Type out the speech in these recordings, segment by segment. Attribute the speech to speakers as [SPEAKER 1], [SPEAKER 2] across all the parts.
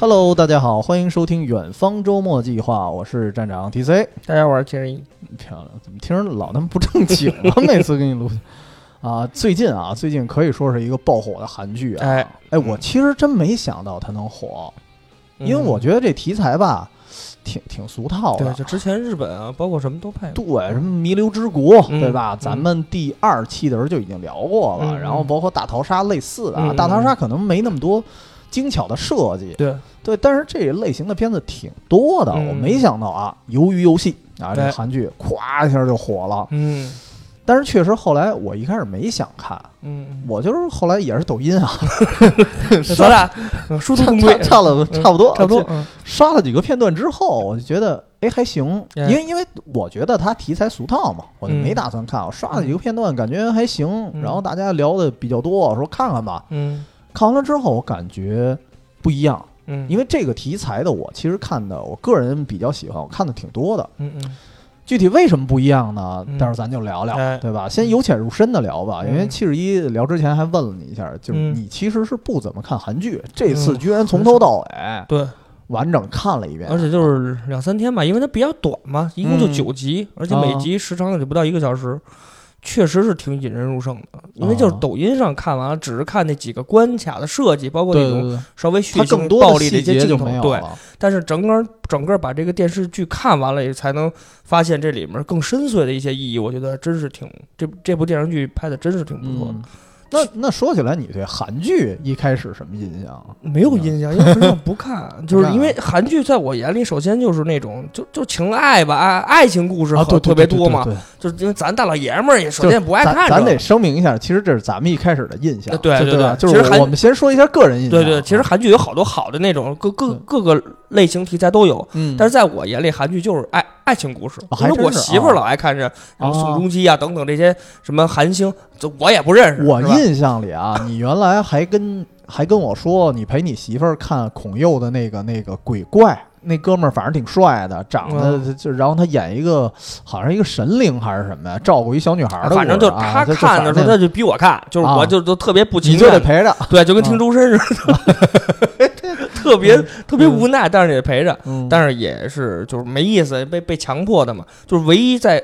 [SPEAKER 1] Hello，大家好，欢迎收听《远方周末计划》，我是站长 TC。
[SPEAKER 2] 大家玩杰一，
[SPEAKER 1] 漂亮，怎么听着老那么不正经 啊？每次给你录啊，最近啊，最近可以说是一个爆火的韩剧啊。
[SPEAKER 2] 哎
[SPEAKER 1] 哎，我其实真没想到它能火，因为我
[SPEAKER 2] 嗯
[SPEAKER 1] 觉得这题材吧，挺挺俗套的
[SPEAKER 2] 对，。就之前日本啊，包括什么都拍过，
[SPEAKER 1] 对，什么弥留之国，
[SPEAKER 2] 嗯
[SPEAKER 1] 对吧？咱们第二期的时候就已经聊过了，
[SPEAKER 2] 嗯
[SPEAKER 1] 然后包括大逃杀类似的啊，
[SPEAKER 2] 嗯
[SPEAKER 1] 大逃杀可能没那么多精巧的设计，
[SPEAKER 2] 对，
[SPEAKER 1] 对，但是这类型的片子挺多的，
[SPEAKER 2] 嗯
[SPEAKER 1] 我没想到啊，《鱿鱼游戏》啊，这
[SPEAKER 2] 对
[SPEAKER 1] 韩剧咵一下就火了。
[SPEAKER 2] 嗯
[SPEAKER 1] 但是确实后来我一开始没想看，
[SPEAKER 2] 嗯，
[SPEAKER 1] 我就是后来也是抖音 啊，
[SPEAKER 2] 那咱俩嗯殊途
[SPEAKER 1] 差
[SPEAKER 2] 同归
[SPEAKER 1] 差，差了差不多，
[SPEAKER 2] 嗯差不多
[SPEAKER 1] 就，刷了几个片段之后，我就觉得哎还行，因
[SPEAKER 2] 嗯
[SPEAKER 1] 为因为我觉得它题材俗套嘛，我就没
[SPEAKER 2] 嗯
[SPEAKER 1] 打算看，我刷了几个片段，感觉还行，
[SPEAKER 2] 嗯
[SPEAKER 1] 然后大家聊的比较多，我说看看吧，
[SPEAKER 2] 嗯
[SPEAKER 1] 看完了之后我感觉不一样，
[SPEAKER 2] 嗯，
[SPEAKER 1] 因
[SPEAKER 2] 为
[SPEAKER 1] 为这个题材的我其实看的，我个人比较喜欢，我看的挺多的。
[SPEAKER 2] 嗯嗯
[SPEAKER 1] 具体为什么不一样呢？
[SPEAKER 2] 嗯
[SPEAKER 1] 待会儿咱就聊聊，
[SPEAKER 2] 哎
[SPEAKER 1] 对吧？先由浅入深的聊吧，
[SPEAKER 2] 嗯
[SPEAKER 1] 因为七十一聊之前还问了你一下，就是
[SPEAKER 2] 嗯
[SPEAKER 1] 你其实是不怎么看韩剧，这次
[SPEAKER 2] 嗯
[SPEAKER 1] 居然从头到尾
[SPEAKER 2] 对，
[SPEAKER 1] 完整看了一遍，
[SPEAKER 2] 而且就是两三天吧，因为它比较短嘛，一共就
[SPEAKER 1] 嗯
[SPEAKER 2] 九集，而且
[SPEAKER 1] 啊
[SPEAKER 2] 每集时长也就不到一个小时。确实是挺引人入胜的，因为就是
[SPEAKER 1] 啊
[SPEAKER 2] 抖音上看完了，只是看那几个关卡的设计，包括
[SPEAKER 1] 对
[SPEAKER 2] 那
[SPEAKER 1] 对
[SPEAKER 2] 种
[SPEAKER 1] 对，
[SPEAKER 2] 稍微血
[SPEAKER 1] 它
[SPEAKER 2] 腥
[SPEAKER 1] 更多
[SPEAKER 2] 暴
[SPEAKER 1] 的
[SPEAKER 2] 力的
[SPEAKER 1] 细
[SPEAKER 2] 一些
[SPEAKER 1] 节就
[SPEAKER 2] 镜
[SPEAKER 1] 没
[SPEAKER 2] 头，
[SPEAKER 1] 有
[SPEAKER 2] 对，
[SPEAKER 1] 了。
[SPEAKER 2] 但是整个整个把这个电视剧看完了，也才能发现这里面更深邃的一些意义。我觉得真是挺这这部电视剧拍的真是挺不错的
[SPEAKER 1] 嗯，，那那说起来，你对韩剧一开始什么印象？
[SPEAKER 2] 没有印
[SPEAKER 1] 嗯
[SPEAKER 2] 象，因为很少不看， 就是因为韩剧在我眼里，首先就是那种就就情爱吧，爱爱情故事
[SPEAKER 1] 啊，
[SPEAKER 2] 很
[SPEAKER 1] 对，对
[SPEAKER 2] 特别
[SPEAKER 1] 对对
[SPEAKER 2] 多嘛，
[SPEAKER 1] 对
[SPEAKER 2] 就是因为咱大老爷们儿也首
[SPEAKER 1] 就
[SPEAKER 2] 先不爱
[SPEAKER 1] 咱
[SPEAKER 2] 看
[SPEAKER 1] 咱
[SPEAKER 2] 这
[SPEAKER 1] 得
[SPEAKER 2] 个。
[SPEAKER 1] 声明一下，其实这是咱们一开始的印象，
[SPEAKER 2] 呃对
[SPEAKER 1] 就
[SPEAKER 2] 对
[SPEAKER 1] 对吧
[SPEAKER 2] 对
[SPEAKER 1] 就
[SPEAKER 2] 其实
[SPEAKER 1] 是
[SPEAKER 2] 韩
[SPEAKER 1] 我们先说一下个人印象。
[SPEAKER 2] 对对，其实韩剧有好多好的那种各各各个类型题材都有，
[SPEAKER 1] 嗯，
[SPEAKER 2] 但是在我眼里，韩剧就是爱爱情故事
[SPEAKER 1] 哦，
[SPEAKER 2] 因
[SPEAKER 1] 还
[SPEAKER 2] 为我
[SPEAKER 1] 真是
[SPEAKER 2] 媳妇
[SPEAKER 1] 啊
[SPEAKER 2] 儿老爱看这，然后
[SPEAKER 1] 啊
[SPEAKER 2] 宋仲基啊等等这些什么韩星，这我也不认识。
[SPEAKER 1] 我
[SPEAKER 2] 是吧
[SPEAKER 1] 印象里 啊，你原来还跟还跟我说，你陪你媳妇儿看孔佑的那个那个鬼怪，那哥们儿反正挺帅的，长
[SPEAKER 2] 嗯
[SPEAKER 1] 得、就然后他演一个好像是一个神灵还是什么呀，照顾一小女孩儿的故事啊、
[SPEAKER 2] 反正就他
[SPEAKER 1] 就
[SPEAKER 2] 看的时候，他，就逼我看，就是
[SPEAKER 1] 啊
[SPEAKER 2] 我就都特别不
[SPEAKER 1] 就反正你
[SPEAKER 2] 情
[SPEAKER 1] 就得陪
[SPEAKER 2] 愿，
[SPEAKER 1] 着，
[SPEAKER 2] 对，就跟
[SPEAKER 1] 啊
[SPEAKER 2] 听周深似 的，特别特别无奈，但是也陪着，
[SPEAKER 1] 嗯
[SPEAKER 2] 但是也是就是没意思，被被强迫的嘛。就是唯一在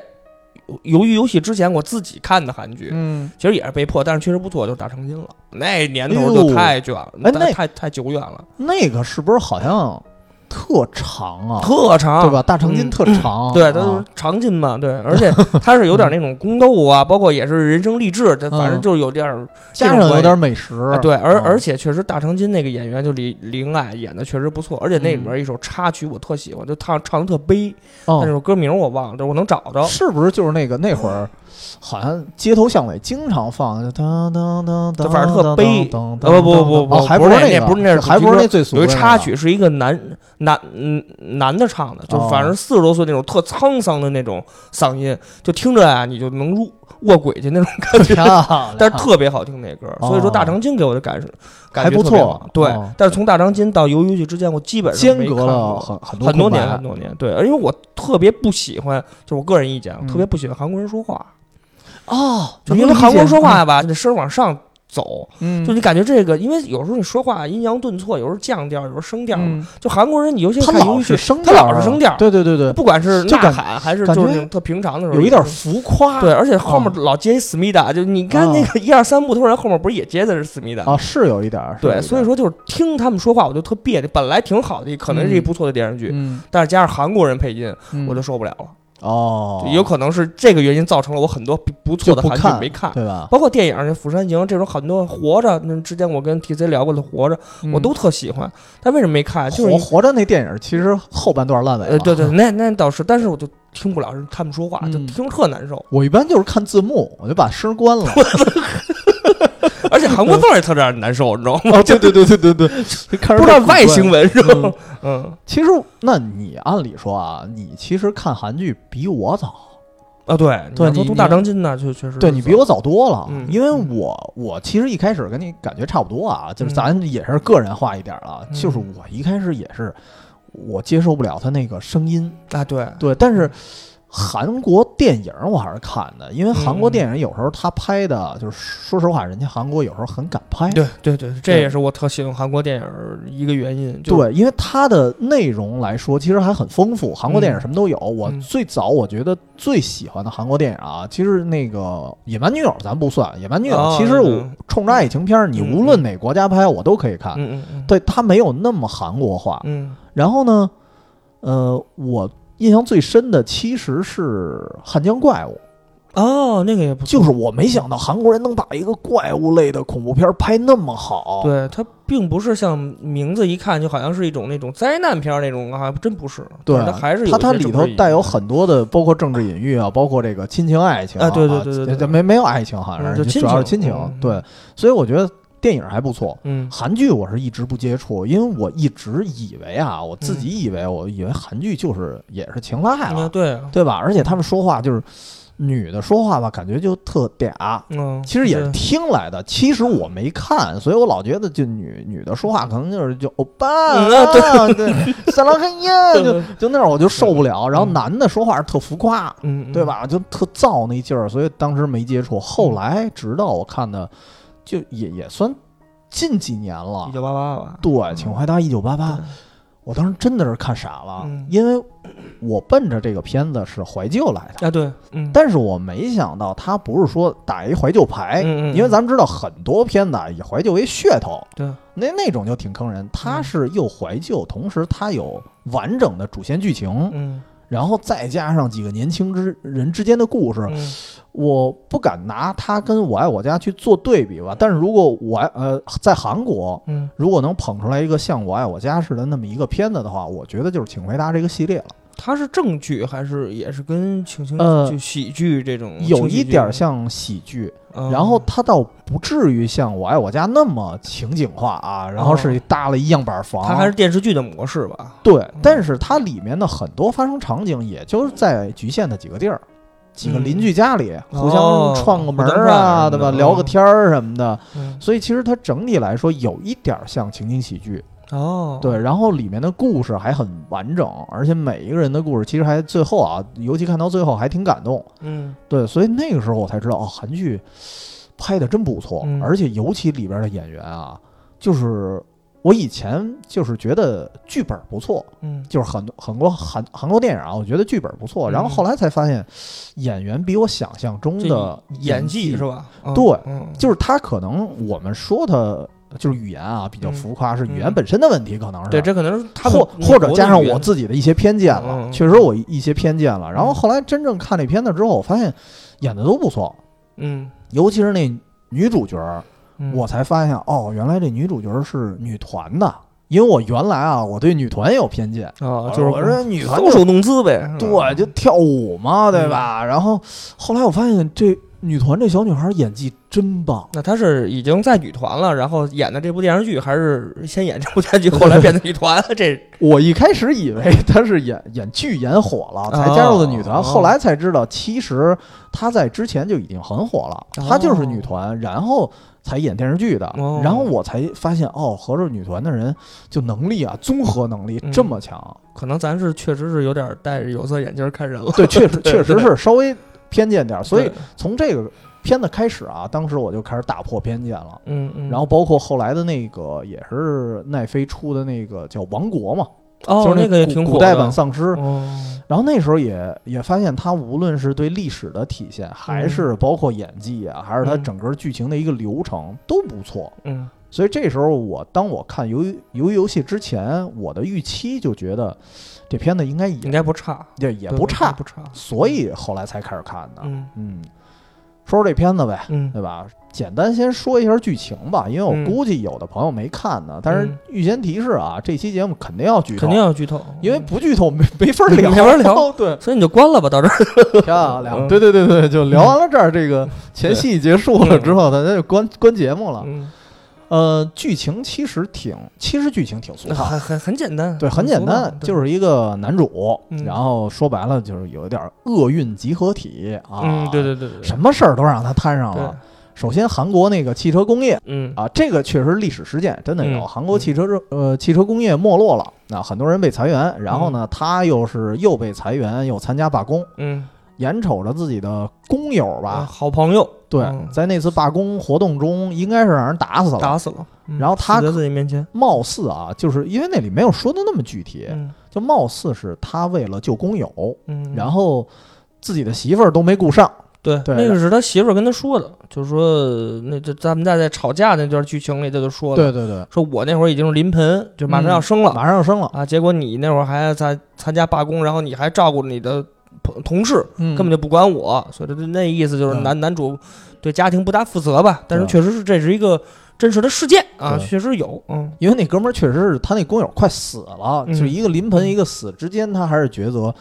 [SPEAKER 2] 由于游戏之前我自己看的韩剧，
[SPEAKER 1] 嗯，
[SPEAKER 2] 其实也是被迫，但是确实不错，就是《大长今》了。那年
[SPEAKER 1] 哎
[SPEAKER 2] 头
[SPEAKER 1] 呦
[SPEAKER 2] 就太卷了，
[SPEAKER 1] 哎那
[SPEAKER 2] 太太太久远了，
[SPEAKER 1] 那个是不是好像特长啊？
[SPEAKER 2] 特长，
[SPEAKER 1] 对吧？大长今
[SPEAKER 2] 嗯
[SPEAKER 1] 特长，
[SPEAKER 2] 对，它
[SPEAKER 1] 啊
[SPEAKER 2] 是长进嘛，对，而且它是有 点那种宫斗啊，包括也是人生励志，这反
[SPEAKER 1] 嗯
[SPEAKER 2] 正就是有点儿这
[SPEAKER 1] 加
[SPEAKER 2] 种
[SPEAKER 1] 上有
[SPEAKER 2] 关系
[SPEAKER 1] 点美食，
[SPEAKER 2] 啊，对，而
[SPEAKER 1] 嗯
[SPEAKER 2] 而且确实大长今那个演员就李林爱演的确实不错，而且那里面一首插曲我特喜欢，就唱唱的特悲，
[SPEAKER 1] 嗯
[SPEAKER 2] 但是我歌名我忘了，但是我能找着。
[SPEAKER 1] 是不是就是那个那会
[SPEAKER 2] 哦
[SPEAKER 1] 儿，好像街头巷尾经常放，就当当当当，
[SPEAKER 2] 反正特悲
[SPEAKER 1] 当
[SPEAKER 2] 啊不不不不，
[SPEAKER 1] 哦还
[SPEAKER 2] 不
[SPEAKER 1] 是
[SPEAKER 2] 那
[SPEAKER 1] 个，
[SPEAKER 2] 不是那
[SPEAKER 1] 还不是那最俗
[SPEAKER 2] 有
[SPEAKER 1] 的
[SPEAKER 2] 一
[SPEAKER 1] 那个
[SPEAKER 2] 插曲是一个男男嗯男的唱的，就
[SPEAKER 1] 哦
[SPEAKER 2] 是反正四十多岁那种特沧桑的那种嗓音，就听着啊你就能入卧轨去那种感 觉。
[SPEAKER 1] 漂亮，
[SPEAKER 2] 但是特别好听那歌儿，所以说
[SPEAKER 1] 啊哦
[SPEAKER 2] 大长今给我的感受感
[SPEAKER 1] 还
[SPEAKER 2] 觉
[SPEAKER 1] 不
[SPEAKER 2] 特别
[SPEAKER 1] 错
[SPEAKER 2] 好对
[SPEAKER 1] 哦，
[SPEAKER 2] 但是从大长今到鱿鱼剧之间，我基本上
[SPEAKER 1] 间
[SPEAKER 2] 没
[SPEAKER 1] 隔
[SPEAKER 2] 看
[SPEAKER 1] 了
[SPEAKER 2] 过
[SPEAKER 1] 很很
[SPEAKER 2] 很多
[SPEAKER 1] 多
[SPEAKER 2] 年很多年，对，而因为我特别不喜欢，就是我个人意见啊，
[SPEAKER 1] 嗯
[SPEAKER 2] 特别不喜欢韩国人说话，
[SPEAKER 1] 哦，
[SPEAKER 2] 就因为韩国人说话吧，这声往上走，
[SPEAKER 1] 嗯，
[SPEAKER 2] 就你感觉这个，因为有时候你说话阴阳顿挫，有时候降调，有时候升调嘛，
[SPEAKER 1] 嗯
[SPEAKER 2] 就韩国人，你尤其
[SPEAKER 1] 他
[SPEAKER 2] 看鱿
[SPEAKER 1] 老
[SPEAKER 2] 鱼
[SPEAKER 1] 是
[SPEAKER 2] 剧，
[SPEAKER 1] 声
[SPEAKER 2] 他
[SPEAKER 1] 调
[SPEAKER 2] 老
[SPEAKER 1] 啊
[SPEAKER 2] 是声调
[SPEAKER 1] 对对对对，
[SPEAKER 2] 不管是
[SPEAKER 1] 就
[SPEAKER 2] 呐
[SPEAKER 1] 感
[SPEAKER 2] 喊还是
[SPEAKER 1] 感
[SPEAKER 2] 就是
[SPEAKER 1] 觉
[SPEAKER 2] 那种特平常的时候，
[SPEAKER 1] 有一点啊浮夸，
[SPEAKER 2] 对，而且后面老接一思密达，就你看那个一二三木头人后面不是也接的是思密达？
[SPEAKER 1] 啊，是有一点儿，是有
[SPEAKER 2] 对，
[SPEAKER 1] 一
[SPEAKER 2] 所
[SPEAKER 1] 点
[SPEAKER 2] 以
[SPEAKER 1] 儿
[SPEAKER 2] 说就是听他们说话我就特别扭，本来挺好的，可能是一不错的电视剧，
[SPEAKER 1] 嗯，
[SPEAKER 2] 但是加上韩国人配音，
[SPEAKER 1] 嗯
[SPEAKER 2] 我就受不了了。
[SPEAKER 1] 哦
[SPEAKER 2] 就，有可能是这个原因造成了我很多不不错
[SPEAKER 1] 就
[SPEAKER 2] 的
[SPEAKER 1] 不
[SPEAKER 2] 韩
[SPEAKER 1] 看
[SPEAKER 2] 剧没看，
[SPEAKER 1] 对吧？
[SPEAKER 2] 包括电影《那《釜山行》这种很多活着，那之前我跟 T C 聊过的活着，我
[SPEAKER 1] 嗯
[SPEAKER 2] 都特喜欢，但为什么没看？就是
[SPEAKER 1] 活活着那电影其实后半段烂尾
[SPEAKER 2] 呃，
[SPEAKER 1] 了，
[SPEAKER 2] 对对，那那倒是，但是我就听不了人他们说话，就
[SPEAKER 1] 啊嗯
[SPEAKER 2] 听着特难受，
[SPEAKER 1] 我一般就是看字幕，我就把声儿关了。
[SPEAKER 2] 而且韩国字儿也特让人难受，你知道吗？
[SPEAKER 1] 哦，对对对对对对，不
[SPEAKER 2] 不知道外星。文是吧？嗯
[SPEAKER 1] 其实，那你按理说啊，你其实看韩剧比我早，
[SPEAKER 2] 啊，对
[SPEAKER 1] 对
[SPEAKER 2] 你
[SPEAKER 1] 你
[SPEAKER 2] 要说读
[SPEAKER 1] 你
[SPEAKER 2] 大长今呢，确确实
[SPEAKER 1] 对你比我早多了。
[SPEAKER 2] 嗯
[SPEAKER 1] 因为我我其实一开始跟你感觉差不多啊，就是咱也是个人化一点了，
[SPEAKER 2] 嗯
[SPEAKER 1] 就是我一开始也是我接受不了他那个声音，
[SPEAKER 2] 啊，对
[SPEAKER 1] 对，但是。韩国电影我还是看的，因为韩
[SPEAKER 2] 嗯
[SPEAKER 1] 国电影有时候他拍的，就是说实话，人家韩国有时候很敢拍。
[SPEAKER 2] 对对对，这也是我特喜欢韩国电影儿一个原因。就，
[SPEAKER 1] 对，因为它的内容来说，其实还很丰富。韩国电影什么都有。我
[SPEAKER 2] 嗯
[SPEAKER 1] 最早我觉得最喜欢的韩国电影啊，其实那个《野蛮女友》咱不算，《野蛮女友》
[SPEAKER 2] 哦
[SPEAKER 1] 其实
[SPEAKER 2] 嗯
[SPEAKER 1] 我冲着爱情片儿，你
[SPEAKER 2] 嗯
[SPEAKER 1] 无论哪国家拍，我都可以看。
[SPEAKER 2] 嗯嗯嗯，
[SPEAKER 1] 啊对，啊它没有那么韩国化。
[SPEAKER 2] 嗯
[SPEAKER 1] 然后呢，呃，我印象最深的其实是《汉江怪物》。
[SPEAKER 2] 哦，那个也不错。
[SPEAKER 1] 就是我没想到韩国人能把一个怪物类的恐怖片拍那么好。，
[SPEAKER 2] 对，它并不是像名字一看就好像是一种那种灾难片儿那种啊，真不是。
[SPEAKER 1] 对
[SPEAKER 2] 它还是有
[SPEAKER 1] 它它
[SPEAKER 2] 一些
[SPEAKER 1] 里
[SPEAKER 2] 政
[SPEAKER 1] 头
[SPEAKER 2] 治意义
[SPEAKER 1] 带有很多的，包括政治隐喻啊，包括这个亲情、爱情
[SPEAKER 2] 啊对对对对对
[SPEAKER 1] 这没没有爱情，好像
[SPEAKER 2] 嗯
[SPEAKER 1] 是
[SPEAKER 2] 就亲
[SPEAKER 1] 主要是亲
[SPEAKER 2] 情
[SPEAKER 1] 情
[SPEAKER 2] 嗯。
[SPEAKER 1] 对，所以我觉得电影还不错。
[SPEAKER 2] 嗯
[SPEAKER 1] 韩剧我是一直不接触，因为我一直以为啊，我自
[SPEAKER 2] 嗯
[SPEAKER 1] 己以为我以为韩剧就是也是情爱
[SPEAKER 2] 啊
[SPEAKER 1] 了，
[SPEAKER 2] 对啊，
[SPEAKER 1] 对吧？而且他们说话就是女的说话吧，感觉就特嗲，
[SPEAKER 2] 嗯，
[SPEAKER 1] 其实也是
[SPEAKER 2] 对
[SPEAKER 1] 听来的，其实我没看，所以我老觉得就女女的说话可能就是就欧巴
[SPEAKER 2] 嗯啊
[SPEAKER 1] 啊，对，三郎黑呀，就
[SPEAKER 2] 对
[SPEAKER 1] 就那样我就受不了。然后
[SPEAKER 2] 嗯
[SPEAKER 1] 男的说话是特浮夸，
[SPEAKER 2] 嗯
[SPEAKER 1] 对？吧？就特燥那劲儿，所以当时没接触。后来直到我看的，就也也算近几年了
[SPEAKER 2] 一。九八八吧。
[SPEAKER 1] 对，《请回答一九八八》，
[SPEAKER 2] 对
[SPEAKER 1] 我当时真的是看傻了
[SPEAKER 2] 嗯，
[SPEAKER 1] 因为我奔着这个片子是怀旧来的。
[SPEAKER 2] 啊，对，嗯，
[SPEAKER 1] 但是我没想到他不是说打一怀旧牌，
[SPEAKER 2] 嗯嗯
[SPEAKER 1] 因为哎咱们知道很多片子啊以怀旧为噱头，
[SPEAKER 2] 对
[SPEAKER 1] 那那种就挺坑人。他
[SPEAKER 2] 嗯
[SPEAKER 1] 是又怀旧，同时他有完整的主线剧情，
[SPEAKER 2] 嗯
[SPEAKER 1] 然后再加上几个年轻之人之间的故事。
[SPEAKER 2] 嗯
[SPEAKER 1] 我不敢拿他跟我爱我家去做对比吧，但是如果我爱呃在韩国。
[SPEAKER 2] 嗯，
[SPEAKER 1] 如果能捧出来一个像《我爱我家》似的那么一个片子的话，我觉得就是《请回答》这个系列了。
[SPEAKER 2] 它是正剧还是也是跟情情
[SPEAKER 1] 呃
[SPEAKER 2] 就喜剧这种
[SPEAKER 1] 有一点儿
[SPEAKER 2] 像，
[SPEAKER 1] 像喜剧，
[SPEAKER 2] 嗯
[SPEAKER 1] 然后它倒不至于像我爱我家那么情景化啊，然后是搭了一样板房，
[SPEAKER 2] 嗯它还是电视剧的模式吧？
[SPEAKER 1] 对，但是它里面的很多发生场景，也就是在局限的几个地儿，几个
[SPEAKER 2] 嗯
[SPEAKER 1] 邻居家里
[SPEAKER 2] 哦
[SPEAKER 1] 互相串个门儿啊，
[SPEAKER 2] 互相串什么
[SPEAKER 1] 对
[SPEAKER 2] 的
[SPEAKER 1] 吧？
[SPEAKER 2] 嗯
[SPEAKER 1] 聊个天儿什么的，
[SPEAKER 2] 嗯，
[SPEAKER 1] 所以其实它整体来说有一点儿像情景喜剧，
[SPEAKER 2] 哦，
[SPEAKER 1] 对，，然后里面的故事还很完整，而且每一个人的故事其实还最后啊，尤其看到最后还挺感动，
[SPEAKER 2] 嗯
[SPEAKER 1] 对，所以那个时候我才知道，哦，韩剧拍的真不错，
[SPEAKER 2] 嗯
[SPEAKER 1] 而且尤其里边的演员啊，就是我以前就是觉得剧本不错，
[SPEAKER 2] 嗯
[SPEAKER 1] 就是很多很多韩韩国电影啊，我觉得剧本不错，然后
[SPEAKER 2] 嗯
[SPEAKER 1] 后来才发现，演员比我想象中
[SPEAKER 2] 这
[SPEAKER 1] 的
[SPEAKER 2] 演技
[SPEAKER 1] 技
[SPEAKER 2] 是？吧？嗯
[SPEAKER 1] 对，
[SPEAKER 2] 嗯，
[SPEAKER 1] 就是他可能我们说他就是语言啊比较
[SPEAKER 2] 嗯
[SPEAKER 1] 浮夸，是语言
[SPEAKER 2] 嗯
[SPEAKER 1] 本身的问题，可能是
[SPEAKER 2] 对，这可能是他们
[SPEAKER 1] 或或者加上
[SPEAKER 2] 美国
[SPEAKER 1] 我
[SPEAKER 2] 的
[SPEAKER 1] 自己的一些偏见了，
[SPEAKER 2] 嗯
[SPEAKER 1] 确实我一些偏见了。然后
[SPEAKER 2] 嗯
[SPEAKER 1] 后来真正看那片子之后，我发现演的都不错，
[SPEAKER 2] 语言，
[SPEAKER 1] 尤其是那女主角，
[SPEAKER 2] 嗯，
[SPEAKER 1] 我才发现哦，原来这女主角是女团的。因为我原来啊，我对女团也有偏见，
[SPEAKER 2] 啊，就是
[SPEAKER 1] 我说女团
[SPEAKER 2] 搔
[SPEAKER 1] 就
[SPEAKER 2] 首弄姿呗，嗯
[SPEAKER 1] 对，就跳舞嘛，对吧？然后后来我发现这女团这小女孩演技真棒，
[SPEAKER 2] 那他是已经在女团了，然后演的这部电视剧，还是先演这部电视剧，后来变成女团了？ 这
[SPEAKER 1] 我一开始以为她是演演剧演火了才加入的女团，
[SPEAKER 2] 哦
[SPEAKER 1] 后来才知道，其实她在之前就已经很火了，
[SPEAKER 2] 哦
[SPEAKER 1] 她就是女团，然后才演电视剧的。
[SPEAKER 2] 哦
[SPEAKER 1] 然后我才发现，哦，合着女团的人就能力啊，综合能力
[SPEAKER 2] 嗯
[SPEAKER 1] 这么强。
[SPEAKER 2] 可能咱是确实是有点戴着有色眼镜看人了。
[SPEAKER 1] 对，确实
[SPEAKER 2] 对
[SPEAKER 1] 确实
[SPEAKER 2] 对
[SPEAKER 1] 是稍微偏见点儿，所以
[SPEAKER 2] 对，
[SPEAKER 1] 从这个片子开始啊，当时我就开始打破偏见了。
[SPEAKER 2] 嗯嗯，
[SPEAKER 1] 然后包括后来的那个也是奈飞出的那个叫《王国》嘛，
[SPEAKER 2] 哦，
[SPEAKER 1] 就是
[SPEAKER 2] 那个也
[SPEAKER 1] 古
[SPEAKER 2] 挺火
[SPEAKER 1] 古
[SPEAKER 2] 的，
[SPEAKER 1] 代版丧尸。
[SPEAKER 2] 哦，
[SPEAKER 1] 然后那时候也也发现，他无论是对历史的体现，还是包括演技啊，还是他
[SPEAKER 2] 嗯
[SPEAKER 1] 整个剧情的一个流程都不错。
[SPEAKER 2] 嗯
[SPEAKER 1] 所以这时候我当我看《鱿鱼鱿鱼游戏》之前，我的预期就觉得这片子应该
[SPEAKER 2] 应
[SPEAKER 1] 也
[SPEAKER 2] 该不差，
[SPEAKER 1] 也也
[SPEAKER 2] 对
[SPEAKER 1] 不差
[SPEAKER 2] 不，差。
[SPEAKER 1] 所以后来才开始看的。
[SPEAKER 2] 嗯
[SPEAKER 1] 嗯，说说这片子呗，
[SPEAKER 2] 嗯
[SPEAKER 1] 对吧？简单先说一下剧情吧，因为我
[SPEAKER 2] 嗯
[SPEAKER 1] 估计有的朋友没看呢。但是
[SPEAKER 2] 嗯
[SPEAKER 1] 预先提示啊，这期节目肯定要剧透，
[SPEAKER 2] 肯定要剧透，
[SPEAKER 1] 因为不剧透没没法聊，
[SPEAKER 2] 没法 聊
[SPEAKER 1] 对，
[SPEAKER 2] 所以你就关了吧，到这儿。
[SPEAKER 1] 漂亮，
[SPEAKER 2] 嗯
[SPEAKER 1] 对对对对，就聊完了这儿，这个前戏结束了之后，咱就关关节目了。
[SPEAKER 2] 嗯，
[SPEAKER 1] 呃，剧情其实挺，其实剧情挺俗套。
[SPEAKER 2] 很很很简单，
[SPEAKER 1] 对，很简单，
[SPEAKER 2] 是
[SPEAKER 1] 就是一个男主，
[SPEAKER 2] 嗯
[SPEAKER 1] 然后说白了就是有点厄运集合体啊，
[SPEAKER 2] 嗯，对对对对，
[SPEAKER 1] 什么事儿都让他摊上了
[SPEAKER 2] 对，
[SPEAKER 1] 首先，韩国那个汽车工业
[SPEAKER 2] 嗯
[SPEAKER 1] 啊，这个确实历史事件，真的有。
[SPEAKER 2] 嗯
[SPEAKER 1] 韩国汽车呃汽车工业没落了，那、很多人被裁员，然后呢，他又是又被裁员，又参加罢工，
[SPEAKER 2] 嗯，
[SPEAKER 1] 眼瞅着自己的工友
[SPEAKER 2] 啊
[SPEAKER 1] 吧，
[SPEAKER 2] 好朋友
[SPEAKER 1] 对
[SPEAKER 2] 嗯，
[SPEAKER 1] 在那次罢工活动中，应该是让人打死了。
[SPEAKER 2] 打死了，嗯
[SPEAKER 1] 然后他
[SPEAKER 2] 死在自己面前，
[SPEAKER 1] 貌似啊，就是因为那里没有说的那么具体，
[SPEAKER 2] 嗯
[SPEAKER 1] 就貌似是他为了救工友，
[SPEAKER 2] 嗯，
[SPEAKER 1] 然后自己的媳妇儿都没顾上。
[SPEAKER 2] 对，
[SPEAKER 1] 对
[SPEAKER 2] 那个是他媳妇儿跟他说的，就是说那就咱们在在吵架那段剧情里，他就说了，
[SPEAKER 1] 对对对，
[SPEAKER 2] 说我那会儿已经临盆，就马上要生了
[SPEAKER 1] 马上要生了，
[SPEAKER 2] 啊，结果你那会儿还在参加罢工，然后你还照顾你的同同事，
[SPEAKER 1] 根
[SPEAKER 2] 根本就不管我，所以这那意思就是
[SPEAKER 1] 嗯
[SPEAKER 2] 男、男主对家庭不大负责吧？但是
[SPEAKER 1] 对
[SPEAKER 2] 确实是这是一个真实的事件啊，
[SPEAKER 1] 对
[SPEAKER 2] 确实有，嗯
[SPEAKER 1] 因为那哥们儿确实是他那工友快死了，
[SPEAKER 2] 嗯
[SPEAKER 1] 就一个临盆一个死之间，他还是抉择，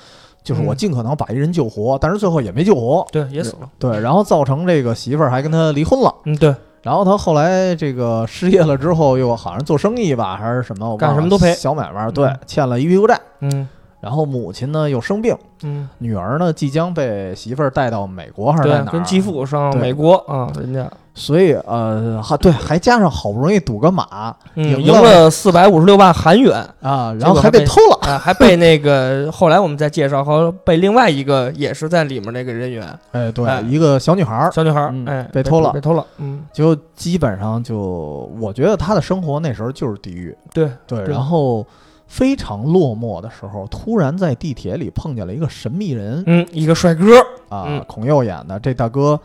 [SPEAKER 1] 就是我
[SPEAKER 2] 嗯
[SPEAKER 1] 尽可能把一人救活，但是最后也没救活。
[SPEAKER 2] 对，也死了，
[SPEAKER 1] 对，然后造成这个媳妇儿还跟他离婚了，
[SPEAKER 2] 嗯，对，
[SPEAKER 1] 然后他后来这个失业了之后，又好像做生意吧，还是什么，我忘了
[SPEAKER 2] 干什么都赔
[SPEAKER 1] 小买卖，
[SPEAKER 2] 嗯
[SPEAKER 1] 对，欠了一屁股债。
[SPEAKER 2] 嗯
[SPEAKER 1] 然后母亲呢又生病，
[SPEAKER 2] 嗯，
[SPEAKER 1] 女儿呢即将被媳妇儿带到美国还是在
[SPEAKER 2] 对
[SPEAKER 1] 哪，儿？啊
[SPEAKER 2] 跟继。父上
[SPEAKER 1] 对
[SPEAKER 2] 美国啊，人家
[SPEAKER 1] 所以呃，还对，还加上好不容易赌个马
[SPEAKER 2] 嗯
[SPEAKER 1] 赢了
[SPEAKER 2] 赢了四百五十六万韩元
[SPEAKER 1] 啊，
[SPEAKER 2] 结
[SPEAKER 1] 然后
[SPEAKER 2] 果
[SPEAKER 1] 还
[SPEAKER 2] 还
[SPEAKER 1] 被
[SPEAKER 2] 被
[SPEAKER 1] 偷了。
[SPEAKER 2] 啊，还 被那个后来我们再介绍，后来被另外一个也是在里面那个人员
[SPEAKER 1] 哎，对，
[SPEAKER 2] 哎
[SPEAKER 1] 一个小女孩儿
[SPEAKER 2] 小女孩儿
[SPEAKER 1] 嗯，
[SPEAKER 2] 哎，
[SPEAKER 1] 被偷了
[SPEAKER 2] 被偷了，嗯，
[SPEAKER 1] 就基本上就，我觉得他的生活那时候就是地狱，
[SPEAKER 2] 对，
[SPEAKER 1] 对，
[SPEAKER 2] 对
[SPEAKER 1] 然后非常落寞的时候，突然在地铁里碰见了一个神秘人
[SPEAKER 2] 嗯，一个帅哥，
[SPEAKER 1] 啊
[SPEAKER 2] 嗯，
[SPEAKER 1] 孔佑演的这大哥，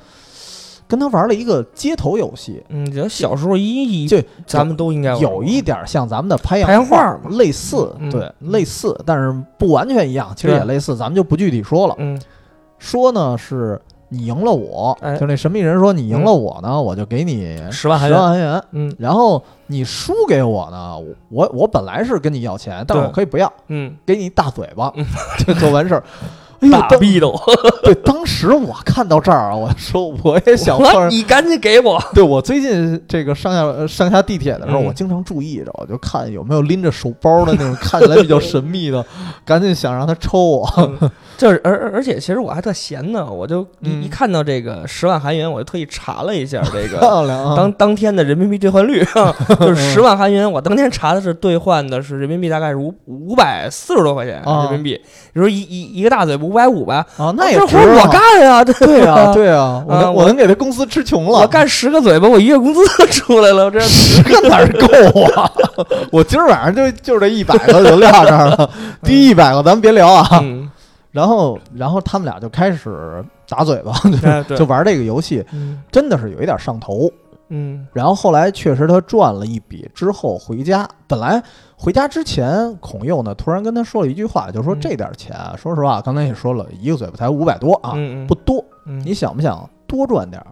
[SPEAKER 1] 跟他玩了一个街头游戏，
[SPEAKER 2] 嗯，觉得小时候一
[SPEAKER 1] 就
[SPEAKER 2] 咱们都应该玩过
[SPEAKER 1] 有一点像咱们的拍
[SPEAKER 2] 哎
[SPEAKER 1] 洋
[SPEAKER 2] 拍洋画嘛
[SPEAKER 1] 类似，
[SPEAKER 2] 嗯
[SPEAKER 1] 对，
[SPEAKER 2] 嗯
[SPEAKER 1] 类似，但是不完全一样，其实
[SPEAKER 2] 对
[SPEAKER 1] 也类似，咱们就不具体说了。
[SPEAKER 2] 嗯
[SPEAKER 1] 说呢是你赢了我，
[SPEAKER 2] 哎嗯
[SPEAKER 1] 就那神秘人说你赢了我呢，我就给你
[SPEAKER 2] 十万韩
[SPEAKER 1] 十
[SPEAKER 2] 元
[SPEAKER 1] 万韩元。
[SPEAKER 2] 嗯
[SPEAKER 1] 然后你输给我呢，我我本来是跟你要钱，但是
[SPEAKER 2] 对
[SPEAKER 1] 我可以不要，
[SPEAKER 2] 嗯，
[SPEAKER 1] 给你一大嘴巴
[SPEAKER 2] 嗯，
[SPEAKER 1] 就就完事 儿。哎呦，当
[SPEAKER 2] 逼斗。
[SPEAKER 1] 对，当时我看到这儿啊，我说我也想碰上。
[SPEAKER 2] 你赶紧给我。
[SPEAKER 1] 对我最近这个上下呃上下地铁的时候，
[SPEAKER 2] 嗯
[SPEAKER 1] 我经常注意着，我就看有没有拎着手包的那种看起来比较神秘的，赶紧想让他抽我。
[SPEAKER 2] 就是而而而且，其实我还特闲呢，我就一、
[SPEAKER 1] 嗯
[SPEAKER 2] 一看到这个十万韩元，我就特意查了一下这个
[SPEAKER 1] 漂 亮啊！
[SPEAKER 2] 当当天的人民币兑换率，啊 就是十万韩元，我当天查的是兑换的是人民币大概是五五百四十多块钱
[SPEAKER 1] 啊
[SPEAKER 2] 人民币，你说一一一个大嘴巴五百五吧，
[SPEAKER 1] 啊，那也
[SPEAKER 2] 这
[SPEAKER 1] 值
[SPEAKER 2] 活儿
[SPEAKER 1] 啊
[SPEAKER 2] 我干 呀，对
[SPEAKER 1] 对啊，
[SPEAKER 2] 啊。
[SPEAKER 1] 对啊，我
[SPEAKER 2] 啊
[SPEAKER 1] 能
[SPEAKER 2] 我
[SPEAKER 1] 能给他公司吃穷了，
[SPEAKER 2] 我干十个嘴巴，我一月工资出来了，我这
[SPEAKER 1] 十个哪儿够啊？我今儿晚上就就这一百个就撂这儿了，低一百个咱们别聊 啊。
[SPEAKER 2] 嗯，
[SPEAKER 1] 然后，然后他们俩就开始打嘴巴，
[SPEAKER 2] 哎
[SPEAKER 1] 就
[SPEAKER 2] 对
[SPEAKER 1] 就，玩这个游戏，
[SPEAKER 2] 嗯
[SPEAKER 1] 真的是有一点上头。
[SPEAKER 2] 嗯
[SPEAKER 1] 然后后来确实他赚了一笔之后回家，本来回家之前，孔佑呢突然跟他说了一句话，就说
[SPEAKER 2] 嗯
[SPEAKER 1] 这点钱啊，说实话，刚才也说了一个嘴巴才五百多啊，
[SPEAKER 2] 嗯，嗯
[SPEAKER 1] 不，多。
[SPEAKER 2] 嗯
[SPEAKER 1] 你想不想多赚点儿？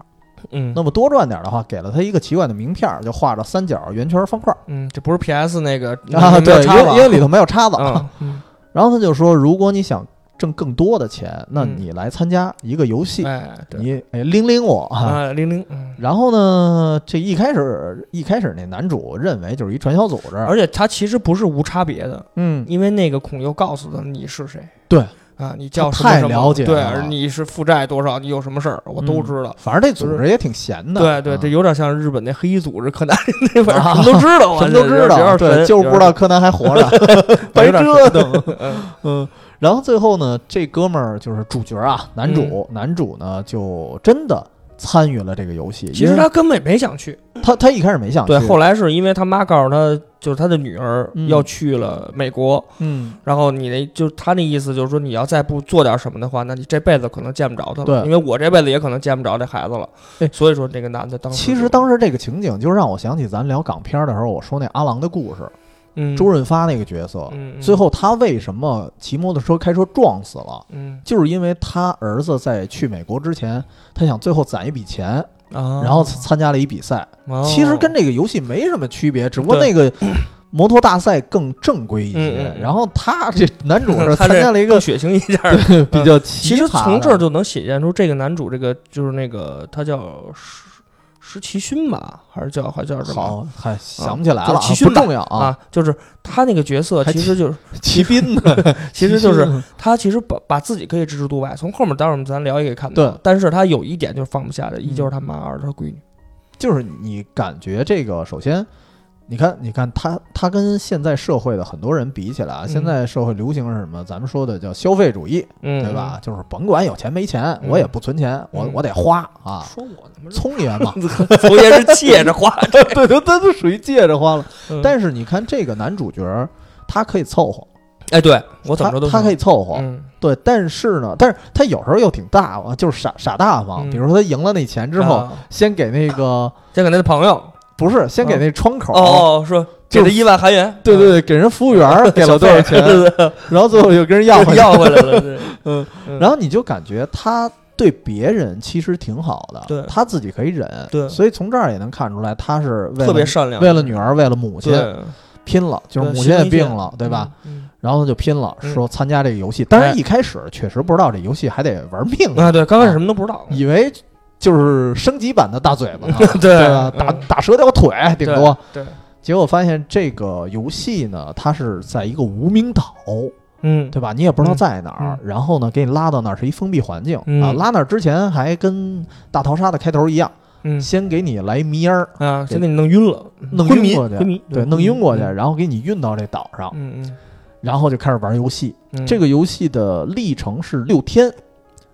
[SPEAKER 2] 嗯
[SPEAKER 1] 那么多赚点儿的话，给了他一个奇怪的名片儿，就画着三角、圆圈、方块。
[SPEAKER 2] 嗯，这不是 PS 那个
[SPEAKER 1] 啊，对，因
[SPEAKER 2] 差
[SPEAKER 1] 为因为里头没有叉子。
[SPEAKER 2] 嗯嗯，
[SPEAKER 1] 然后他就说，如果你想挣更多的钱，那
[SPEAKER 2] 嗯
[SPEAKER 1] 你来参加一个游戏，
[SPEAKER 2] 哎，对，
[SPEAKER 1] 你哎拎拎我啊。
[SPEAKER 2] 啊，零零，嗯
[SPEAKER 1] 然后呢，这一开始一开始那男主认为就是一传销组织，
[SPEAKER 2] 而且他其实不是无差别的，
[SPEAKER 1] 嗯，
[SPEAKER 2] 因为那个孔佑告诉他你是谁，
[SPEAKER 1] 对
[SPEAKER 2] 啊，你
[SPEAKER 1] 他
[SPEAKER 2] 叫什么
[SPEAKER 1] 太
[SPEAKER 2] 什么
[SPEAKER 1] 了解
[SPEAKER 2] 对，
[SPEAKER 1] 了啊
[SPEAKER 2] 而你是负债多少，你有什么事儿，我都
[SPEAKER 1] 嗯
[SPEAKER 2] 知道。
[SPEAKER 1] 反正这组织也挺闲的，
[SPEAKER 2] 对对，
[SPEAKER 1] 嗯
[SPEAKER 2] 这有点像日本那黑衣组织柯南 那边儿什么都知道啊，
[SPEAKER 1] 什么都
[SPEAKER 2] 这
[SPEAKER 1] 知
[SPEAKER 2] 这
[SPEAKER 1] 道，
[SPEAKER 2] 这
[SPEAKER 1] 对，
[SPEAKER 2] 神
[SPEAKER 1] 就是
[SPEAKER 2] 这
[SPEAKER 1] 不知道柯南还活 着，白
[SPEAKER 2] 有 点
[SPEAKER 1] 折腾。
[SPEAKER 2] 嗯
[SPEAKER 1] 嗯，然后最后呢，这哥们儿就是主角啊，男
[SPEAKER 2] 嗯
[SPEAKER 1] 主，男主呢就真的参与了这个游戏，
[SPEAKER 2] 其实
[SPEAKER 1] 因为
[SPEAKER 2] 他根本也没想去，
[SPEAKER 1] 他他一开始没想
[SPEAKER 2] 对，
[SPEAKER 1] 去
[SPEAKER 2] 后来是因为他妈告诉他，就是他的女儿
[SPEAKER 1] 嗯
[SPEAKER 2] 要去了美国，
[SPEAKER 1] 嗯，
[SPEAKER 2] 然后你那就他那意思就是说，你要再不做点什么的话，那你这辈子可能见不着他
[SPEAKER 1] 对
[SPEAKER 2] 了，因为我这辈子也可能见不着这孩子了
[SPEAKER 1] 哎。
[SPEAKER 2] 所以说，这个男的当时
[SPEAKER 1] 其
[SPEAKER 2] 就
[SPEAKER 1] 实当时这个情景就让我想起咱聊港片儿的时候，我说那阿郎的故事，
[SPEAKER 2] 嗯
[SPEAKER 1] 周润发那个角色，
[SPEAKER 2] 嗯嗯
[SPEAKER 1] 最后他为什么骑摩托车开车撞死了，
[SPEAKER 2] 嗯
[SPEAKER 1] 就是因为他儿子在去美国之前，他想最后攒一笔钱，
[SPEAKER 2] 啊，
[SPEAKER 1] 然后参加了一比赛，
[SPEAKER 2] 哦
[SPEAKER 1] 其实跟这个游戏没什么区别，只不过
[SPEAKER 2] 对
[SPEAKER 1] 那个摩托大赛更正规一
[SPEAKER 2] 嗯嗯
[SPEAKER 1] 些。
[SPEAKER 2] 嗯
[SPEAKER 1] 然后他这男主是
[SPEAKER 2] 他
[SPEAKER 1] 参
[SPEAKER 2] 这
[SPEAKER 1] 加了一
[SPEAKER 2] 更
[SPEAKER 1] 个呃
[SPEAKER 2] 血腥一点儿。
[SPEAKER 1] 比较奇
[SPEAKER 2] 其实
[SPEAKER 1] 葩
[SPEAKER 2] 从
[SPEAKER 1] 的
[SPEAKER 2] 这儿就能显现出这个男主，这个就是那个他叫施石崎勋吧，还是叫还叫什么？
[SPEAKER 1] 好，还想不起来了啊，
[SPEAKER 2] 就是齐
[SPEAKER 1] 不
[SPEAKER 2] 勋吧
[SPEAKER 1] 重要啊。
[SPEAKER 2] 啊，就是他那个角色，
[SPEAKER 1] 还
[SPEAKER 2] 其实就是
[SPEAKER 1] 骑兵呢，
[SPEAKER 2] 其实就是
[SPEAKER 1] 骑兵
[SPEAKER 2] 他其实把把自己可以置之度外。从后面待会儿我们咱聊也可以看到
[SPEAKER 1] 对，
[SPEAKER 2] 但是他有一点就是放不下的，依旧
[SPEAKER 1] 嗯
[SPEAKER 2] 是他妈二他闺女。
[SPEAKER 1] 就是你感觉这个，首先，你看，你看他他跟现在社会的很多人比起来啊，
[SPEAKER 2] 嗯
[SPEAKER 1] 现在社会流行是什么？咱们说的叫消费主义，
[SPEAKER 2] 嗯，
[SPEAKER 1] 对吧？就是甭管有钱没钱，
[SPEAKER 2] 嗯
[SPEAKER 1] 我也不存钱，我
[SPEAKER 2] 嗯
[SPEAKER 1] 我得花
[SPEAKER 2] 嗯？
[SPEAKER 1] 啊，
[SPEAKER 2] 说我 呢，
[SPEAKER 1] 聪明嘛
[SPEAKER 2] 头也是借着 花，
[SPEAKER 1] 对对，他就属于借着花了。
[SPEAKER 2] 是
[SPEAKER 1] 但是你看这个男主角儿，他可以凑合，
[SPEAKER 2] 哎，对我怎
[SPEAKER 1] 他
[SPEAKER 2] 么着都
[SPEAKER 1] 他可
[SPEAKER 2] 以，
[SPEAKER 1] 以凑合，
[SPEAKER 2] 嗯
[SPEAKER 1] 对。但是呢，但是他有时候又挺大方，就是傻傻大方。
[SPEAKER 2] 嗯
[SPEAKER 1] 比如说他赢了那钱之后，
[SPEAKER 2] 啊
[SPEAKER 1] 先给那个
[SPEAKER 2] 先给他的朋友
[SPEAKER 1] 不是先给
[SPEAKER 2] 啊
[SPEAKER 1] 那窗口。
[SPEAKER 2] 哦，说给
[SPEAKER 1] 就
[SPEAKER 2] 他一万韩元，
[SPEAKER 1] 对对
[SPEAKER 2] 嗯，
[SPEAKER 1] 对，给人服务员 儿给了多少钱，
[SPEAKER 2] 对对
[SPEAKER 1] 然后最后又跟人要回
[SPEAKER 2] 对
[SPEAKER 1] 来，
[SPEAKER 2] 要回来了，对，
[SPEAKER 1] 嗯，
[SPEAKER 2] 嗯
[SPEAKER 1] 然后你就感觉他对别人其实挺好的，
[SPEAKER 2] 对
[SPEAKER 1] 他自己可以忍，
[SPEAKER 2] 对
[SPEAKER 1] 所以从这儿也能看出来，他是为了
[SPEAKER 2] 特别善良，
[SPEAKER 1] 为了女儿，为了母亲
[SPEAKER 2] 对，
[SPEAKER 1] 拼了，就是
[SPEAKER 2] 对
[SPEAKER 1] 母
[SPEAKER 2] 牺
[SPEAKER 1] 亲也
[SPEAKER 2] 牲一切
[SPEAKER 1] 病了，对吧？？
[SPEAKER 2] 嗯
[SPEAKER 1] 然后他就拼了，
[SPEAKER 2] 嗯
[SPEAKER 1] 说参加这个游戏。当
[SPEAKER 2] 哎
[SPEAKER 1] 然一开始确实不知道这游戏还得玩命
[SPEAKER 2] 嗯
[SPEAKER 1] 呢，
[SPEAKER 2] 啊，对，刚开始什么都不知道，
[SPEAKER 1] 以为就是升级版的大嘴巴呢，
[SPEAKER 2] 嗯对嗯
[SPEAKER 1] 对吧？打打折掉腿顶多，
[SPEAKER 2] 对，
[SPEAKER 1] 结果发现这个游戏呢，它是在一个无名岛，
[SPEAKER 2] 嗯，
[SPEAKER 1] 对吧？你也不知道在哪儿，然后呢，给你拉到那儿是一封闭环境、
[SPEAKER 2] 嗯
[SPEAKER 1] 啊。拉那儿之前还跟大逃杀的开头一样，
[SPEAKER 2] 嗯
[SPEAKER 1] 先给你来迷烟儿，
[SPEAKER 2] 啊，先给你弄晕了，
[SPEAKER 1] 弄
[SPEAKER 2] 昏
[SPEAKER 1] 晕
[SPEAKER 2] 迷
[SPEAKER 1] 过去
[SPEAKER 2] 昏迷，
[SPEAKER 1] 对，弄晕过去，
[SPEAKER 2] 嗯
[SPEAKER 1] 然后给你运到这岛上，
[SPEAKER 2] 嗯
[SPEAKER 1] 然后就开始玩游戏。
[SPEAKER 2] 嗯，
[SPEAKER 1] 这个游戏的历程是六天，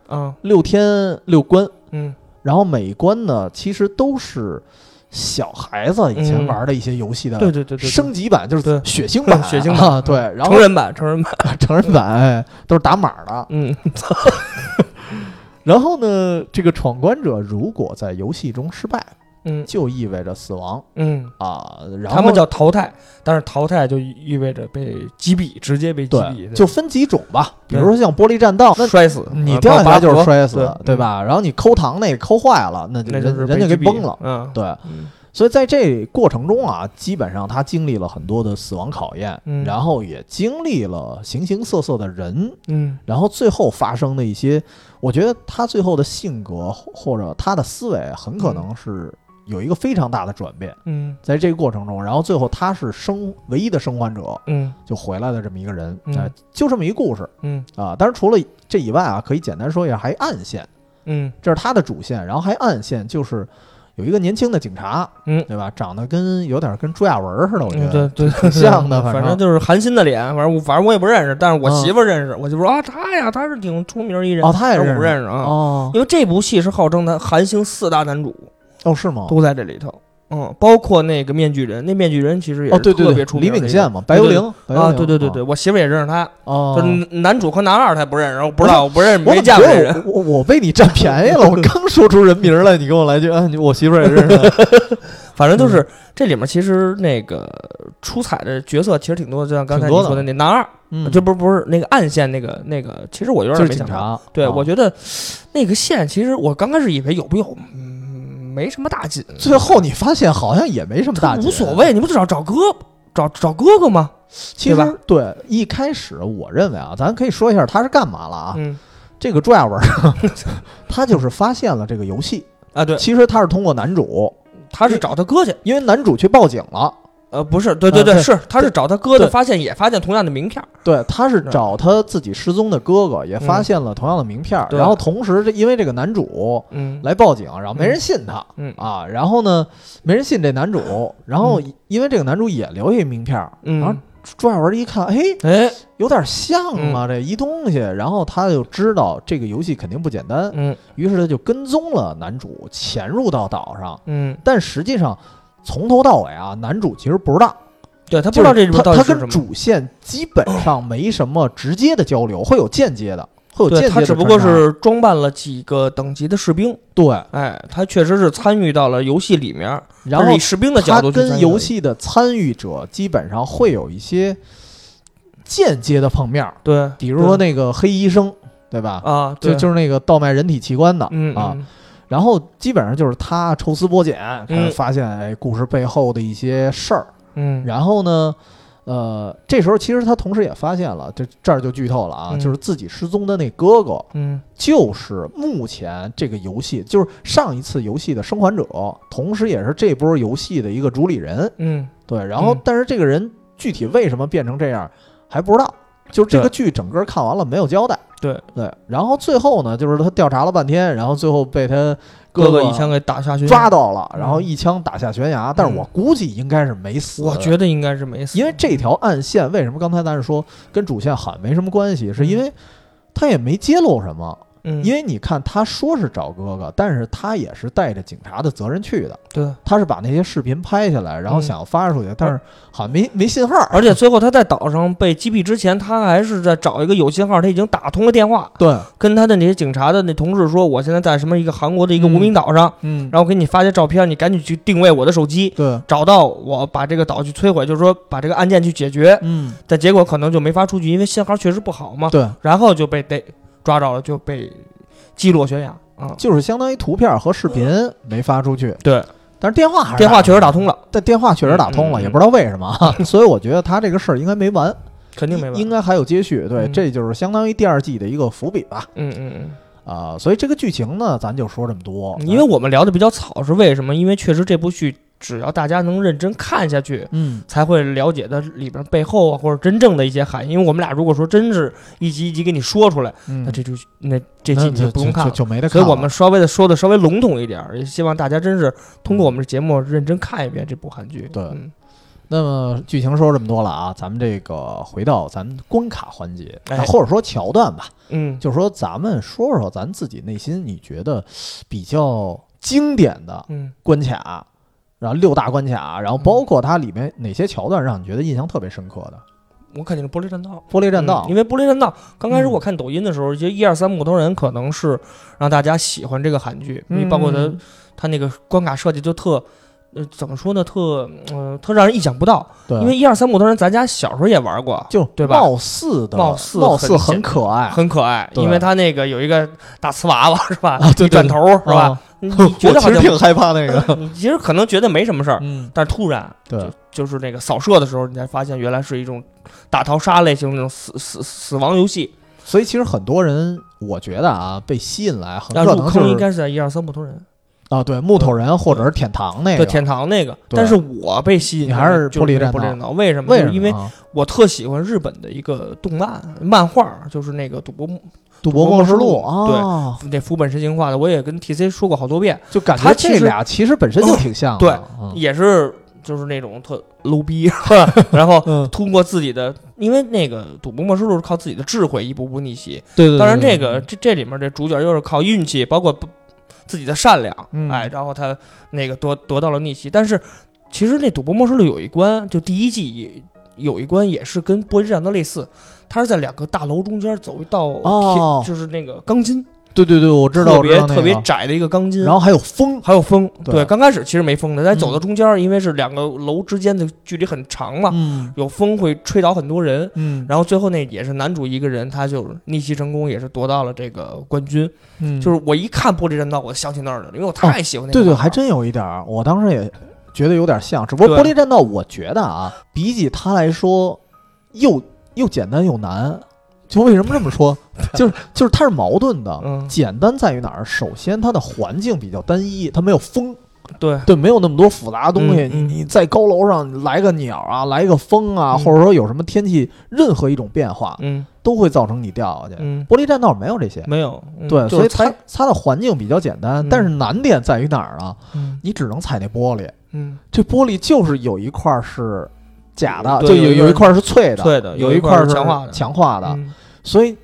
[SPEAKER 2] 啊，
[SPEAKER 1] 六天六关，
[SPEAKER 2] 嗯
[SPEAKER 1] 然后每一关呢，其实都是小孩子以前
[SPEAKER 2] 嗯
[SPEAKER 1] 玩的一些游戏的。
[SPEAKER 2] 对对对对对，
[SPEAKER 1] 升级版就是
[SPEAKER 2] 对
[SPEAKER 1] 血腥版，
[SPEAKER 2] 血腥版
[SPEAKER 1] 啊，对，然后
[SPEAKER 2] 成人版，成人版，
[SPEAKER 1] 成人版哎都是打码的。
[SPEAKER 2] 嗯
[SPEAKER 1] 然后呢，这个闯关者如果在游戏中失败，
[SPEAKER 2] 嗯
[SPEAKER 1] 就意味着死亡
[SPEAKER 2] 嗯。
[SPEAKER 1] 啊。然后
[SPEAKER 2] 他们叫淘汰，但是淘汰就意味着被击毙，直接被击
[SPEAKER 1] 对，
[SPEAKER 2] 毙，
[SPEAKER 1] 就分几种吧。比如说像玻璃栈道，那
[SPEAKER 2] 摔死，
[SPEAKER 1] 你
[SPEAKER 2] 啊
[SPEAKER 1] 掉下
[SPEAKER 2] 拔
[SPEAKER 1] 来就是
[SPEAKER 2] 河
[SPEAKER 1] 摔死，对
[SPEAKER 2] 对？嗯
[SPEAKER 1] 吧？然后你抠糖那抠坏了，那
[SPEAKER 2] 那
[SPEAKER 1] 人
[SPEAKER 2] 就是
[SPEAKER 1] 人
[SPEAKER 2] 被
[SPEAKER 1] 家给
[SPEAKER 2] 击
[SPEAKER 1] 崩
[SPEAKER 2] 毙
[SPEAKER 1] 了。
[SPEAKER 2] 嗯，
[SPEAKER 1] 对，
[SPEAKER 2] 嗯
[SPEAKER 1] 所以在这过程中啊，基本上他经历了很多的死亡考验，
[SPEAKER 2] 嗯
[SPEAKER 1] 然后也经历了形形色色的人，
[SPEAKER 2] 嗯
[SPEAKER 1] 然后最后发生的一些，我觉得他最后的性格或或者他的思维很可能是有一个非常大的转变，
[SPEAKER 2] 嗯
[SPEAKER 1] 在这个过程中，然后最后他是生唯一的生还者，
[SPEAKER 2] 嗯
[SPEAKER 1] 就回来的这么一个人，
[SPEAKER 2] 嗯
[SPEAKER 1] 哎，就这么一故事
[SPEAKER 2] 嗯
[SPEAKER 1] 啊。当然除了这以外啊，可以简单说一下，还暗线，
[SPEAKER 2] 嗯
[SPEAKER 1] 这是他的主线，然后还暗线就是有一个年轻的警察，
[SPEAKER 2] 嗯
[SPEAKER 1] 对吧？长得跟有点跟朱亚文似的，我觉
[SPEAKER 2] 嗯，
[SPEAKER 1] 得
[SPEAKER 2] 对对，
[SPEAKER 1] 挺像的，
[SPEAKER 2] 反
[SPEAKER 1] 正
[SPEAKER 2] 就是韩信的脸，反正我反正我也不认识，但是我
[SPEAKER 1] 嗯
[SPEAKER 2] 媳妇儿认识，我就说啊，他呀，他是挺出名一人，
[SPEAKER 1] 哦，他也
[SPEAKER 2] 但是
[SPEAKER 1] 认
[SPEAKER 2] 我不
[SPEAKER 1] 识
[SPEAKER 2] 认识啊，
[SPEAKER 1] 哦
[SPEAKER 2] 因为这部戏是号称他韩星四大男主
[SPEAKER 1] 哦是吗？
[SPEAKER 2] 都在这里头，嗯，包括那个面具人，那面具人其实也
[SPEAKER 1] 哦
[SPEAKER 2] 是
[SPEAKER 1] 对
[SPEAKER 2] 特
[SPEAKER 1] 对对
[SPEAKER 2] 别出，
[SPEAKER 1] 李
[SPEAKER 2] 名的一
[SPEAKER 1] 秉
[SPEAKER 2] 个
[SPEAKER 1] 宪嘛，白幽灵
[SPEAKER 2] 啊，对对对对，
[SPEAKER 1] 对，
[SPEAKER 2] 我媳妇儿也认识他，
[SPEAKER 1] 哦
[SPEAKER 2] 就。是男主和男二他不认识，我不知道，我不认识，
[SPEAKER 1] 我
[SPEAKER 2] 没
[SPEAKER 1] 怎
[SPEAKER 2] 见
[SPEAKER 1] 么
[SPEAKER 2] 过这
[SPEAKER 1] 觉
[SPEAKER 2] 人
[SPEAKER 1] 得。我我我被你占便宜 了？我刚说出人名来，你跟我来句，啊，你我媳妇儿也认 识，
[SPEAKER 2] 反正
[SPEAKER 1] 嗯
[SPEAKER 2] 就是这里面其实那个出彩的角色其实挺多，就像刚
[SPEAKER 1] 挺
[SPEAKER 2] 才你
[SPEAKER 1] 多的
[SPEAKER 2] 说的那男二，
[SPEAKER 1] 嗯，
[SPEAKER 2] 这不是不是那个暗线那个那个，其实我有
[SPEAKER 1] 就是
[SPEAKER 2] 点没
[SPEAKER 1] 警
[SPEAKER 2] 想到。
[SPEAKER 1] 察，
[SPEAKER 2] 对，
[SPEAKER 1] 啊
[SPEAKER 2] 我觉得那个线其实我刚开始以为有不有，嗯，没什么大劲，
[SPEAKER 1] 最后你发现好像也没什么大，啊
[SPEAKER 2] 无所。谓，你不就找找哥找找哥哥吗？
[SPEAKER 1] 其
[SPEAKER 2] 对吧
[SPEAKER 1] 实对，一开始我认为啊，咱可以说一下他是干嘛了啊？
[SPEAKER 2] 嗯
[SPEAKER 1] 这个朱亚文，他就是发现了这个游戏，
[SPEAKER 2] 啊，对，
[SPEAKER 1] 其实他是通过男主，
[SPEAKER 2] 他是找他哥去，
[SPEAKER 1] 因为男主去报警了，
[SPEAKER 2] 呃，不是，对对
[SPEAKER 1] 啊对
[SPEAKER 2] 对，是他是找他哥的，
[SPEAKER 1] 对
[SPEAKER 2] 发现也发现同样的名片儿，
[SPEAKER 1] 对，他是
[SPEAKER 2] 是
[SPEAKER 1] 找他自己失踪的哥哥，也发现了同样的名片儿，
[SPEAKER 2] 嗯对
[SPEAKER 1] 然后同时这因为这个男主
[SPEAKER 2] 嗯
[SPEAKER 1] 来报警，然后没人信他。
[SPEAKER 2] 嗯
[SPEAKER 1] 啊，然后呢，没人信这男主，然后因为这个男主也留一名片儿，然后
[SPEAKER 2] 嗯，
[SPEAKER 1] 朱亚文一看，哎，
[SPEAKER 2] 哎，
[SPEAKER 1] 有点像
[SPEAKER 2] 嗯
[SPEAKER 1] 啊，这一东西，然后他就知道这个游戏肯定不简单，
[SPEAKER 2] 嗯
[SPEAKER 1] 于是他就跟踪了男主，潜入到岛上，
[SPEAKER 2] 嗯，
[SPEAKER 1] 但实际上从头到尾啊，男主其实不知道，
[SPEAKER 2] 对他
[SPEAKER 1] 他
[SPEAKER 2] 不知道这里
[SPEAKER 1] 他
[SPEAKER 2] 面到底
[SPEAKER 1] 他
[SPEAKER 2] 是什
[SPEAKER 1] 跟
[SPEAKER 2] 么。
[SPEAKER 1] 主线基本上没什么直接的交流，会有间接的，会有间接
[SPEAKER 2] 对
[SPEAKER 1] 的
[SPEAKER 2] 他
[SPEAKER 1] 穿插，
[SPEAKER 2] 只不过是装扮了几个等级的士兵，
[SPEAKER 1] 对，
[SPEAKER 2] 哎，他确实是参与到了游戏里面，
[SPEAKER 1] 然
[SPEAKER 2] 他是
[SPEAKER 1] 后
[SPEAKER 2] 以士兵的角
[SPEAKER 1] 他
[SPEAKER 2] 度去参
[SPEAKER 1] 跟
[SPEAKER 2] 与
[SPEAKER 1] 游
[SPEAKER 2] 的
[SPEAKER 1] 戏的参与者基本上会有一些间接的碰面儿，
[SPEAKER 2] 对，
[SPEAKER 1] 比如说
[SPEAKER 2] 对
[SPEAKER 1] 那个黑医生，对吧？
[SPEAKER 2] 啊，
[SPEAKER 1] 就
[SPEAKER 2] 对
[SPEAKER 1] 就是那个倒卖人体器官的
[SPEAKER 2] 嗯
[SPEAKER 1] 啊，
[SPEAKER 2] 嗯
[SPEAKER 1] 然后基本上就是他抽丝剥茧，开始发现哎故事背后的一些事儿。
[SPEAKER 2] 嗯，
[SPEAKER 1] 然后呢，呃，这时候其实他同时也发现了，这这儿就剧透了啊，
[SPEAKER 2] 嗯
[SPEAKER 1] 就是自己失踪的那哥哥，
[SPEAKER 2] 嗯
[SPEAKER 1] 就是目前这个游戏，就是上一次游戏的生还者，同时也是这波游戏的一个主理人。
[SPEAKER 2] 嗯，
[SPEAKER 1] 对，然后
[SPEAKER 2] 嗯
[SPEAKER 1] 但是这个人具体为什么变成这样还不知道，就是这个剧整个看完了没有交代。
[SPEAKER 2] 对
[SPEAKER 1] 对，然后最后呢，就是他调查了半天，然后最后被他
[SPEAKER 2] 哥
[SPEAKER 1] 哥
[SPEAKER 2] 哥一枪给打下去
[SPEAKER 1] 抓，到了，
[SPEAKER 2] 嗯
[SPEAKER 1] 然后一枪打下悬崖。但是我估计应该是没死，
[SPEAKER 2] 我觉得应该是没死，
[SPEAKER 1] 因为这条暗线为什么刚才咱是说跟主线好像没什么关系，是因为他也没揭露什么。
[SPEAKER 2] 嗯，
[SPEAKER 1] 因为你看，他说是找哥哥，但是他也是带着警察的责任去的，
[SPEAKER 2] 对，
[SPEAKER 1] 他是把那些视频拍下来，然后
[SPEAKER 2] 嗯
[SPEAKER 1] 想要发出去，但是好像没没信号。
[SPEAKER 2] 而且最后他在岛上被击毙之前，他还是在找一个有信号，他已经打通了电话，
[SPEAKER 1] 对，
[SPEAKER 2] 跟他的那些警察的那同事说，我现在在什么一个韩国的一个无名岛上，
[SPEAKER 1] 嗯，
[SPEAKER 2] 然后给你发些照片，你赶紧去定位我的手机。
[SPEAKER 1] 对，
[SPEAKER 2] 找到我，把这个岛去摧毁，就是说把这个案件去解决，
[SPEAKER 1] 嗯，
[SPEAKER 2] 但结果可能就没法出去，因为信号确实不好嘛。
[SPEAKER 1] 对，
[SPEAKER 2] 然后就被逮抓着了，就被击落悬崖啊。
[SPEAKER 1] 就是相当于图片和视频没发出去，
[SPEAKER 2] 对，
[SPEAKER 1] 但是电话还是
[SPEAKER 2] 嗯电话确实
[SPEAKER 1] 打
[SPEAKER 2] 打
[SPEAKER 1] 通了，
[SPEAKER 2] 通了，
[SPEAKER 1] 但电话确实打通了，
[SPEAKER 2] 嗯嗯
[SPEAKER 1] 也不知道为什么 啊。所以我觉得他这个事儿应该没完，
[SPEAKER 2] 肯定没问
[SPEAKER 1] 应该还有接续。对，
[SPEAKER 2] 嗯
[SPEAKER 1] 这就是相当于第二季的一个伏笔吧。
[SPEAKER 2] 嗯嗯
[SPEAKER 1] 啊，所以这个剧情呢，咱就说这么多。
[SPEAKER 2] 嗯，因为我们聊的比较草是为什么？因为确实这部剧只要大家能认真看下去。
[SPEAKER 1] 嗯，
[SPEAKER 2] 才会了解它里边背后啊，或者真正的一些含义。因为我们俩如果说真是一集一集给你说出来，
[SPEAKER 1] 嗯
[SPEAKER 2] 那这就那这
[SPEAKER 1] 那
[SPEAKER 2] 集你
[SPEAKER 1] 就
[SPEAKER 2] 不用看
[SPEAKER 1] 就
[SPEAKER 2] 了。
[SPEAKER 1] 就没得看
[SPEAKER 2] 所以
[SPEAKER 1] 了。
[SPEAKER 2] 我们稍微的说的稍微笼统一点儿，也希望大家真是通过我们的节目认真看一遍这部韩剧。
[SPEAKER 1] 嗯对
[SPEAKER 2] 嗯
[SPEAKER 1] 那么剧情说这么多了啊，咱们这个回到咱们关卡环节，
[SPEAKER 2] 哎
[SPEAKER 1] 那或者说桥段吧，
[SPEAKER 2] 嗯，
[SPEAKER 1] 就是说咱们说说咱自己内心你觉得比较经典的
[SPEAKER 2] 嗯
[SPEAKER 1] 关卡，然后六大关卡，然后包括它里面哪些桥段让你觉得印象特别深刻的？
[SPEAKER 2] 我肯定是玻璃栈道。
[SPEAKER 1] 玻璃栈道
[SPEAKER 2] 嗯，因为玻璃栈道刚开始
[SPEAKER 1] 嗯
[SPEAKER 2] 我看抖音的时候，其实一二三木头人可能是让大家喜欢这个韩剧，因为包括它
[SPEAKER 1] 嗯
[SPEAKER 2] 它那个关卡设计就特。呃，怎么说呢？特，呃，特让人意想不到。
[SPEAKER 1] 对，
[SPEAKER 2] 因为一二三木头人，咱家小时候也玩过，
[SPEAKER 1] 就
[SPEAKER 2] 对吧
[SPEAKER 1] 貌似的，
[SPEAKER 2] 貌似
[SPEAKER 1] 貌似很
[SPEAKER 2] 很
[SPEAKER 1] 可爱
[SPEAKER 2] 很可爱。
[SPEAKER 1] 对
[SPEAKER 2] 因为它那个有一个大瓷娃娃是吧？
[SPEAKER 1] 啊，对
[SPEAKER 2] 一转，头是
[SPEAKER 1] 对
[SPEAKER 2] 吧？？你
[SPEAKER 1] 对啊
[SPEAKER 2] 你觉得
[SPEAKER 1] 我
[SPEAKER 2] 好
[SPEAKER 1] 其实
[SPEAKER 2] 像
[SPEAKER 1] 挺害怕那个，
[SPEAKER 2] 你其实可能觉得没什么事儿，
[SPEAKER 1] 嗯，
[SPEAKER 2] 但是突然
[SPEAKER 1] 对
[SPEAKER 2] 就，就是那个扫射的时候，你才发现原来是一种大逃杀类型的那种死死死亡游戏。
[SPEAKER 1] 所以其实很多人，我觉得啊，被吸引来，很
[SPEAKER 2] 那
[SPEAKER 1] 可
[SPEAKER 2] 入
[SPEAKER 1] 能
[SPEAKER 2] 坑
[SPEAKER 1] 就
[SPEAKER 2] 应
[SPEAKER 1] 是
[SPEAKER 2] 该是在一二三木头人。
[SPEAKER 1] 啊，对，木头人或者是舔糖那
[SPEAKER 2] 对
[SPEAKER 1] 个，
[SPEAKER 2] 天堂那个，
[SPEAKER 1] 对
[SPEAKER 2] 但是我被吸引
[SPEAKER 1] 你还是
[SPEAKER 2] 的就
[SPEAKER 1] 玻璃栈
[SPEAKER 2] 那个玻璃
[SPEAKER 1] 道
[SPEAKER 2] 栈道，为什么？
[SPEAKER 1] 为
[SPEAKER 2] 就
[SPEAKER 1] 什
[SPEAKER 2] 是
[SPEAKER 1] 么？啊
[SPEAKER 2] 因为我特喜欢日本的一个动漫漫画，就是那个《赌博
[SPEAKER 1] 赌博默示录
[SPEAKER 2] 赌博默示录
[SPEAKER 1] 啊，》，
[SPEAKER 2] 那福本神行画的，我也跟 TC 说过好多遍，
[SPEAKER 1] 就感觉
[SPEAKER 2] 它其
[SPEAKER 1] 这
[SPEAKER 2] 实哦
[SPEAKER 1] 俩其实本身就挺像的，
[SPEAKER 2] 对
[SPEAKER 1] 嗯，
[SPEAKER 2] 也是就是那种特 low 逼，是吧然后
[SPEAKER 1] 嗯，
[SPEAKER 2] 通过自己的，因为那个《赌博默示录》是靠自己的智慧一步步逆袭，
[SPEAKER 1] 对对。
[SPEAKER 2] 当然，这个这这里面这主角又是靠运气，包括不自己的善良，
[SPEAKER 1] 嗯
[SPEAKER 2] 哎，然后他那个得得到了逆袭。但是其实那赌博默示录有一关，就第一季也有一关也是跟玻璃栈道类似，它是在两个大楼中间走一道铁，
[SPEAKER 1] 哦
[SPEAKER 2] 就是那个钢筋，
[SPEAKER 1] 对对对，我知道，
[SPEAKER 2] 特
[SPEAKER 1] 我知
[SPEAKER 2] 别
[SPEAKER 1] 道那
[SPEAKER 2] 特别
[SPEAKER 1] 个
[SPEAKER 2] 窄的一个钢筋，
[SPEAKER 1] 然后还有风，
[SPEAKER 2] 还有风。
[SPEAKER 1] 对
[SPEAKER 2] 刚开始其实没风的，但走到
[SPEAKER 1] 嗯
[SPEAKER 2] 中间，因为是两个楼之间的距离很长嘛，
[SPEAKER 1] 嗯
[SPEAKER 2] 有风会吹倒很多人。
[SPEAKER 1] 嗯
[SPEAKER 2] 然后最后那也是男主一个人，他就逆袭成功，也是夺到了这个冠军。
[SPEAKER 1] 嗯，
[SPEAKER 2] 就是我一看《玻璃栈道》，我就想起那儿了，因为我太喜欢那个、
[SPEAKER 1] 对哦对，还。真有一点儿，我当时也觉得有点像，只不过《
[SPEAKER 2] 对
[SPEAKER 1] 玻璃栈道》，我觉得啊，比起它来说，又又简单又难。就为什么这么 说？就是就是它是矛盾的。
[SPEAKER 2] 嗯，
[SPEAKER 1] 简单在于哪儿？首先，它的环境比较单一，它没有风，
[SPEAKER 2] 对，
[SPEAKER 1] 对，没有那么多复杂的东西。
[SPEAKER 2] 嗯嗯
[SPEAKER 1] 你你在高楼上来个鸟啊，来个风啊，
[SPEAKER 2] 嗯
[SPEAKER 1] 或者说有什么天气任何一种变化，
[SPEAKER 2] 嗯
[SPEAKER 1] 都会造成你掉下去。
[SPEAKER 2] 嗯，
[SPEAKER 1] 玻璃栈道没有这些，
[SPEAKER 2] 没有，嗯
[SPEAKER 1] 对，
[SPEAKER 2] 就
[SPEAKER 1] 所以
[SPEAKER 2] 是
[SPEAKER 1] 它
[SPEAKER 2] 猜，
[SPEAKER 1] 它的环境比较简单，
[SPEAKER 2] 嗯
[SPEAKER 1] 但是难点在于哪儿呢？
[SPEAKER 2] 嗯
[SPEAKER 1] 你只能踩那玻璃，
[SPEAKER 2] 嗯，
[SPEAKER 1] 这玻璃就是有一块儿是假的，
[SPEAKER 2] 对
[SPEAKER 1] 就
[SPEAKER 2] 有
[SPEAKER 1] 有有
[SPEAKER 2] 一块
[SPEAKER 1] 一块儿是脆的，
[SPEAKER 2] 脆的
[SPEAKER 1] 有
[SPEAKER 2] 有一
[SPEAKER 1] 块
[SPEAKER 2] 块
[SPEAKER 1] 儿
[SPEAKER 2] 儿
[SPEAKER 1] 是
[SPEAKER 2] 是强化的
[SPEAKER 1] 强化的，
[SPEAKER 2] 嗯
[SPEAKER 1] 所以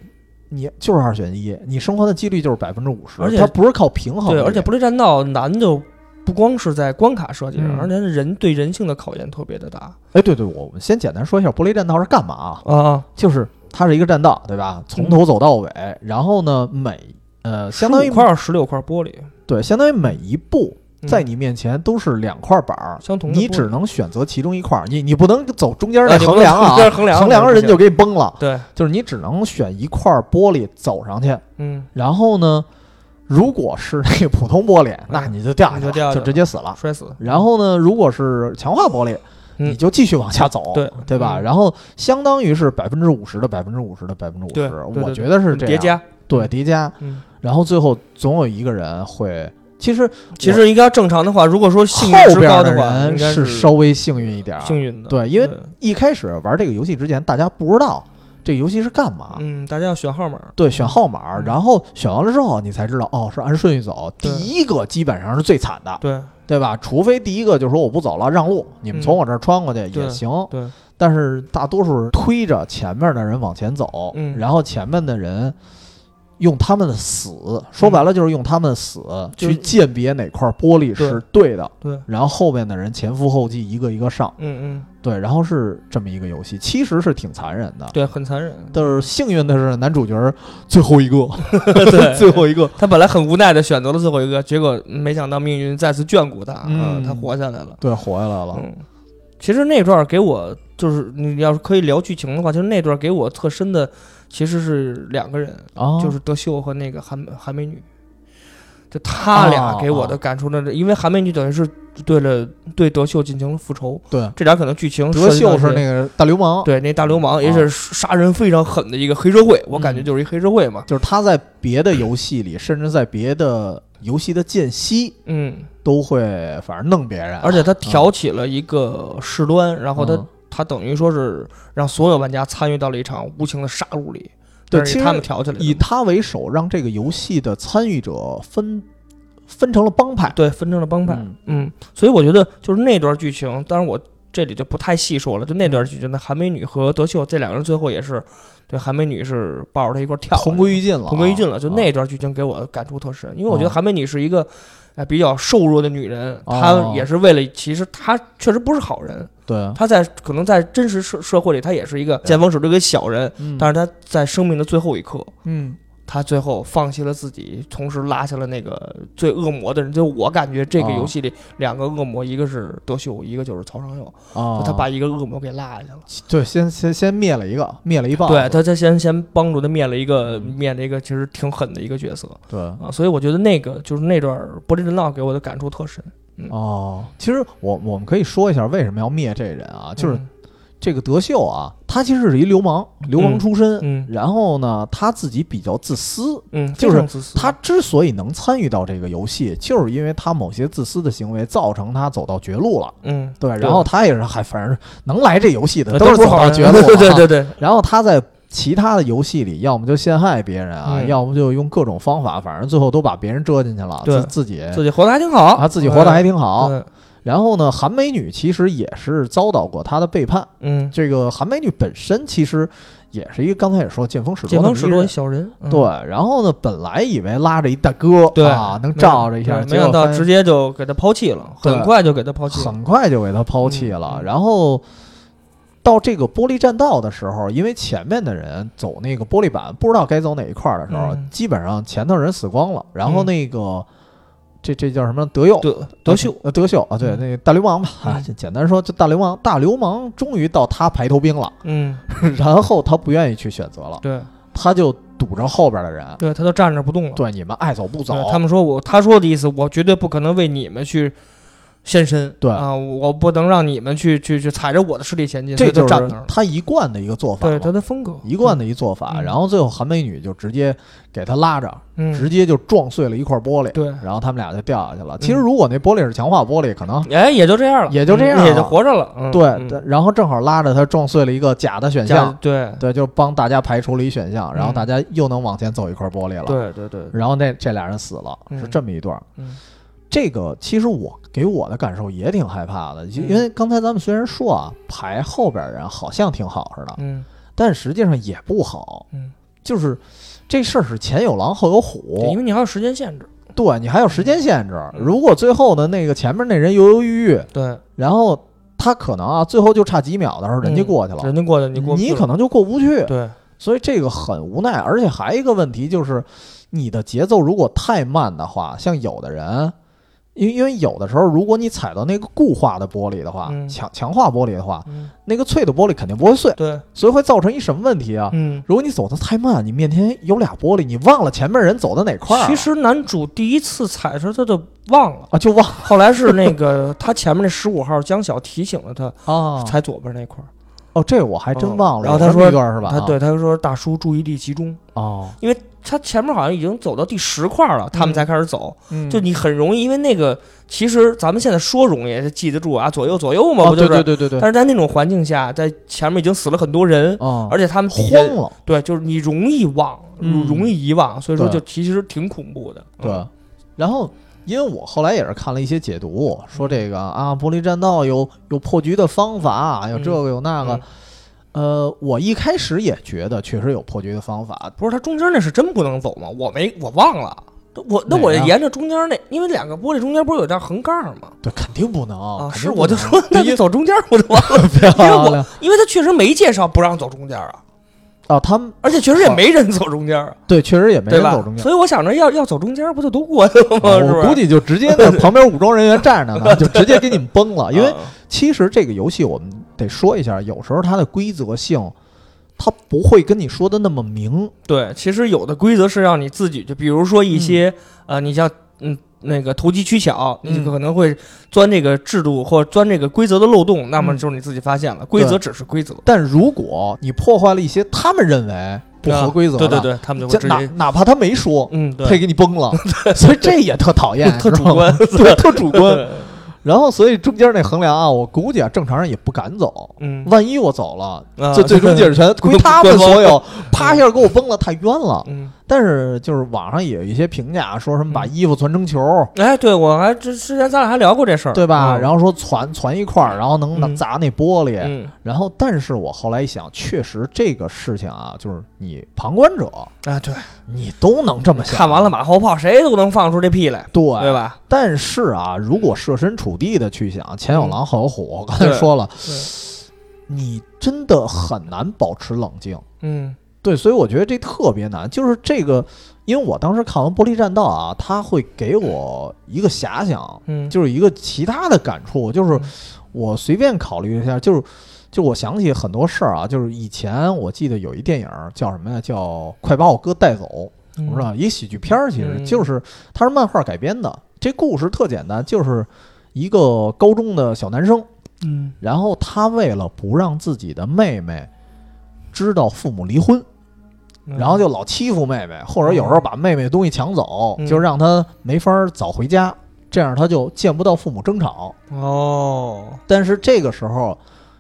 [SPEAKER 1] 你就是二选一，你生还的几率就是百分之五十，
[SPEAKER 2] 而且
[SPEAKER 1] 它不是靠平衡
[SPEAKER 2] 对，
[SPEAKER 1] 的，
[SPEAKER 2] 而且《玻璃栈道》难就不光是在关卡设计上，
[SPEAKER 1] 嗯
[SPEAKER 2] 而且人对人性的考验特别的大
[SPEAKER 1] 哎，对对，我我们先简单说一下玻璃栈道是干嘛啊？
[SPEAKER 2] 啊。
[SPEAKER 1] 就是它是一个栈道，对吧？从头走到尾，然后呢，每呃相当于
[SPEAKER 2] 15块嗯十六块玻璃，
[SPEAKER 1] 对，相当于每一步
[SPEAKER 2] 嗯
[SPEAKER 1] 在你面前都是两块板儿，
[SPEAKER 2] 相同的玻璃，
[SPEAKER 1] 你只能选择其中一块儿，你你不能走中间
[SPEAKER 2] 啊
[SPEAKER 1] 儿那
[SPEAKER 2] 你不
[SPEAKER 1] 衡
[SPEAKER 2] 能
[SPEAKER 1] 量啊，
[SPEAKER 2] 中间衡量
[SPEAKER 1] 衡量
[SPEAKER 2] 不
[SPEAKER 1] 人就
[SPEAKER 2] 行
[SPEAKER 1] 给你崩了，
[SPEAKER 2] 对，
[SPEAKER 1] 就是你只能选一块玻璃走上去，
[SPEAKER 2] 嗯，
[SPEAKER 1] 然后呢，如果是那个普通玻璃，那你就掉下去
[SPEAKER 2] 你就掉
[SPEAKER 1] 了，
[SPEAKER 2] 下
[SPEAKER 1] 就
[SPEAKER 2] 去了
[SPEAKER 1] 啊直接死了。
[SPEAKER 2] 摔死。
[SPEAKER 1] 然后呢，如果是强化玻璃，
[SPEAKER 2] 嗯
[SPEAKER 1] 你就继续往下走，
[SPEAKER 2] 对
[SPEAKER 1] 对吧？
[SPEAKER 2] 嗯
[SPEAKER 1] 然后相当于是百分之五十的百分之五十的百分之五
[SPEAKER 2] 对
[SPEAKER 1] 十
[SPEAKER 2] 对，对
[SPEAKER 1] 我觉得是这样，
[SPEAKER 2] 嗯叠加。
[SPEAKER 1] 对叠加，
[SPEAKER 2] 嗯，
[SPEAKER 1] 然后最后总有一个人会，其实
[SPEAKER 2] 其实应该正常的话，如果说幸运
[SPEAKER 1] 后
[SPEAKER 2] 之
[SPEAKER 1] 边
[SPEAKER 2] 高
[SPEAKER 1] 的
[SPEAKER 2] 的话，应
[SPEAKER 1] 人
[SPEAKER 2] 该
[SPEAKER 1] 是稍微幸运一点儿，
[SPEAKER 2] 幸运的。嗯
[SPEAKER 1] 对因为一开始玩这个游戏之前，大家不知道这个游戏是干嘛，
[SPEAKER 2] 嗯，大家要选号码。
[SPEAKER 1] 对，选号码，
[SPEAKER 2] 嗯
[SPEAKER 1] 然后选完了之后，你才知道哦，是按顺序走。第
[SPEAKER 2] 对
[SPEAKER 1] 一个基本上是最惨的，
[SPEAKER 2] 对
[SPEAKER 1] 对吧？除非第一个就说我不走了，让路，你们从
[SPEAKER 2] 嗯
[SPEAKER 1] 我这儿穿过去也
[SPEAKER 2] 对
[SPEAKER 1] 行。
[SPEAKER 2] 对，
[SPEAKER 1] 但是大多数推着前面的人往前走，
[SPEAKER 2] 嗯
[SPEAKER 1] 然后前面的人用他们的死，说白了就是用他们的死、
[SPEAKER 2] 就
[SPEAKER 1] 去鉴别哪块玻璃是对的。
[SPEAKER 2] 嗯对对
[SPEAKER 1] 然后后面的人前赴后继，一个一个上，
[SPEAKER 2] 嗯嗯，
[SPEAKER 1] 对，然后是这么一个游戏，其实是挺残忍的。
[SPEAKER 2] 对，很残忍。
[SPEAKER 1] 但是幸运的是，男主角儿最后一个，
[SPEAKER 2] 对
[SPEAKER 1] 最后一个，
[SPEAKER 2] 他本来很无奈的选择了最后一个，结果没想到命运再次眷顾他，
[SPEAKER 1] 嗯啊
[SPEAKER 2] 啊他活下来了。
[SPEAKER 1] 对，活下来了。
[SPEAKER 2] 嗯，其实那段给我就是你要是可以聊剧情的话，就是那段给我特深的其实是两个人，
[SPEAKER 1] 啊，
[SPEAKER 2] 就是德秀和那个韩韩美女，就他
[SPEAKER 1] 哦
[SPEAKER 2] 俩给我的感触呢，因为韩美女等于是对了对德秀进行了复仇，
[SPEAKER 1] 对，
[SPEAKER 2] 这点可能剧情
[SPEAKER 1] 德秀是
[SPEAKER 2] 个
[SPEAKER 1] 那个大流氓，
[SPEAKER 2] 对那大流氓，
[SPEAKER 1] 啊
[SPEAKER 2] 也是杀人非常狠的一个黑社会，我感觉
[SPEAKER 1] 嗯
[SPEAKER 2] 就是一黑社会嘛，
[SPEAKER 1] 就是他在别的游戏里，甚至在别的游戏的间隙，
[SPEAKER 2] 嗯，
[SPEAKER 1] 都会反正弄别人，
[SPEAKER 2] 而且他挑
[SPEAKER 1] 嗯
[SPEAKER 2] 起了一个事端，然后他
[SPEAKER 1] 嗯
[SPEAKER 2] 他等于说是让所有玩家参与到了一场无情的杀戮里，
[SPEAKER 1] 对
[SPEAKER 2] 但是
[SPEAKER 1] 其实
[SPEAKER 2] 他们挑起来的
[SPEAKER 1] 以他为首，让这个游戏的参与者分分成了帮派，
[SPEAKER 2] 对纷争的帮派，
[SPEAKER 1] 嗯
[SPEAKER 2] 嗯，所以我觉得就是那段剧情，当然我这里就不太细说了，就那段剧情，那韩美女和德秀这两个人最后也是对韩美女是抱着她一块儿跳的，
[SPEAKER 1] 同归于尽了啊，
[SPEAKER 2] 同归于尽了，就
[SPEAKER 1] 啊
[SPEAKER 2] 那段剧情给我感触特深，因为我觉得
[SPEAKER 1] 哦
[SPEAKER 2] 韩美女是一个。哎，比较瘦弱的女人，
[SPEAKER 1] 哦
[SPEAKER 2] 她也是为了，其实她确实不是好人，
[SPEAKER 1] 对，
[SPEAKER 2] 她在可能在真实社社会里，她也是一个见风使舵的一个小人，
[SPEAKER 1] 嗯
[SPEAKER 2] 但是她在生命的最后一刻，
[SPEAKER 1] 嗯，
[SPEAKER 2] 他最后放弃了自己，同时拉下了那个最恶魔的人。就我感觉这个
[SPEAKER 1] 啊
[SPEAKER 2] 游戏里两个恶魔，一个是德秀，一个就是曹尚佑，
[SPEAKER 1] 啊
[SPEAKER 2] 就，他把一个恶魔给拉下去了。
[SPEAKER 1] 对先先先灭了一个，灭了一嗯棒子，
[SPEAKER 2] 对，他他先先帮助他灭了一个灭了一个其实挺狠的一个角色
[SPEAKER 1] 对，
[SPEAKER 2] 啊，所以我觉得那个就是那段《柏林人闹》给我的感触特深。
[SPEAKER 1] 哦，其实我我们可以说一下为什么要灭这人啊，就是
[SPEAKER 2] 嗯
[SPEAKER 1] 这个德秀啊，他其实是一流氓，流
[SPEAKER 2] 嗯
[SPEAKER 1] 氓出身。
[SPEAKER 2] 嗯
[SPEAKER 1] 然后呢，他自己比较自私。
[SPEAKER 2] 嗯，
[SPEAKER 1] 就是
[SPEAKER 2] 非常自私
[SPEAKER 1] 他之所以能参与到这个游戏，就是因为他某些自私的行为造成他走到绝路了。
[SPEAKER 2] 嗯，呃
[SPEAKER 1] 对，然后他也是还反正能来这游戏的
[SPEAKER 2] 都
[SPEAKER 1] 是
[SPEAKER 2] 不
[SPEAKER 1] 走
[SPEAKER 2] 好
[SPEAKER 1] 到
[SPEAKER 2] 人
[SPEAKER 1] 绝路了啊。
[SPEAKER 2] 对对对对，
[SPEAKER 1] 然后他在其他的游戏里，要么就陷害别人啊，
[SPEAKER 2] 嗯
[SPEAKER 1] 要么就用各种方法，反正最后都把别人折进去了，
[SPEAKER 2] 对
[SPEAKER 1] 自自己
[SPEAKER 2] 自己活得还挺好，
[SPEAKER 1] 啊自己活得还挺好。
[SPEAKER 2] 嗯
[SPEAKER 1] 然后呢，韩美女其实也是遭到过他的背叛。
[SPEAKER 2] 嗯，
[SPEAKER 1] 这个韩美女本身其实也是一个，刚才也说见风使
[SPEAKER 2] 见
[SPEAKER 1] 舵的
[SPEAKER 2] 风
[SPEAKER 1] 一
[SPEAKER 2] 使
[SPEAKER 1] 个
[SPEAKER 2] 舵一
[SPEAKER 1] 人。
[SPEAKER 2] 小人，嗯
[SPEAKER 1] 对，然后呢，本来以为拉着一大哥
[SPEAKER 2] 对
[SPEAKER 1] 啊，能罩着一下，
[SPEAKER 2] 没
[SPEAKER 1] 结
[SPEAKER 2] 想
[SPEAKER 1] 果
[SPEAKER 2] 到
[SPEAKER 1] 发
[SPEAKER 2] 直
[SPEAKER 1] 现
[SPEAKER 2] 接就给他抛弃了，
[SPEAKER 1] 对
[SPEAKER 2] 很快就给他抛弃了。
[SPEAKER 1] 很快就给他抛弃了。
[SPEAKER 2] 嗯嗯
[SPEAKER 1] 然后到这个玻璃栈道的时候，因为前面的人走那个玻璃板，不知道该走哪一块儿的时候，
[SPEAKER 2] 嗯
[SPEAKER 1] 基本上前头人死光了。然后
[SPEAKER 2] 嗯
[SPEAKER 1] 那个、这这叫什么德佑？
[SPEAKER 2] 德德秀，
[SPEAKER 1] 呃，德秀啊，对，
[SPEAKER 2] 嗯
[SPEAKER 1] 那个大流氓吧，啊
[SPEAKER 2] 嗯，
[SPEAKER 1] 就简单说，就大流氓，大流氓终于到他排头兵 了，
[SPEAKER 2] 嗯，
[SPEAKER 1] 然后他不愿意去选择了，
[SPEAKER 2] 对
[SPEAKER 1] 他就堵着后边的人，
[SPEAKER 2] 对，他都站着不动了。
[SPEAKER 1] 嗯对，你们爱走不走
[SPEAKER 2] 对，他们说我，他说的意思，我绝对不可能为你们去献身。
[SPEAKER 1] 对
[SPEAKER 2] 啊，我不能让你们去去去踩着我的势力前进，所
[SPEAKER 1] 这
[SPEAKER 2] 以
[SPEAKER 1] 就
[SPEAKER 2] 就是站那儿了。
[SPEAKER 1] 他一贯的一个做法
[SPEAKER 2] 对他
[SPEAKER 1] 嘛，
[SPEAKER 2] 的风格，
[SPEAKER 1] 一贯的一做法。
[SPEAKER 2] 嗯
[SPEAKER 1] 然后最后韩美女就直接给他拉着，
[SPEAKER 2] 嗯，
[SPEAKER 1] 直接就撞碎了一块玻璃，
[SPEAKER 2] 对，嗯
[SPEAKER 1] 然后他们俩就掉下去了。其实如果那玻璃是强化玻璃，可能
[SPEAKER 2] 哎，也就这样了，
[SPEAKER 1] 也就这样
[SPEAKER 2] 嗯也就
[SPEAKER 1] 了
[SPEAKER 2] 活着了。嗯
[SPEAKER 1] 对，
[SPEAKER 2] 嗯
[SPEAKER 1] 但然后正好拉着他撞碎了一个假的选
[SPEAKER 2] 加
[SPEAKER 1] 项，
[SPEAKER 2] 对
[SPEAKER 1] 对，就帮大家排除了一选项，然后
[SPEAKER 2] 嗯
[SPEAKER 1] 大家又能往前走一块玻璃了。
[SPEAKER 2] 对对对，
[SPEAKER 1] 然后那这俩人死了，
[SPEAKER 2] 嗯
[SPEAKER 1] 是这么一段儿。
[SPEAKER 2] 嗯
[SPEAKER 1] 这个其实我给我的感受也挺害怕的，
[SPEAKER 2] 嗯
[SPEAKER 1] 因因为刚才咱们虽然说啊，排后边人好像挺好似的，
[SPEAKER 2] 嗯
[SPEAKER 1] 但实际上也不好。
[SPEAKER 2] 嗯，
[SPEAKER 1] 就是这事儿是前有狼后有
[SPEAKER 2] 对因
[SPEAKER 1] 虎，
[SPEAKER 2] 为你还有时间限制。
[SPEAKER 1] 对你还有时间限制。
[SPEAKER 2] 嗯
[SPEAKER 1] 如果最后的那个前面那人犹犹豫豫，
[SPEAKER 2] 对，
[SPEAKER 1] 然后他可能啊，最后就差几秒的时候，人家
[SPEAKER 2] 嗯
[SPEAKER 1] 过去了，
[SPEAKER 2] 人家过去，你过不去
[SPEAKER 1] 你
[SPEAKER 2] 了
[SPEAKER 1] 可能就过不去。
[SPEAKER 2] 对，
[SPEAKER 1] 所以这个很无奈，而且还有一个问题就是，你的节奏如果太慢的话，像有的人，因为因为有的时候，如果你踩到那个固化的玻璃的话，
[SPEAKER 2] 嗯
[SPEAKER 1] 强强化玻璃的话，
[SPEAKER 2] 嗯，
[SPEAKER 1] 那个脆的玻璃肯定不会碎，
[SPEAKER 2] 对，
[SPEAKER 1] 所以会造成一什么问题啊？
[SPEAKER 2] 嗯。
[SPEAKER 1] 如果你走的太慢，你面前有俩玻璃，你忘了前面人走到哪块儿啊了，
[SPEAKER 2] 其实男主第一次踩的时候他就忘 了，
[SPEAKER 1] 啊就忘了
[SPEAKER 2] 后来是那个他前面那十五号江晓提醒了他，
[SPEAKER 1] 啊
[SPEAKER 2] 踩左边那块儿。
[SPEAKER 1] 哦，这我还真忘了。
[SPEAKER 2] 然后他
[SPEAKER 1] 有这么
[SPEAKER 2] 说
[SPEAKER 1] 一段是吧？
[SPEAKER 2] 他
[SPEAKER 1] 啊
[SPEAKER 2] 对他说：“大叔，注意力集中。
[SPEAKER 1] 哦，”
[SPEAKER 2] 他前面好像已经走到第十块了，他们才开始走。
[SPEAKER 1] 嗯
[SPEAKER 2] 就你很容易，因为那个其实咱们现在说容易记得住啊，左右左右嘛，
[SPEAKER 1] 哦
[SPEAKER 2] 不就
[SPEAKER 1] 对
[SPEAKER 2] 是？
[SPEAKER 1] 对对对对，
[SPEAKER 2] 但是在那种环境下，在前面已经死了很多人，
[SPEAKER 1] 哦，
[SPEAKER 2] 而且他们底下
[SPEAKER 1] 慌了，
[SPEAKER 2] 对，就是你容易忘，
[SPEAKER 1] 嗯
[SPEAKER 2] 容易遗忘，所以说
[SPEAKER 1] 对
[SPEAKER 2] 就其实挺恐怖的。嗯
[SPEAKER 1] 对。然后，因为我后来也是看了一些解读，
[SPEAKER 2] 嗯
[SPEAKER 1] 说这个啊，玻璃栈道有有破局的方法，有这个有那个
[SPEAKER 2] 嗯。
[SPEAKER 1] 呃，我一开始也觉得确实有破局的方法，
[SPEAKER 2] 不是，它中间那是真不能走吗？我没，我忘了。我那
[SPEAKER 1] 哪
[SPEAKER 2] 我
[SPEAKER 1] 个
[SPEAKER 2] 沿着中间那，因为两个玻璃中间不是有一道横杠吗？
[SPEAKER 1] 对，肯定不能。
[SPEAKER 2] 啊，
[SPEAKER 1] 哦肯
[SPEAKER 2] 是，
[SPEAKER 1] 定不
[SPEAKER 2] 我就
[SPEAKER 1] 能
[SPEAKER 2] 说 那你走中间我就忘 了，
[SPEAKER 1] 漂
[SPEAKER 2] 因为
[SPEAKER 1] 亮
[SPEAKER 2] 我因为他确实没介绍不让走中间啊，
[SPEAKER 1] 啊，他们
[SPEAKER 2] 而且确实也没人走中间啊，
[SPEAKER 1] 对确实也没
[SPEAKER 2] 对
[SPEAKER 1] 人
[SPEAKER 2] 吧
[SPEAKER 1] 走中？间。
[SPEAKER 2] 所以我想着要要走中间不就都过去 了吗？
[SPEAKER 1] 啊
[SPEAKER 2] 是不
[SPEAKER 1] 我
[SPEAKER 2] 是？
[SPEAKER 1] 估计就直接那旁边武装人员站着 呢，就直接给你们崩了。因为
[SPEAKER 2] 啊
[SPEAKER 1] 其实这个游戏我们得说一下，有时候它的规则性，它不会跟你说的那么明。
[SPEAKER 2] 对，其实有的规则是让你自己，就比如说
[SPEAKER 1] 嗯
[SPEAKER 2] 一些、呃，你像嗯那个投机取巧，你
[SPEAKER 1] 嗯
[SPEAKER 2] 就可能会钻这个制度或者钻这个规则的漏洞，那么
[SPEAKER 1] 嗯
[SPEAKER 2] 就是你自己发现了，规则只是规则，
[SPEAKER 1] 但如果你破坏了一些他们认为不合规则的，
[SPEAKER 2] 对对对，他们就会
[SPEAKER 1] 这
[SPEAKER 2] 直
[SPEAKER 1] 哪
[SPEAKER 2] 接
[SPEAKER 1] 哪怕他没说，
[SPEAKER 2] 嗯
[SPEAKER 1] 他也
[SPEAKER 2] 对，
[SPEAKER 1] 给你崩了，所以这也特讨厌，
[SPEAKER 2] 特
[SPEAKER 1] 知
[SPEAKER 2] 主
[SPEAKER 1] 道吗
[SPEAKER 2] 观，
[SPEAKER 1] 对，特主观。
[SPEAKER 2] 对
[SPEAKER 1] 然后所以中间那衡量啊，我估计啊，正常人也不敢走。
[SPEAKER 2] 嗯，
[SPEAKER 1] 万一我走了，
[SPEAKER 2] 啊
[SPEAKER 1] 这最终解释权归他 们所有，啪一下给我崩了，太冤了。
[SPEAKER 2] 嗯，
[SPEAKER 1] 但是就是网上也有一些评价说什么把
[SPEAKER 2] 嗯
[SPEAKER 1] 衣服攒成球，
[SPEAKER 2] 哎，对我还之之前咱俩还聊过这事儿，嗯
[SPEAKER 1] 对吧？然
[SPEAKER 2] 后
[SPEAKER 1] 后说攒攒一块儿，然后能拿
[SPEAKER 2] 嗯
[SPEAKER 1] 砸那玻璃。
[SPEAKER 2] 嗯，
[SPEAKER 1] 然后，但是我后来一想，确实这个事情啊，就是你旁观者，
[SPEAKER 2] 啊对，
[SPEAKER 1] 你都能这么想。
[SPEAKER 2] 看完了马后炮，谁都能放出这屁来，
[SPEAKER 1] 对，
[SPEAKER 2] 对吧？
[SPEAKER 1] 但是啊，如果设身处地的去想，前有狼后有虎，我刚才
[SPEAKER 2] 对
[SPEAKER 1] 说了
[SPEAKER 2] 对，
[SPEAKER 1] 你真的很难保持冷静。
[SPEAKER 2] 嗯
[SPEAKER 1] 对，所以我觉得这特别难，就是这个，因为我当时看完《玻璃栈道》啊，它会给我一个遐想，
[SPEAKER 2] 嗯，
[SPEAKER 1] 就是一个其他的感触，就是
[SPEAKER 2] 嗯
[SPEAKER 1] 我随便考虑一下，就是就我想起很多事儿啊，就是以前我记得有一电影儿叫什么呀，叫《快把我哥带走》，我知道一喜剧片儿，其实
[SPEAKER 2] 嗯
[SPEAKER 1] 就是它是漫画改编的，这故事特简单，就是一个高中的小男生，
[SPEAKER 2] 嗯
[SPEAKER 1] 然后他为了不让自己的妹妹知道父母离婚。
[SPEAKER 2] 嗯，
[SPEAKER 1] 然后就老欺负妹妹，或者有时候把妹妹的东西抢走，
[SPEAKER 2] 嗯
[SPEAKER 1] 就让她没法儿早回家，这样她就见不到父母争吵。
[SPEAKER 2] 哦，
[SPEAKER 1] 但是这个时候，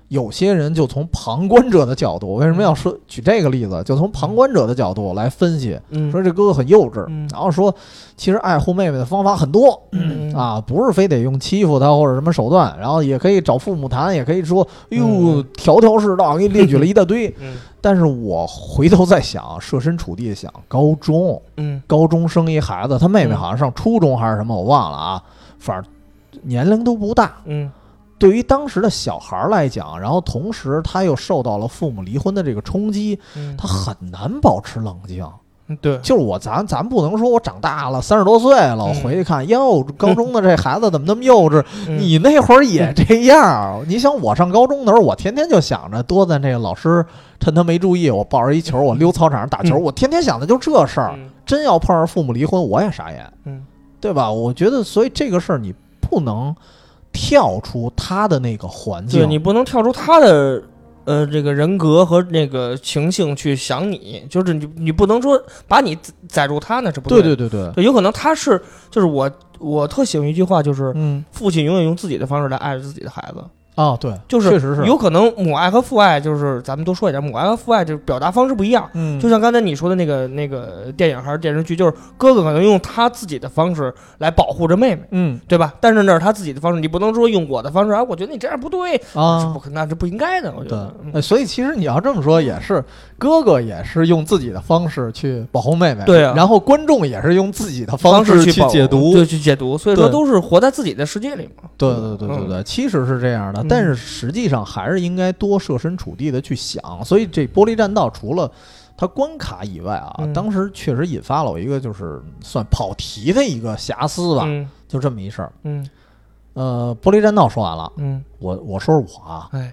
[SPEAKER 1] 有些人就从旁观者的角度，为什么要说举这个例子？就从旁观者的角度来分析，
[SPEAKER 2] 嗯
[SPEAKER 1] 说这哥哥很幼稚，
[SPEAKER 2] 嗯
[SPEAKER 1] 然后说其实爱护妹妹的方法很多，
[SPEAKER 2] 嗯
[SPEAKER 1] 啊，不是非得用欺负她或者什么手段，然后也可以找父母谈，也可以说，哎呦
[SPEAKER 2] 嗯，
[SPEAKER 1] 条条是道，给你列举了一大堆。
[SPEAKER 2] 嗯
[SPEAKER 1] 但是我回头再想，设身处地的想，高中
[SPEAKER 2] 嗯
[SPEAKER 1] 高中生一孩子，他妹妹
[SPEAKER 2] 嗯
[SPEAKER 1] 好像上初中还是什么，我忘了啊，反正年龄都不大。
[SPEAKER 2] 嗯
[SPEAKER 1] 对于当时的小孩儿来讲，然后同时他又受到了父母离婚的这个冲击，
[SPEAKER 2] 嗯，
[SPEAKER 1] 他很难保持冷静。
[SPEAKER 2] 嗯对，
[SPEAKER 1] 就是我咱咱不能说我长大了三十多岁了，我
[SPEAKER 2] 嗯
[SPEAKER 1] 回去看哟，高中的这孩子怎么那么幼稚？
[SPEAKER 2] 嗯
[SPEAKER 1] 你那会儿也这样儿。你想我上高中的时候，我天天就想着多在那个老师趁他没注意，我抱着一球，我溜操场上打球，
[SPEAKER 2] 嗯
[SPEAKER 1] 我天天想的就这事儿。
[SPEAKER 2] 嗯
[SPEAKER 1] 真要碰上父母离婚，我也傻眼，
[SPEAKER 2] 嗯
[SPEAKER 1] 对吧？我觉得，所以这个事儿你不能跳出他的那个环
[SPEAKER 2] 对
[SPEAKER 1] 境，
[SPEAKER 2] 你不能跳出他的呃这个人格和那个情性去想你，就是你你不能说把你载住他那是不
[SPEAKER 1] 对
[SPEAKER 2] 对
[SPEAKER 1] 对对对，
[SPEAKER 2] 对，有可能他是就是我我特喜欢一句话，就是
[SPEAKER 1] 嗯，
[SPEAKER 2] 父亲永远用自己的方式来爱着自己的孩子，
[SPEAKER 1] 啊，对，
[SPEAKER 2] 就是
[SPEAKER 1] 确实是，
[SPEAKER 2] 有可能母爱和父爱就是咱们多说一点，母爱和父爱就是表达方式不一样。
[SPEAKER 1] 嗯，
[SPEAKER 2] 就像刚才你说的那个那个电影还是电视剧，就是哥哥可能用他自己的方式来保护着妹妹，
[SPEAKER 1] 嗯
[SPEAKER 2] 对吧？但是那是他自己的方式，你不能说用我的方式啊，我觉得你这样不对，
[SPEAKER 1] 啊，
[SPEAKER 2] 是不可，那是不应该的，我觉
[SPEAKER 1] 对
[SPEAKER 2] 得。，嗯
[SPEAKER 1] 呃所以其实你要这么说，也是哥哥也是用自己的方式去保护妹妹，
[SPEAKER 2] 对啊
[SPEAKER 1] 然后观众也是用自己的
[SPEAKER 2] 方
[SPEAKER 1] 式
[SPEAKER 2] 去保
[SPEAKER 1] 解读，
[SPEAKER 2] 对，去解读，所以说
[SPEAKER 1] 对
[SPEAKER 2] 都是活在自己的世界里嘛。
[SPEAKER 1] 对对对对对，其实是这样的，
[SPEAKER 2] 嗯
[SPEAKER 1] 但是实际上还是应该多设身处地的去想。所以这《玻璃栈道》除了它关卡以外啊，
[SPEAKER 2] 嗯
[SPEAKER 1] 当时确实引发了我一个就是算跑题的一个瑕疵吧，
[SPEAKER 2] 嗯
[SPEAKER 1] 就这么一事儿。
[SPEAKER 2] 嗯
[SPEAKER 1] 呃，玻璃栈道说完了，
[SPEAKER 2] 嗯，
[SPEAKER 1] 我我说说我啊，
[SPEAKER 2] 哎，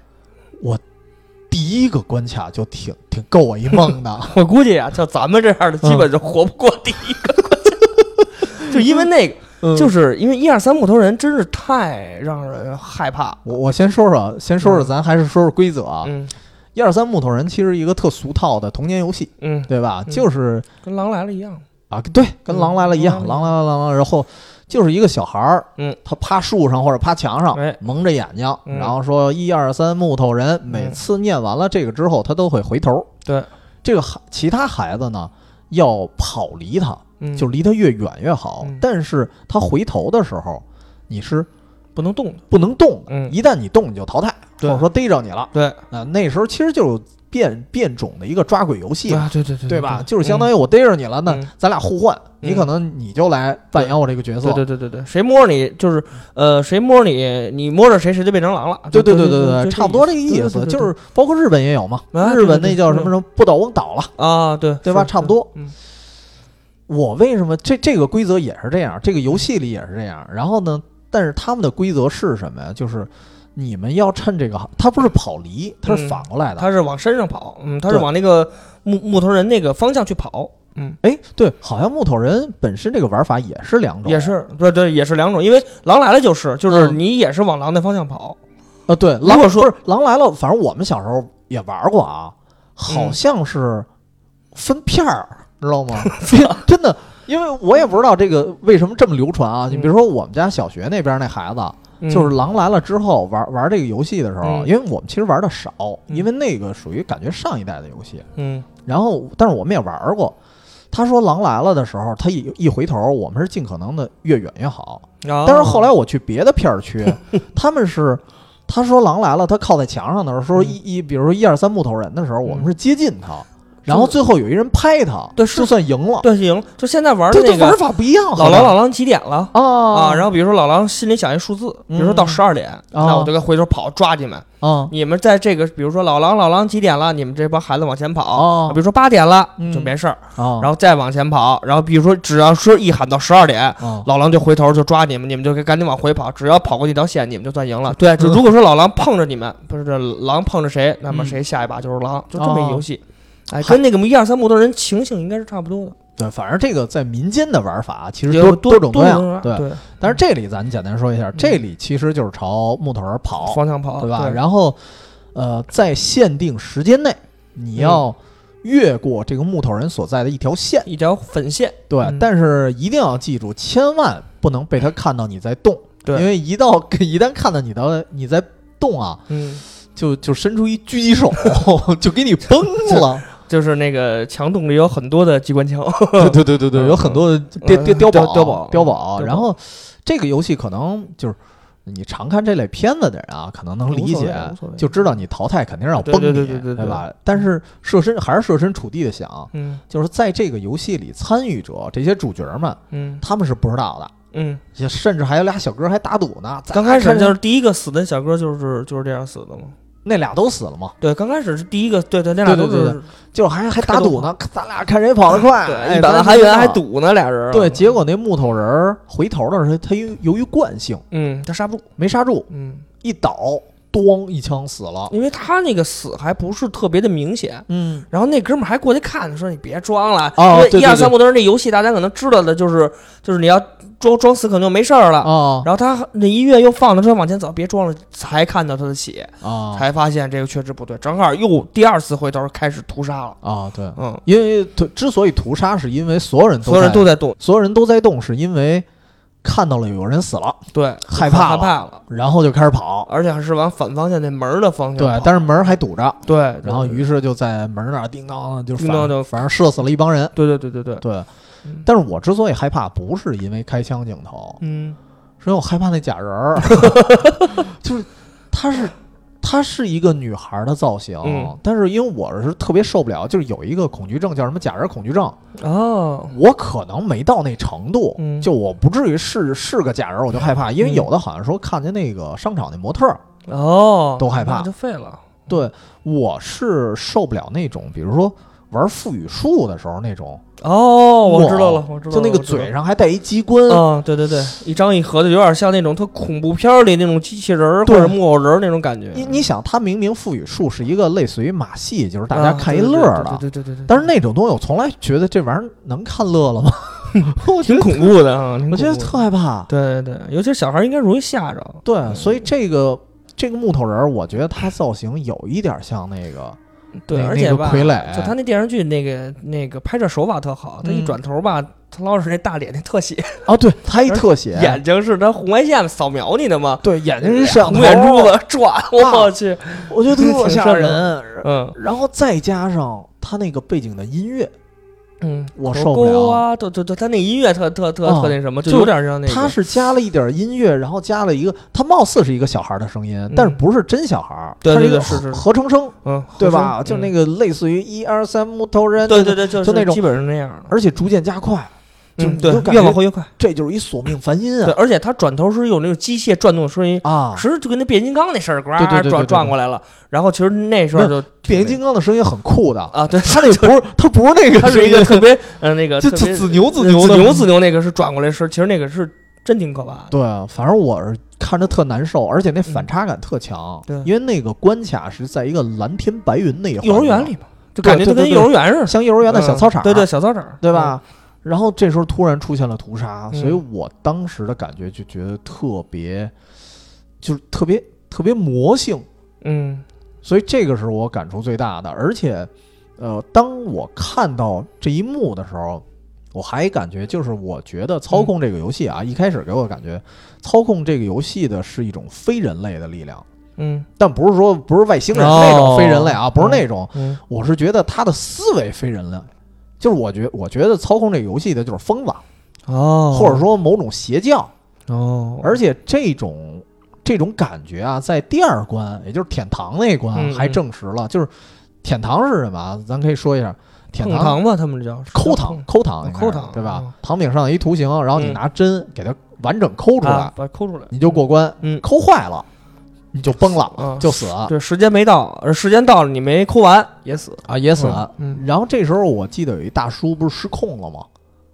[SPEAKER 1] 第一个关卡就挺挺够我一梦 的，
[SPEAKER 2] 我估计啊，像咱们这样的，基本就活不过第一个嗯关卡，嗯 就因为那个，
[SPEAKER 1] 嗯
[SPEAKER 2] 就是是因为一二三木头人真是太让人害怕。
[SPEAKER 1] 我我先说说，先说说咱还是说说规则啊。
[SPEAKER 2] 嗯
[SPEAKER 1] 一二三木头人其实一个特俗套的童年游戏，
[SPEAKER 2] 嗯，
[SPEAKER 1] 对吧？
[SPEAKER 2] 嗯
[SPEAKER 1] 就是
[SPEAKER 2] 跟狼来了一样。
[SPEAKER 1] 啊，对，跟
[SPEAKER 2] 嗯
[SPEAKER 1] 狼来了一样，
[SPEAKER 2] 狼来了
[SPEAKER 1] 狼来了，狼来了，然后就是一个小孩儿，
[SPEAKER 2] 嗯，
[SPEAKER 1] 他趴树上或者趴墙上，
[SPEAKER 2] 哎
[SPEAKER 1] 蒙着眼睛，
[SPEAKER 2] 嗯
[SPEAKER 1] 然后说一二三木头人，每次念完了这个之后，他都会回头。
[SPEAKER 2] 对，
[SPEAKER 1] 这个孩其他孩子呢，要跑离他，
[SPEAKER 2] 嗯，
[SPEAKER 1] 就离他越远越好
[SPEAKER 2] 嗯。
[SPEAKER 1] 但是他回头的时候，你是
[SPEAKER 2] 不能动的。
[SPEAKER 1] 不能动的，
[SPEAKER 2] 嗯
[SPEAKER 1] 一旦你动你就淘汰，或
[SPEAKER 2] 对
[SPEAKER 1] 者说逮着你了。
[SPEAKER 2] 对，
[SPEAKER 1] 啊，那时候其实就是变变种的一个抓鬼游戏嘛
[SPEAKER 2] 啊，对对对，
[SPEAKER 1] 对吧？就是相当于我逮着你了，那
[SPEAKER 2] 嗯
[SPEAKER 1] 咱俩互换，
[SPEAKER 2] 嗯
[SPEAKER 1] 你可能你就来扮演我这个角色
[SPEAKER 2] 对。对对对对，谁摸你就是呃，谁摸你，你摸着谁，谁就变成狼了。
[SPEAKER 1] 对对
[SPEAKER 2] 对
[SPEAKER 1] 对对，差不多这个意
[SPEAKER 2] 对对
[SPEAKER 1] 思，
[SPEAKER 2] 对对
[SPEAKER 1] 就是包括日本也有嘛，
[SPEAKER 2] 啊
[SPEAKER 1] 日本
[SPEAKER 2] 对对对
[SPEAKER 1] 那叫什么
[SPEAKER 2] 对
[SPEAKER 1] 什么不倒翁倒了，
[SPEAKER 2] 啊，对
[SPEAKER 1] 对吧？
[SPEAKER 2] 是
[SPEAKER 1] 差不多。
[SPEAKER 2] 嗯
[SPEAKER 1] 我为什么这这个规则也是这样，这个游戏里也是这样。然后呢，但是他们的规则是什么呀？就是你们要趁这个，它不是跑离，它是
[SPEAKER 2] 嗯
[SPEAKER 1] 反过来的。
[SPEAKER 2] 他是往山上跑，嗯，他是
[SPEAKER 1] 对
[SPEAKER 2] 往那个木木头人那个方向去跑，嗯，
[SPEAKER 1] 哎，对，好像木头人本身这个玩法也是两种，
[SPEAKER 2] 也是对对，也是两种，因为狼来了就是就是
[SPEAKER 1] 嗯
[SPEAKER 2] 你也是往狼的方向跑，
[SPEAKER 1] 啊，对，
[SPEAKER 2] 如
[SPEAKER 1] 狼
[SPEAKER 2] 果说嗯
[SPEAKER 1] 不是狼来了，反正我们小时候也玩过啊，好像是分片儿，知道 吗？真的，因为我也不知道这个为什么这么流传啊。你
[SPEAKER 2] 嗯
[SPEAKER 1] 比如说我们家小学那边那孩子，
[SPEAKER 2] 嗯
[SPEAKER 1] 就是狼来了之后玩玩这个游戏的时候，
[SPEAKER 2] 嗯
[SPEAKER 1] 因为我们其实玩的少，
[SPEAKER 2] 嗯
[SPEAKER 1] 因为那个属于感觉上一代的游戏。
[SPEAKER 2] 嗯
[SPEAKER 1] 然后，但是我们也玩过。他说狼来了的时候，他一一回头，我们是尽可能的越远越好。
[SPEAKER 2] 啊，
[SPEAKER 1] 但是后来我去别的片儿 区，他们是他说狼来了，他靠在墙上的时候，说
[SPEAKER 2] 嗯
[SPEAKER 1] 一一，比如说一二三木头人的时候，我们
[SPEAKER 2] 嗯
[SPEAKER 1] 是接近他，然后最后有一人拍他，
[SPEAKER 2] 对是
[SPEAKER 1] 就算赢了。
[SPEAKER 2] 对行，就现在玩的
[SPEAKER 1] 这
[SPEAKER 2] 那
[SPEAKER 1] 这玩
[SPEAKER 2] 个
[SPEAKER 1] 法不一样，
[SPEAKER 2] 老狼老狼几点了？
[SPEAKER 1] 啊
[SPEAKER 2] 啊，然
[SPEAKER 1] 后
[SPEAKER 2] 后比如说老狼心里想一数字，比如说到
[SPEAKER 1] 嗯
[SPEAKER 2] 十二点，那我就该回头跑抓你们。
[SPEAKER 1] 啊
[SPEAKER 2] 你们在这个，比如说老狼老狼几点了？你们这帮孩子往前跑，
[SPEAKER 1] 啊
[SPEAKER 2] 比如说八点了
[SPEAKER 1] 嗯
[SPEAKER 2] 就没事儿，
[SPEAKER 1] 啊，
[SPEAKER 2] 然后再往前跑，然后比如说只要说一喊到十二点，
[SPEAKER 1] 后
[SPEAKER 2] 老狼就回头就抓你们，你们就赶紧往回跑，只要跑过那条线，你们就算赢了。对，就如果说老狼碰着你们，不是这狼碰着谁，那么
[SPEAKER 1] 嗯
[SPEAKER 2] 谁下一把就是狼，就这么
[SPEAKER 1] 哦
[SPEAKER 2] 一游戏。哎，跟那个一二三木头人情形应该是差不多的，
[SPEAKER 1] 对，反正这个在民间的玩法其实
[SPEAKER 2] 也
[SPEAKER 1] 多
[SPEAKER 2] 有
[SPEAKER 1] 多种
[SPEAKER 2] 多嗯
[SPEAKER 1] 多
[SPEAKER 2] 种
[SPEAKER 1] 样，
[SPEAKER 2] 对啊
[SPEAKER 1] 对。，但是这里咱简单说一下，这里其实就是朝木头人跑，
[SPEAKER 2] 方向跑
[SPEAKER 1] 对吧？
[SPEAKER 2] 哦对
[SPEAKER 1] 然后，呃，在限定时间内，你要越过这个木头人所在的一条线。
[SPEAKER 2] 一条粉线，
[SPEAKER 1] 对，
[SPEAKER 2] 嗯
[SPEAKER 1] 但是一定要记住，千万不能被他看到你在动，
[SPEAKER 2] 对
[SPEAKER 1] 因为一到一旦看到你的你在动啊，
[SPEAKER 2] 嗯，
[SPEAKER 1] 就就伸出一狙击手， 就给你崩了。
[SPEAKER 2] 就是那个墙洞里有很多的机关枪，
[SPEAKER 1] 对对对对对，
[SPEAKER 2] 嗯
[SPEAKER 1] 有很多的碉碉
[SPEAKER 2] 嗯
[SPEAKER 1] 碉堡
[SPEAKER 2] 碉碉堡
[SPEAKER 1] 碉堡。
[SPEAKER 2] 碉堡
[SPEAKER 1] 然后这个游戏可能就是你常看这类片子的人啊，可能能理
[SPEAKER 2] 无所
[SPEAKER 1] 解
[SPEAKER 2] 谓无所谓，
[SPEAKER 1] 就知道你淘汰肯定是要崩你，
[SPEAKER 2] 对对对对对对
[SPEAKER 1] 吧？但是设身还是设身处地的想，
[SPEAKER 2] 嗯
[SPEAKER 1] 就是在这个游戏里参与者这些主角们，
[SPEAKER 2] 嗯
[SPEAKER 1] 他们是不知道的。
[SPEAKER 2] 嗯，
[SPEAKER 1] 也甚至还有俩小哥还打赌呢，咱
[SPEAKER 2] 刚开始
[SPEAKER 1] 看
[SPEAKER 2] 就是第一个死的小哥就是就是这样死的嘛，
[SPEAKER 1] 那俩都死了嘛，
[SPEAKER 2] 对，刚开始是第一个，对对，那俩
[SPEAKER 1] 对
[SPEAKER 2] 都
[SPEAKER 1] 对对
[SPEAKER 2] 是
[SPEAKER 1] 就是还还打赌呢，咱俩看谁跑得快，哎
[SPEAKER 2] 一百万
[SPEAKER 1] 咱
[SPEAKER 2] 韩元
[SPEAKER 1] 咱
[SPEAKER 2] 还赌呢，俩人啊
[SPEAKER 1] 对，结果那木头人儿回头的时候，他由由于惯性
[SPEAKER 2] 嗯，他刹不住，
[SPEAKER 1] 没刹住，
[SPEAKER 2] 嗯，
[SPEAKER 1] 一倒，咣一枪死了。
[SPEAKER 2] 因为他那个死还不是特别的明显。
[SPEAKER 1] 嗯，
[SPEAKER 2] 然后那哥们儿还过去看，说你别装了，
[SPEAKER 1] 哦对对
[SPEAKER 2] 因为一二
[SPEAKER 1] 对
[SPEAKER 2] 三木头人这游戏大家可能知道的就是就是你要装装死可能就没事儿了。
[SPEAKER 1] 啊
[SPEAKER 2] 然后他那音乐又放了，说往前走，别装了，才看到他的血，
[SPEAKER 1] 啊
[SPEAKER 2] 才发现这个确实不对，正好又第二次回头开始屠杀了。
[SPEAKER 1] 啊！对，
[SPEAKER 2] 嗯，
[SPEAKER 1] 因为屠之所以屠杀，是因为所有人都
[SPEAKER 2] 所有人
[SPEAKER 1] 在
[SPEAKER 2] 都在动，
[SPEAKER 1] 所有人都在动，是因为看到了有人死了，
[SPEAKER 2] 对，
[SPEAKER 1] 害
[SPEAKER 2] 怕
[SPEAKER 1] 怕
[SPEAKER 2] 害
[SPEAKER 1] 了
[SPEAKER 2] 了，
[SPEAKER 1] 然后就开始跑。
[SPEAKER 2] 而且还是往反方向那门儿的方向
[SPEAKER 1] 对
[SPEAKER 2] 跑。，
[SPEAKER 1] 但是门儿还堵着，
[SPEAKER 2] 对，
[SPEAKER 1] 然后
[SPEAKER 2] 对
[SPEAKER 1] 于是就在门那儿叮当就
[SPEAKER 2] 叮当就
[SPEAKER 1] 反正射死了一帮人。
[SPEAKER 2] 对对对对对，
[SPEAKER 1] 对
[SPEAKER 2] 嗯，
[SPEAKER 1] 但是我之所以害怕，不是因为开枪镜头，
[SPEAKER 2] 嗯
[SPEAKER 1] 是因为我害怕那假人 儿，就是她是她是一个女孩儿的造型，
[SPEAKER 2] 嗯
[SPEAKER 1] 但是因为我是特别受不了，就是有一个恐惧症叫什么假人恐惧症，
[SPEAKER 2] 哦，
[SPEAKER 1] 我可能没到那程度，
[SPEAKER 2] 嗯
[SPEAKER 1] 就我不至于是是个假人我就害怕，因为
[SPEAKER 2] 嗯
[SPEAKER 1] 有的好像说看见那个商场那模特儿，
[SPEAKER 2] 哦，
[SPEAKER 1] 都害怕
[SPEAKER 2] 那就废了。
[SPEAKER 1] 对我是受不了那种，比如说玩腹语术的时候那种，
[SPEAKER 2] 哦，我知道了，我知道了，
[SPEAKER 1] 就那个
[SPEAKER 2] 我知道
[SPEAKER 1] 嘴
[SPEAKER 2] 了。
[SPEAKER 1] 上还带一机关，
[SPEAKER 2] 啊、对对对，一张一合的，有点像那种特恐怖片儿里那种机器人儿或
[SPEAKER 1] 对
[SPEAKER 2] 者木偶人儿那种感觉。
[SPEAKER 1] 你你想，它明明腹语术是一个类似于马戏，就是大家
[SPEAKER 2] 啊
[SPEAKER 1] 看一
[SPEAKER 2] 对对
[SPEAKER 1] 乐
[SPEAKER 2] 对
[SPEAKER 1] 儿的，
[SPEAKER 2] 对对对对对。
[SPEAKER 1] 但是那种东西我从来觉得这玩意儿能看乐了吗？ 我觉
[SPEAKER 2] 挺
[SPEAKER 1] 得
[SPEAKER 2] 恐怖的啊，挺
[SPEAKER 1] 我觉得
[SPEAKER 2] 恐怖的
[SPEAKER 1] 特害怕。
[SPEAKER 2] 对对对，尤其是小孩儿应该容易吓着。
[SPEAKER 1] 对，所以这个这个木头人儿，我觉得他造型有一点像那个，
[SPEAKER 2] 对，
[SPEAKER 1] 那
[SPEAKER 2] 而
[SPEAKER 1] 那
[SPEAKER 2] 且
[SPEAKER 1] 个
[SPEAKER 2] 吧，
[SPEAKER 1] 傀儡
[SPEAKER 2] 就他那电视剧那个那个拍摄手法特好，他一
[SPEAKER 1] 嗯
[SPEAKER 2] 转头吧，他老是那大脸那特写，
[SPEAKER 1] 哦，对他一特写，
[SPEAKER 2] 啊眼睛是他红外线扫描你的嘛，
[SPEAKER 1] 对眼睛是摄像头
[SPEAKER 2] 红，眼珠子转，我去，
[SPEAKER 1] 我觉得特
[SPEAKER 2] 挺
[SPEAKER 1] 吓
[SPEAKER 2] 瘆人
[SPEAKER 1] 人。
[SPEAKER 2] 嗯
[SPEAKER 1] 然后再加上他那个背景的音乐，
[SPEAKER 2] 嗯，
[SPEAKER 1] 我
[SPEAKER 2] 狗
[SPEAKER 1] 受不了
[SPEAKER 2] 狗啊，对对对，他那音乐特特特
[SPEAKER 1] 啊
[SPEAKER 2] 特那什么，就
[SPEAKER 1] 就
[SPEAKER 2] 有点像那
[SPEAKER 1] 他
[SPEAKER 2] 个，
[SPEAKER 1] 是加了一点音乐，然后加了一个，他貌似是一个小孩的声音，但是不是真小孩儿，
[SPEAKER 2] 嗯对
[SPEAKER 1] 它
[SPEAKER 2] 对
[SPEAKER 1] 一个
[SPEAKER 2] 对是是
[SPEAKER 1] 合成声，
[SPEAKER 2] 嗯，
[SPEAKER 1] 对吧？
[SPEAKER 2] 和
[SPEAKER 1] 就
[SPEAKER 2] 声
[SPEAKER 1] 那
[SPEAKER 2] 嗯
[SPEAKER 1] 个类似于一二三木头人，
[SPEAKER 2] 对对，对，就是
[SPEAKER 1] 就那种
[SPEAKER 2] 基本上那样的，
[SPEAKER 1] 而且逐渐加快，就
[SPEAKER 2] 嗯
[SPEAKER 1] 你就
[SPEAKER 2] 对
[SPEAKER 1] 感，
[SPEAKER 2] 越
[SPEAKER 1] 觉
[SPEAKER 2] 往后越快，
[SPEAKER 1] 这就是一索命梵音
[SPEAKER 2] 对，
[SPEAKER 1] 啊
[SPEAKER 2] 而且他转头是有那种机械转动声音，
[SPEAKER 1] 啊！
[SPEAKER 2] 其实就跟那变形金刚那事儿，呱
[SPEAKER 1] 对对对对
[SPEAKER 2] 转
[SPEAKER 1] 对
[SPEAKER 2] 转
[SPEAKER 1] 对
[SPEAKER 2] 过来了。然后其实那时候就
[SPEAKER 1] 变形金刚的声音很酷 的，
[SPEAKER 2] 啊，对，
[SPEAKER 1] 他那不是他不是那个，
[SPEAKER 2] 它是一个特别呃那个
[SPEAKER 1] 就
[SPEAKER 2] 特别
[SPEAKER 1] 自牛自
[SPEAKER 2] 牛
[SPEAKER 1] 牛的
[SPEAKER 2] 牛自牛那个是转过来是，其实那个是真挺可怕的。
[SPEAKER 1] 对，啊反正我是看着特难受，而且那反差感特强。
[SPEAKER 2] 嗯对
[SPEAKER 1] 因为那个关卡是在一个蓝天白云那一环
[SPEAKER 2] 幼儿园
[SPEAKER 1] 嘛，
[SPEAKER 2] 里嘛，就感觉就跟幼儿园似的，
[SPEAKER 1] 像幼儿园的小操场，啊
[SPEAKER 2] 嗯对对，小操场，
[SPEAKER 1] 对嗯吧？然后这时候突然出现了屠杀，
[SPEAKER 2] 嗯
[SPEAKER 1] 所以我当时的感觉就觉得特别，就是特别特别魔性，
[SPEAKER 2] 嗯？
[SPEAKER 1] 所以这个是我感触最大的。而且，呃，当我看到这一幕的时候，我还感觉就是我觉得操控这个游戏
[SPEAKER 2] 嗯
[SPEAKER 1] 啊，一开始给我的感觉，操控这个游戏的是一种非人类的力量，
[SPEAKER 2] 嗯
[SPEAKER 1] 但不是说不是外星人
[SPEAKER 2] 哦
[SPEAKER 1] 那种非人类啊，不是
[SPEAKER 2] 嗯
[SPEAKER 1] 那种，
[SPEAKER 2] 嗯
[SPEAKER 1] 我是觉得他的思维非人类。就是我觉我觉得操控这个游戏的就是疯子，
[SPEAKER 2] 嗯哦，
[SPEAKER 1] 或者说某种邪教，
[SPEAKER 2] 哦，
[SPEAKER 1] 而且这种这种感觉啊，在第二关，也就是舔糖那一关啊、
[SPEAKER 2] 嗯嗯
[SPEAKER 1] 还证实了，就是舔糖是什么啊？咱可以说一下，舔
[SPEAKER 2] 碰
[SPEAKER 1] 糖、
[SPEAKER 2] 糖吧，他们这叫
[SPEAKER 1] 抠
[SPEAKER 2] 糖
[SPEAKER 1] 糖、抠糖
[SPEAKER 2] 哦
[SPEAKER 1] 应该是、
[SPEAKER 2] 抠糖
[SPEAKER 1] 对吧？
[SPEAKER 2] 哦
[SPEAKER 1] 糖饼上有一图形，然后你
[SPEAKER 2] 嗯
[SPEAKER 1] 拿针给它完整抠出来，
[SPEAKER 2] 啊，把它抠出来，
[SPEAKER 1] 你就过关。
[SPEAKER 2] 嗯
[SPEAKER 1] 抠坏了，你就崩了，
[SPEAKER 2] 啊
[SPEAKER 1] 就死啊，
[SPEAKER 2] 对，时间没到，呃时间到了你没抠完也死，
[SPEAKER 1] 啊也死了。
[SPEAKER 2] 嗯，
[SPEAKER 1] 然后这时候我记得有一大叔不是失控了吗？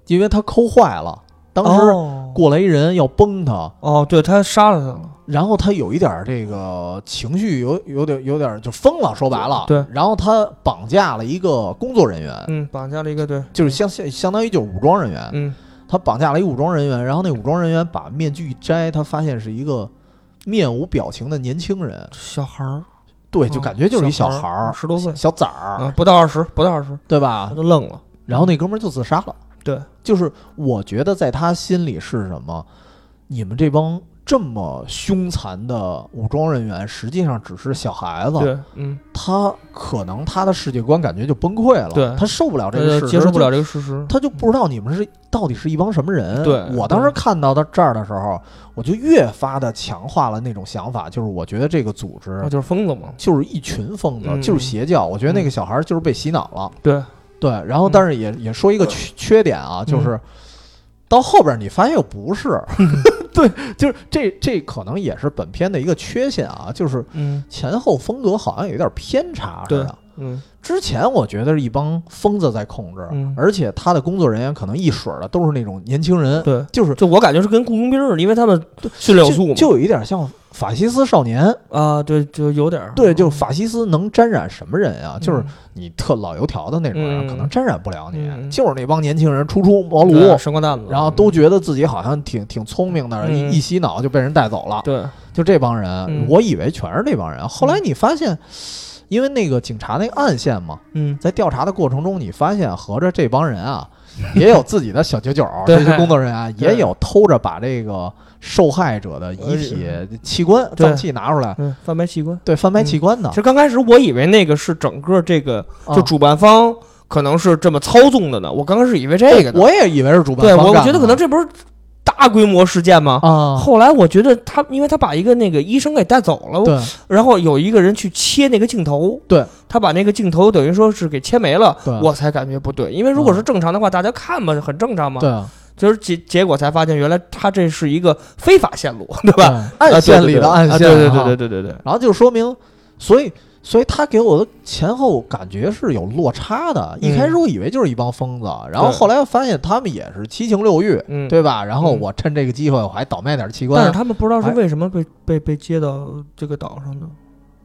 [SPEAKER 1] 因为他抠坏了，当时
[SPEAKER 2] 时
[SPEAKER 1] 过来一人要崩他。
[SPEAKER 2] 哦，对他杀了他了，
[SPEAKER 1] 然后他有一点儿这个情绪有有点有点儿就疯了，说白了。
[SPEAKER 2] 对。
[SPEAKER 1] 然后他绑架了一个工作人员，
[SPEAKER 2] 嗯，绑架了一个对，
[SPEAKER 1] 就是相相相当于就是武装人员。
[SPEAKER 2] 嗯
[SPEAKER 1] 他绑架了一武装人员，然后那武装人员把面具一摘，他发现是一个面无表情的年轻人。
[SPEAKER 2] 小孩儿，嗯
[SPEAKER 1] 对，就感觉就是一小孩
[SPEAKER 2] 儿，
[SPEAKER 1] 儿、
[SPEAKER 2] 十多岁，
[SPEAKER 1] 小崽
[SPEAKER 2] 啊，
[SPEAKER 1] 儿，
[SPEAKER 2] 不到二十，不到二十，
[SPEAKER 1] 对
[SPEAKER 2] 他
[SPEAKER 1] 吧？
[SPEAKER 2] 就愣了。
[SPEAKER 1] 然后那哥们儿就自杀了。
[SPEAKER 2] 对，
[SPEAKER 1] 就是我觉得在他心里是什么？你们这帮这么凶残的武装人员，实际上只是小孩子。
[SPEAKER 2] 对，嗯，
[SPEAKER 1] 他可能他的世界观感觉就崩溃了，
[SPEAKER 2] 对
[SPEAKER 1] 他受不了这
[SPEAKER 2] 呃
[SPEAKER 1] 个事实，
[SPEAKER 2] 接受不
[SPEAKER 1] 就，
[SPEAKER 2] 了这个事实。
[SPEAKER 1] 他就不知道你们是到底是一帮什么人。
[SPEAKER 2] 对
[SPEAKER 1] 我当时看到到这儿的时候，我就越发的强化了那种想法，就是我觉得这个组织
[SPEAKER 2] 那啊就是疯子嘛，
[SPEAKER 1] 就是一群疯子，
[SPEAKER 2] 嗯
[SPEAKER 1] 就是邪教。我觉得那个小孩就是被洗脑了。
[SPEAKER 2] 对，
[SPEAKER 1] 对，然后
[SPEAKER 2] 嗯
[SPEAKER 1] 但是也、也说一个缺缺点啊，就是。到后边你发现又不 是，对，就是这这可能也是本片的一个缺陷啊，就是
[SPEAKER 2] 嗯
[SPEAKER 1] 前后风格好像有点偏差似
[SPEAKER 2] 对
[SPEAKER 1] 的。
[SPEAKER 2] 嗯
[SPEAKER 1] 之前我觉得是一帮疯子在控制，
[SPEAKER 2] 嗯
[SPEAKER 1] 而且他的工作人员可能一水儿的都是那种年轻人，
[SPEAKER 2] 嗯对，
[SPEAKER 1] 就是
[SPEAKER 2] 就我感觉是跟雇佣兵似的，因为他们训练有素
[SPEAKER 1] 就
[SPEAKER 2] 嘛，
[SPEAKER 1] 就有一点像法西斯少年。
[SPEAKER 2] 啊，对，就有点儿
[SPEAKER 1] 对，就是法西斯能沾染什么人啊？
[SPEAKER 2] 嗯
[SPEAKER 1] 就是你特老油条的那种人，啊
[SPEAKER 2] 嗯
[SPEAKER 1] 可能沾染不了你。
[SPEAKER 2] 嗯
[SPEAKER 1] 就是那帮年轻人初出茅
[SPEAKER 2] 对
[SPEAKER 1] 庐，
[SPEAKER 2] 生瓜蛋子，
[SPEAKER 1] 然后都觉得自己好像挺挺聪明的，
[SPEAKER 2] 嗯
[SPEAKER 1] 一一洗脑就被人带走了。
[SPEAKER 2] 对，
[SPEAKER 1] 就这帮人，
[SPEAKER 2] 嗯
[SPEAKER 1] 我以为全是这帮人，后来你发现，因为那个警察那个暗线嘛，
[SPEAKER 2] 嗯，
[SPEAKER 1] 在调查的过程中，你发现合着这帮人啊，也有自己的小九九儿，
[SPEAKER 2] 对
[SPEAKER 1] 这些工作人员啊，
[SPEAKER 2] 对
[SPEAKER 1] 也有偷着把这个受害者的遗体器官、
[SPEAKER 2] 呃对
[SPEAKER 1] 脏器拿出来，
[SPEAKER 2] 嗯，贩卖器官。
[SPEAKER 1] 对，贩卖器官的
[SPEAKER 2] 其。实刚开始我以为那个是整个这个
[SPEAKER 1] 啊
[SPEAKER 2] 就主办方可能是这么操纵的呢，我刚开始以为这个呢，
[SPEAKER 1] 我也以为是主办
[SPEAKER 2] 对
[SPEAKER 1] 方
[SPEAKER 2] 我我
[SPEAKER 1] 干
[SPEAKER 2] 觉得
[SPEAKER 1] 的
[SPEAKER 2] 可能这不是大规模事件吗？
[SPEAKER 1] 啊，
[SPEAKER 2] 后来我觉得他，因为他把一个那个医生给带走了，
[SPEAKER 1] 对
[SPEAKER 2] 然后有一个人去切那个镜头，
[SPEAKER 1] 对，啊
[SPEAKER 2] 他把那个镜头等于说是给切没了
[SPEAKER 1] 对，
[SPEAKER 2] 我才感觉不对，因为如果是正常的话，大家看嘛，很正常嘛，
[SPEAKER 1] 对，啊
[SPEAKER 2] 就是结结果才发现原来他这是一个非法线路，对吧？
[SPEAKER 1] 暗
[SPEAKER 2] 啊对
[SPEAKER 1] 线
[SPEAKER 2] 对
[SPEAKER 1] 里
[SPEAKER 2] 对
[SPEAKER 1] 的暗
[SPEAKER 2] 啊
[SPEAKER 1] 线，
[SPEAKER 2] 对对
[SPEAKER 1] 哈
[SPEAKER 2] 对对对对对，
[SPEAKER 1] 然后就说明，所以所以他给我的前后感觉是有落差的。一
[SPEAKER 2] 嗯
[SPEAKER 1] 开始我以为就是一帮疯子，然后后来发现他们也是七情六欲，
[SPEAKER 2] 嗯，
[SPEAKER 1] 对吧？然后
[SPEAKER 2] 嗯
[SPEAKER 1] 我趁这个机会我还倒卖点器官。
[SPEAKER 2] 但是他们不知道是
[SPEAKER 1] 哎
[SPEAKER 2] 为什么被被被接到这个岛上的，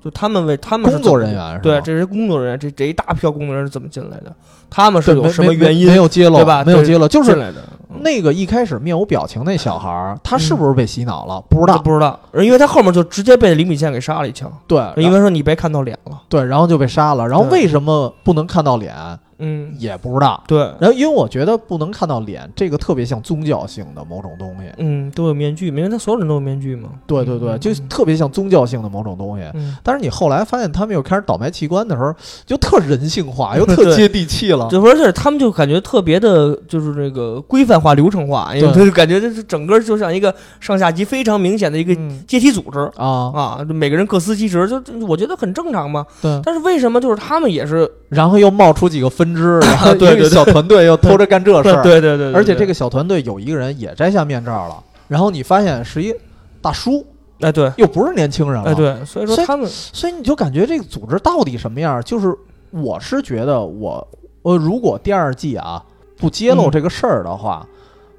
[SPEAKER 2] 就他们为他们是
[SPEAKER 1] 工作
[SPEAKER 2] 怎么
[SPEAKER 1] 人员是吧
[SPEAKER 2] 对这些工作人员，这这一大票工作人员是怎么进来的？他们是
[SPEAKER 1] 对
[SPEAKER 2] 有
[SPEAKER 1] 没
[SPEAKER 2] 什么
[SPEAKER 1] 没
[SPEAKER 2] 原因
[SPEAKER 1] 没有揭露
[SPEAKER 2] 对吧
[SPEAKER 1] 没有
[SPEAKER 2] 对
[SPEAKER 1] 揭露，就
[SPEAKER 2] 进
[SPEAKER 1] 是
[SPEAKER 2] 来的？嗯
[SPEAKER 1] 那个一开始面无表情那小孩儿，他是不是被洗脑了？不知
[SPEAKER 2] 这
[SPEAKER 1] 道。
[SPEAKER 2] 不知道，因为他后面就直接被李米宪给杀了一枪，
[SPEAKER 1] 对，
[SPEAKER 2] 因为说你别看到脸了，
[SPEAKER 1] 对，然后就被杀了。然后
[SPEAKER 2] 对
[SPEAKER 1] 为什么不能看到脸
[SPEAKER 2] 嗯，
[SPEAKER 1] 也不知道。
[SPEAKER 2] 对，
[SPEAKER 1] 然后因为我觉得不能看到脸这个特别像宗教性的某种东西。
[SPEAKER 2] 嗯，都有面具，因为他所有人都有面具嘛，
[SPEAKER 1] 对对对，
[SPEAKER 2] 嗯
[SPEAKER 1] 就特别像宗教性的某种东西。
[SPEAKER 2] 嗯，
[SPEAKER 1] 但是你后来发现他们又开始倒卖器官的时候，就特人性化，又
[SPEAKER 2] 对
[SPEAKER 1] 特接地气了。
[SPEAKER 2] 就而且他们就感觉特别的，就是这个规范化、流程化，因为
[SPEAKER 1] 对
[SPEAKER 2] 就感觉这是整个就像一个上下级非常明显的一个
[SPEAKER 1] 嗯
[SPEAKER 2] 阶梯组织，
[SPEAKER 1] 啊，
[SPEAKER 2] 啊，就每个人各司其职，就就我觉得很正常嘛。
[SPEAKER 1] 对，
[SPEAKER 2] 但是为什么就是他们也是
[SPEAKER 1] 然后又冒出几个分 支，然后一
[SPEAKER 2] 对
[SPEAKER 1] 个
[SPEAKER 2] 对对
[SPEAKER 1] 小团队又 偷着干这事儿，
[SPEAKER 2] 对对对，
[SPEAKER 1] 而且这
[SPEAKER 2] 个
[SPEAKER 1] 个小团队有一个人也摘下面罩了，然后你发现是一大叔，
[SPEAKER 2] 哎对
[SPEAKER 1] 又不是年轻人了，
[SPEAKER 2] 哎对，所以说
[SPEAKER 1] 啊所以
[SPEAKER 2] 他们
[SPEAKER 1] 所以你就感觉这个组织到底什么样儿？就是我是觉得我呃，如果第二季啊不揭露
[SPEAKER 2] 嗯
[SPEAKER 1] 这个事儿的话，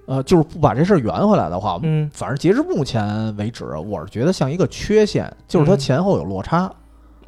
[SPEAKER 1] 呃，就是不把这事儿圆回来的话，
[SPEAKER 2] 嗯
[SPEAKER 1] 反正截至目前为止，我是觉得像一个缺陷，就是它
[SPEAKER 2] 嗯
[SPEAKER 1] 前后有落差。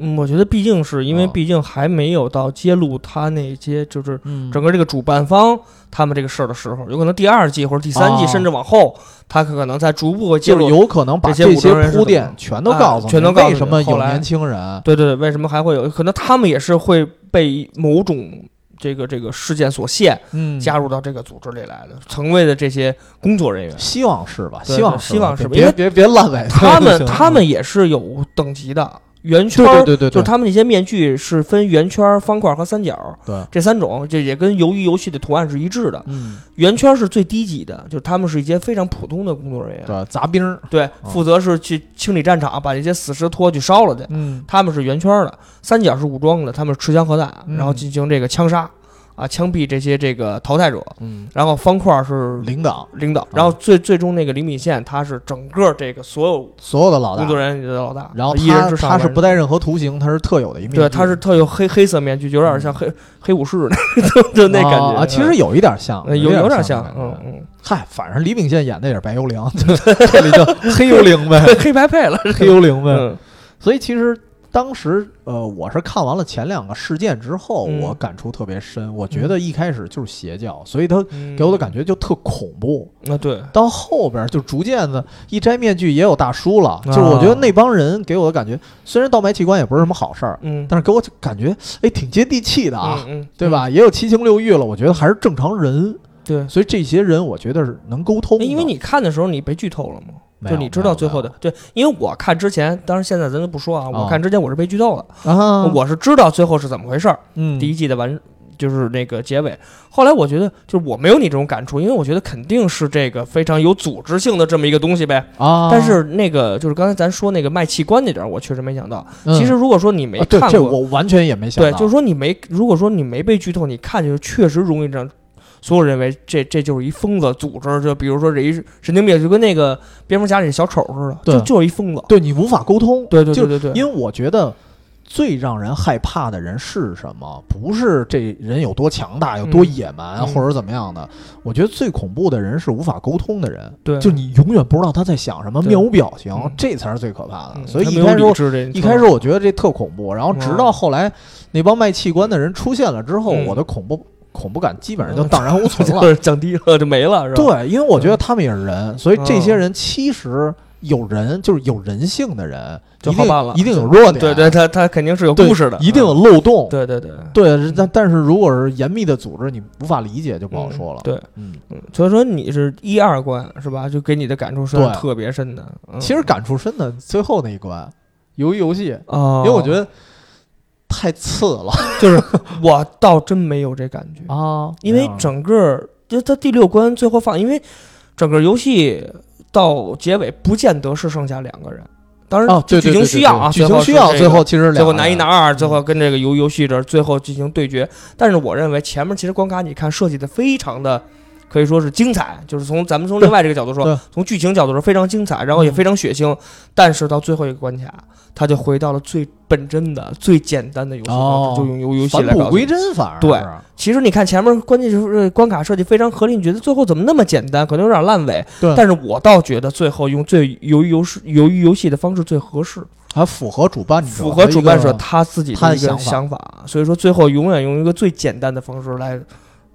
[SPEAKER 2] 嗯，我觉得毕竟是因为
[SPEAKER 1] 啊
[SPEAKER 2] 毕竟还没有到揭露他那些就是
[SPEAKER 1] 嗯
[SPEAKER 2] 整个这个主办方他们这个事儿的时候，有可能第二季或者第三季
[SPEAKER 1] 哦
[SPEAKER 2] 甚至往后，他可能才逐步会揭
[SPEAKER 1] 就是
[SPEAKER 2] 露。
[SPEAKER 1] 有可能把
[SPEAKER 2] 这些武装人
[SPEAKER 1] 些铺
[SPEAKER 2] 是怎么
[SPEAKER 1] 垫全都告诉你，
[SPEAKER 2] 啊全都告诉
[SPEAKER 1] 为
[SPEAKER 2] 你
[SPEAKER 1] 什么有
[SPEAKER 2] 后来
[SPEAKER 1] 年轻人。
[SPEAKER 2] 对对对，为什么还会有？可能他们也是会被某种这个这个事件所限，
[SPEAKER 1] 嗯，
[SPEAKER 2] 加入到这个组织里来的，成为的这些工作人员。
[SPEAKER 1] 希望是吧？
[SPEAKER 2] 对
[SPEAKER 1] 希望
[SPEAKER 2] 对希望
[SPEAKER 1] 是吧
[SPEAKER 2] 是吧
[SPEAKER 1] 别
[SPEAKER 2] 因为
[SPEAKER 1] 别别烂 尾。
[SPEAKER 2] 他
[SPEAKER 1] 就行
[SPEAKER 2] 们
[SPEAKER 1] 了
[SPEAKER 2] 他们也是有等级的，圆圈
[SPEAKER 1] 对
[SPEAKER 2] 儿
[SPEAKER 1] 对对对，
[SPEAKER 2] 就是
[SPEAKER 1] 对
[SPEAKER 2] 他们那些面具是分圆圈、方块和三角，
[SPEAKER 1] 对
[SPEAKER 2] 这三种，这也跟鱿鱼游戏的图案是一致的。
[SPEAKER 1] 嗯，
[SPEAKER 2] 圆圈是最低级的，就是他们是一些非常普通的工作人员，
[SPEAKER 1] 对杂兵儿，
[SPEAKER 2] 对，
[SPEAKER 1] 嗯
[SPEAKER 2] 负责是去清理战场，把这些死尸拖去烧了去。
[SPEAKER 1] 嗯
[SPEAKER 2] 他们是圆圈的，三角是武装的，他们是持枪核弹，
[SPEAKER 1] 嗯
[SPEAKER 2] 然后进行这个枪杀啊，枪毙这些这个淘汰者。
[SPEAKER 1] 嗯，
[SPEAKER 2] 然后方块是
[SPEAKER 1] 领啊导
[SPEAKER 2] 领导，然后最最终那个李米宪他是整个这个所有
[SPEAKER 1] 所有的老大
[SPEAKER 2] 工作人员里的老大，
[SPEAKER 1] 然后
[SPEAKER 2] 一人
[SPEAKER 1] 他
[SPEAKER 2] 之上
[SPEAKER 1] 他
[SPEAKER 2] 万
[SPEAKER 1] 是
[SPEAKER 2] 人
[SPEAKER 1] 不带任何图形，他是特有的一面具。
[SPEAKER 2] 对，他是特有黑黑色面具，就有点像黑、黑武士那 就就那感觉
[SPEAKER 1] 啊，嗯其实有一点像，
[SPEAKER 2] 嗯有
[SPEAKER 1] 有像
[SPEAKER 2] 点像
[SPEAKER 1] 那，感觉。
[SPEAKER 2] 嗯
[SPEAKER 1] 嗨，反正李秉宪演的也是白幽 灵，这里就黑幽灵呗，
[SPEAKER 2] 嗯， 黑白配了，
[SPEAKER 1] 黑幽灵呗。
[SPEAKER 2] 嗯
[SPEAKER 1] 所以其实当时呃，我是看完了前两个事件之后，
[SPEAKER 2] 嗯
[SPEAKER 1] 我感触特别深。我觉得一开始就是邪教，所以他
[SPEAKER 2] 嗯，
[SPEAKER 1] 给我的感觉就特恐怖。
[SPEAKER 2] 觉，啊对，
[SPEAKER 1] 到后边就逐渐的，一摘面具也有大叔
[SPEAKER 2] 啊
[SPEAKER 1] 了。就是我觉得那帮人给我的感觉，虽然倒卖器官也不是什么好事儿，
[SPEAKER 2] 嗯，
[SPEAKER 1] 但是给我感觉哎挺接地气的啊。
[SPEAKER 2] 嗯，嗯
[SPEAKER 1] 对？吧？也有七情六欲了，我觉得还是正常人，
[SPEAKER 2] 对，
[SPEAKER 1] 所以这些人我觉得是能沟通
[SPEAKER 2] 哎
[SPEAKER 1] 的。
[SPEAKER 2] 因为你看的时候你被剧透了吗？
[SPEAKER 1] 没
[SPEAKER 2] 就
[SPEAKER 1] 有
[SPEAKER 2] 你知道最后的，对，因为我看之前，当然现在咱就不说啊，
[SPEAKER 1] 哦
[SPEAKER 2] 我看之前我是被剧透了，
[SPEAKER 1] 没有啊，
[SPEAKER 2] 我是知道最后是怎么回事儿，
[SPEAKER 1] 嗯，
[SPEAKER 2] 第一季的完就是那个结尾。后来我觉得就是我没有你这种感触，因为我觉得肯定是这个非常有组织性的这么一个东西呗，
[SPEAKER 1] 啊，
[SPEAKER 2] 但是那个就是刚才咱说那个卖器官那点儿，我确实没想到。
[SPEAKER 1] 嗯
[SPEAKER 2] 其实如果说你没
[SPEAKER 1] 啊对
[SPEAKER 2] 看
[SPEAKER 1] 这
[SPEAKER 2] 过，
[SPEAKER 1] 我完全也没想
[SPEAKER 2] 对
[SPEAKER 1] 到，
[SPEAKER 2] 就是说你没，如果说你没被剧透，你看就是确实容易让所有人认为这这就是一疯子组织，就比如说这一神经病，就跟那个蝙蝠侠里小丑似的，
[SPEAKER 1] 对
[SPEAKER 2] 就就是一疯子。
[SPEAKER 1] 对你无法沟通，
[SPEAKER 2] 对对
[SPEAKER 1] 就
[SPEAKER 2] 对对对，
[SPEAKER 1] 因为我觉得。最让人害怕的人是什么？不是这人有多强大、有多野蛮，
[SPEAKER 2] 嗯
[SPEAKER 1] 或者怎么样的。我觉得最恐怖的人是无法沟通的人，
[SPEAKER 2] 对，
[SPEAKER 1] 就你永远不知道他在想什么，
[SPEAKER 2] 对
[SPEAKER 1] 面无表情
[SPEAKER 2] 嗯，
[SPEAKER 1] 这才是最可怕的。
[SPEAKER 2] 嗯
[SPEAKER 1] 所以
[SPEAKER 2] 他
[SPEAKER 1] 一
[SPEAKER 2] 没有
[SPEAKER 1] 开始
[SPEAKER 2] 理
[SPEAKER 1] 我
[SPEAKER 2] 智这
[SPEAKER 1] 一开始我觉得这特恐怖，然后直到
[SPEAKER 2] 嗯
[SPEAKER 1] 后来那帮卖器官的人出现了之后，
[SPEAKER 2] 嗯
[SPEAKER 1] 我的恐怖恐怖感基本上就荡然无存了。
[SPEAKER 2] 就是降低 了就没了，是吧？
[SPEAKER 1] 对，因为我觉得他们也是人，所以这些
[SPEAKER 2] 嗯
[SPEAKER 1] 人其实有人就是有人性的人，
[SPEAKER 2] 就
[SPEAKER 1] 一
[SPEAKER 2] 好办了
[SPEAKER 1] 定一定有弱点，
[SPEAKER 2] 对对，他他肯定是有
[SPEAKER 1] 对
[SPEAKER 2] 故事的，
[SPEAKER 1] 一定有
[SPEAKER 2] 嗯
[SPEAKER 1] 漏洞。
[SPEAKER 2] 对对对。
[SPEAKER 1] 对，但但是如果是严密的组织，你无法理解就不好说了。
[SPEAKER 2] 对，
[SPEAKER 1] 嗯，
[SPEAKER 2] 嗯所以说你是一二关是吧？就给你的感触是
[SPEAKER 1] 对
[SPEAKER 2] 特别深的。嗯
[SPEAKER 1] 其实感触深的最后那一关，游游戏，因
[SPEAKER 2] 啊，
[SPEAKER 1] 为我觉得太次了
[SPEAKER 2] 我倒真没有这感觉，
[SPEAKER 1] 啊
[SPEAKER 2] 因为整个就它第六关最后放，因为整个游戏到结尾不见得是剩下两个人，当然
[SPEAKER 1] 哦，对
[SPEAKER 2] 剧
[SPEAKER 1] 对对对
[SPEAKER 2] 情需要啊，
[SPEAKER 1] 对剧情需要，
[SPEAKER 2] 最
[SPEAKER 1] 最
[SPEAKER 2] 后是
[SPEAKER 1] 后其实
[SPEAKER 2] 这个最后
[SPEAKER 1] 两个嗯
[SPEAKER 2] 拿
[SPEAKER 1] 人
[SPEAKER 2] 一拿二，最后跟这个游游戏这儿最后进行对决。但是我认为前面其实关卡你看设计的非常的可以说是精彩，就是从咱们从另外这个角度
[SPEAKER 1] 对
[SPEAKER 2] 说，从剧情角度说非常精彩，然后也
[SPEAKER 1] 嗯
[SPEAKER 2] 非常血腥，但是到最后一个关卡，他就回到了最本真的、最简单的游戏方
[SPEAKER 1] 哦
[SPEAKER 2] 式，就用游游戏
[SPEAKER 1] 返
[SPEAKER 2] 来
[SPEAKER 1] 璞
[SPEAKER 2] 搞。
[SPEAKER 1] 归真，反而
[SPEAKER 2] 对
[SPEAKER 1] 是
[SPEAKER 2] 其实你看前面关键就是关卡设计非常合理，你觉得最后怎么那么简单？可能有点烂尾，
[SPEAKER 1] 对
[SPEAKER 2] 但是我倒觉得最后用最由于游戏由于游戏的方式最合适，
[SPEAKER 1] 还符合主办者的一个，
[SPEAKER 2] 符合主办者他自己
[SPEAKER 1] 他
[SPEAKER 2] 的
[SPEAKER 1] 的
[SPEAKER 2] 一个
[SPEAKER 1] 想法
[SPEAKER 2] 想法。所以说最后永远用一个最简单的方式来，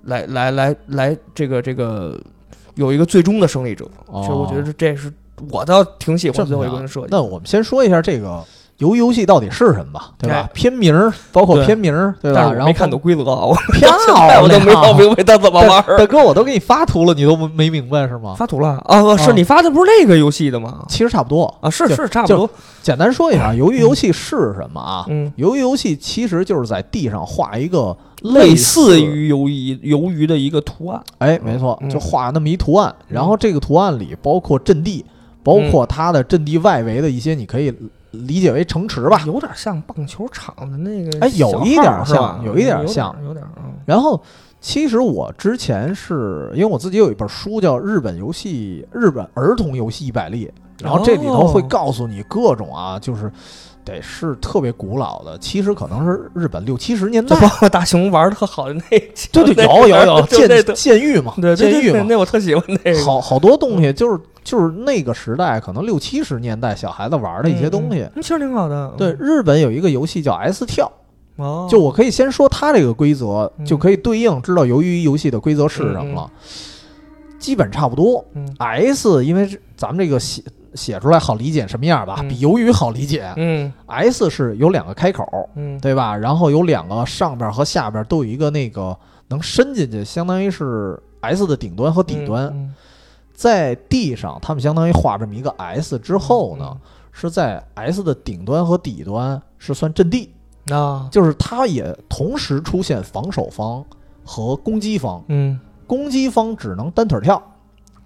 [SPEAKER 2] 来来来来这个这个有一个最终的胜利者。
[SPEAKER 1] 哦
[SPEAKER 2] 其实我觉得这是我倒挺喜欢最后一个人设计。
[SPEAKER 1] 那我们先说一下这个游游戏到底是什么吧，对吧
[SPEAKER 2] 哎？
[SPEAKER 1] 片名儿包括
[SPEAKER 2] 对
[SPEAKER 1] 片名儿，对吧？
[SPEAKER 2] 但是
[SPEAKER 1] 然后
[SPEAKER 2] 我
[SPEAKER 1] 哦
[SPEAKER 2] 没看懂规则啊，我
[SPEAKER 1] 漂亮，
[SPEAKER 2] 我都没搞 明白他怎么玩
[SPEAKER 1] 大
[SPEAKER 2] 儿。
[SPEAKER 1] 大哥，我都给你发图了，你都没明白是吗？
[SPEAKER 2] 发图了啊？哦是
[SPEAKER 1] 啊
[SPEAKER 2] 你发的不是那个游戏的吗？
[SPEAKER 1] 其实差不多，
[SPEAKER 2] 啊，是
[SPEAKER 1] 就是
[SPEAKER 2] 差不多。
[SPEAKER 1] 简单说一 下，鱿鱼游戏是什么啊？
[SPEAKER 2] 嗯，
[SPEAKER 1] 鱿鱼游戏其实就是在地上画一个
[SPEAKER 2] 类
[SPEAKER 1] 似
[SPEAKER 2] 似于鱿鱼鱿鱼的一个图案。
[SPEAKER 1] 哎，没错，
[SPEAKER 2] 嗯
[SPEAKER 1] 就画那么一图案，
[SPEAKER 2] 嗯
[SPEAKER 1] 然后这个图案里包括阵地，包括它的阵地外围的一些，你可以理解为城池吧。
[SPEAKER 2] 有点像棒球场的那个
[SPEAKER 1] 哎有
[SPEAKER 2] 小
[SPEAKER 1] 一
[SPEAKER 2] 号
[SPEAKER 1] 点
[SPEAKER 2] 是
[SPEAKER 1] 像
[SPEAKER 2] 吧
[SPEAKER 1] 有一点
[SPEAKER 2] 有
[SPEAKER 1] 像，
[SPEAKER 2] 有点儿嗯
[SPEAKER 1] 然后，其实我之前是因为我自己有一本书叫《日本游戏日本儿童游戏一百例》，然后这里头会
[SPEAKER 2] 哦
[SPEAKER 1] 告诉你各种啊，就是得是特别古老的，其实可能是日本六七十年
[SPEAKER 2] 就
[SPEAKER 1] 代，
[SPEAKER 2] 包括大熊玩的特好的那集，
[SPEAKER 1] 对 对，有有有
[SPEAKER 2] 就那
[SPEAKER 1] 监
[SPEAKER 2] 段
[SPEAKER 1] 监狱嘛，
[SPEAKER 2] 对对
[SPEAKER 1] 监
[SPEAKER 2] 对
[SPEAKER 1] 狱
[SPEAKER 2] 对，
[SPEAKER 1] 嘛，
[SPEAKER 2] 那我特喜欢那个。
[SPEAKER 1] 好嗯好多东西就是就是那个时代，可能六七十年代小孩子玩的一些东西
[SPEAKER 2] 嗯，。嗯其实挺好的。
[SPEAKER 1] 对，日本有一个游戏叫 S 跳，
[SPEAKER 2] 嗯，哦，
[SPEAKER 1] 就我可以先说它这个规则，
[SPEAKER 2] 嗯
[SPEAKER 1] 就可以对应知道鱿鱼游戏的规则是什么了，基本差不多。
[SPEAKER 2] 嗯
[SPEAKER 1] S 因为这咱们这个写写出来好理解什么样吧，
[SPEAKER 2] 嗯
[SPEAKER 1] 比鱿鱼好理解。
[SPEAKER 2] 嗯
[SPEAKER 1] S 是有两个开口，
[SPEAKER 2] 嗯，
[SPEAKER 1] 对吧？然后有两个上边和下边都有一个那个能伸进去，相当于是 S 的顶端和底端。
[SPEAKER 2] 嗯
[SPEAKER 1] 在地上，他们相当于画这么一个 S 之后呢，
[SPEAKER 2] 嗯
[SPEAKER 1] 是在 S 的顶端和底端是算阵地，
[SPEAKER 2] 嗯啊，
[SPEAKER 1] 就是它也同时出现防守方和攻击方，
[SPEAKER 2] 嗯
[SPEAKER 1] 攻击方只能单腿跳，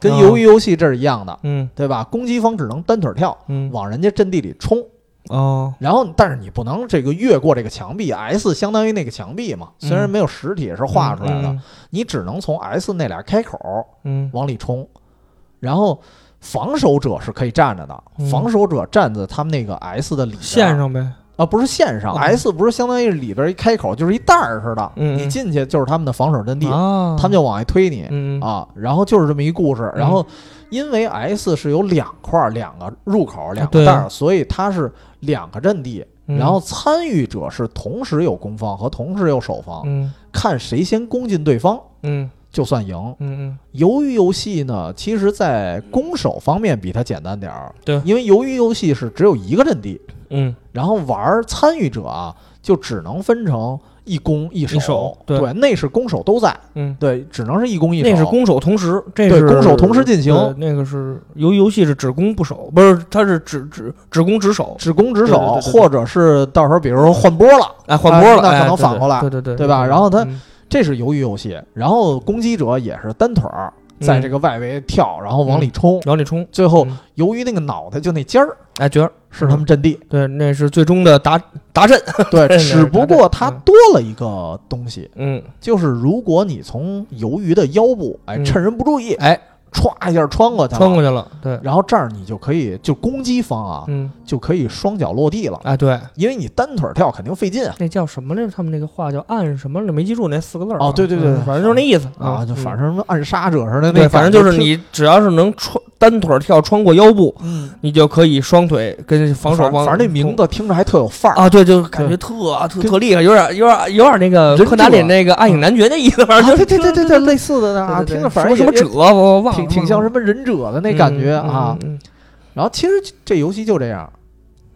[SPEAKER 1] 跟
[SPEAKER 2] 啊
[SPEAKER 1] 鱿鱼游戏这是一样的，
[SPEAKER 2] 嗯
[SPEAKER 1] 对吧？攻击方只能单腿跳，
[SPEAKER 2] 嗯，
[SPEAKER 1] 往人家阵地里冲，
[SPEAKER 2] 哦，
[SPEAKER 1] 然后但是你不能这个越过这个墙壁，S 相当于那个墙壁嘛，虽然
[SPEAKER 2] 嗯
[SPEAKER 1] 没有实体也是画出来的，
[SPEAKER 2] 嗯，
[SPEAKER 1] 你只能从 S 那俩开口
[SPEAKER 2] 嗯
[SPEAKER 1] 往里冲，然后防守者是可以站着的，
[SPEAKER 2] 嗯
[SPEAKER 1] 防守者站在他们那个 S 的里边
[SPEAKER 2] 嗯，线上呗，
[SPEAKER 1] 啊，不是线上、
[SPEAKER 2] 哦
[SPEAKER 1] S 不是相当于里边一开口就是一袋儿似的，
[SPEAKER 2] 嗯嗯
[SPEAKER 1] 你进去就是他们的防守阵地，
[SPEAKER 2] 啊，
[SPEAKER 1] 他们就往外推你、
[SPEAKER 2] 嗯
[SPEAKER 1] 啊，然后就是这么一故事。然后因为 S 是有两块儿两个入口两个
[SPEAKER 2] 对
[SPEAKER 1] 袋儿，所以它是两个阵地，
[SPEAKER 2] 嗯
[SPEAKER 1] 然后参与者是同时有攻方和同时有守方，
[SPEAKER 2] 嗯
[SPEAKER 1] 看谁先攻进对方
[SPEAKER 2] 嗯
[SPEAKER 1] 就算赢。
[SPEAKER 2] 嗯嗯
[SPEAKER 1] 鱿鱼游戏呢，其实在攻守方面比它简单点儿，
[SPEAKER 2] 对
[SPEAKER 1] 因为鱿鱼游戏是只有一个阵地，
[SPEAKER 2] 嗯
[SPEAKER 1] 然后玩儿参与者啊，就只能分成一攻一守，
[SPEAKER 2] 一守对
[SPEAKER 1] 那是攻守都在，
[SPEAKER 2] 嗯。
[SPEAKER 1] 对，只能是一攻一守。
[SPEAKER 2] 那是攻守同时，这
[SPEAKER 1] 对
[SPEAKER 2] 是
[SPEAKER 1] 攻守同时进行
[SPEAKER 2] 对那个是由于游戏是只攻不守，不是，它是只只只攻只守，
[SPEAKER 1] 只攻只守，
[SPEAKER 2] 对对对对
[SPEAKER 1] 或者是到时候比如说换波了，
[SPEAKER 2] 哎，换波了，
[SPEAKER 1] 啊那可
[SPEAKER 2] 哎
[SPEAKER 1] 能
[SPEAKER 2] 对
[SPEAKER 1] 反
[SPEAKER 2] 对
[SPEAKER 1] 过来
[SPEAKER 2] 对对对，
[SPEAKER 1] 对吧然后它
[SPEAKER 2] 嗯
[SPEAKER 1] 这是鱿鱼游戏。然后攻击者也是单腿儿在这个外围跳，然后往里冲，
[SPEAKER 2] 往里冲，
[SPEAKER 1] 最后
[SPEAKER 2] 嗯
[SPEAKER 1] 由于那个脑袋就那尖儿
[SPEAKER 2] 哎，角儿
[SPEAKER 1] 是他们阵地，
[SPEAKER 2] 对，那是最终的达达阵，
[SPEAKER 1] 对，
[SPEAKER 2] 对
[SPEAKER 1] 只不过它
[SPEAKER 2] 嗯
[SPEAKER 1] 多了一个东西，
[SPEAKER 2] 嗯，
[SPEAKER 1] 就是如果你从鱿鱼的腰部，哎，
[SPEAKER 2] 嗯
[SPEAKER 1] 趁人不注意，
[SPEAKER 2] 哎，
[SPEAKER 1] 歘一下穿过去了，啊
[SPEAKER 2] 穿过去了，对，
[SPEAKER 1] 然后这儿你就可以就攻击方啊，
[SPEAKER 2] 嗯，
[SPEAKER 1] 就可以双脚落地了，
[SPEAKER 2] 哎，对，
[SPEAKER 1] 因为你单腿跳肯定费劲啊。
[SPEAKER 2] 那叫什么来着？他们那个话叫暗什么？没记住那四个字儿啊
[SPEAKER 1] 哦对对对
[SPEAKER 2] 嗯
[SPEAKER 1] 对
[SPEAKER 2] 反正就是那意思
[SPEAKER 1] 啊，就反
[SPEAKER 2] 正
[SPEAKER 1] 正什么暗杀者似的那
[SPEAKER 2] 嗯
[SPEAKER 1] 感觉，
[SPEAKER 2] 对，反正就是你只要是能穿单腿跳穿过腰部，
[SPEAKER 1] 嗯，
[SPEAKER 2] 你就可以双腿跟防守
[SPEAKER 1] 反
[SPEAKER 2] 方，
[SPEAKER 1] 反正那名字听着还特有范儿，
[SPEAKER 2] 啊，对，就感觉特特特厉害，有点有点有点那个
[SPEAKER 1] 忍
[SPEAKER 2] 柯南里
[SPEAKER 1] 者
[SPEAKER 2] 那个暗影男爵那意思，反
[SPEAKER 1] 啊
[SPEAKER 2] 正就
[SPEAKER 1] 对对对对对，类似的呢啊，听着反正
[SPEAKER 2] 什么
[SPEAKER 1] 也
[SPEAKER 2] 什么者，我忘了，
[SPEAKER 1] 挺挺像什
[SPEAKER 2] 是
[SPEAKER 1] 么忍者的那感觉啊。，
[SPEAKER 2] 嗯嗯
[SPEAKER 1] 然后其实这游戏就这样，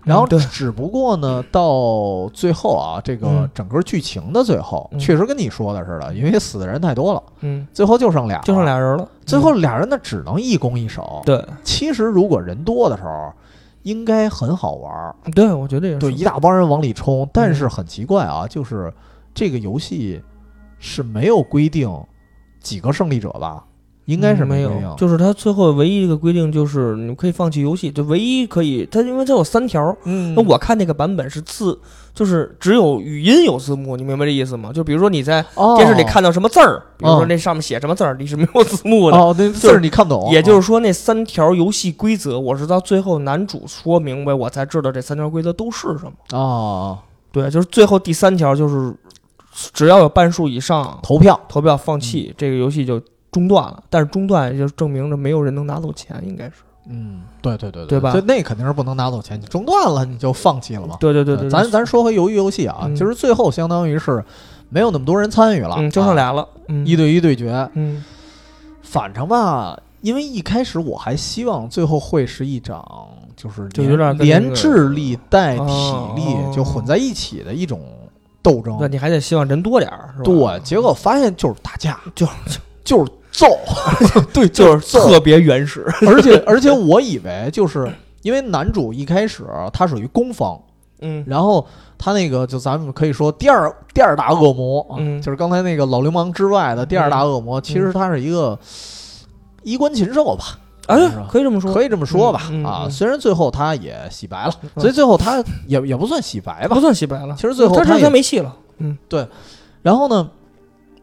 [SPEAKER 1] 然后
[SPEAKER 2] 嗯对
[SPEAKER 1] 只不过呢，到最后啊，这个
[SPEAKER 2] 嗯
[SPEAKER 1] 整个剧情的最后，
[SPEAKER 2] 嗯
[SPEAKER 1] 确实跟你说的似的，因为死的人太多了，
[SPEAKER 2] 嗯，
[SPEAKER 1] 最后就剩俩，
[SPEAKER 2] 就剩。俩嗯人了，
[SPEAKER 1] 啊
[SPEAKER 2] 嗯
[SPEAKER 1] 最后俩人呢，只能一攻一守。
[SPEAKER 2] 对
[SPEAKER 1] 其实如果人多的时候，应该很好玩儿，
[SPEAKER 2] 对，我觉得也是，
[SPEAKER 1] 对，一大帮人往里冲。但是很奇怪啊，嗯就是这个游戏是没有规定几个胜利者吧？应该是
[SPEAKER 2] 嗯没
[SPEAKER 1] 有，
[SPEAKER 2] 有，就是他最后唯一一个规定就是你可以放弃游戏，就唯一可以他因为它有三条，
[SPEAKER 1] 嗯，
[SPEAKER 2] 那我看那个版本是字，就是只有语音有字幕，你明白这意思吗？就比如说你在
[SPEAKER 1] 哦
[SPEAKER 2] 电视里看到什么字儿，比如说
[SPEAKER 1] 嗯
[SPEAKER 2] 那上面写什么字儿，你是没有字幕的。
[SPEAKER 1] 哦，那字儿你看懂，
[SPEAKER 2] 也就是说，那三条游戏规则，我是到最后男主说明白，我才知道这三条规则都是什么。
[SPEAKER 1] 哦，
[SPEAKER 2] 对，就是最后第三条就是，只要有半数以上
[SPEAKER 1] 投票
[SPEAKER 2] 投票放弃，
[SPEAKER 1] 嗯
[SPEAKER 2] 这个游戏就中断了。但是中断就证明着没有人能拿走钱，应该是。
[SPEAKER 1] 嗯，对对对
[SPEAKER 2] 对吧
[SPEAKER 1] 就那肯定是不能拿走钱，你中断了你就放弃了嘛。
[SPEAKER 2] 对对对对，
[SPEAKER 1] 啊呃咱咱说回鱿鱼游戏啊，
[SPEAKER 2] 嗯
[SPEAKER 1] 其实最后相当于是没有那么多人参与了，
[SPEAKER 2] 嗯，就剩
[SPEAKER 1] 啊
[SPEAKER 2] 俩了，嗯，
[SPEAKER 1] 一对一对决。
[SPEAKER 2] 嗯
[SPEAKER 1] 反正吧，因为一开始我还希望最后会是一场就是
[SPEAKER 2] 就有点
[SPEAKER 1] 连
[SPEAKER 2] 跟
[SPEAKER 1] 连
[SPEAKER 2] 那个
[SPEAKER 1] 智力带体
[SPEAKER 2] 哦
[SPEAKER 1] 力就混在一起的一种斗争
[SPEAKER 2] 那。你还得希望人多点儿，是吧？
[SPEAKER 1] 对，结果发现就是打架，
[SPEAKER 2] 就
[SPEAKER 1] 就是揍，
[SPEAKER 2] 对，就是特别原始，
[SPEAKER 1] 而且而且我以为就是因为男主一开始他属于攻方。
[SPEAKER 2] 嗯
[SPEAKER 1] 然后他那个就咱们可以说第二第二大恶魔，啊
[SPEAKER 2] 嗯
[SPEAKER 1] 就是刚才那个老流氓之外的第二大恶魔，其实他是一个衣冠禽兽吧，
[SPEAKER 2] 哎
[SPEAKER 1] 是吧，
[SPEAKER 2] 可以这么说，
[SPEAKER 1] 可以这么说吧、
[SPEAKER 2] 嗯嗯
[SPEAKER 1] 啊。
[SPEAKER 2] 嗯
[SPEAKER 1] 虽然最后他也洗白了，
[SPEAKER 2] 嗯
[SPEAKER 1] 所以最后他也也不算洗白吧
[SPEAKER 2] 不。算洗白了。
[SPEAKER 1] 其实最后
[SPEAKER 2] 他
[SPEAKER 1] 他
[SPEAKER 2] 这
[SPEAKER 1] 也
[SPEAKER 2] 他没戏了，嗯，
[SPEAKER 1] 然后呢，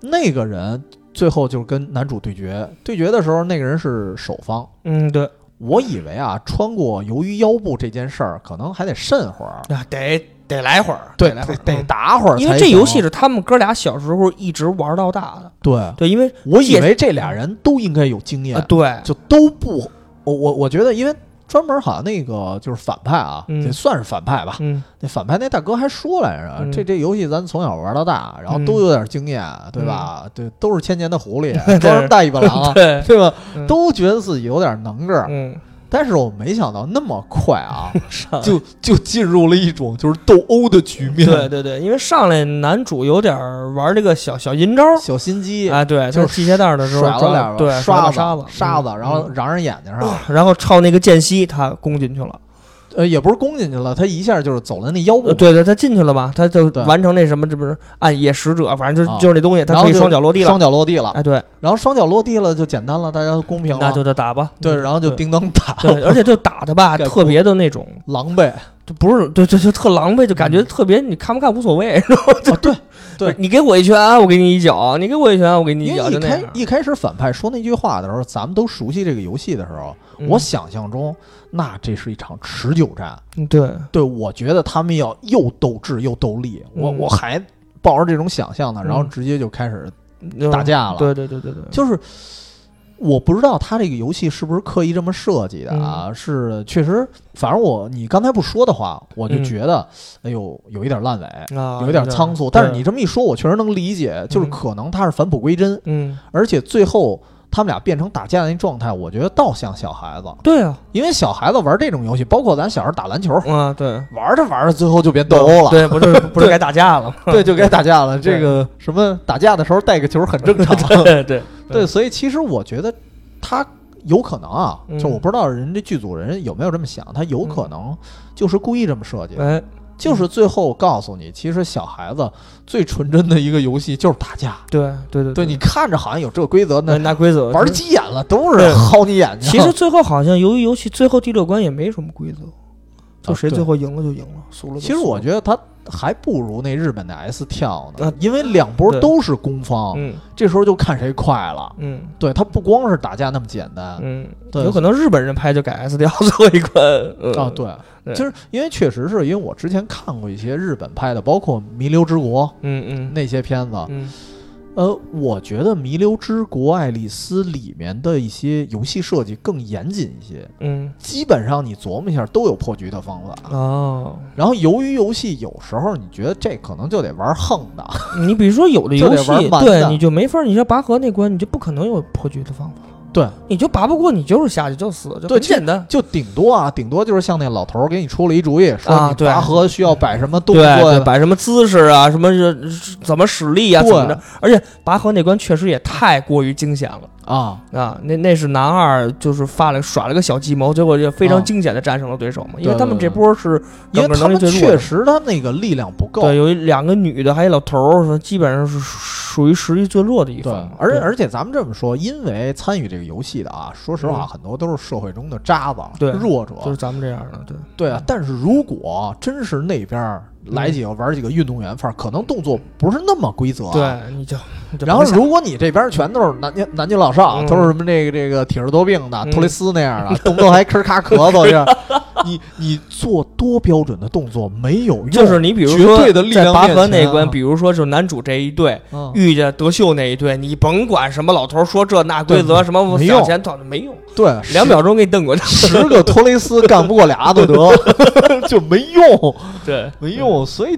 [SPEAKER 1] 那个人最后就是跟男主对决，对决的时候那个人是守方。
[SPEAKER 2] 嗯，对，
[SPEAKER 1] 我以为啊，穿过由于腰部这件事儿，可能还得慎会儿，
[SPEAKER 2] 啊，得得来会儿，
[SPEAKER 1] 对，
[SPEAKER 2] 来
[SPEAKER 1] 得
[SPEAKER 2] 会儿，
[SPEAKER 1] 得
[SPEAKER 2] 嗯
[SPEAKER 1] 打会儿才行，
[SPEAKER 2] 因为这游戏是他们哥俩小时候一直玩到大的，
[SPEAKER 1] 对。
[SPEAKER 2] 对，因为
[SPEAKER 1] 我以
[SPEAKER 2] 借
[SPEAKER 1] 为这俩人都应该有经验，
[SPEAKER 2] 啊，对，
[SPEAKER 1] 就都不，我我我觉得，因为专门好像那个就是反派啊，
[SPEAKER 2] 嗯
[SPEAKER 1] 也算是反派吧。
[SPEAKER 2] 嗯，
[SPEAKER 1] 那反派那大哥还说来着，
[SPEAKER 2] 嗯
[SPEAKER 1] 这这游戏咱从小玩到大，然后
[SPEAKER 2] 嗯
[SPEAKER 1] 都有点经验，对吧？对，都是千年的狐狸，
[SPEAKER 2] 对，
[SPEAKER 1] 装什么大尾巴狼啊
[SPEAKER 2] 对，
[SPEAKER 1] 对吧？
[SPEAKER 2] 嗯
[SPEAKER 1] 都觉得自己有点能个儿，
[SPEAKER 2] 嗯，
[SPEAKER 1] 但是我没想到那么快 啊，
[SPEAKER 2] 上
[SPEAKER 1] 就就进入了一种就是斗殴的局面，
[SPEAKER 2] 对对对，因为上来男主有点儿玩这个小小阴招儿，
[SPEAKER 1] 小心机。
[SPEAKER 2] 啊，对，
[SPEAKER 1] 就是
[SPEAKER 2] 系鞋带儿的时候
[SPEAKER 1] 甩了
[SPEAKER 2] 抓
[SPEAKER 1] 两
[SPEAKER 2] 对，
[SPEAKER 1] 把刷
[SPEAKER 2] 刷把
[SPEAKER 1] 子
[SPEAKER 2] 沙子，
[SPEAKER 1] 沙
[SPEAKER 2] 嗯
[SPEAKER 1] 子，然后嚷嚷眼睛上，
[SPEAKER 2] 嗯然后朝那个间隙他攻进去了，
[SPEAKER 1] 呃，也不是攻进去了，他一下就是走了那腰部
[SPEAKER 2] 呃，对对，他进去了吧，他就
[SPEAKER 1] 对
[SPEAKER 2] 完成那什么，这不是暗夜使者，反正就
[SPEAKER 1] 啊
[SPEAKER 2] 就是那东西，
[SPEAKER 1] 然
[SPEAKER 2] 他
[SPEAKER 1] 后
[SPEAKER 2] 可以
[SPEAKER 1] 就
[SPEAKER 2] 双脚落地了，
[SPEAKER 1] 双脚落地了。
[SPEAKER 2] 哎，对，
[SPEAKER 1] 然后双脚落地了就简单了，大家都公平
[SPEAKER 2] 那
[SPEAKER 1] 了。
[SPEAKER 2] 就得打吧，
[SPEAKER 1] 对，
[SPEAKER 2] 嗯
[SPEAKER 1] 然后就叮当打，
[SPEAKER 2] 对，而且就打的吧，
[SPEAKER 1] 盖
[SPEAKER 2] 特别的那种，
[SPEAKER 1] 狼狈。
[SPEAKER 2] 就不是，对，就就特狼狈，就感觉特别，你看不看无所谓，然后就
[SPEAKER 1] 对对
[SPEAKER 2] 你给我一拳，我给你一脚，你给我一拳，我给你一
[SPEAKER 1] 因
[SPEAKER 2] 脚，
[SPEAKER 1] 为
[SPEAKER 2] 就
[SPEAKER 1] 一
[SPEAKER 2] 那
[SPEAKER 1] 开
[SPEAKER 2] 样。
[SPEAKER 1] 一开始反派说那句话的时候，咱们都熟悉这个游戏的时候，
[SPEAKER 2] 嗯
[SPEAKER 1] 我想象中那这是一场持久战。
[SPEAKER 2] 嗯对，
[SPEAKER 1] 对，我觉得他们要又斗智又斗力，我
[SPEAKER 2] 嗯
[SPEAKER 1] 我还抱着这种想象呢，然后
[SPEAKER 2] 嗯
[SPEAKER 1] 直接就开始
[SPEAKER 2] 就
[SPEAKER 1] 打架了
[SPEAKER 2] 对对对对对，
[SPEAKER 1] 就是我不知道他这个游戏是不是刻意这么设计的啊？
[SPEAKER 2] 嗯
[SPEAKER 1] 是确实，反正我你刚才不说的话，我就
[SPEAKER 2] 嗯
[SPEAKER 1] 觉得、哎呦有一点烂尾，
[SPEAKER 2] 啊，
[SPEAKER 1] 有一点仓促。但是你
[SPEAKER 2] 对
[SPEAKER 1] 这么一说，我确实能理解，就是
[SPEAKER 2] 嗯
[SPEAKER 1] 可能他是返璞归真，
[SPEAKER 2] 嗯，
[SPEAKER 1] 而且最后。他们俩变成打架的那状态，我觉得倒像小孩子，
[SPEAKER 2] 对啊，
[SPEAKER 1] 因为小孩子玩这种游戏，包括咱小时候打篮球，
[SPEAKER 2] 啊对，
[SPEAKER 1] 玩着玩着最后就变斗殴了，
[SPEAKER 2] 对，不是不是该打架了吗？
[SPEAKER 1] 对，就该打架了。
[SPEAKER 2] 对
[SPEAKER 1] 这个什么打架的时候带个球很正常，
[SPEAKER 2] 对对
[SPEAKER 1] 对，，所以其实我觉得他有可能啊，
[SPEAKER 2] 嗯
[SPEAKER 1] 就我不知道人这剧组人有没有这么想，他有可能就是故意这么设计的，
[SPEAKER 2] 哎，
[SPEAKER 1] 就是最后告诉你，其实小孩子最纯真的一个游戏就是打架。
[SPEAKER 2] 对对对
[SPEAKER 1] 对，你看着好像有这个规则，
[SPEAKER 2] 那
[SPEAKER 1] 那
[SPEAKER 2] 那规则
[SPEAKER 1] 玩啊
[SPEAKER 2] 就是
[SPEAKER 1] 急眼了都是
[SPEAKER 2] 对
[SPEAKER 1] 薅你眼睛。
[SPEAKER 2] 其实最后好像由于游戏最后第六关也没什么规则，就
[SPEAKER 1] 啊
[SPEAKER 2] 谁
[SPEAKER 1] 对
[SPEAKER 2] 最后赢了就赢了，输了就
[SPEAKER 1] 其实我
[SPEAKER 2] 得，
[SPEAKER 1] 觉得他还不如那日本的 S 跳呢
[SPEAKER 2] 啊，
[SPEAKER 1] 因为两波
[SPEAKER 2] 对
[SPEAKER 1] 都是攻方，
[SPEAKER 2] 嗯
[SPEAKER 1] 这时候就看谁快了。
[SPEAKER 2] 嗯
[SPEAKER 1] 对他不光是打架那么简单，
[SPEAKER 2] 嗯，
[SPEAKER 1] 啊对
[SPEAKER 2] 有可能日本人拍就改 S 调最后一关嗯
[SPEAKER 1] 啊，对，
[SPEAKER 2] 对
[SPEAKER 1] 其实因为确实是因为我之前看过一些日本拍的，包括《弥留之国》
[SPEAKER 2] 嗯嗯
[SPEAKER 1] 那些片子，
[SPEAKER 2] 嗯
[SPEAKER 1] 呃，我觉得《弥留之国爱丽丝》里面的一些游戏设计更严谨一些，
[SPEAKER 2] 嗯
[SPEAKER 1] 基本上你琢磨一下都有破局的方法。
[SPEAKER 2] 哦，
[SPEAKER 1] 然后由于游戏有时候你觉得这可能就得玩横的，
[SPEAKER 2] 你比如说有的
[SPEAKER 1] 就
[SPEAKER 2] 游
[SPEAKER 1] 得
[SPEAKER 2] 戏
[SPEAKER 1] 玩蛮
[SPEAKER 2] 对
[SPEAKER 1] 的
[SPEAKER 2] 你就没法儿，你像拔河那关你就不可能有破局的方法，
[SPEAKER 1] 对，
[SPEAKER 2] 你就拔不过你就是下去就死，就
[SPEAKER 1] 对
[SPEAKER 2] 很
[SPEAKER 1] 其实
[SPEAKER 2] 简单。
[SPEAKER 1] 就顶多啊，顶多就是像那老头儿给你出了一主意，说
[SPEAKER 2] 啊
[SPEAKER 1] 你
[SPEAKER 2] 对
[SPEAKER 1] 拔河需要摆什么动
[SPEAKER 2] 对
[SPEAKER 1] 作
[SPEAKER 2] 对，
[SPEAKER 1] 呀，
[SPEAKER 2] 摆什么姿势啊，什么是是怎么使力啊，
[SPEAKER 1] 对
[SPEAKER 2] 怎么着？而且拔河那关确实也太过于惊险了。
[SPEAKER 1] 啊，
[SPEAKER 2] 啊，那那是男二，就是发了耍了个小计谋，结果就非
[SPEAKER 1] 啊
[SPEAKER 2] 常惊险的战胜了对手嘛。因为
[SPEAKER 1] 对
[SPEAKER 2] 他们
[SPEAKER 1] 对
[SPEAKER 2] 这波是
[SPEAKER 1] 因为
[SPEAKER 2] 整个
[SPEAKER 1] 他
[SPEAKER 2] 能力
[SPEAKER 1] 们
[SPEAKER 2] 最弱
[SPEAKER 1] 确
[SPEAKER 2] 的，
[SPEAKER 1] 实他那个力量不够，
[SPEAKER 2] 对，有一两个女的，还有一老头儿，基本上是属于实力最弱的一
[SPEAKER 1] 对
[SPEAKER 2] 方嘛，。
[SPEAKER 1] 而
[SPEAKER 2] 对
[SPEAKER 1] 而且咱们这么说，因为参与这个游戏的啊，说实话，
[SPEAKER 2] 嗯
[SPEAKER 1] 很多都是社会中的渣子、啊
[SPEAKER 2] 对
[SPEAKER 1] 弱者，
[SPEAKER 2] 就是咱们这样的，对，
[SPEAKER 1] 对啊。但是如果真是那边儿来几个玩几个运动员范儿，可能动作不是那么规则、啊。。
[SPEAKER 2] 对，你就你就
[SPEAKER 1] 然后
[SPEAKER 2] 甭想
[SPEAKER 1] 如果你这边全都是南京南京老少，
[SPEAKER 2] 嗯
[SPEAKER 1] 都是什么这个这个体质多病的
[SPEAKER 2] 嗯
[SPEAKER 1] 托雷斯那 样的，动不动还咳咔咳嗽，这样你你做多标准的动作没有用，
[SPEAKER 2] 就是你比如
[SPEAKER 1] 绝
[SPEAKER 2] 说
[SPEAKER 1] 对的力
[SPEAKER 2] 在
[SPEAKER 1] 量
[SPEAKER 2] 拔
[SPEAKER 1] 面
[SPEAKER 2] 河那一
[SPEAKER 1] 前啊
[SPEAKER 2] 关，比如说就是男主这一队
[SPEAKER 1] 嗯
[SPEAKER 2] 遇见德秀那一队，你甭管什么老头说这那规则
[SPEAKER 1] 对
[SPEAKER 2] 什么
[SPEAKER 1] 没
[SPEAKER 2] 向
[SPEAKER 1] 用啊
[SPEAKER 2] 前躺没用，
[SPEAKER 1] 对
[SPEAKER 2] 两秒钟给你瞪过去。
[SPEAKER 1] 十个托雷斯干不过俩阿德德， 就没用，
[SPEAKER 2] 对，
[SPEAKER 1] 没用。啊所以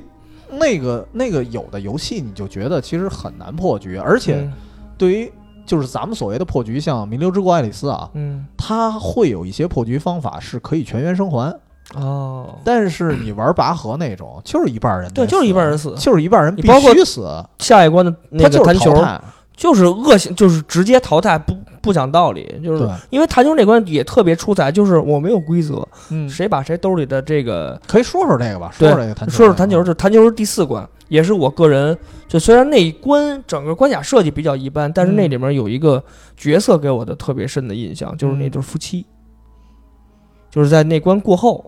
[SPEAKER 1] 那个那个有的游戏你就觉得其实很难破局，而且
[SPEAKER 2] 嗯
[SPEAKER 1] 对于就是咱们所谓的破局，像《弥留之国爱丽丝》啊，
[SPEAKER 2] 嗯
[SPEAKER 1] 它会有一些破局方法是可以全员生还，
[SPEAKER 2] 哦，
[SPEAKER 1] 但是你玩拔河那种就是一半人得
[SPEAKER 2] 对，就是一半人
[SPEAKER 1] 死，
[SPEAKER 2] 死。
[SPEAKER 1] 就是一半人
[SPEAKER 2] 你
[SPEAKER 1] 必
[SPEAKER 2] 包括
[SPEAKER 1] 须死，
[SPEAKER 2] 下一关的
[SPEAKER 1] 他
[SPEAKER 2] 那个
[SPEAKER 1] 就是
[SPEAKER 2] 弹球
[SPEAKER 1] 淘，汰。
[SPEAKER 2] 就是恶性，就是直接淘汰，不不讲道理，就是
[SPEAKER 1] 对，
[SPEAKER 2] 因为弹球那关也特别出彩，就是我没有规则，
[SPEAKER 1] 嗯，
[SPEAKER 2] 谁把谁兜里的这个
[SPEAKER 1] 可以说说这个吧，
[SPEAKER 2] 对
[SPEAKER 1] 说说这个弹球，啊
[SPEAKER 2] 说说弹球，，就弹球是第四关，也是我个人就虽然那一关整个关卡设计比较一般，但是那
[SPEAKER 1] 嗯
[SPEAKER 2] 里面有一个角色给我的特别深的印象，就是那
[SPEAKER 1] 嗯
[SPEAKER 2] 对夫妻，就是在那关过后，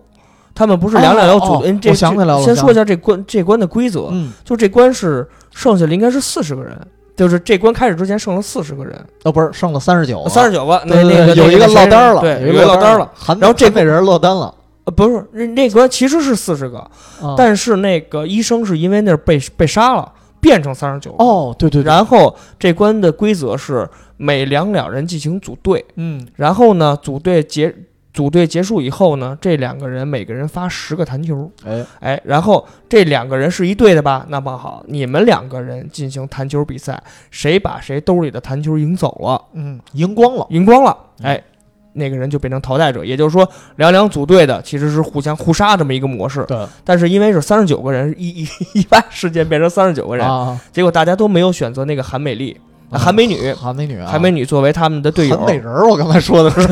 [SPEAKER 2] 他们不是两两要组
[SPEAKER 1] 哦哦
[SPEAKER 2] 队，嗯这
[SPEAKER 1] 我想起来了我
[SPEAKER 2] 先
[SPEAKER 1] 想
[SPEAKER 2] 说一下这关这关的规则，
[SPEAKER 1] 嗯，
[SPEAKER 2] 就这关是剩下的应该是四十个人。就是这关开始之前剩了四十个人，
[SPEAKER 1] 哦，不是，剩了三十九，
[SPEAKER 2] 三十九个，那
[SPEAKER 1] 对对
[SPEAKER 2] 那个
[SPEAKER 1] 对有一
[SPEAKER 2] 那
[SPEAKER 1] 个
[SPEAKER 2] 谁
[SPEAKER 1] 落单了，
[SPEAKER 2] 对，
[SPEAKER 1] 有
[SPEAKER 2] 一个落单
[SPEAKER 1] 单
[SPEAKER 2] 了，，
[SPEAKER 1] 韩
[SPEAKER 2] 然后这
[SPEAKER 1] 韩美人落单了，
[SPEAKER 2] 呃，不是那那关其实是四十个，
[SPEAKER 1] 啊
[SPEAKER 2] 但是那个医生是因为那儿被被杀了，变成三十九。，
[SPEAKER 1] 哦，对对对，
[SPEAKER 2] 然后这关的规则是每两两人进行组队，
[SPEAKER 1] 嗯
[SPEAKER 2] 然后呢，组队结组队结束以后呢，这两个人每个人发十个弹球，
[SPEAKER 1] 哎
[SPEAKER 2] 哎，然后这两个人是一队的吧？那么好，你们两个人进行弹球比赛，谁把谁兜里的弹球赢走了，
[SPEAKER 1] 嗯，赢光了，
[SPEAKER 2] 赢光了，
[SPEAKER 1] 嗯
[SPEAKER 2] 哎。那个人就变成淘汰者，也就是说，两两组队的其实是互相互杀这么一个模式。
[SPEAKER 1] 对
[SPEAKER 2] 但是因为是三十九个人，一一一 般事件变成三十九个人，
[SPEAKER 1] 啊，
[SPEAKER 2] 结果大家都没有选择那个韩美丽、
[SPEAKER 1] 啊
[SPEAKER 2] 韩美女、
[SPEAKER 1] 韩美女啊，
[SPEAKER 2] 韩美女作为他们的队
[SPEAKER 1] 韩美
[SPEAKER 2] 友，
[SPEAKER 1] 人儿，我刚才说的是，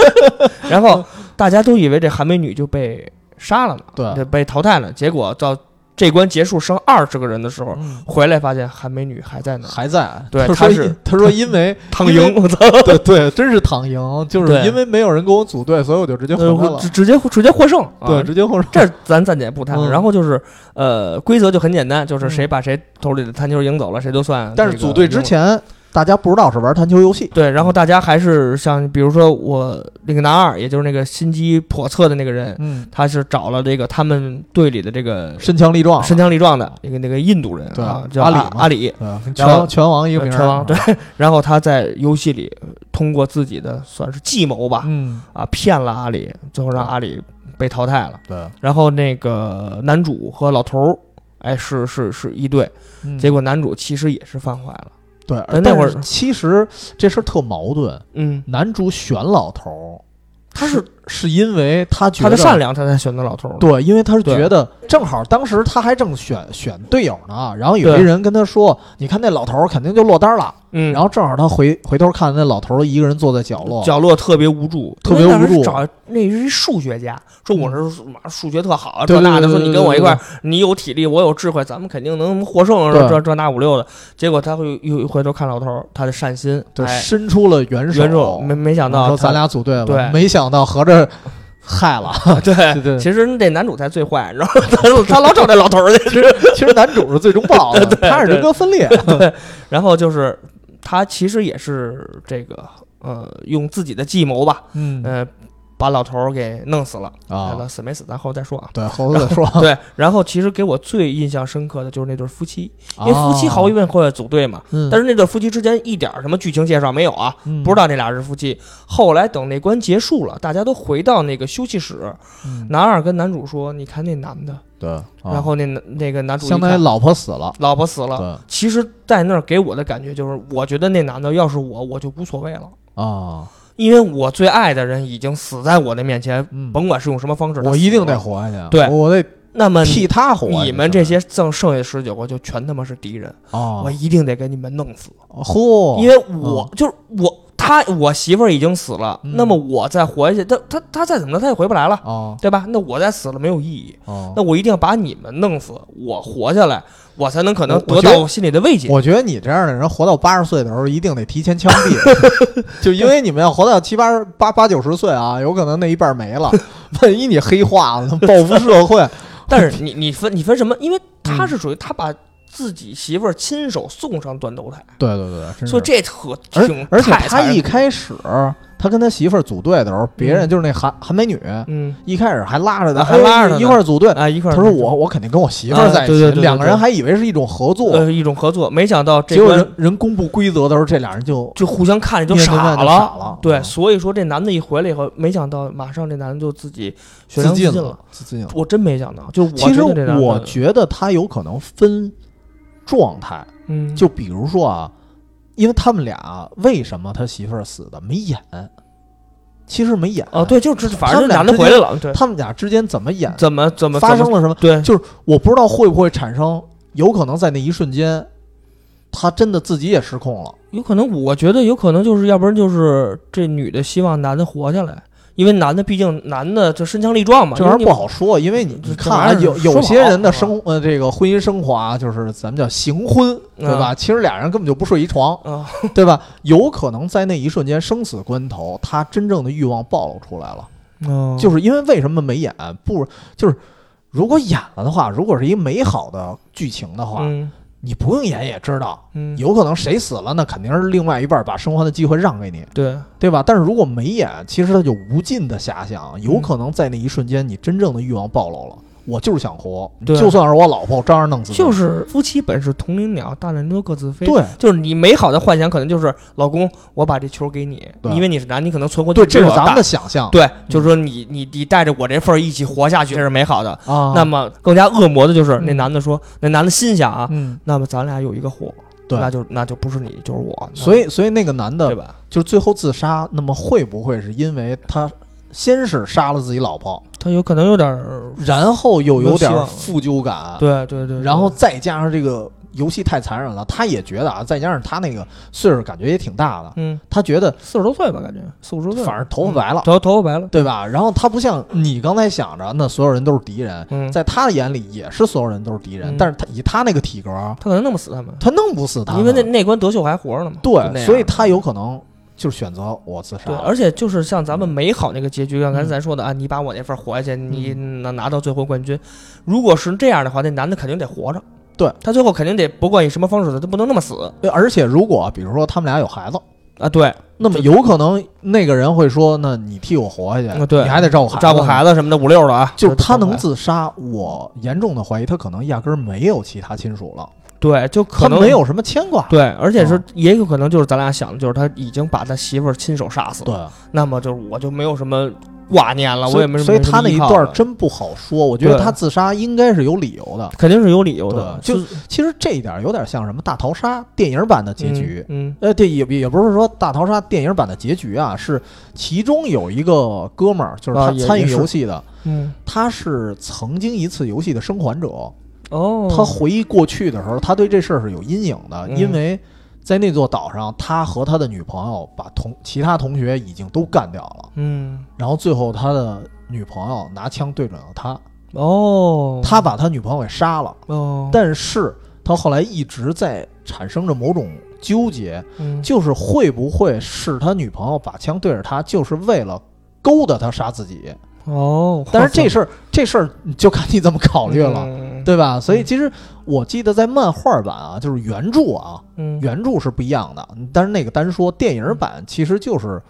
[SPEAKER 2] 然后大家都以为这韩美女就被杀了嘛，
[SPEAKER 1] 对
[SPEAKER 2] 就被淘汰了。结果到这关结束剩二十个人的时候，
[SPEAKER 1] 嗯
[SPEAKER 2] 回来发现韩美女还在那儿，
[SPEAKER 1] 还在，
[SPEAKER 2] 对
[SPEAKER 1] 他
[SPEAKER 2] 他
[SPEAKER 1] 说
[SPEAKER 2] 是
[SPEAKER 1] 因他说因 为
[SPEAKER 2] 躺
[SPEAKER 1] 因为
[SPEAKER 2] 赢， 我操！
[SPEAKER 1] 对对，真是躺赢，就是
[SPEAKER 2] 对
[SPEAKER 1] 因为没有人跟我组队，所以我就直接回来
[SPEAKER 2] 呃
[SPEAKER 1] 了
[SPEAKER 2] 直，直接直接获胜，啊
[SPEAKER 1] 对，直接后
[SPEAKER 2] 这咱暂且不谈。
[SPEAKER 1] 嗯
[SPEAKER 2] 然后就是，呃，规则就很简单，就是
[SPEAKER 1] 嗯
[SPEAKER 2] 谁把谁头里的弹球赢走了，谁就算。
[SPEAKER 1] 但是组队之。前，大家不知道是玩弹球游戏，
[SPEAKER 2] 对，然后大家还是像比如说我那个男二，也就是那个心机叵测的那个人，
[SPEAKER 1] 嗯，
[SPEAKER 2] 他是找了这个他们队里的这个
[SPEAKER 1] 身强力壮，
[SPEAKER 2] 身强力壮的一个那个印度人
[SPEAKER 1] 对
[SPEAKER 2] 啊，叫
[SPEAKER 1] 阿里
[SPEAKER 2] 阿
[SPEAKER 1] 嘛
[SPEAKER 2] 阿里。
[SPEAKER 1] 对啊跟
[SPEAKER 2] 然后
[SPEAKER 1] 拳拳王一个名儿，啊
[SPEAKER 2] 拳王对，然后他在游戏里呃通过自己的算是计谋吧，
[SPEAKER 1] 嗯，
[SPEAKER 2] 啊骗了阿里，最后让阿里被淘汰了。
[SPEAKER 1] 对，
[SPEAKER 2] 然后那个男主和老头儿，哎是是是一对，
[SPEAKER 1] 嗯
[SPEAKER 2] 结果男主其实也是犯坏了，
[SPEAKER 1] 对，
[SPEAKER 2] 但那
[SPEAKER 1] 但
[SPEAKER 2] 会儿
[SPEAKER 1] 是其实这事儿特矛盾，
[SPEAKER 2] 嗯，
[SPEAKER 1] 男主选老头儿，
[SPEAKER 2] 他是
[SPEAKER 1] 是因为他觉
[SPEAKER 2] 他
[SPEAKER 1] 得
[SPEAKER 2] 的善良，他才选择老头儿。
[SPEAKER 1] 对，因为他是
[SPEAKER 2] 对
[SPEAKER 1] 觉得正好当时他还正选选队友呢，然后有一
[SPEAKER 2] 对
[SPEAKER 1] 人跟他说：“你看那老头儿肯定就落单了。
[SPEAKER 2] 嗯，
[SPEAKER 1] 然后正好他回回头看那老头儿一个人坐在角落，
[SPEAKER 2] 角落特别无助，
[SPEAKER 1] 特别无助嗯
[SPEAKER 2] 因为当时找那是一数学家，说我是什么数学特好啊，
[SPEAKER 1] 对
[SPEAKER 2] 这
[SPEAKER 1] 对
[SPEAKER 2] 那的，
[SPEAKER 1] 对
[SPEAKER 2] 说
[SPEAKER 1] 对
[SPEAKER 2] 你
[SPEAKER 1] 对
[SPEAKER 2] 跟我一块儿
[SPEAKER 1] 对，
[SPEAKER 2] 你有体力，我有智慧，咱们肯定能获胜，
[SPEAKER 1] 对
[SPEAKER 2] 这这那五六的。结果他会又又回头看老头儿，他的善心，
[SPEAKER 1] 就
[SPEAKER 2] 哎，
[SPEAKER 1] 伸出了援手。
[SPEAKER 2] 援手没没想到
[SPEAKER 1] 说
[SPEAKER 2] 他
[SPEAKER 1] 咱俩组队吧
[SPEAKER 2] 对，哎
[SPEAKER 1] 没想到合着害了。
[SPEAKER 2] 对。
[SPEAKER 1] 对，
[SPEAKER 2] 其实那男主才最坏，然后 他他老找这老头儿去，
[SPEAKER 1] 其实男主是最终爆的，他是人格分裂。
[SPEAKER 2] 然后就是他其实也是这个呃用自己的计谋吧，
[SPEAKER 1] 嗯
[SPEAKER 2] 呃把老头儿给弄死了，
[SPEAKER 1] 啊，
[SPEAKER 2] 那死没死咱后头再说啊。
[SPEAKER 1] 对，猴子说，
[SPEAKER 2] 对，然后其实给我最印象深刻的就是那对夫妻， 因为夫妻毫无疑
[SPEAKER 1] 问，
[SPEAKER 2] 问会组队嘛。
[SPEAKER 1] 哦啊嗯
[SPEAKER 2] 但是那对夫妻之间一点儿什么剧情介绍没有啊，
[SPEAKER 1] 嗯
[SPEAKER 2] 不知道那俩是夫妻。后来等那关结束了，大家都回到那个休息室，
[SPEAKER 1] 嗯
[SPEAKER 2] 男二跟男主说：“你看那男的。
[SPEAKER 1] 对，啊
[SPEAKER 2] 然后那男那个男主一
[SPEAKER 1] 相当于
[SPEAKER 2] 看
[SPEAKER 1] 老婆死了，
[SPEAKER 2] 老婆死了。
[SPEAKER 1] 对
[SPEAKER 2] 其实，在那儿给我的感觉就是，我觉得那男的要是我，我就无所谓了，
[SPEAKER 1] 啊，
[SPEAKER 2] 因为我最爱的人已经死在我的面前，
[SPEAKER 1] 嗯，
[SPEAKER 2] 甭管是用什么方式，他
[SPEAKER 1] 我
[SPEAKER 2] 死
[SPEAKER 1] 一定得
[SPEAKER 2] 了。
[SPEAKER 1] 活下去，
[SPEAKER 2] 对
[SPEAKER 1] 我得
[SPEAKER 2] 那么
[SPEAKER 1] 替他活下去。
[SPEAKER 2] 你们这些剩剩下十九个就全他妈是敌人，
[SPEAKER 1] 啊
[SPEAKER 2] 我，一定得给你们弄死，
[SPEAKER 1] 嚯，
[SPEAKER 2] 因为我就是我他我媳妇儿已经死了，
[SPEAKER 1] 哦嗯
[SPEAKER 2] 那么我再活下去，他他他再怎么着他也回不来了，
[SPEAKER 1] 哦
[SPEAKER 2] 对吧？那我再死了没有意义，
[SPEAKER 1] 哦
[SPEAKER 2] 那，我一定要把你们弄死，我活下来，我才能可能
[SPEAKER 1] 我
[SPEAKER 2] 得
[SPEAKER 1] 我觉得
[SPEAKER 2] 到心里的慰藉。
[SPEAKER 1] 我觉得你这样的人活到八十岁的时候，一定得提前枪毙， 就因为你们要活到七八十八八九十岁啊，有可能那一半没 了，万一你黑化了，报复社会，
[SPEAKER 2] 但是你你分你分什么？因为他是属于他把自己媳妇儿亲手送上断头台，
[SPEAKER 1] 对对对，真是
[SPEAKER 2] 所以这特
[SPEAKER 1] 而
[SPEAKER 2] 挺
[SPEAKER 1] 而且
[SPEAKER 2] 太
[SPEAKER 1] 他
[SPEAKER 2] 残
[SPEAKER 1] 一
[SPEAKER 2] 忍
[SPEAKER 1] 开始，他跟他媳妇儿组队的时候，别人就是那韩韩美女，
[SPEAKER 2] 嗯
[SPEAKER 1] 一开始还拉着他，
[SPEAKER 2] 啊还拉着呢
[SPEAKER 1] 哎一块儿组队。
[SPEAKER 2] 啊一块儿
[SPEAKER 1] 他说我我肯定跟我媳妇儿在一起，
[SPEAKER 2] 啊对对对对
[SPEAKER 1] 两个人还以为是一种合作，
[SPEAKER 2] 呃一种合作，没想到这
[SPEAKER 1] 结果
[SPEAKER 2] 关
[SPEAKER 1] 人人公布规则的时候，这俩人就
[SPEAKER 2] 就互相看着就
[SPEAKER 1] 面对
[SPEAKER 2] 傻
[SPEAKER 1] 面就
[SPEAKER 2] 了。
[SPEAKER 1] 傻了
[SPEAKER 2] 对，
[SPEAKER 1] 嗯
[SPEAKER 2] 所以说这男的一回来以后，没想到马上这男的就自己血
[SPEAKER 1] 自
[SPEAKER 2] 量
[SPEAKER 1] 尽
[SPEAKER 2] 尽
[SPEAKER 1] 了，自尽了。
[SPEAKER 2] 我真没想到，就是我
[SPEAKER 1] 其实
[SPEAKER 2] 真的这男的
[SPEAKER 1] 我觉得他有可能分状态，
[SPEAKER 2] 嗯
[SPEAKER 1] 就比如说啊，因为他们俩为什么他媳妇儿死的没演，其实没演
[SPEAKER 2] 哦对，就是反
[SPEAKER 1] 他
[SPEAKER 2] 正
[SPEAKER 1] 们
[SPEAKER 2] 这
[SPEAKER 1] 俩
[SPEAKER 2] 男的
[SPEAKER 1] 之
[SPEAKER 2] 回来了，对，
[SPEAKER 1] 他们俩之间怎么演，
[SPEAKER 2] 怎么怎么
[SPEAKER 1] 发
[SPEAKER 2] 怎
[SPEAKER 1] 生
[SPEAKER 2] 么
[SPEAKER 1] 了什么，
[SPEAKER 2] 对
[SPEAKER 1] 就是我不知道会不会产生，有可能在那一瞬间，他真的自己也失控了。
[SPEAKER 2] 有可能，我觉得有可能就是，要不然就是这女的希望男的活下来，因为男的毕竟男的就身强力壮嘛，
[SPEAKER 1] 这
[SPEAKER 2] 因为
[SPEAKER 1] 玩意
[SPEAKER 2] 你
[SPEAKER 1] 儿不好说，因为你
[SPEAKER 2] 这
[SPEAKER 1] 你
[SPEAKER 2] 这
[SPEAKER 1] 看啊，
[SPEAKER 2] 玩意儿
[SPEAKER 1] 有
[SPEAKER 2] 说
[SPEAKER 1] 有
[SPEAKER 2] 不
[SPEAKER 1] 些
[SPEAKER 2] 好
[SPEAKER 1] 人的
[SPEAKER 2] 是吧
[SPEAKER 1] 生呃这个婚姻生活啊，就是咱们叫行婚，对吧？其实俩人根本就不睡一床，
[SPEAKER 2] 啊，
[SPEAKER 1] 对吧？有可能在那一瞬间生死关头，他真正的欲望暴露出来了，嗯
[SPEAKER 2] 哦
[SPEAKER 1] 就是因为为什么没演？不就是如果演了的话，如果是一美好的剧情的话，
[SPEAKER 2] 嗯
[SPEAKER 1] 你不用演也知道，
[SPEAKER 2] 嗯，
[SPEAKER 1] 有可能谁死了，那肯定是另外一半把生还的机会让给你，
[SPEAKER 2] 对，
[SPEAKER 1] 对吧？但是如果没演，其实他就无尽的遐想，
[SPEAKER 2] 嗯
[SPEAKER 1] 有可能在那一瞬间，你真正的欲望暴露了。我就是想活，
[SPEAKER 2] 对
[SPEAKER 1] 就算是我老婆，我照样弄死你。
[SPEAKER 2] 就是夫妻本是同林鸟，大难都各自飞。
[SPEAKER 1] 对
[SPEAKER 2] 就是你美好的幻想，可能就是老公，我把这球给你，
[SPEAKER 1] 对
[SPEAKER 2] 因为你是男，你可能存活
[SPEAKER 1] 对，
[SPEAKER 2] 这
[SPEAKER 1] 这是咱们的想嗯象
[SPEAKER 2] 对，就是说你你你带着我这份儿一起活下去，这是美好的。
[SPEAKER 1] 啊。
[SPEAKER 2] 那么更加恶魔的就是那
[SPEAKER 1] 嗯
[SPEAKER 2] 男的说，那男的心想啊，
[SPEAKER 1] 嗯，
[SPEAKER 2] 那么咱俩有一个火，
[SPEAKER 1] 对
[SPEAKER 2] 那就那就不是你就是我，那
[SPEAKER 1] 所以所以那个男
[SPEAKER 2] 对
[SPEAKER 1] 的
[SPEAKER 2] 吧？
[SPEAKER 1] 就是最后自杀，那么会不会是因为他先是杀了自己老婆，
[SPEAKER 2] 他有可能有点儿，
[SPEAKER 1] 然后又有
[SPEAKER 2] 有希
[SPEAKER 1] 点
[SPEAKER 2] 望
[SPEAKER 1] 负疚感，
[SPEAKER 2] 对对对，对
[SPEAKER 1] 啊然后再加上这个游戏太残忍了，他也觉得啊，再加上他那个岁数感觉也挺大的，
[SPEAKER 2] 嗯，
[SPEAKER 1] 他觉得
[SPEAKER 2] 四十多岁吧，感觉四五十岁，嗯
[SPEAKER 1] 反正头发白了，
[SPEAKER 2] 头头发白了，
[SPEAKER 1] 对吧？然后他不像你刚才想着，那所有人都是敌人，
[SPEAKER 2] 嗯，
[SPEAKER 1] 在他的眼里也是所有人都是敌人，
[SPEAKER 2] 嗯
[SPEAKER 1] 但是他以他那个体格，
[SPEAKER 2] 他可能弄不死他们，
[SPEAKER 1] 他弄不死他们，
[SPEAKER 2] 因为那那关德秀还活着呢嘛，就那
[SPEAKER 1] 对，
[SPEAKER 2] 样
[SPEAKER 1] 所以他有可能就是选择我自杀
[SPEAKER 2] 对，
[SPEAKER 1] 了。
[SPEAKER 2] 而且就是像咱们美好那个结局，刚才
[SPEAKER 1] 啊嗯
[SPEAKER 2] 咱说的啊，你把我那份儿活下去，你能拿到最后冠军。如果是这样的话，那男的肯定得活着，
[SPEAKER 1] 对
[SPEAKER 2] 他最后肯定得不管以什么方式的，他不能那么死
[SPEAKER 1] 对而且如果比如说他们俩有孩子，
[SPEAKER 2] 啊。对，
[SPEAKER 1] 那么
[SPEAKER 2] 对
[SPEAKER 1] 有可能那个人会说：“那你替我活下去，
[SPEAKER 2] 嗯对
[SPEAKER 1] 你还得照顾孩子，
[SPEAKER 2] 照顾孩子什么的，五六的啊，
[SPEAKER 1] 就是他能
[SPEAKER 2] 照顾孩子
[SPEAKER 1] 自杀，我严重的怀疑他可能压根儿没有其他亲属了，
[SPEAKER 2] 对，就可
[SPEAKER 1] 他
[SPEAKER 2] 能
[SPEAKER 1] 没有什么牵挂。
[SPEAKER 2] 对，而且是
[SPEAKER 1] 嗯
[SPEAKER 2] 也有可能就是咱俩想的，就是他已经把他媳妇儿亲手杀死了，那么就是我就没有什么挂念了，我
[SPEAKER 1] 所
[SPEAKER 2] 也没
[SPEAKER 1] 以
[SPEAKER 2] 什
[SPEAKER 1] 所
[SPEAKER 2] 么
[SPEAKER 1] 以他那一段
[SPEAKER 2] 依靠了
[SPEAKER 1] 真不好说。我觉得
[SPEAKER 2] 对
[SPEAKER 1] 他自杀应该是有理由的。
[SPEAKER 2] 肯定是有理由的，
[SPEAKER 1] 对就是其实这一点有点像什么大逃杀电影版的结局。
[SPEAKER 2] 嗯，嗯
[SPEAKER 1] 呃，对，也也不是说大逃杀电影版的结局啊，是其中有一个哥们儿，就是
[SPEAKER 2] 啊
[SPEAKER 1] 他
[SPEAKER 2] 也
[SPEAKER 1] 参与
[SPEAKER 2] 也是
[SPEAKER 1] 游戏的，
[SPEAKER 2] 嗯，
[SPEAKER 1] 他是曾经一次游戏的生还者，
[SPEAKER 2] 哦，
[SPEAKER 1] 他回忆过去的时候，他对这事儿是有阴影的，
[SPEAKER 2] 嗯
[SPEAKER 1] 因为在那座岛上，他和他的女朋友把同其他同学已经都干掉了，
[SPEAKER 2] 嗯，
[SPEAKER 1] 然后最后他的女朋友拿枪对准了他，
[SPEAKER 2] 哦，
[SPEAKER 1] 他把他女朋友给杀了，
[SPEAKER 2] 哦，
[SPEAKER 1] 但是他后来一直在产生着某种纠结，
[SPEAKER 2] 嗯
[SPEAKER 1] 就是会不会是他女朋友把枪对着他，就是为了。勾搭他杀自己，
[SPEAKER 2] 哦，
[SPEAKER 1] 但是这事儿这事儿就看你怎么考
[SPEAKER 2] 考
[SPEAKER 1] 虑了，
[SPEAKER 2] 嗯、
[SPEAKER 1] 对吧？所以
[SPEAKER 2] 嗯
[SPEAKER 1] 其实我记得在漫画版啊，就是原著啊，
[SPEAKER 2] 嗯，
[SPEAKER 1] 原著是不一样的，但是那个单说电影版其实就是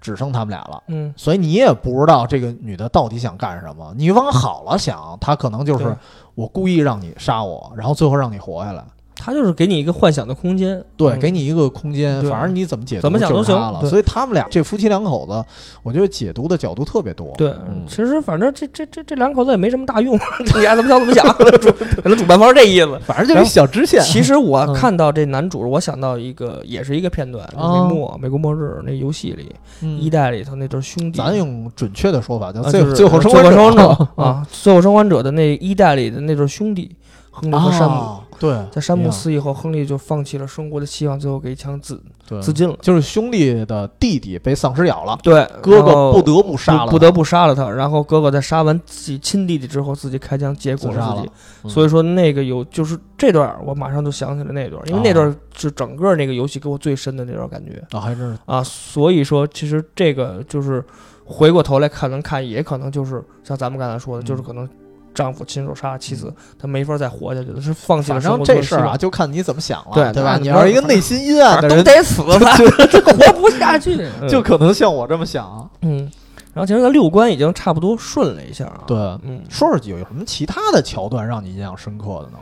[SPEAKER 1] 只剩他们俩了，
[SPEAKER 2] 嗯，
[SPEAKER 1] 所以你也不知道这个女的到底想干什么。你往好了想，她可能就是
[SPEAKER 2] 对
[SPEAKER 1] 我故意让你杀我，然后最后让你活下来。
[SPEAKER 2] 他就是给你一个幻想的空间，
[SPEAKER 1] 对，
[SPEAKER 2] 嗯
[SPEAKER 1] 给你一个空间，
[SPEAKER 2] 对
[SPEAKER 1] 反正你怎么解读
[SPEAKER 2] 怎么想都
[SPEAKER 1] 就是
[SPEAKER 2] 行
[SPEAKER 1] 她了。
[SPEAKER 2] 对
[SPEAKER 1] 所以他们俩这夫妻两口子，我觉得解读的角度特别多。
[SPEAKER 2] 对，
[SPEAKER 1] 嗯
[SPEAKER 2] 其实反正这这这这两口子也没什么大用， 你爱怎么想怎么想， 主可能主办方是这 意思。
[SPEAKER 1] 反正就是一小支线。
[SPEAKER 2] 其实我
[SPEAKER 1] 嗯
[SPEAKER 2] 看到这男主，我想到一个，也是一个片段，就是
[SPEAKER 1] 啊
[SPEAKER 2] 美墨美国末日那游戏里，一
[SPEAKER 1] 嗯，
[SPEAKER 2] 代里头那对兄弟，
[SPEAKER 1] 咱用准确的说法叫
[SPEAKER 2] 啊
[SPEAKER 1] 最
[SPEAKER 2] 就是
[SPEAKER 1] 最后
[SPEAKER 2] 最
[SPEAKER 1] 还
[SPEAKER 2] 后生
[SPEAKER 1] 者
[SPEAKER 2] 还者啊，最后生还者的那一代里的那对兄弟，亨利和山姆，
[SPEAKER 1] 啊对，
[SPEAKER 2] 在山姆
[SPEAKER 1] 一样
[SPEAKER 2] 死以后，亨利就放弃了生活的希望，最后给一枪自
[SPEAKER 1] 对
[SPEAKER 2] 自尽了。
[SPEAKER 1] 就是兄弟的弟弟被丧尸咬了，
[SPEAKER 2] 对，
[SPEAKER 1] 哥
[SPEAKER 2] 然后
[SPEAKER 1] 哥不得不杀了他，
[SPEAKER 2] 不得不杀了他。然后哥哥在杀完自己亲弟弟之后，自己开枪结果
[SPEAKER 1] 自杀
[SPEAKER 2] 自己
[SPEAKER 1] 了。嗯
[SPEAKER 2] 所以说那个有就是这段儿，我马上就想起了那段儿，因为那
[SPEAKER 1] 哦
[SPEAKER 2] 段儿是整个那个游戏给我最深的那段儿感觉
[SPEAKER 1] 啊，还真是
[SPEAKER 2] 啊。所以说其实这个就是回过头来看能看，也可能就是像咱们刚才说的，
[SPEAKER 1] 嗯
[SPEAKER 2] 就是可能丈夫亲手杀了妻子，他没法再活下去了，是放弃了
[SPEAKER 1] 反
[SPEAKER 2] 生活
[SPEAKER 1] 正
[SPEAKER 2] 中
[SPEAKER 1] 这
[SPEAKER 2] 的希
[SPEAKER 1] 事儿啊，
[SPEAKER 2] 望。
[SPEAKER 1] 就看你怎么想了，
[SPEAKER 2] 对
[SPEAKER 1] 对吧？
[SPEAKER 2] 那
[SPEAKER 1] 你要是一个
[SPEAKER 2] 反正
[SPEAKER 1] 内心阴暗
[SPEAKER 2] 反
[SPEAKER 1] 的
[SPEAKER 2] 正都
[SPEAKER 1] 人，
[SPEAKER 2] 得死 吧，活不下去。
[SPEAKER 1] 就
[SPEAKER 2] 嗯
[SPEAKER 1] 可能像我这么想。
[SPEAKER 2] 嗯，然后其实咱六关已经差不多顺了一下啊。
[SPEAKER 1] 对，
[SPEAKER 2] 嗯，
[SPEAKER 1] 说说有什么其他的桥段让你印象深刻的呢？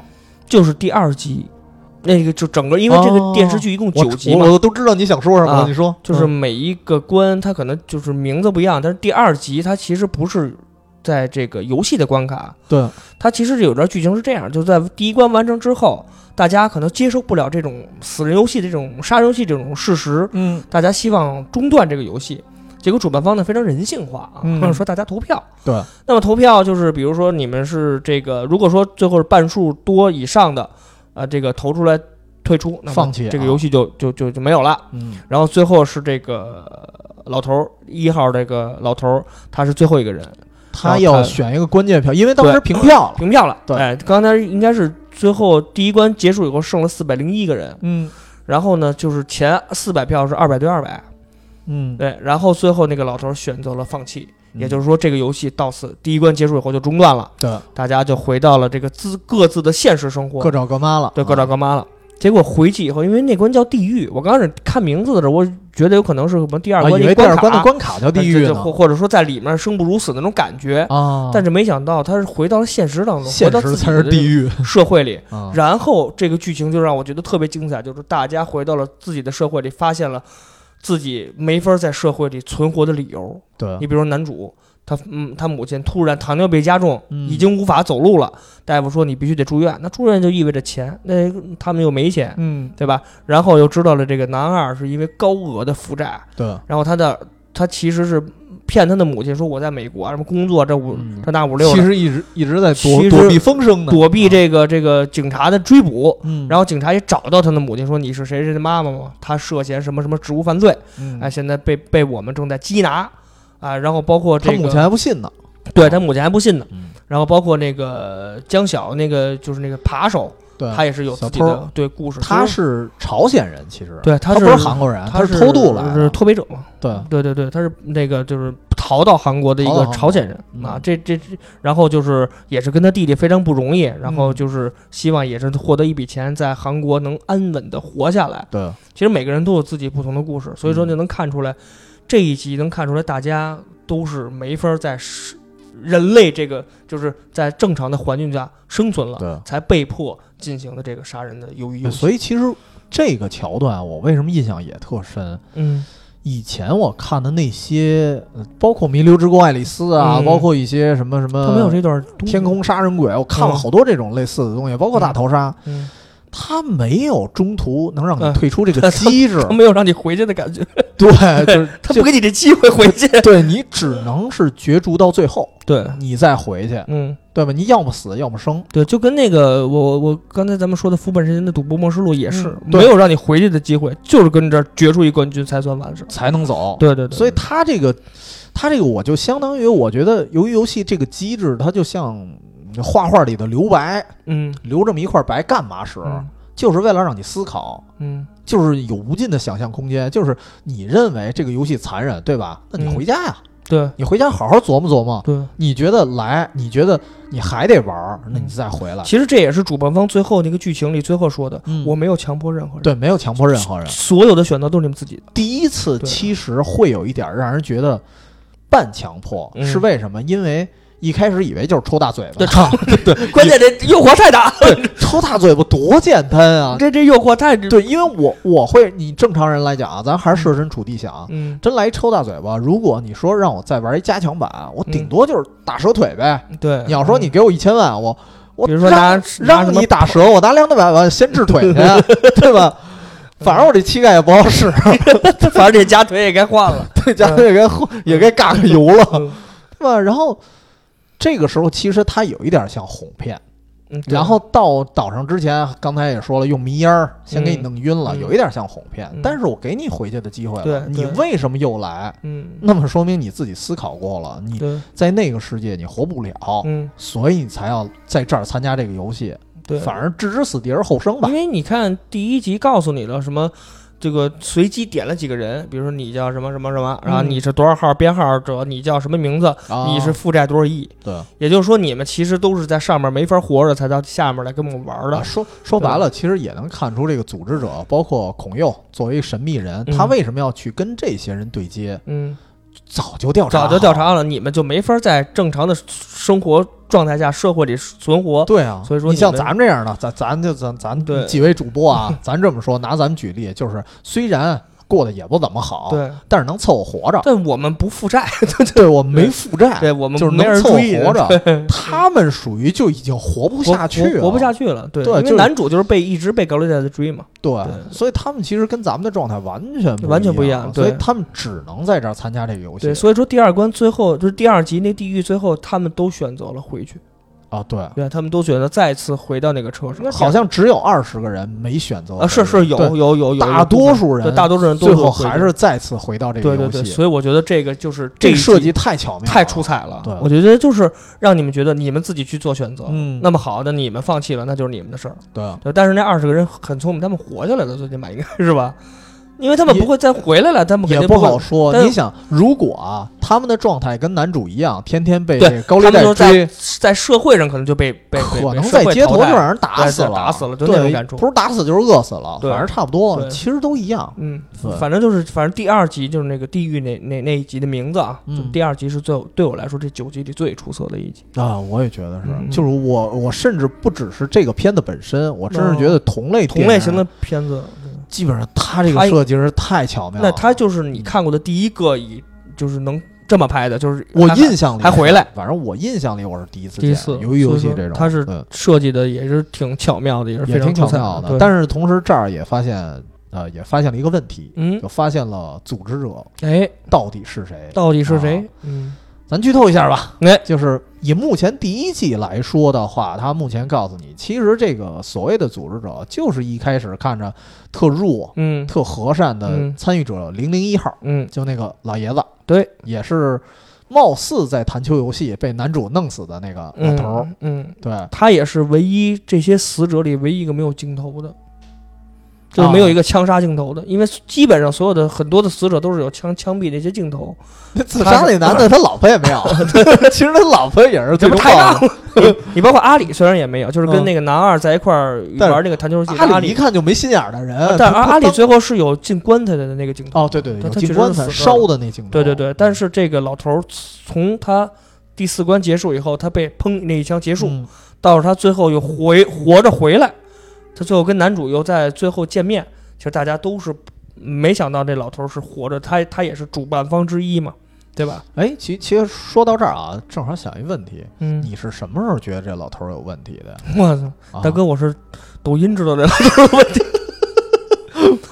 [SPEAKER 2] 就是第二集，那个就整个，因为这个
[SPEAKER 1] 哦
[SPEAKER 2] 电视剧一共
[SPEAKER 1] 我
[SPEAKER 2] 九集
[SPEAKER 1] 我
[SPEAKER 2] 嘛，
[SPEAKER 1] 我都知道你想说什么了，
[SPEAKER 2] 啊
[SPEAKER 1] 你说
[SPEAKER 2] 就是
[SPEAKER 1] 嗯
[SPEAKER 2] 每一个关它可能就是名字不一样，但是第二集它其实不是在这个游戏的关卡，
[SPEAKER 1] 对，
[SPEAKER 2] 它其实有段剧情是这样，就在第一关完成之后，大家可能接受不了这种死人游戏、这种杀人游戏这种事实，
[SPEAKER 1] 嗯，
[SPEAKER 2] 大家希望中断这个游戏。结果主办方呢非常人性化啊，
[SPEAKER 1] 嗯
[SPEAKER 2] 说大家投票。
[SPEAKER 1] 对，
[SPEAKER 2] 那么投票就是，比如说你们是这个，如果说最后是半数多以上的，呃，这个投出来退出，那么
[SPEAKER 1] 放弃
[SPEAKER 2] 这个
[SPEAKER 1] 啊
[SPEAKER 2] 游戏就就就就没有了。
[SPEAKER 1] 嗯
[SPEAKER 2] 然后最后是这个呃老头儿一号，这个老头儿他是最后一个人
[SPEAKER 1] 他
[SPEAKER 2] 然后
[SPEAKER 1] 要
[SPEAKER 2] 他
[SPEAKER 1] 选一个关键票，因为当时
[SPEAKER 2] 对
[SPEAKER 1] 平票了，
[SPEAKER 2] 平票了。
[SPEAKER 1] 对
[SPEAKER 2] 哎，刚才应该是最后第一关结束以后剩了四百零一个人，
[SPEAKER 1] 嗯
[SPEAKER 2] 然后呢就是前四百票是二百对二百，
[SPEAKER 1] 嗯，
[SPEAKER 2] 对，然后最后那个老头儿选择了放弃，也就是是说这个游戏到此第一关结束以后就中断了。
[SPEAKER 1] 嗯对
[SPEAKER 2] 大家就回到了这个自各自的现实生活，
[SPEAKER 1] 各找各妈了，
[SPEAKER 2] 对各找
[SPEAKER 1] 啊
[SPEAKER 2] 各妈了。结果回去以后，因为那关叫地狱，我刚开始看名字的时候，我觉得有可能是什么第二
[SPEAKER 1] 啊
[SPEAKER 2] 关
[SPEAKER 1] 以
[SPEAKER 2] 一
[SPEAKER 1] 为第
[SPEAKER 2] 关
[SPEAKER 1] 二
[SPEAKER 2] 卡，
[SPEAKER 1] 关的关卡叫地狱
[SPEAKER 2] 就就
[SPEAKER 1] 呢
[SPEAKER 2] 或或者说在里面生不如死那种感觉。
[SPEAKER 1] 啊，
[SPEAKER 2] 但是没想到他是回到了现实当中，
[SPEAKER 1] 现
[SPEAKER 2] 回到
[SPEAKER 1] 实
[SPEAKER 2] 自己
[SPEAKER 1] 才是
[SPEAKER 2] 的
[SPEAKER 1] 地狱
[SPEAKER 2] 这个 社会里。
[SPEAKER 1] 啊，
[SPEAKER 2] 然后这个剧情就让我觉得特别精彩，就是大家回到了自己的社会里，发现了自己没法在社会里存活的理由。
[SPEAKER 1] 对
[SPEAKER 2] 你比如说男主，他嗯，他母亲突然糖尿病加重，
[SPEAKER 1] 嗯
[SPEAKER 2] 已经无法走路了，大夫说你必须得住院，那住院就意味着钱，那他们又没钱，
[SPEAKER 1] 嗯
[SPEAKER 2] 对吧？然后又知道了这个男二是因为高额的负债，
[SPEAKER 1] 对
[SPEAKER 2] 然后他的他其实是骗他的母亲说我在美国啊什么工作这五、
[SPEAKER 1] 嗯
[SPEAKER 2] 这那五六
[SPEAKER 1] 其
[SPEAKER 2] 的，
[SPEAKER 1] 实一直一直在
[SPEAKER 2] 其
[SPEAKER 1] 躲
[SPEAKER 2] 实
[SPEAKER 1] 躲避风声呢，
[SPEAKER 2] 躲避这个这个警察的追捕。
[SPEAKER 1] 嗯，
[SPEAKER 2] 然后警察也找到他的母亲，说你是谁谁的妈妈吗？他涉嫌什么什么职务犯罪，
[SPEAKER 1] 嗯
[SPEAKER 2] 哎，现在被被我们正在缉拿，啊，然后包括这
[SPEAKER 1] 他
[SPEAKER 2] 个
[SPEAKER 1] 母亲还不信呢，
[SPEAKER 2] 对他母亲还不信呢。
[SPEAKER 1] 嗯
[SPEAKER 2] 然后包括那个江晓，那个就是那个扒手，
[SPEAKER 1] 对，
[SPEAKER 2] 他也是有自己
[SPEAKER 1] 小偷
[SPEAKER 2] 的对故事。
[SPEAKER 1] 他
[SPEAKER 2] 其实
[SPEAKER 1] 是朝鲜人，其实
[SPEAKER 2] 对，他
[SPEAKER 1] 他
[SPEAKER 2] 是
[SPEAKER 1] 不是韩国人，
[SPEAKER 2] 他
[SPEAKER 1] 是偷渡来
[SPEAKER 2] 是
[SPEAKER 1] 的，
[SPEAKER 2] 脱北者嘛？
[SPEAKER 1] 对，
[SPEAKER 2] 对对对，他是那个就是啊逃到韩国的一
[SPEAKER 1] 逃到
[SPEAKER 2] 个
[SPEAKER 1] 韩国
[SPEAKER 2] 朝鲜人
[SPEAKER 1] 嗯
[SPEAKER 2] 啊。这这这，然后就是也是跟他弟弟非常不容易，然后
[SPEAKER 1] 嗯
[SPEAKER 2] 就是希望也是获得一笔钱，在韩国能安稳的活下来。
[SPEAKER 1] 对，
[SPEAKER 2] 其实每个人都有自己不同的故事，所以说
[SPEAKER 1] 嗯
[SPEAKER 2] 就能看出来，这一集能看出来大家都是没法在是人类这个就是在正常的环境下生存
[SPEAKER 1] 对哎
[SPEAKER 2] 了，才被迫进行的这个杀人的鱿鱼游戏。
[SPEAKER 1] 所以其实这个桥段我为什么印象也特深？
[SPEAKER 2] 嗯，
[SPEAKER 1] 以前我看的那些，呃包括《弥留之国爱丽丝》啊，
[SPEAKER 2] 嗯
[SPEAKER 1] 包括一些什么什
[SPEAKER 2] 他没有
[SPEAKER 1] 么
[SPEAKER 2] 这段东西
[SPEAKER 1] 天，空杀人鬼，我看了
[SPEAKER 2] 嗯
[SPEAKER 1] 好多这种类似的东西，包括大逃杀，
[SPEAKER 2] 嗯，
[SPEAKER 1] 它没有中途能让
[SPEAKER 2] 嗯
[SPEAKER 1] 你退出这 个机制，
[SPEAKER 2] 他没有让你回去的感觉，哎
[SPEAKER 1] 对，就是
[SPEAKER 2] 他
[SPEAKER 1] 就
[SPEAKER 2] 不给你这机会回去。
[SPEAKER 1] 对你只能是角逐到最后，
[SPEAKER 2] 对，
[SPEAKER 1] 你再回去，
[SPEAKER 2] 嗯，
[SPEAKER 1] 对吧？你要么死，要么生，
[SPEAKER 2] 对，就跟那个我我我刚才咱们说的《副本神仙》的《赌博默示录》也是，
[SPEAKER 1] 嗯对
[SPEAKER 2] 没有让你回去的机会，就是跟这儿决出一冠军才算完事。
[SPEAKER 1] 才能走。
[SPEAKER 2] 对对对，
[SPEAKER 1] 所以它这个，它这个我就相当于，我觉得由于游戏这个机制，它就像画画里的留白，
[SPEAKER 2] 嗯
[SPEAKER 1] 留这么一块白干嘛使？
[SPEAKER 2] 嗯
[SPEAKER 1] 就是为了让你思考，
[SPEAKER 2] 嗯，
[SPEAKER 1] 就是有无尽的想象空间。就是你认为这个游戏残忍，对吧？那你
[SPEAKER 2] 嗯
[SPEAKER 1] 回家呀，
[SPEAKER 2] 对
[SPEAKER 1] 你回家好好琢磨琢磨。
[SPEAKER 2] 对。
[SPEAKER 1] 你觉得来，你觉得你还得玩儿，那你再回来。
[SPEAKER 2] 其实这也是主办方最后那个剧情里最后说的，
[SPEAKER 1] 嗯
[SPEAKER 2] 我没有强迫任何人，
[SPEAKER 1] 对，没有强迫任何人。
[SPEAKER 2] 所有的选择都是你们自己的。
[SPEAKER 1] 第一次
[SPEAKER 2] 对
[SPEAKER 1] 其实会有一点让人觉得半强迫，
[SPEAKER 2] 嗯
[SPEAKER 1] 是为什么？因为一开始以为就是抽大嘴 巴，
[SPEAKER 2] 对
[SPEAKER 1] 对对，
[SPEAKER 2] 关键这诱惑太大，
[SPEAKER 1] 对抽大嘴巴多简单啊！
[SPEAKER 2] 这这诱惑太
[SPEAKER 1] 对，因为我我会，你正常人来讲啊，咱还是设身处地想，啊
[SPEAKER 2] 嗯，
[SPEAKER 1] 真来一抽大嘴巴，如果你说让我再玩一加强版，我顶
[SPEAKER 2] 嗯
[SPEAKER 1] 多就是打折腿呗。
[SPEAKER 2] 对。
[SPEAKER 1] 你要说你给我一千万，我我
[SPEAKER 2] 比如说拿
[SPEAKER 1] 让
[SPEAKER 2] 拿什
[SPEAKER 1] 让
[SPEAKER 2] 么
[SPEAKER 1] 你打折，我拿两百万先治腿去，啊 对吧？反正我这膝盖也不好使，
[SPEAKER 2] 嗯， 反正这夹腿也该换了。
[SPEAKER 1] 对家也该喝也该尬个 油了，
[SPEAKER 2] 嗯
[SPEAKER 1] 对吧？然后这个时候其实他有一点像哄骗，
[SPEAKER 2] 嗯，对
[SPEAKER 1] 然后到岛上之前，刚才也说了，用迷烟儿先给你弄晕了，
[SPEAKER 2] 嗯嗯
[SPEAKER 1] 有一点像哄骗。
[SPEAKER 2] 嗯
[SPEAKER 1] 但是我给你回去的机会
[SPEAKER 2] 对
[SPEAKER 1] 了，你
[SPEAKER 2] 对
[SPEAKER 1] 为什么又来？
[SPEAKER 2] 嗯，
[SPEAKER 1] 那么说明你自己思考过了，你
[SPEAKER 2] 对，
[SPEAKER 1] 在那个世界你活不了，
[SPEAKER 2] 嗯
[SPEAKER 1] 所以你才要在这儿参加这个游戏。
[SPEAKER 2] 对，
[SPEAKER 1] 反而置之死地而后生吧
[SPEAKER 2] 因。为你看第一集告诉你了什么，这个随机点了几个人，比如说你叫什么什么什么，然后
[SPEAKER 1] 嗯
[SPEAKER 2] 你是多少号编号者，你叫什么名字，
[SPEAKER 1] 啊
[SPEAKER 2] 你是负债多少亿，
[SPEAKER 1] 对
[SPEAKER 2] 也就是说你们其实都是在上面没法活着，才到下面来跟我们玩
[SPEAKER 1] 啊
[SPEAKER 2] 的。
[SPEAKER 1] 说说白了，其实也能看出这个组织者，包括孔佑作为一个神秘人，
[SPEAKER 2] 嗯
[SPEAKER 1] 他为什么要去跟这些人对接？
[SPEAKER 2] 嗯，
[SPEAKER 1] 早就调查，
[SPEAKER 2] 早就调。查了，你们就没法在正常的生活状态下社会里存活。
[SPEAKER 1] 对啊，
[SPEAKER 2] 所以说
[SPEAKER 1] 你
[SPEAKER 2] 你
[SPEAKER 1] 像
[SPEAKER 2] 们
[SPEAKER 1] 咱们这样的，咱咱就咱
[SPEAKER 2] 对
[SPEAKER 1] 咱几位主播啊，咱这么说，拿咱们举例，就是虽然过得也不怎么好，
[SPEAKER 2] 对，
[SPEAKER 1] 但是能凑合活着。
[SPEAKER 2] 啊但我们不负债，
[SPEAKER 1] 对我们没负债，
[SPEAKER 2] 对我们
[SPEAKER 1] 就是
[SPEAKER 2] 没
[SPEAKER 1] 能
[SPEAKER 2] 人
[SPEAKER 1] 凑合
[SPEAKER 2] 注意
[SPEAKER 1] 活
[SPEAKER 2] 的
[SPEAKER 1] 着。他们属于就已经活不
[SPEAKER 2] 活
[SPEAKER 1] 下去了，
[SPEAKER 2] 活活不下去了。对，
[SPEAKER 1] 对就
[SPEAKER 2] 因为
[SPEAKER 1] 是
[SPEAKER 2] 男主就是被一直被高利贷的追嘛。
[SPEAKER 1] 对，
[SPEAKER 2] 对
[SPEAKER 1] 所以他们其实跟咱们的状态完全不
[SPEAKER 2] 完全不一
[SPEAKER 1] 样
[SPEAKER 2] 样，
[SPEAKER 1] 所以
[SPEAKER 2] 对
[SPEAKER 1] 他们只能在这儿参加这个游戏
[SPEAKER 2] 对，所以说第二关最后就是第二集那地狱，最后他们都选择了回去，
[SPEAKER 1] 啊。对，
[SPEAKER 2] 对，他们都选择再次回到那个车上。
[SPEAKER 1] 好像只有二十个人没选择
[SPEAKER 2] 啊，是是有
[SPEAKER 1] 对
[SPEAKER 2] 有有有，有
[SPEAKER 1] 大多数
[SPEAKER 2] 对
[SPEAKER 1] 人
[SPEAKER 2] 大多数人都
[SPEAKER 1] 最后
[SPEAKER 2] 回去
[SPEAKER 1] 还是再次回到这个
[SPEAKER 2] 对对
[SPEAKER 1] 游
[SPEAKER 2] 对，
[SPEAKER 1] 戏，
[SPEAKER 2] 所以我觉得这个就是
[SPEAKER 1] 这
[SPEAKER 2] 一
[SPEAKER 1] 个设
[SPEAKER 2] 季
[SPEAKER 1] 计太巧妙了，
[SPEAKER 2] 太出彩了
[SPEAKER 1] 对，
[SPEAKER 2] 我觉得就是让你们觉得你们自己去做选择。
[SPEAKER 1] 嗯
[SPEAKER 2] 那么好，那你们放弃了，那就是你们的事儿。
[SPEAKER 1] 对啊。
[SPEAKER 2] 对，但是那二十个人很聪明，他们活下来了，最起码应该是吧？因为他们
[SPEAKER 1] 也
[SPEAKER 2] 不会再回来了，他们肯
[SPEAKER 1] 也
[SPEAKER 2] 定
[SPEAKER 1] 不
[SPEAKER 2] 会
[SPEAKER 1] 好说
[SPEAKER 2] 但。是
[SPEAKER 1] 你想，如果啊，他们的状态跟男主一样，天天被
[SPEAKER 2] 对
[SPEAKER 1] 高利
[SPEAKER 2] 他们
[SPEAKER 1] 贷
[SPEAKER 2] 都在
[SPEAKER 1] 追，
[SPEAKER 2] 在社会上可能就被被被
[SPEAKER 1] 可
[SPEAKER 2] 被
[SPEAKER 1] 能
[SPEAKER 2] 社
[SPEAKER 1] 在
[SPEAKER 2] 会
[SPEAKER 1] 街头
[SPEAKER 2] 淘
[SPEAKER 1] 就
[SPEAKER 2] 汰
[SPEAKER 1] 让人打
[SPEAKER 2] 对
[SPEAKER 1] 死
[SPEAKER 2] 对
[SPEAKER 1] 了，
[SPEAKER 2] 打死了就那种
[SPEAKER 1] 对
[SPEAKER 2] 感，触
[SPEAKER 1] 不是打死就是饿死了，
[SPEAKER 2] 对
[SPEAKER 1] 反正差不多
[SPEAKER 2] 对，
[SPEAKER 1] 其实都一样。
[SPEAKER 2] 嗯
[SPEAKER 1] 对，
[SPEAKER 2] 反正就是，反正第二集就是那个地狱那那那一集的名字啊，
[SPEAKER 1] 嗯
[SPEAKER 2] 就第二集是最有对我来说这九集里最出色的一集。
[SPEAKER 1] 啊，我也觉得是，
[SPEAKER 2] 嗯
[SPEAKER 1] 就是我我甚至不只是这个片子本身，我真是觉得同类
[SPEAKER 2] 同
[SPEAKER 1] 电
[SPEAKER 2] 类
[SPEAKER 1] 影
[SPEAKER 2] 型的片子，
[SPEAKER 1] 基本上它这个
[SPEAKER 2] 它
[SPEAKER 1] 设计是太巧妙了。
[SPEAKER 2] 那它就是你看过的第一个以就是能这么拍的，就是
[SPEAKER 1] 我
[SPEAKER 2] 还
[SPEAKER 1] 印象里
[SPEAKER 2] 还回来，
[SPEAKER 1] 反正我印象里我是第一次
[SPEAKER 2] 第一
[SPEAKER 1] 见
[SPEAKER 2] 次
[SPEAKER 1] 鱿鱼游戏
[SPEAKER 2] 所以说
[SPEAKER 1] 这种，
[SPEAKER 2] 它是
[SPEAKER 1] 对
[SPEAKER 2] 设计的也是挺巧妙的，也是
[SPEAKER 1] 也
[SPEAKER 2] 非
[SPEAKER 1] 挺
[SPEAKER 2] 常
[SPEAKER 1] 巧
[SPEAKER 2] 出彩
[SPEAKER 1] 妙的。
[SPEAKER 2] 对
[SPEAKER 1] 但是同时这儿也发现，呃，也发现了一个问题，
[SPEAKER 2] 嗯
[SPEAKER 1] 就，发现了组织者
[SPEAKER 2] 哎，
[SPEAKER 1] 到底是谁。
[SPEAKER 2] 到底是谁
[SPEAKER 1] 啊？
[SPEAKER 2] 嗯，
[SPEAKER 1] 咱剧透一下吧，
[SPEAKER 2] 哎，
[SPEAKER 1] 就是以目前第一季来说的话，他目前告诉你，其实这个所谓的组织者就是一开始看着特弱、
[SPEAKER 2] 嗯
[SPEAKER 1] 特和善的
[SPEAKER 2] 嗯
[SPEAKER 1] 参与者零零一号，
[SPEAKER 2] 嗯，
[SPEAKER 1] 就那个老爷子，
[SPEAKER 2] 对，
[SPEAKER 1] 也是貌似在弹球游戏被男主弄死的那个老头儿，
[SPEAKER 2] 嗯嗯，
[SPEAKER 1] 对，
[SPEAKER 2] 他也是唯一这些死者里唯一一个没有镜头的，就是没有一个枪杀镜头
[SPEAKER 1] 啊
[SPEAKER 2] 的，因为基本上所有的很多的死者都是有枪枪毙的一些镜头，
[SPEAKER 1] 自杀那男的他老婆也 没有， 其实他老婆也是
[SPEAKER 2] 嗯这
[SPEAKER 1] 最
[SPEAKER 2] 不
[SPEAKER 1] 终啊
[SPEAKER 2] 太
[SPEAKER 1] 报
[SPEAKER 2] 让
[SPEAKER 1] 复。
[SPEAKER 2] 你 你包括阿里虽然也没有，就是跟
[SPEAKER 1] 嗯
[SPEAKER 2] 那个男二在一块儿
[SPEAKER 1] 但是
[SPEAKER 2] 玩那个弹球游戏，
[SPEAKER 1] 阿
[SPEAKER 2] 阿
[SPEAKER 1] 里一
[SPEAKER 2] 里，
[SPEAKER 1] 看就没心眼儿的人，
[SPEAKER 2] 啊但
[SPEAKER 1] 呃他
[SPEAKER 2] 阿阿里
[SPEAKER 1] 他
[SPEAKER 2] 最后是有进棺材的那个镜头，
[SPEAKER 1] 哦对对，对
[SPEAKER 2] 他
[SPEAKER 1] 有
[SPEAKER 2] 他
[SPEAKER 1] 进
[SPEAKER 2] 确实
[SPEAKER 1] 棺
[SPEAKER 2] 是
[SPEAKER 1] 材
[SPEAKER 2] 死
[SPEAKER 1] 烧
[SPEAKER 2] 了
[SPEAKER 1] 的那镜头，
[SPEAKER 2] 对对对，但
[SPEAKER 1] 是
[SPEAKER 2] 是这个老头儿从他。第四关结束以后，他被砰那一枪
[SPEAKER 1] 嗯
[SPEAKER 2] 结束，到他最后又回活着回来，他最后跟男主又在最后见面，其实大家都是没想到这老头是活着，他他也是主办方之一嘛，对吧？
[SPEAKER 1] 哎，其其实说到这儿啊，正好想一问题，
[SPEAKER 2] 嗯，
[SPEAKER 1] 你是什么时候觉得这老头儿有问题的呀？
[SPEAKER 2] 我操，
[SPEAKER 1] 啊
[SPEAKER 2] 大哥，我是抖音知道这老头的 问题，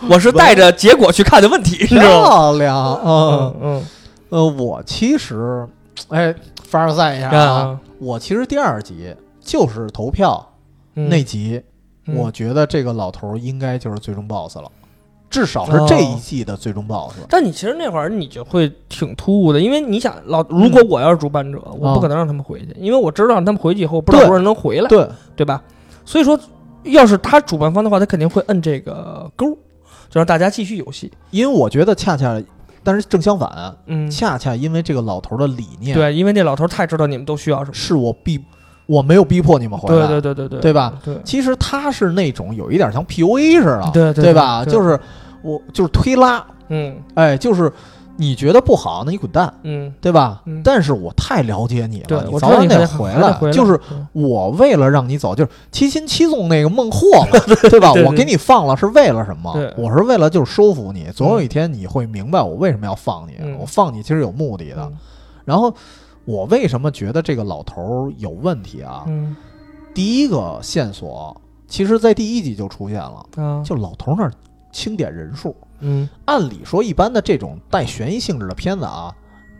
[SPEAKER 2] 我是带着结果去看的问题，你知道吗？
[SPEAKER 1] 漂亮啊！
[SPEAKER 2] 嗯嗯
[SPEAKER 1] 呃，我其实，哎，凡尔赛一下啊，
[SPEAKER 2] 啊，
[SPEAKER 1] 我其实第二集就是投票
[SPEAKER 2] 嗯
[SPEAKER 1] 那集，
[SPEAKER 2] 嗯
[SPEAKER 1] 我觉得这个老头儿应该就是最终 BOSS 了，至少是
[SPEAKER 2] 哦
[SPEAKER 1] 这一季的最终 BOSS。
[SPEAKER 2] 但你其实那会儿你就会挺突兀的，因为你想老，如果我要是主办者，我不可能让他们回去，因为我知道他们回去以后，不知道
[SPEAKER 1] 对
[SPEAKER 2] 多少人能回来。
[SPEAKER 1] 对，
[SPEAKER 2] 对吧？所以说，要是他主办方的话，他肯定会摁这个勾，就让大家继续游戏。
[SPEAKER 1] 因为我觉得恰恰，但是正相反，
[SPEAKER 2] 嗯
[SPEAKER 1] 恰恰因为这个老头儿的理念，，
[SPEAKER 2] 对，因为那老头太知道你们都需要什么。
[SPEAKER 1] 是我逼，我没有逼迫你们回
[SPEAKER 2] 对
[SPEAKER 1] 来，
[SPEAKER 2] 对对对对，
[SPEAKER 1] 对吧？
[SPEAKER 2] 对，
[SPEAKER 1] 其实他是那种有一点像 PUA 似的，
[SPEAKER 2] 对对
[SPEAKER 1] 吧？
[SPEAKER 2] 对
[SPEAKER 1] 就是我就是推拉，
[SPEAKER 2] 嗯
[SPEAKER 1] 哎，就是你觉得不好，那你滚蛋，
[SPEAKER 2] 嗯，
[SPEAKER 1] 对吧？
[SPEAKER 2] 嗯
[SPEAKER 1] 但是我太了解你
[SPEAKER 2] 对
[SPEAKER 1] 了，，
[SPEAKER 2] 我知
[SPEAKER 1] 早
[SPEAKER 2] 道
[SPEAKER 1] 晚
[SPEAKER 2] 你
[SPEAKER 1] 得
[SPEAKER 2] 还
[SPEAKER 1] 回
[SPEAKER 2] 还得回来，嗯
[SPEAKER 1] 就是
[SPEAKER 2] 对
[SPEAKER 1] 我为了让你走，就是七擒七纵那个孟获嘛，对吧？
[SPEAKER 2] 对对
[SPEAKER 1] 我给你放了是为了什么
[SPEAKER 2] 对？
[SPEAKER 1] 我是为了就是收服你，总有一天你会明白我为什么要放你
[SPEAKER 2] 嗯。
[SPEAKER 1] 我放你其实有目的的。然后我为什么觉得这个老头儿有问题啊？
[SPEAKER 2] 嗯
[SPEAKER 1] 第一个线索其实在第一集就出现了，
[SPEAKER 2] 啊
[SPEAKER 1] 就老头儿那儿清点人数。
[SPEAKER 2] 嗯
[SPEAKER 1] 按理说，一般的这种带悬疑性质的片子啊，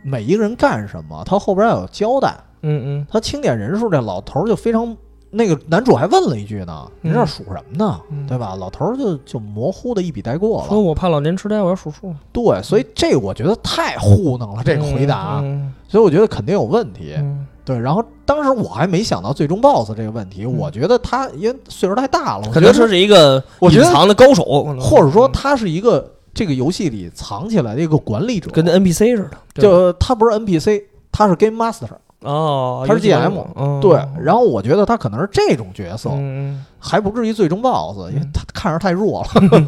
[SPEAKER 1] 每一个人干什么，他后边要有交代。
[SPEAKER 2] 嗯嗯
[SPEAKER 1] 他清点人数，这老头儿就非常那个男主还问了一句呢：“您这数什么呢？”
[SPEAKER 2] 嗯
[SPEAKER 1] 对吧？老头儿就就模糊的一笔带过
[SPEAKER 2] 说
[SPEAKER 1] 了。
[SPEAKER 2] 我怕老年痴呆，我要数数。
[SPEAKER 1] 对，所以这我觉得太糊弄了，这个回答，啊
[SPEAKER 2] 嗯，
[SPEAKER 1] 所以我觉得肯定有问题。
[SPEAKER 2] 嗯
[SPEAKER 1] 对，然后当时我还没想到最终 BOSS 这个问题，
[SPEAKER 2] 嗯
[SPEAKER 1] 我觉得他因为岁数太大了，我
[SPEAKER 3] 可能
[SPEAKER 1] 觉得
[SPEAKER 3] 说是一个
[SPEAKER 1] 我觉
[SPEAKER 3] 隐
[SPEAKER 1] 得
[SPEAKER 3] 藏的高手，
[SPEAKER 1] 或者说他是一个这个游戏里藏起来的一个管理者，
[SPEAKER 2] 跟那 NPC 似的。嗯对
[SPEAKER 1] 就他不是 NPC，他是 Game Master，、
[SPEAKER 2] 哦，
[SPEAKER 1] 他是 GM
[SPEAKER 2] 嗯、
[SPEAKER 1] 对。然后我觉得他可能是这种角色，
[SPEAKER 2] 嗯，
[SPEAKER 1] 还不至于最终 BOSS，因为
[SPEAKER 2] 嗯
[SPEAKER 1] 他看着太弱 了。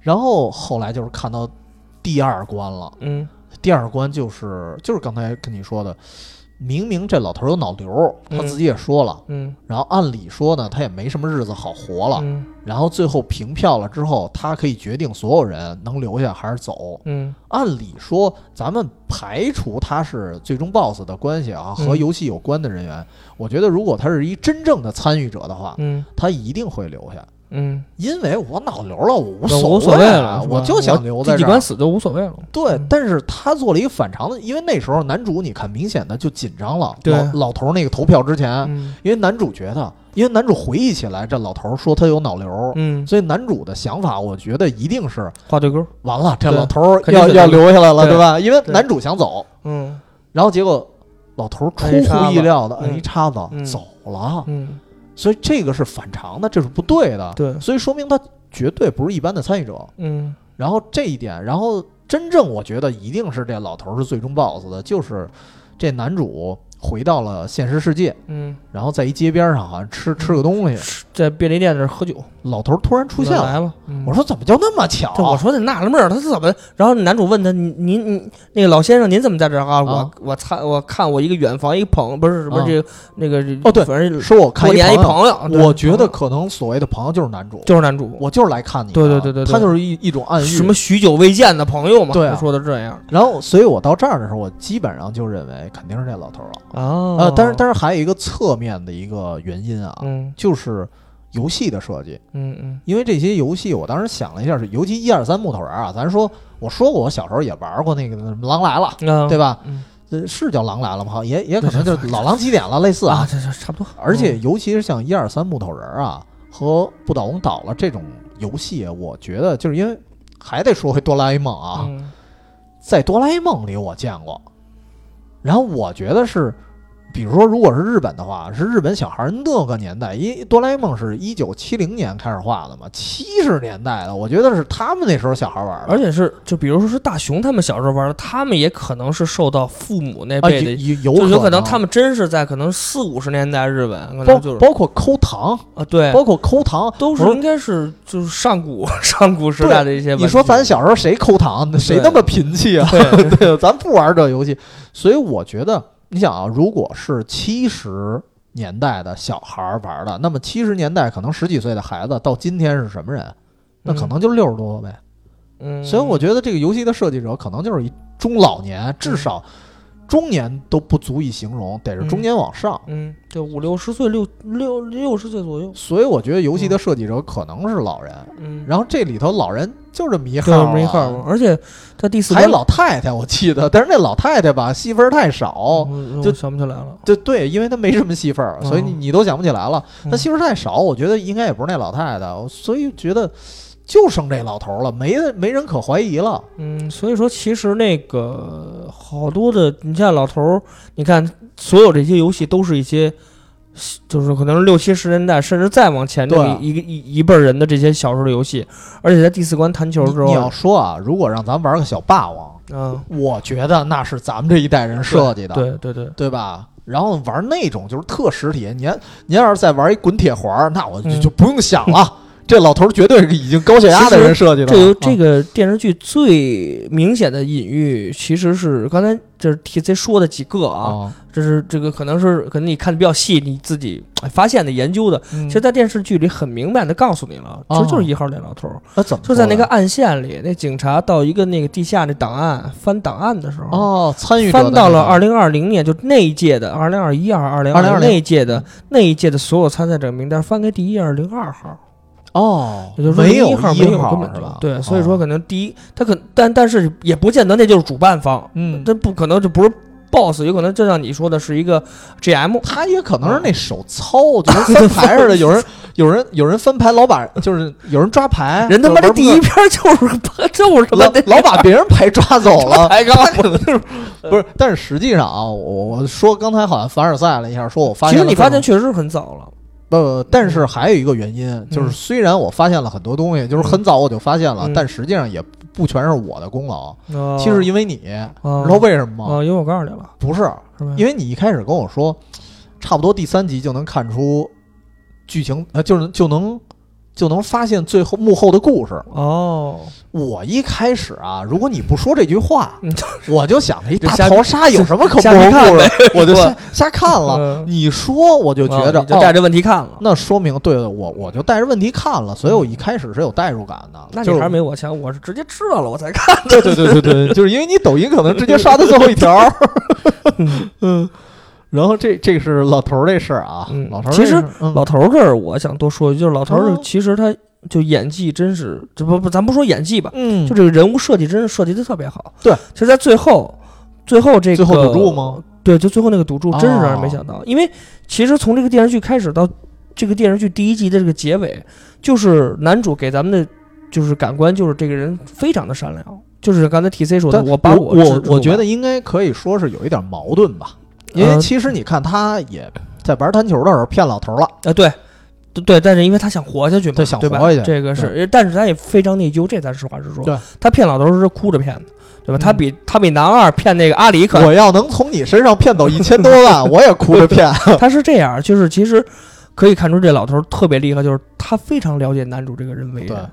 [SPEAKER 1] 然后后来就是看到第二关了，
[SPEAKER 2] 嗯
[SPEAKER 1] 第二关就是就是刚才跟你说的，明明这老头儿有脑瘤，他
[SPEAKER 2] 嗯
[SPEAKER 1] 自己也说了，
[SPEAKER 2] 嗯
[SPEAKER 1] 然后按理说呢，他也没什么日子好活了。
[SPEAKER 2] 嗯
[SPEAKER 1] 然后最后平票了之后，他可以决定所有人能留下还是走。
[SPEAKER 2] 嗯
[SPEAKER 1] 按理说，咱们排除他是最终 BOSS 的关系啊，
[SPEAKER 2] 嗯
[SPEAKER 1] 和游戏有关的人员，我觉得如果他是一真正的参与者的话，
[SPEAKER 2] 嗯
[SPEAKER 1] 他一定会留下，
[SPEAKER 2] 嗯，
[SPEAKER 1] 因为我脑瘤了，我无
[SPEAKER 2] 那
[SPEAKER 1] 所
[SPEAKER 2] 无所谓
[SPEAKER 1] 啊
[SPEAKER 2] 了，是吧
[SPEAKER 1] 我就想留在
[SPEAKER 2] 第几
[SPEAKER 1] 这
[SPEAKER 2] 关
[SPEAKER 1] 儿。
[SPEAKER 2] 死都无所谓了。
[SPEAKER 1] 对
[SPEAKER 2] 嗯，
[SPEAKER 1] 但是他做了一个反常的，因为那时候男主你看明显的就紧张了，
[SPEAKER 2] 对
[SPEAKER 1] 老老头儿那个投票之前，
[SPEAKER 2] 嗯
[SPEAKER 1] 因为男主觉得，因为男主回忆起来，这老头儿说他有脑瘤，
[SPEAKER 2] 嗯，
[SPEAKER 1] 所以男主的想法，我觉得一定是
[SPEAKER 2] 画对勾。
[SPEAKER 1] 完了，这
[SPEAKER 2] 对
[SPEAKER 1] 老头儿
[SPEAKER 2] 哎肯定
[SPEAKER 1] 要
[SPEAKER 2] 是
[SPEAKER 1] 要
[SPEAKER 2] 留
[SPEAKER 1] 留下来了，
[SPEAKER 2] 对
[SPEAKER 1] 对吧？因为
[SPEAKER 2] 对
[SPEAKER 1] 男主想走，
[SPEAKER 2] 嗯
[SPEAKER 1] 然后结果老头儿出
[SPEAKER 2] 摁一叉
[SPEAKER 1] 乎
[SPEAKER 2] 子
[SPEAKER 1] 意料的哎
[SPEAKER 2] 嗯
[SPEAKER 1] 摁一叉子
[SPEAKER 2] 嗯
[SPEAKER 1] 走了，
[SPEAKER 2] 嗯，
[SPEAKER 1] 所以这个是反常的，这是不对的。
[SPEAKER 2] 对
[SPEAKER 1] 所以说明他绝对不是一般的参与者。
[SPEAKER 2] 嗯
[SPEAKER 1] 然后这一点，然后真正我觉得一定是这老头儿是最终 BOSS 的，就是这男主回到了现实世界，
[SPEAKER 2] 嗯，
[SPEAKER 1] 然后在一街边上好像吃吃个东西，
[SPEAKER 2] 在便利店那儿喝酒
[SPEAKER 1] 老头儿突然出现了。
[SPEAKER 2] 来了。嗯
[SPEAKER 1] 我说怎么就那么巧？啊
[SPEAKER 2] 对，我说那纳了闷儿，他是怎么？然后男主问他：“你您您那个老先生，您怎么在这儿啊？
[SPEAKER 1] 啊
[SPEAKER 2] 我我参我看我一个远房一朋不是不是
[SPEAKER 1] 啊
[SPEAKER 2] 这个那个
[SPEAKER 1] 哦对
[SPEAKER 2] 反正
[SPEAKER 1] 说我看
[SPEAKER 2] 过年一
[SPEAKER 1] 朋友，
[SPEAKER 2] 朋友，对
[SPEAKER 1] 我觉得
[SPEAKER 2] 朋
[SPEAKER 1] 可能所谓的朋友就是男主
[SPEAKER 2] 友，就是男主，
[SPEAKER 1] 我就是来看你的，
[SPEAKER 2] 对对对对对
[SPEAKER 1] 他就是一一种暗喻。
[SPEAKER 2] 什么？许久未见的朋友嘛，
[SPEAKER 1] 对啊
[SPEAKER 2] 他说的这样
[SPEAKER 1] 然后，所以我到这儿的时候，我基本上就认为肯定是这老头儿了。
[SPEAKER 2] 啊
[SPEAKER 1] 呃，但是但是还有一个侧面的一个原因啊，
[SPEAKER 2] 嗯
[SPEAKER 1] 就是游戏的设计。
[SPEAKER 2] 嗯嗯
[SPEAKER 1] 因为这些游戏，我当时想了一下，是尤其一二三木头人啊，咱说我说过，我小时候也玩过那个什么狼来了，
[SPEAKER 2] 啊
[SPEAKER 1] 对吧？
[SPEAKER 2] 嗯
[SPEAKER 1] 呃是叫狼来了吗？好像也也可能就是老狼几点了，类似啊
[SPEAKER 2] 啊，。这这差不多，
[SPEAKER 1] 而且尤其是像一二三木头人啊和不倒翁倒了这种游戏，我觉得就是因为还得说回哆啦 A 梦啊，
[SPEAKER 2] 嗯
[SPEAKER 1] 在哆啦 A 梦里我见过，然后我觉得是。比如说，如果是日本的话，是日本小孩那个年代，因为哆啦 A 梦是一九七零年开始画的嘛，七十年代的，我觉得是他们那时候小孩玩的，
[SPEAKER 2] 而且是就比如说是大雄他们小时候玩的，他们也可能是受到父母那
[SPEAKER 1] 啊
[SPEAKER 2] 辈的
[SPEAKER 1] 有有
[SPEAKER 2] 就有
[SPEAKER 1] 可
[SPEAKER 2] 能他们真是在可能四五十年代日本，可
[SPEAKER 1] 包
[SPEAKER 2] 能就是
[SPEAKER 1] 包括抠糖，
[SPEAKER 2] 啊，对，
[SPEAKER 1] 包括抠糖，
[SPEAKER 2] 都是
[SPEAKER 1] 不
[SPEAKER 2] 应该是就是上古 上古时代的一些文具。
[SPEAKER 1] 你说咱小时候谁抠糖，谁那么贫气啊？
[SPEAKER 2] 对
[SPEAKER 1] 对，咱不玩这游戏。所以我觉得，你想啊，如果是七十年代的小孩儿玩的，那么七十年代可能十几岁的孩子到今天是什么人？那可能就六十多呗。
[SPEAKER 2] 嗯，
[SPEAKER 1] 所以我觉得这个游戏的设计者可能就是一中老年，
[SPEAKER 2] 嗯
[SPEAKER 1] 至少中年都不足以形容，得是中年往上。
[SPEAKER 2] 嗯，就五六十岁，六六六十岁左右，
[SPEAKER 1] 所以我觉得游戏的设计者可能是老人。
[SPEAKER 2] 嗯，
[SPEAKER 1] 然后这里头老人就这么一号、
[SPEAKER 2] 对，
[SPEAKER 1] 啊，
[SPEAKER 2] 我们一块儿玩，而且他第四
[SPEAKER 1] 还有
[SPEAKER 2] 关
[SPEAKER 1] 老太太，我记得，但是那老太太吧，戏份儿太少。
[SPEAKER 2] 嗯我我
[SPEAKER 1] 就
[SPEAKER 2] 想不起来了，
[SPEAKER 1] 对对，因为她没什么戏份儿，
[SPEAKER 2] 嗯
[SPEAKER 1] 所以你你都想不起来了。
[SPEAKER 2] 嗯
[SPEAKER 1] 她戏份儿太少，我觉得应该也不是那老太太，我所以觉得就剩这老头儿了，没没人可怀疑了。
[SPEAKER 2] 嗯，所以说其实那个好多的，你像老头儿，你看所有这些游戏都是一些。就是可能是六七十年代，甚至再往前这
[SPEAKER 1] 对啊
[SPEAKER 2] 么一个一一辈儿人的这些小时候的游戏，而且在第四关弹球
[SPEAKER 1] 你
[SPEAKER 2] 之
[SPEAKER 1] 你要
[SPEAKER 2] 后，
[SPEAKER 1] 说啊，如果让咱玩个小霸王，
[SPEAKER 2] 嗯，
[SPEAKER 1] 我觉得那是咱们这一代人设计的，
[SPEAKER 2] 对对对，
[SPEAKER 1] 对吧？然后玩那种就是特实体，您您要是再玩一滚铁环儿，那我就
[SPEAKER 2] 嗯
[SPEAKER 1] 就不用想了，这老头儿绝对是已经高血压的人设计的了。
[SPEAKER 2] 这有
[SPEAKER 1] 啊
[SPEAKER 2] 这个电视剧最明显的隐喻，其实是刚才这是 T C 说的几个啊，
[SPEAKER 1] 啊，
[SPEAKER 2] 这是这个可能是可能你看的比较细，你自己哎发现的、研究的，
[SPEAKER 1] 嗯
[SPEAKER 2] 其实，在电视剧里很明白的告诉你了，其
[SPEAKER 1] 哦
[SPEAKER 2] 实就是一号那老头儿，
[SPEAKER 1] 那怎么
[SPEAKER 2] 就在
[SPEAKER 1] 说
[SPEAKER 2] 那
[SPEAKER 1] 呀
[SPEAKER 2] 个暗线里，那警察到一个那个地下那档案翻档案的时候。
[SPEAKER 1] 哦，参与者
[SPEAKER 2] 翻到了二
[SPEAKER 1] 零
[SPEAKER 2] 零二零年，就那一届的二零二一、二二零
[SPEAKER 1] 2020
[SPEAKER 2] 那一届的那一届的所有参赛者名单，翻开第一页零二号，
[SPEAKER 1] 哦，
[SPEAKER 2] 也就是说
[SPEAKER 1] 没有
[SPEAKER 2] 一号
[SPEAKER 1] 一
[SPEAKER 2] 没有
[SPEAKER 1] 号
[SPEAKER 2] 根本
[SPEAKER 1] 是
[SPEAKER 2] 就
[SPEAKER 1] 吧？
[SPEAKER 2] 对，所以
[SPEAKER 1] 哦
[SPEAKER 2] 说可能第一他可但但是也不见得那就是主办方，
[SPEAKER 1] 嗯，
[SPEAKER 2] 这不可能就不是 BOSS 有可能就像你说的是一个 GM，
[SPEAKER 1] 他也可能是那手糙，就跟翻牌 似的。有人有人有人翻牌，老把就是有人抓牌，
[SPEAKER 2] 人他妈
[SPEAKER 1] 有
[SPEAKER 2] 的
[SPEAKER 1] 人
[SPEAKER 2] 第一篇就是个就是他妈
[SPEAKER 1] 老
[SPEAKER 2] 的
[SPEAKER 1] 老 把别人牌抓走 了，
[SPEAKER 2] 抬 杠，
[SPEAKER 1] 不是？但是实际上啊，我我说刚才好像凡尔赛了一下，说我发
[SPEAKER 2] 其
[SPEAKER 1] 现
[SPEAKER 2] 实
[SPEAKER 1] 了
[SPEAKER 2] 你
[SPEAKER 1] 各
[SPEAKER 2] 发
[SPEAKER 1] 种
[SPEAKER 2] 现确实很早了，
[SPEAKER 1] 不不，但是还有一个原因，就是虽然我发现了很多东西，就是很早我就发现了
[SPEAKER 2] 嗯嗯，
[SPEAKER 1] 但实际上也不全是我的功劳，
[SPEAKER 2] 啊
[SPEAKER 1] 其实因为你，
[SPEAKER 2] 啊
[SPEAKER 1] 知道为什么吗？
[SPEAKER 2] 啊，因为我告诉你了，
[SPEAKER 1] 不是，
[SPEAKER 2] 是吧？
[SPEAKER 1] 因为你一开始跟我说，差不多第三集就能看出剧情，呃，就是就能就能发现最后幕后的故事。
[SPEAKER 2] 哦，
[SPEAKER 1] 我一开始啊，如果你不说这句 话
[SPEAKER 2] 嗯，
[SPEAKER 1] 我就想着一
[SPEAKER 2] 就
[SPEAKER 1] 大
[SPEAKER 2] 瞎
[SPEAKER 1] 逃杀有什么可
[SPEAKER 2] 瞎
[SPEAKER 1] 幕后
[SPEAKER 2] 看
[SPEAKER 1] 故事，我就
[SPEAKER 2] 对
[SPEAKER 1] 瞎瞎看了。
[SPEAKER 2] 嗯
[SPEAKER 1] 你说我就觉
[SPEAKER 2] 啊
[SPEAKER 1] 着
[SPEAKER 2] 你就
[SPEAKER 1] 哦
[SPEAKER 2] 带着问题看了，
[SPEAKER 1] 那说明对的，我我就带着问题看了，所以我一开始是有代入感的。
[SPEAKER 2] 那你
[SPEAKER 1] 就是
[SPEAKER 2] 还是没我强，我是直接知道了我才看。
[SPEAKER 1] 对对对对对， 就是因为你抖音可能直接刷到最后一条， 嗯，然后这这是老头儿这事儿啊，
[SPEAKER 2] 嗯
[SPEAKER 1] 老头儿
[SPEAKER 2] 其
[SPEAKER 1] 这事
[SPEAKER 2] 实
[SPEAKER 1] 儿嗯
[SPEAKER 2] 老头儿这儿，我想多说一句，就是老头儿
[SPEAKER 1] 哦
[SPEAKER 2] 其实他就演技真是，这不不，咱不说演技吧，
[SPEAKER 1] 嗯，
[SPEAKER 2] 就这个人物设计真是设计的特别好。
[SPEAKER 1] 对，
[SPEAKER 2] 其实，在最后，最后这个
[SPEAKER 1] 最后赌注吗？
[SPEAKER 2] 对，就最后那个赌注，
[SPEAKER 1] 哦
[SPEAKER 2] 真是让人没想到。因为其实从这个电视剧开始到这个电视剧第一集的这个结尾，就是男主给咱们的就是感官，就是这个人非常的善良。就是刚才 T C 说的，
[SPEAKER 1] 但
[SPEAKER 2] 把
[SPEAKER 1] 我
[SPEAKER 2] 我
[SPEAKER 1] 我觉得应该可以说是有一点矛盾吧，因为
[SPEAKER 2] 嗯
[SPEAKER 1] 其实你看他也在玩弹球的时候骗老头儿了，
[SPEAKER 2] 啊，对。对对，但是因为他想活下去嘛，
[SPEAKER 1] 对想
[SPEAKER 2] 对吧
[SPEAKER 1] 活下去
[SPEAKER 2] 这个是，但是他也非常内疚，这咱实话实说。
[SPEAKER 1] 对，
[SPEAKER 2] 他骗老头儿是哭着骗的，对吧？他
[SPEAKER 1] 嗯
[SPEAKER 2] 比他比男二骗那个阿里可
[SPEAKER 1] 我要能从你身上骗走一千多 万，我也哭着骗，
[SPEAKER 2] 他是这样，就是其实可以看出这老头儿特别厉害，就是他非常了解男主这个人为
[SPEAKER 1] 对
[SPEAKER 2] 人。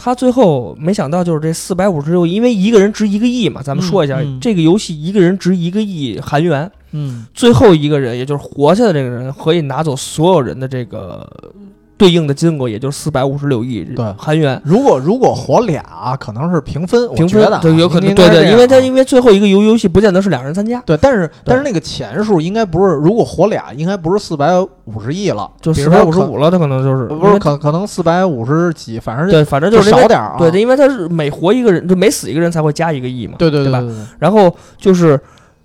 [SPEAKER 2] 他最后没想到就是这四百五十六，因为一个人值一个亿嘛，咱们说一下，
[SPEAKER 1] 嗯嗯
[SPEAKER 2] 这个游戏一个人值一个亿韩元，
[SPEAKER 1] 嗯
[SPEAKER 2] 最后一个人也就是活下来这个人可以拿走所有人的这个对应的金额，也就是四百五十六亿
[SPEAKER 1] 对
[SPEAKER 2] 韩元。
[SPEAKER 1] 如果如果活俩，可能是平分，
[SPEAKER 2] 平
[SPEAKER 1] 我
[SPEAKER 2] 分
[SPEAKER 1] 觉得啊
[SPEAKER 2] 对有可能
[SPEAKER 1] 应
[SPEAKER 2] 对
[SPEAKER 1] 该这
[SPEAKER 2] 对，
[SPEAKER 1] 样
[SPEAKER 2] 因为
[SPEAKER 1] 啊
[SPEAKER 2] 他因为最后一个游游戏不见得是两人参加，
[SPEAKER 1] 对，但是但是那个钱数应该不是，如果活俩，应该不是四百五十亿了，
[SPEAKER 2] 就
[SPEAKER 1] 比
[SPEAKER 2] 四
[SPEAKER 1] 如
[SPEAKER 2] 百
[SPEAKER 1] 说
[SPEAKER 2] 五十五了，他可能就是
[SPEAKER 1] 可，不
[SPEAKER 2] 因
[SPEAKER 1] 是
[SPEAKER 2] 为
[SPEAKER 1] 可可能四百五十几，反正
[SPEAKER 2] 对，反正就是因为
[SPEAKER 1] 少点儿啊。
[SPEAKER 2] 对，因为他是每活一个人，就每死一个人才会加一个亿嘛。
[SPEAKER 1] 对对
[SPEAKER 2] 对吧
[SPEAKER 1] 对对，
[SPEAKER 2] 然后就是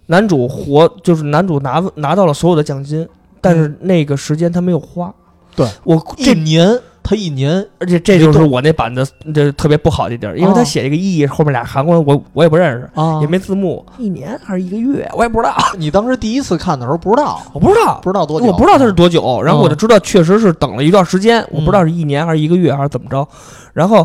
[SPEAKER 2] 男主活，就是男主拿拿到了所有的奖金，但是那个时间他没有花。
[SPEAKER 1] 对
[SPEAKER 2] 我
[SPEAKER 1] 一
[SPEAKER 2] 这，
[SPEAKER 1] 年他一年
[SPEAKER 2] 而且这就是我那版的这特别不好的地儿，因为他
[SPEAKER 1] 哦
[SPEAKER 2] 写一个亿，后面俩韩国人我我也不认识，
[SPEAKER 1] 啊
[SPEAKER 2] 也没字幕，哦一年还是一个月，我也不知道，
[SPEAKER 1] 你当时第一次看的时候不知道，
[SPEAKER 2] 我不知道。
[SPEAKER 1] 不知道多久，
[SPEAKER 2] 我不知道他是多久，嗯然后我就知道确实是等了一段时间，我不知道是一年还是一个月还是怎么着。然后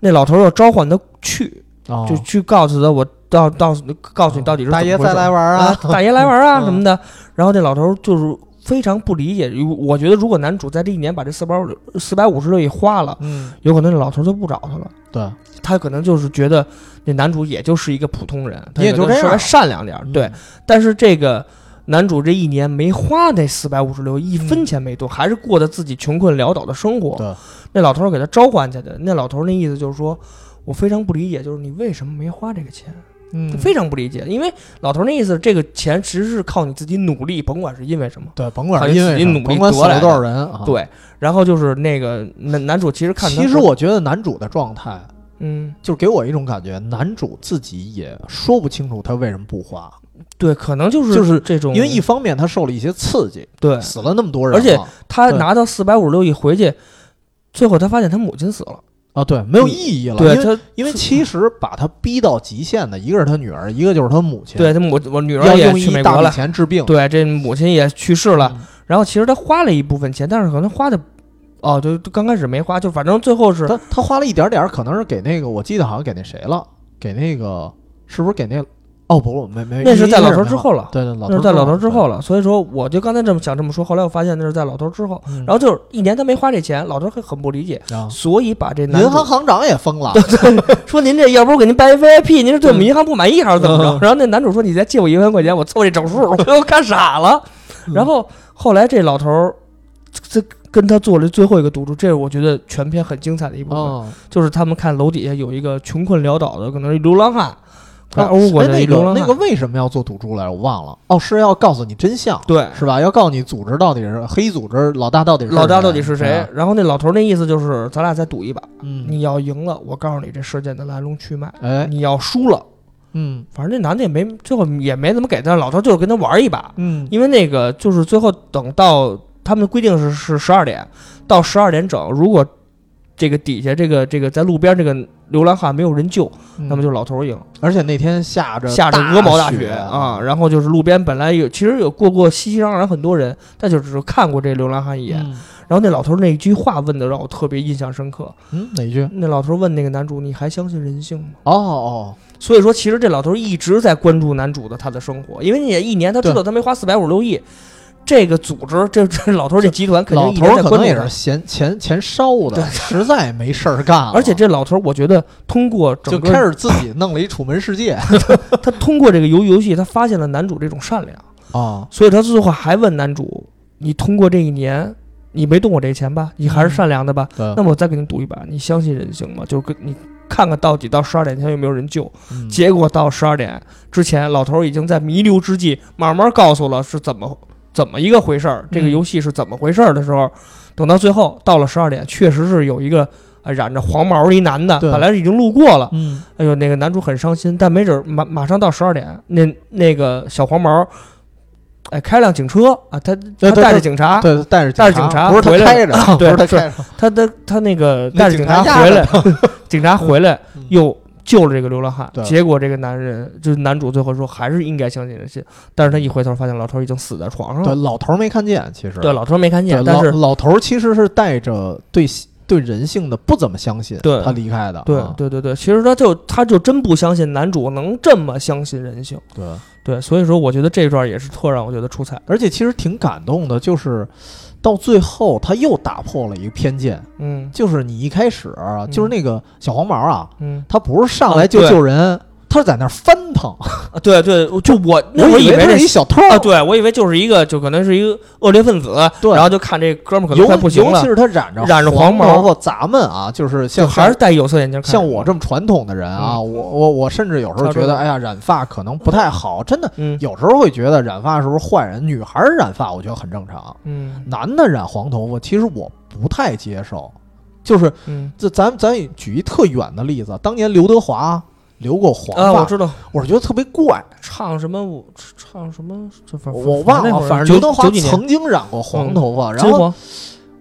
[SPEAKER 2] 那老头儿要召唤他去，
[SPEAKER 1] 哦
[SPEAKER 2] 就去告诉他我到到告诉你到底是
[SPEAKER 1] 大
[SPEAKER 2] 怎么
[SPEAKER 1] 爷
[SPEAKER 2] 回事
[SPEAKER 1] 再来玩
[SPEAKER 2] 啊
[SPEAKER 1] 啊，，
[SPEAKER 2] 大爷来玩啊
[SPEAKER 1] 嗯
[SPEAKER 2] 什么的。然后这老头就是非常不理解，如我觉得如果男主在这一年把这四百四百五十六亿花了，
[SPEAKER 1] 嗯，
[SPEAKER 2] 有可能这老头就不找他了。
[SPEAKER 1] 对，嗯
[SPEAKER 2] 他可能就是觉得那男主也就是一个普通人，他
[SPEAKER 1] 你也就
[SPEAKER 2] 可
[SPEAKER 1] 这
[SPEAKER 2] 能稍微
[SPEAKER 1] 样嗯
[SPEAKER 2] 善良点儿。对，但是这个男主这一年没花那四百五十六，一分钱没动，还是过着自己穷困潦倒的生活。
[SPEAKER 1] 嗯对，
[SPEAKER 2] 那老头儿给他召唤去的，那老头儿那意思就是说，我非常不理解，就是你为什么没花这个钱？
[SPEAKER 1] 嗯，
[SPEAKER 2] 非常不理解，因为老头儿那意思，这个钱其实是靠你自己努力，甭管是因为什么。
[SPEAKER 1] 对，甭管
[SPEAKER 2] 好
[SPEAKER 1] 是因
[SPEAKER 2] 像自
[SPEAKER 1] 为
[SPEAKER 2] 己
[SPEAKER 1] 什么
[SPEAKER 2] 努力
[SPEAKER 1] 甭管死
[SPEAKER 2] 得来
[SPEAKER 1] 了
[SPEAKER 2] 的
[SPEAKER 1] 多少人啊，，
[SPEAKER 2] 对，然后就是那个男男主其实看他，
[SPEAKER 1] 其实我觉得男主的状态。
[SPEAKER 2] 嗯，
[SPEAKER 1] 就是给我一种感觉，男主自己也说不清楚他为什么不花，
[SPEAKER 2] 对，可能就是
[SPEAKER 1] 就是
[SPEAKER 2] 这种，
[SPEAKER 1] 因为一方面他受了一些刺激，
[SPEAKER 2] 对
[SPEAKER 1] 死了那么多人了，
[SPEAKER 2] 而且他
[SPEAKER 1] 对
[SPEAKER 2] 拿到四百五十六亿回去，最后他发现他母亲死了，
[SPEAKER 1] 啊，对，没有意义了，
[SPEAKER 2] 对
[SPEAKER 1] 因为
[SPEAKER 2] 他，
[SPEAKER 1] 因为其实把他逼到极限的，一个是他女儿，一个就是他母亲，
[SPEAKER 2] 对，他母我女儿
[SPEAKER 1] 要
[SPEAKER 2] 也
[SPEAKER 1] 用
[SPEAKER 2] 去美
[SPEAKER 1] 一
[SPEAKER 2] 国
[SPEAKER 1] 大笔
[SPEAKER 2] 了，
[SPEAKER 1] 钱治病，
[SPEAKER 2] 对，这母亲也去世了，
[SPEAKER 1] 嗯，
[SPEAKER 2] 然后其实他花了一部分钱，但是可能花的。哦，对，刚开始没花，就反正最后是
[SPEAKER 1] 他他花了一点点儿，可能是给那个，我记得好像给那谁了，给那个是不是给那哦不没没
[SPEAKER 2] 那是在
[SPEAKER 1] 一个
[SPEAKER 2] 老
[SPEAKER 1] 人
[SPEAKER 2] 头之后了
[SPEAKER 1] 没花，对对，老
[SPEAKER 2] 那
[SPEAKER 1] 头
[SPEAKER 2] 是在老头
[SPEAKER 1] 了
[SPEAKER 2] 之后，了，所以说我就刚才这么想这么说，后来我发现那是在老头之后，
[SPEAKER 1] 对嗯
[SPEAKER 2] 然后就是一年他没花这钱，老头很很不理解，
[SPEAKER 1] 然后
[SPEAKER 2] 所以把这男
[SPEAKER 1] 银
[SPEAKER 2] 主
[SPEAKER 1] 行行长也疯了，
[SPEAKER 2] 说您这要不我给您办一 VIP，您是对我们银行不满意还是怎么着？
[SPEAKER 1] 嗯
[SPEAKER 2] 然后那男主说你再借我一万块钱，我凑这整数，我给我看傻了。
[SPEAKER 1] 嗯
[SPEAKER 2] 然后后来这老头儿这这跟他做了最后一个赌注，这是我觉得全篇很精彩的一部分，
[SPEAKER 1] 嗯，
[SPEAKER 2] 就是他们看楼底下有一个穷困潦倒的，可能是流浪汉，快
[SPEAKER 1] 啊
[SPEAKER 2] 欧过
[SPEAKER 1] 哎
[SPEAKER 2] 去的
[SPEAKER 1] 那
[SPEAKER 2] 一流
[SPEAKER 1] 个
[SPEAKER 2] 浪汉，
[SPEAKER 1] 那个为什么要做赌注来着？我忘了，哦是要告诉你真相，
[SPEAKER 2] 对。
[SPEAKER 1] 是吧？要告诉你组织到底是黑组织老大到底是
[SPEAKER 2] 哎老大到底是
[SPEAKER 1] 对
[SPEAKER 2] 谁
[SPEAKER 1] 吧？
[SPEAKER 2] 然后那老头儿那意思就是，咱俩再赌一把，
[SPEAKER 1] 嗯，
[SPEAKER 2] 你要赢了，我告诉你这事件的来龙去脉；
[SPEAKER 1] 哎
[SPEAKER 2] 你要输了，
[SPEAKER 1] 嗯
[SPEAKER 2] 反正那男的也没最后也没怎么给他，老头就是跟他玩一把，
[SPEAKER 1] 嗯
[SPEAKER 2] 因为那个就是最后等到他们的规定是是十二点，到十二点整，如果这个底下这个这个在路边这个流浪汉没有人救，
[SPEAKER 1] 嗯
[SPEAKER 2] 那么就是老头儿赢。
[SPEAKER 1] 而且那天下着
[SPEAKER 2] 下着鹅毛大雪
[SPEAKER 1] 啊，
[SPEAKER 2] 啊，然后就是路边本来有其实有过过熙熙攘攘很多人，但就只是看过这流浪汉一眼。
[SPEAKER 1] 嗯
[SPEAKER 2] 然后那老头儿那一句话问的让我特别印象深刻。
[SPEAKER 1] 嗯，哪一句？
[SPEAKER 2] 那老头儿问那个男主：“你还相信人性吗
[SPEAKER 1] 哦哦，？”
[SPEAKER 2] 所以说，其实这老头儿一直在关注男主的他的生活，因为你也一年他知道他没花四百五十六亿，这个组织这这老头儿这集团肯定
[SPEAKER 1] 老
[SPEAKER 2] 一直
[SPEAKER 1] 头儿
[SPEAKER 2] 在
[SPEAKER 1] 可
[SPEAKER 2] 关
[SPEAKER 1] 能
[SPEAKER 2] 注
[SPEAKER 1] 也
[SPEAKER 2] 他
[SPEAKER 1] 是嫌钱钱烧
[SPEAKER 2] 对
[SPEAKER 1] 的，实在没事儿干了，
[SPEAKER 2] 而且这老头儿，我觉得通过
[SPEAKER 1] 就
[SPEAKER 2] 整
[SPEAKER 1] 开
[SPEAKER 2] 个
[SPEAKER 1] 始自己弄了一《楚门世界》
[SPEAKER 2] 他通过这个游游戏，他发现了男主这种善良。
[SPEAKER 1] 啊，
[SPEAKER 2] 所以他最后还问男主：“你通过这一年，你没动我这钱吧？你还是善良的吧？
[SPEAKER 1] 对
[SPEAKER 2] 那，么我再给你赌一把，你相信人性吗？就是跟你看看到底到十二点前有没有人救。
[SPEAKER 1] 嗯
[SPEAKER 2] 结果到十二点之前，老头儿已经在弥留之际，慢慢告诉了是怎么怎么一个回事儿，这
[SPEAKER 1] 嗯
[SPEAKER 2] 个游戏是怎么回事儿的时候，等到最后到了十二点，确实是有一个。呃染着黄毛儿一男的，
[SPEAKER 1] 对
[SPEAKER 2] 本来已经路过了，
[SPEAKER 1] 嗯
[SPEAKER 2] 哎呦，那个男主很伤心，但没准儿马马上到十二点，那那个小黄毛儿，哎，开辆警车啊，他他
[SPEAKER 1] 对对
[SPEAKER 2] 带着警察，
[SPEAKER 1] 对，带着
[SPEAKER 2] 带着警察
[SPEAKER 1] 不是他
[SPEAKER 2] 回来
[SPEAKER 1] 开着，不
[SPEAKER 2] 对
[SPEAKER 1] 是他
[SPEAKER 2] 是
[SPEAKER 1] 开着，
[SPEAKER 2] 他他他那个
[SPEAKER 1] 那
[SPEAKER 2] 带着警
[SPEAKER 1] 警
[SPEAKER 2] 察
[SPEAKER 1] 察压
[SPEAKER 2] 回
[SPEAKER 1] 着
[SPEAKER 2] 来， 警察回来
[SPEAKER 1] 嗯
[SPEAKER 2] 又救了这个流浪汉，
[SPEAKER 1] 对
[SPEAKER 2] 结果这个男人就是男主最后说还是应该相信人性，但是他一回头发现老头儿已经死在床上
[SPEAKER 1] 对，
[SPEAKER 2] 了，
[SPEAKER 1] 老头儿没看见，其实
[SPEAKER 2] 对，老头儿没看见，
[SPEAKER 1] 对
[SPEAKER 2] 但
[SPEAKER 1] 老
[SPEAKER 2] 是
[SPEAKER 1] 老头儿其实是带着对对人性的不怎么相信，
[SPEAKER 2] 对
[SPEAKER 1] 他离开的，
[SPEAKER 2] 对
[SPEAKER 1] 啊
[SPEAKER 2] 对对对，其实他就他就真不相信男主能这么相信人性，
[SPEAKER 1] 对，
[SPEAKER 2] 对，所以说我觉得这一段也是特让我觉得出彩，
[SPEAKER 1] 而且其实挺感动的，就是到最后他又打破了一个偏见，
[SPEAKER 2] 嗯
[SPEAKER 1] 就是你一开始啊就是那个小黄毛啊，
[SPEAKER 2] 嗯。
[SPEAKER 1] 他不是上来
[SPEAKER 2] 啊
[SPEAKER 1] 就
[SPEAKER 2] 对
[SPEAKER 1] 救人，他是在那儿翻腾，
[SPEAKER 2] 啊，对对，我就我那
[SPEAKER 1] 我
[SPEAKER 2] 会儿以
[SPEAKER 1] 为他
[SPEAKER 2] 这
[SPEAKER 1] 是一小偷
[SPEAKER 2] 啊，对我以为就是一个，就可能是一个恶劣分子，
[SPEAKER 1] 对
[SPEAKER 2] 然后就看这哥们儿可能
[SPEAKER 1] 尤
[SPEAKER 2] 快不行
[SPEAKER 1] 尤
[SPEAKER 2] 了
[SPEAKER 1] 其，是他染着
[SPEAKER 2] 染着黄毛
[SPEAKER 1] 毛，咱们啊，就是
[SPEAKER 2] 就
[SPEAKER 1] 像
[SPEAKER 2] 还是戴有色眼镜看。嗯
[SPEAKER 1] 像我，这么传统的人啊，我我我甚至有时候觉
[SPEAKER 2] 他说
[SPEAKER 1] 得，哎呀，染发可能不太好，真的
[SPEAKER 2] 嗯
[SPEAKER 1] 有时候会觉得染发是不是坏人？女孩儿染发我觉得很正常，
[SPEAKER 2] 嗯
[SPEAKER 1] 男的染黄头发其实我不太接受。就是
[SPEAKER 2] 嗯
[SPEAKER 1] 这，咱咱也举一特远的例子，当年刘德华留过黄
[SPEAKER 2] 啊，
[SPEAKER 1] 发，
[SPEAKER 2] 我知道
[SPEAKER 1] 我是觉得特别怪，
[SPEAKER 2] 唱什么舞，唱什么，这反
[SPEAKER 1] 我忘
[SPEAKER 2] 那
[SPEAKER 1] 了
[SPEAKER 2] 会，儿
[SPEAKER 1] 反正
[SPEAKER 2] 九
[SPEAKER 1] 刘德华嗯
[SPEAKER 2] 九几年
[SPEAKER 1] 曾经染过黄头发，然
[SPEAKER 2] 金
[SPEAKER 1] 后
[SPEAKER 2] 黄，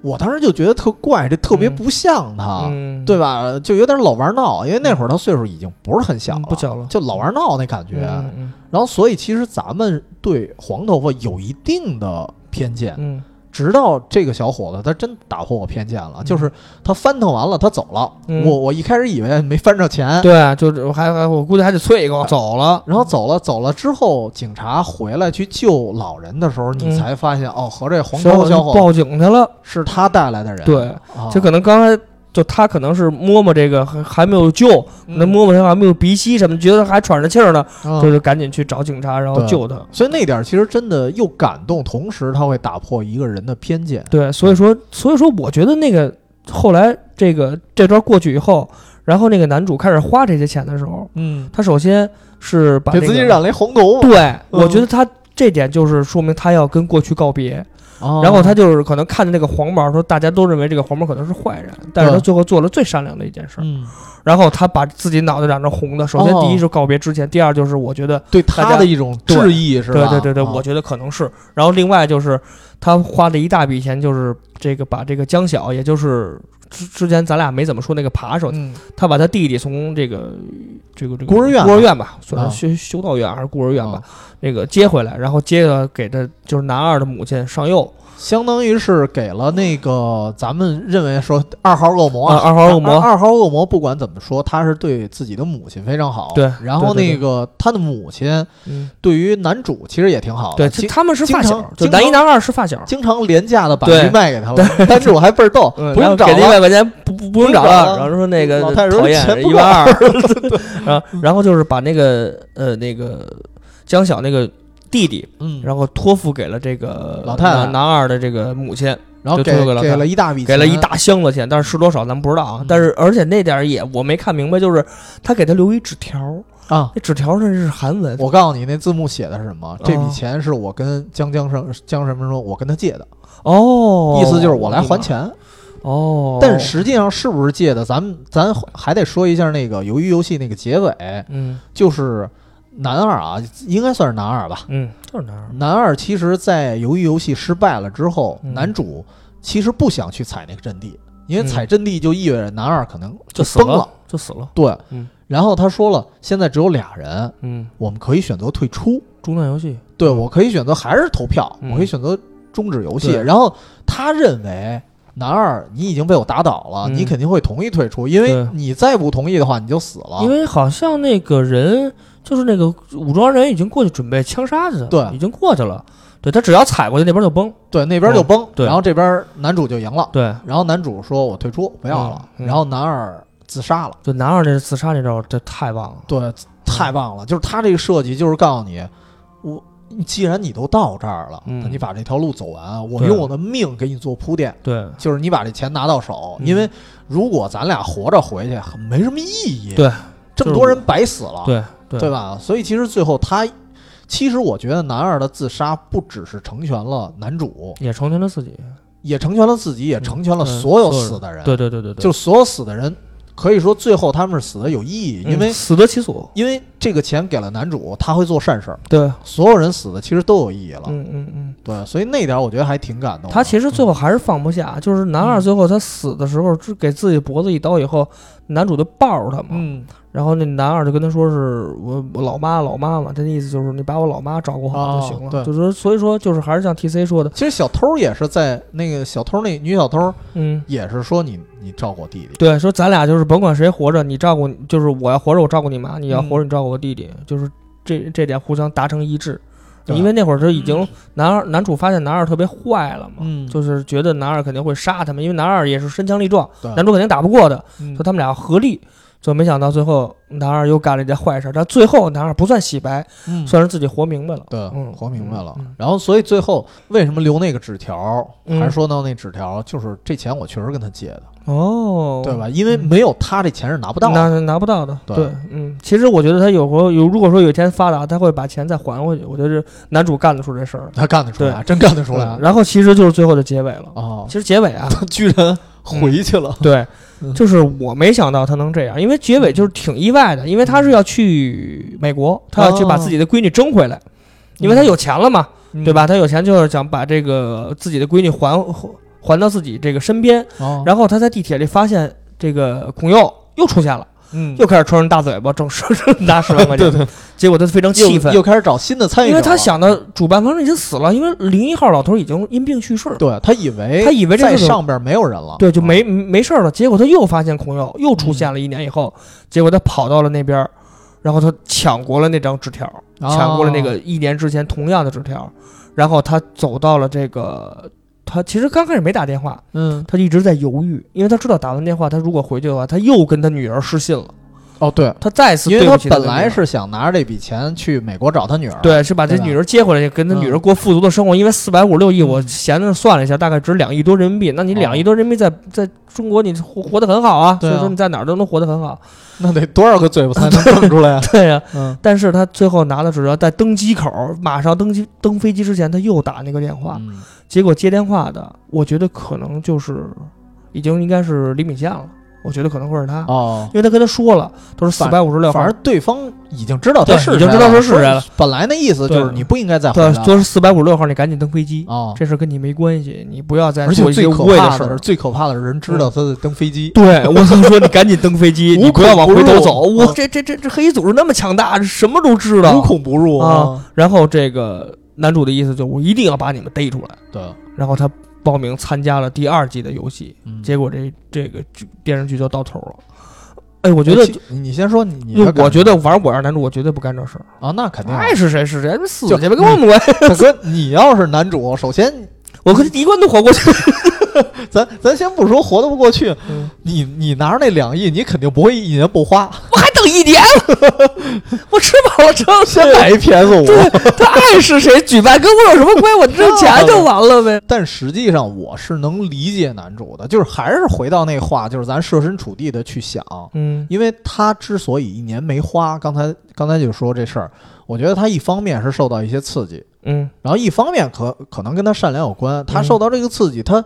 [SPEAKER 1] 我当时就觉得特怪，这特别
[SPEAKER 2] 嗯
[SPEAKER 1] 不像他。
[SPEAKER 2] 嗯，
[SPEAKER 1] 啊对吧？就有点老玩闹，因为那会儿他岁数已经不是很小了，
[SPEAKER 2] 嗯不小了
[SPEAKER 1] 就老玩闹那感觉。啊
[SPEAKER 2] 嗯嗯
[SPEAKER 1] 然后，所以其实咱们对黄头发有一定的偏见，
[SPEAKER 2] 嗯
[SPEAKER 1] 直到这个小伙子他真打破我偏见了，
[SPEAKER 2] 嗯
[SPEAKER 1] 就是他翻腾完了，他走了。
[SPEAKER 2] 嗯
[SPEAKER 1] 我我一开始以为没翻着钱，
[SPEAKER 2] 嗯，对，就是我还还我估计还得啐一口，
[SPEAKER 1] 走了，然后走了，走了之后，警察回来去救老人的时候，
[SPEAKER 2] 嗯
[SPEAKER 1] 你才发现哦，合这黄头发小伙
[SPEAKER 2] 报警去了。
[SPEAKER 1] 是他带来的人。
[SPEAKER 2] 对
[SPEAKER 1] 啊，
[SPEAKER 2] 就可能刚才就他可能是摸摸这个还还没有救，可
[SPEAKER 1] 嗯
[SPEAKER 2] 能摸摸他还没有鼻息什么，觉得还喘着气儿呢，
[SPEAKER 1] 嗯
[SPEAKER 2] 就是赶紧去找警察，然后
[SPEAKER 1] 对
[SPEAKER 2] 救他。
[SPEAKER 1] 所以那点儿其实真的又感动，同时他会打破一个人的嗯偏见。
[SPEAKER 2] 对，所以说，所以说，我觉得那个后来这个这段过去以后，然后那个男主开始花这些钱的时候，
[SPEAKER 1] 嗯，
[SPEAKER 2] 他首先是把、那
[SPEAKER 1] 给
[SPEAKER 2] 个、
[SPEAKER 1] 自己染了一嗯红头发，
[SPEAKER 2] 对，我觉得他这点就是说明他要跟过去告别。
[SPEAKER 1] 哦
[SPEAKER 2] 然后他就是可能看着那个黄毛，说大家都认为这个黄毛可能是坏人，但是他
[SPEAKER 1] 对
[SPEAKER 2] 最后做了最善良的一件事儿。
[SPEAKER 1] 嗯，
[SPEAKER 2] 然后他把自己脑袋染成红的，首先
[SPEAKER 1] 哦
[SPEAKER 2] 第一是告别之前，第二就是我觉得
[SPEAKER 1] 对
[SPEAKER 2] 大家
[SPEAKER 1] 他的一种
[SPEAKER 2] 对
[SPEAKER 1] 质疑是
[SPEAKER 2] 对
[SPEAKER 1] 吧？
[SPEAKER 2] 对对对，
[SPEAKER 1] 啊
[SPEAKER 2] 我觉得可能是。然后另外就是他花了一大笔钱，就是这个把这个江晓，也就是之之前咱俩没怎么说那个扒手，
[SPEAKER 1] 嗯
[SPEAKER 2] 他把他弟弟从这个这个这个
[SPEAKER 1] 孤儿院
[SPEAKER 2] 孤儿院吧，算
[SPEAKER 1] 啊
[SPEAKER 2] 是修修道院还是孤儿院吧，那个接回来，然后接着给他就是男二的母亲上幼，
[SPEAKER 1] 相当于是给了那个咱们认为说二号恶魔
[SPEAKER 2] 啊二号恶魔
[SPEAKER 1] 二二号恶魔不管怎么说，他是对自己的母亲非常好。
[SPEAKER 2] 对
[SPEAKER 1] 然后
[SPEAKER 2] 对对
[SPEAKER 1] 那个他的母亲
[SPEAKER 2] 嗯，
[SPEAKER 1] 对于男主其实也挺好
[SPEAKER 2] 对，
[SPEAKER 1] 的，
[SPEAKER 2] 其
[SPEAKER 1] 经
[SPEAKER 2] 他们是发
[SPEAKER 1] 啊经
[SPEAKER 2] 小
[SPEAKER 1] 常，
[SPEAKER 2] 就
[SPEAKER 1] 经
[SPEAKER 2] 男一
[SPEAKER 1] 常
[SPEAKER 2] 男二是发小，
[SPEAKER 1] 经常廉价的把
[SPEAKER 2] 对
[SPEAKER 1] 鱼卖给他了，男主还倍儿 逗，
[SPEAKER 2] 嗯
[SPEAKER 1] 不
[SPEAKER 2] 然
[SPEAKER 1] 用
[SPEAKER 2] 后
[SPEAKER 1] 找
[SPEAKER 2] 给一
[SPEAKER 1] 了。
[SPEAKER 2] 百块钱，不不不用
[SPEAKER 1] 不用
[SPEAKER 2] 找
[SPEAKER 1] 找
[SPEAKER 2] 了。
[SPEAKER 1] 了
[SPEAKER 2] 然后说那个
[SPEAKER 1] 老太太说
[SPEAKER 2] 讨厌
[SPEAKER 1] 钱不
[SPEAKER 2] 一
[SPEAKER 1] 够
[SPEAKER 2] 万二， 然后然后就是把那个呃那个江晓那个弟弟，
[SPEAKER 1] 嗯，
[SPEAKER 2] 然后托付给了这个
[SPEAKER 1] 老太太
[SPEAKER 2] 男男二的这个母亲，
[SPEAKER 1] 然后
[SPEAKER 2] 就
[SPEAKER 1] 给
[SPEAKER 2] 推给了他
[SPEAKER 1] 给了一大笔钱，
[SPEAKER 2] 给了一大箱子钱，但是是多少咱不知道啊
[SPEAKER 1] 嗯。
[SPEAKER 2] 但是而且那点儿也我没看明白，就是他给他留一纸条，
[SPEAKER 1] 啊！
[SPEAKER 2] 那纸条上是韩文，
[SPEAKER 1] 我告诉你，那字幕写的是什么？这
[SPEAKER 2] 哦
[SPEAKER 1] 笔钱是我跟江江生江什么说，我跟他借的，
[SPEAKER 2] 哦，
[SPEAKER 1] 意思就是我来还钱。
[SPEAKER 2] 哦，
[SPEAKER 1] 但实际上是不是借的，咱们咱还得说一下那个《鱿鱼游戏》那个结尾，
[SPEAKER 2] 嗯
[SPEAKER 1] 就是男二啊，应该算是男二吧。
[SPEAKER 2] 嗯，就是那样，
[SPEAKER 1] 男二其实，在《鱿鱼游戏》失败了之后，
[SPEAKER 2] 嗯
[SPEAKER 1] 男主其实不想去踩那个阵地，因为
[SPEAKER 2] 嗯
[SPEAKER 1] 踩阵地就意味着男二可能
[SPEAKER 2] 就死
[SPEAKER 1] 崩了。
[SPEAKER 2] 了，就死了。
[SPEAKER 1] 对，
[SPEAKER 2] 嗯
[SPEAKER 1] 然后他说了，现在只有俩人，
[SPEAKER 2] 嗯，
[SPEAKER 1] 我们可以选择退出。
[SPEAKER 2] 中断游戏，
[SPEAKER 1] 对我可以选择还是投票，
[SPEAKER 2] 嗯
[SPEAKER 1] 我可以选择终止游戏。
[SPEAKER 2] 对
[SPEAKER 1] 然后他认为男二你已经被我打倒了，
[SPEAKER 2] 嗯
[SPEAKER 1] 你肯定会同意退出，因为
[SPEAKER 2] 对
[SPEAKER 1] 你再不同意的话你就死了。
[SPEAKER 2] 因为好像那个人就是那个武装人已经过去准备枪杀去了，
[SPEAKER 1] 对
[SPEAKER 2] 已经过去了。对他只要踩过去，那边就崩。
[SPEAKER 1] 对那边就崩，
[SPEAKER 2] 哦对
[SPEAKER 1] 然后这边男主就赢了。
[SPEAKER 2] 对，
[SPEAKER 1] 然后男主说：“我退出，不要了。
[SPEAKER 2] 嗯嗯
[SPEAKER 1] 然后男二自杀了。
[SPEAKER 2] 就男二那自杀那招，这太棒了。
[SPEAKER 1] 对，太棒了！就是他这个设计，就是告诉你，我既然你都到这儿了，
[SPEAKER 2] 嗯
[SPEAKER 1] 那你把这条路走完，啊我
[SPEAKER 2] 对
[SPEAKER 1] 用我的命给你做铺垫。
[SPEAKER 2] 对
[SPEAKER 1] 就是你把这钱拿到手，
[SPEAKER 2] 嗯
[SPEAKER 1] 因为如果咱俩活着回去，很没什么意义。
[SPEAKER 2] 对，
[SPEAKER 1] 这么多人白死了，
[SPEAKER 2] 对对
[SPEAKER 1] 对吧？所以其实最后他，其实我觉得男二的自杀不只是成全了男主，
[SPEAKER 2] 也成全了自己。
[SPEAKER 1] 也成全了自己，也成全了
[SPEAKER 2] 嗯
[SPEAKER 1] 所有
[SPEAKER 2] 所有人
[SPEAKER 1] 死的人。
[SPEAKER 2] 对对对对对，
[SPEAKER 1] 就是所有死的人，可以说最后他们是死的有意义，
[SPEAKER 2] 嗯
[SPEAKER 1] 因为、
[SPEAKER 2] 死得其所。
[SPEAKER 1] 因为这个钱给了男主，他会做善事儿。
[SPEAKER 2] 对，
[SPEAKER 1] 所有人死的其实都有意义了，
[SPEAKER 2] 嗯嗯嗯。
[SPEAKER 1] 对，所以那点儿我觉得还挺感动的。
[SPEAKER 2] 他其实最后还是放不下，就是男二
[SPEAKER 1] 嗯
[SPEAKER 2] 最后他死的时候，只给自己脖子一刀以后，男主就抱着他嘛，
[SPEAKER 1] 嗯
[SPEAKER 2] 然后那男二就跟他说是我我老妈老妈嘛，他那意思就是你把我老妈照顾好就行
[SPEAKER 1] 哦
[SPEAKER 2] 了，
[SPEAKER 1] 对
[SPEAKER 2] 就是说所以说就是还是像 T C 说的，
[SPEAKER 1] 其实小偷也是在那个小偷那女小偷
[SPEAKER 2] 嗯，
[SPEAKER 1] 也是说你你照顾我弟弟，
[SPEAKER 2] 对，说咱俩就是甭管谁活着，你照顾就是我要活着我照顾你妈，你要活着你照顾我弟弟，就是这这点互相达成一致，
[SPEAKER 1] 对
[SPEAKER 2] 因为那会儿他已经男二男主发现男二特别坏了嘛，
[SPEAKER 1] 嗯
[SPEAKER 2] 就是觉得男二肯定会杀他们，因为男二也是身强力壮，
[SPEAKER 1] 对
[SPEAKER 2] 男主肯定打不过的，
[SPEAKER 1] 嗯
[SPEAKER 2] 说他们俩合力，就没想到最后男二又干了一件坏事，但最后男二不算洗白，
[SPEAKER 1] 嗯
[SPEAKER 2] 算是自己活明白了。
[SPEAKER 1] 对
[SPEAKER 2] 嗯，
[SPEAKER 1] 活明白了
[SPEAKER 2] 嗯嗯。
[SPEAKER 1] 然后所以最后为什么留那个纸条？
[SPEAKER 2] 嗯
[SPEAKER 1] 还是说到那纸条，就是这钱我确实跟他借的，
[SPEAKER 2] 哦，
[SPEAKER 1] 对？吧？因为没有他这钱是拿不到的。
[SPEAKER 2] 拿拿不到的，
[SPEAKER 1] 对
[SPEAKER 2] 嗯，其实我觉得他有时候有，如果说有一天发达，他会把钱再还回去。我觉得男主干得出这事儿，
[SPEAKER 1] 他 干得出来，真干得出来
[SPEAKER 2] 嗯然后其实就是最后的结尾了。
[SPEAKER 1] 哦！
[SPEAKER 2] 其实结 尾啊，
[SPEAKER 1] 他居然回去了。
[SPEAKER 2] 对
[SPEAKER 1] 嗯，
[SPEAKER 2] 就是我没想到他能这样，因为结尾就是挺意外的，因为他是要去美
[SPEAKER 1] 嗯
[SPEAKER 2] 国，他要去把自己的闺女争回来，因为他有钱了嘛，
[SPEAKER 1] 哦嗯
[SPEAKER 2] 对吧？？他有钱就是想把这个自己的闺女还还到自己这个身边，
[SPEAKER 1] 哦，
[SPEAKER 2] 嗯然后他在地铁里发现这个孔佑又出现了，
[SPEAKER 1] 嗯，
[SPEAKER 2] 又开始抽人大嘴巴，挣 十拿十万 块钱，结果他非常气
[SPEAKER 1] 又
[SPEAKER 2] 愤
[SPEAKER 1] 又，开始找新的参与
[SPEAKER 2] 因
[SPEAKER 1] 者了，
[SPEAKER 2] 为他想到主办方已经死了，因为零一号老头已经因病去世了，
[SPEAKER 1] 对他以为
[SPEAKER 2] 他以为这
[SPEAKER 1] 哎在
[SPEAKER 2] 是个
[SPEAKER 1] 上哦边没有人了，
[SPEAKER 2] 对就没没事儿了，结果他又发现孔佑
[SPEAKER 1] 嗯
[SPEAKER 2] 又出现了，一年以后，结果他跑到了那边儿。然后他抢过了那张纸条，
[SPEAKER 1] 哦
[SPEAKER 2] 抢过了那个一年之前同样的纸条，然后他走到了这个，他其实刚开始没打电话，
[SPEAKER 1] 嗯
[SPEAKER 2] 他就一直在犹豫，因为他知道打完电话，他如果回去的话，他又跟他女儿失信了，
[SPEAKER 1] 哦对，
[SPEAKER 2] 他再次
[SPEAKER 1] 因为
[SPEAKER 2] 对
[SPEAKER 1] 他
[SPEAKER 2] 不起
[SPEAKER 1] 本
[SPEAKER 2] 的女儿
[SPEAKER 1] 来是想拿着这笔钱去美国找他女儿，
[SPEAKER 2] 对，是把这
[SPEAKER 1] 对吧
[SPEAKER 2] 女儿接回来，跟他女儿过富足的生活，因为四百五十六亿，
[SPEAKER 1] 嗯
[SPEAKER 2] 我闲着算了一下，大概值两亿多人民币，那你
[SPEAKER 1] 哦
[SPEAKER 2] 两亿多人民币在在中国你活活得很好啊，
[SPEAKER 1] 对
[SPEAKER 2] 所
[SPEAKER 1] 啊
[SPEAKER 2] 以说你在哪儿都能活得很好，
[SPEAKER 1] 那得多少个嘴巴才能蹦出来 啊？
[SPEAKER 2] 对呀、
[SPEAKER 1] 嗯
[SPEAKER 2] 但是他最后拿到纸条，在登机口马上登机登飞机之前，他又打那个电话，
[SPEAKER 1] 嗯
[SPEAKER 2] 结果接电话的，我觉得可能就是已经应该是李敏宪了，我觉得可能会是他，
[SPEAKER 1] 哦
[SPEAKER 2] 因，为他跟他说了，都是四
[SPEAKER 1] 反
[SPEAKER 2] 百五十六号
[SPEAKER 1] 反，正对方已经知道他
[SPEAKER 2] 对
[SPEAKER 1] 是谁了
[SPEAKER 2] 已经知道说是谁了。
[SPEAKER 1] 本来那意思就是你不应该再回来
[SPEAKER 2] 对，
[SPEAKER 1] 了
[SPEAKER 2] 就是四百五十六号，你赶紧登飞机，
[SPEAKER 1] 啊。
[SPEAKER 2] 这事儿跟你没关系，你不要再
[SPEAKER 1] 而且
[SPEAKER 2] 做一
[SPEAKER 1] 最
[SPEAKER 2] 些
[SPEAKER 1] 可
[SPEAKER 2] 无谓
[SPEAKER 1] 怕
[SPEAKER 2] 事
[SPEAKER 1] 的是，嗯
[SPEAKER 2] 儿。
[SPEAKER 1] 最可怕的是人知道他在登飞机，
[SPEAKER 2] 对，我就说你赶紧登飞机，
[SPEAKER 1] 无孔
[SPEAKER 2] 你不要往回头走。
[SPEAKER 1] 不入啊
[SPEAKER 2] 我这这这这黑衣组织那么强大，这什么都知
[SPEAKER 1] 无
[SPEAKER 2] 道。
[SPEAKER 1] 孔不入
[SPEAKER 2] 啊！然后这个男主的意思就是我一定要把你们逮出来。
[SPEAKER 1] 对，
[SPEAKER 2] 然后他报名参加了第二季的游戏，
[SPEAKER 1] 嗯
[SPEAKER 2] 结果这这个剧电视剧就到头了。哎，我
[SPEAKER 1] 我
[SPEAKER 2] 觉得，
[SPEAKER 1] 你你先说你，你
[SPEAKER 2] 因
[SPEAKER 1] 的
[SPEAKER 2] 为
[SPEAKER 1] 感
[SPEAKER 2] 我觉得反正我要是男主，我绝对不干这事儿，
[SPEAKER 1] 啊，那肯定 啊。
[SPEAKER 2] 爱是谁是谁，死
[SPEAKER 1] 就嗯
[SPEAKER 2] 去吧，跟我没关系。
[SPEAKER 1] 大哥，你要是男主，首先
[SPEAKER 2] 我跟一关都活过去。
[SPEAKER 1] 咱咱先不说活得不过去，
[SPEAKER 2] 嗯
[SPEAKER 1] 你你拿着那两亿，你肯定不会一年不花，
[SPEAKER 2] 我还等一年 了，我吃饱了撑。
[SPEAKER 1] 先买一 PS 五。啊
[SPEAKER 2] 对他爱是谁举办跟我有什么关系？我挣钱就完了呗。
[SPEAKER 1] 但实际上，我是能理解男主的，就是还是回到那话，就是咱设身处地的去想，
[SPEAKER 2] 嗯
[SPEAKER 1] 因为他之所以一年没花，刚才刚才就说这事儿，我觉得他一方面是受到一些刺激，
[SPEAKER 2] 嗯
[SPEAKER 1] 然后一方面可可能跟他善良有关，他
[SPEAKER 2] 嗯
[SPEAKER 1] 受到这个刺激，他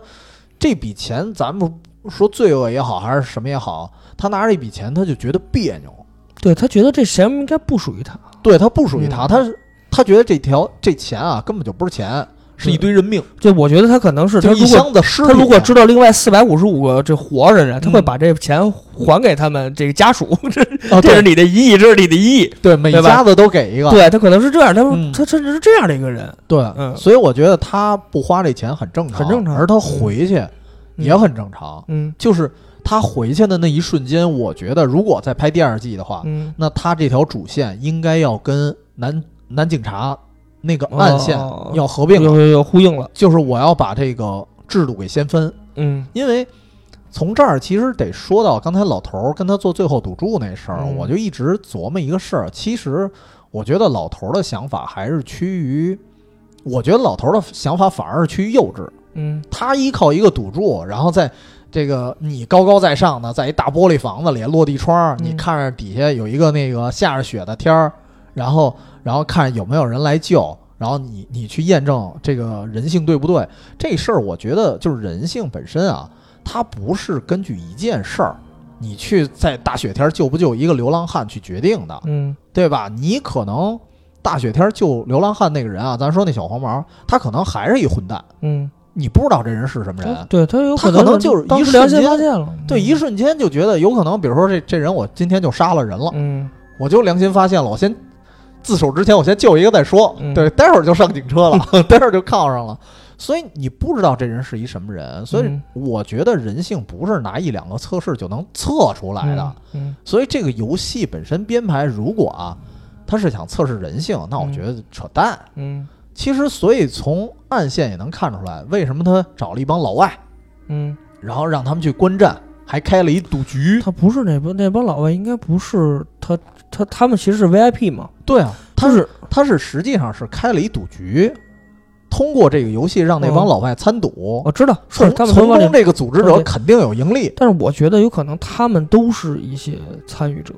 [SPEAKER 1] 这笔钱咱们说罪恶也好，还是什么也好，他拿着一笔钱他就觉得别扭，
[SPEAKER 2] 对他觉得这钱应该不属于他，
[SPEAKER 1] 对他不属于他，
[SPEAKER 2] 嗯
[SPEAKER 1] 他是他觉得这条这钱啊根本就不是钱，是一堆人命，
[SPEAKER 2] 就我觉得他可嗯能是他
[SPEAKER 1] 就一
[SPEAKER 2] 如果
[SPEAKER 1] 箱子尸体。啊
[SPEAKER 2] 他如果知道另外四百五十五个这活人啊，他会
[SPEAKER 1] 嗯
[SPEAKER 2] 把这钱还给他们这个家属， 这
[SPEAKER 1] 啊，
[SPEAKER 2] 这是
[SPEAKER 1] 对
[SPEAKER 2] 你的遗意，这是你的遗意。
[SPEAKER 1] 对，每
[SPEAKER 2] 对吧
[SPEAKER 1] 家子都给一个，
[SPEAKER 2] 对他可能是这样，他
[SPEAKER 1] 嗯
[SPEAKER 2] 他甚至是这样的一个人，
[SPEAKER 1] 对，
[SPEAKER 2] 嗯
[SPEAKER 1] 所以我觉得他不花这钱很正常，
[SPEAKER 2] 很正常
[SPEAKER 1] 而他回去也很正常，
[SPEAKER 2] 嗯
[SPEAKER 1] 就是他回去的那一瞬间，我觉得如果再拍第二季的话，
[SPEAKER 2] 嗯，
[SPEAKER 1] 那他这条主线应该要跟男男警察那个暗线
[SPEAKER 2] 哦
[SPEAKER 1] 要合
[SPEAKER 2] 有
[SPEAKER 1] 并了，
[SPEAKER 2] 有有呼应了，
[SPEAKER 1] 就是我要把这个制度给先分，
[SPEAKER 2] 嗯
[SPEAKER 1] 因为。从这儿其实得说到刚才老头儿跟他做最后赌注那事儿，
[SPEAKER 2] 嗯
[SPEAKER 1] 我就一直琢磨一个事儿。其实我觉得老头儿的想法还是趋于，我觉得老头儿的想法反而是趋于幼稚。
[SPEAKER 2] 嗯
[SPEAKER 1] 他依靠一个赌注，然后在这个你高高在上的，在一大玻璃房子里落地窗儿，
[SPEAKER 2] 嗯
[SPEAKER 1] 你看着底下有一个那个下着雪的天儿，然后然后看有没有人来救，然后你你去验证这个人性对不对？这事儿我觉得就是人性本身啊，它不是根据一件事儿。你去在大雪天儿救不救一个流浪汉去决定的，
[SPEAKER 2] 嗯
[SPEAKER 1] 对吧？你可能大雪天儿救流浪汉那个人啊，咱说那小黄毛，他可能还是一混蛋，
[SPEAKER 2] 嗯，
[SPEAKER 1] 你不知道这人是什么人
[SPEAKER 2] 他，对他有
[SPEAKER 1] 他可能就是一
[SPEAKER 2] 当时
[SPEAKER 1] 瞬
[SPEAKER 2] 良心
[SPEAKER 1] 间
[SPEAKER 2] 发现了，
[SPEAKER 1] 对，
[SPEAKER 2] 嗯
[SPEAKER 1] 一瞬间就觉得有可能，比如说这这人我今天就杀了人了，
[SPEAKER 2] 嗯
[SPEAKER 1] 我就良心发现了，我先自首之前我先救一个再说，
[SPEAKER 2] 嗯
[SPEAKER 1] 对，待会儿就上警车 了，待会儿就铐上了，所以你不知道这人是一什么人，所以
[SPEAKER 2] 嗯
[SPEAKER 1] 我觉得人性不是拿一两个测试就能测出来的，，
[SPEAKER 2] 嗯
[SPEAKER 1] 所以这个游戏本身编排，如果啊他是想测试人性，那我觉得扯淡。
[SPEAKER 2] 嗯
[SPEAKER 1] 其实，所以从暗线也能看出来，为什么他找了一帮老外，
[SPEAKER 2] 嗯，
[SPEAKER 1] 然后让他们去观战，还开了一赌局。
[SPEAKER 2] 他不是那帮那帮老外，应该不是他他他们其实是 VIP 嘛，
[SPEAKER 1] 对啊，他
[SPEAKER 2] 就是
[SPEAKER 1] 他是实际上是开了一赌局，通过这个游戏让那帮
[SPEAKER 2] 嗯
[SPEAKER 1] 老外参赌，
[SPEAKER 2] 我知道是
[SPEAKER 1] 从
[SPEAKER 2] 他们
[SPEAKER 1] 从
[SPEAKER 2] 从往里
[SPEAKER 1] 中，这个组织者
[SPEAKER 2] 对
[SPEAKER 1] 肯定有盈利。
[SPEAKER 2] 但是我觉得有可能他们都是一些参与者，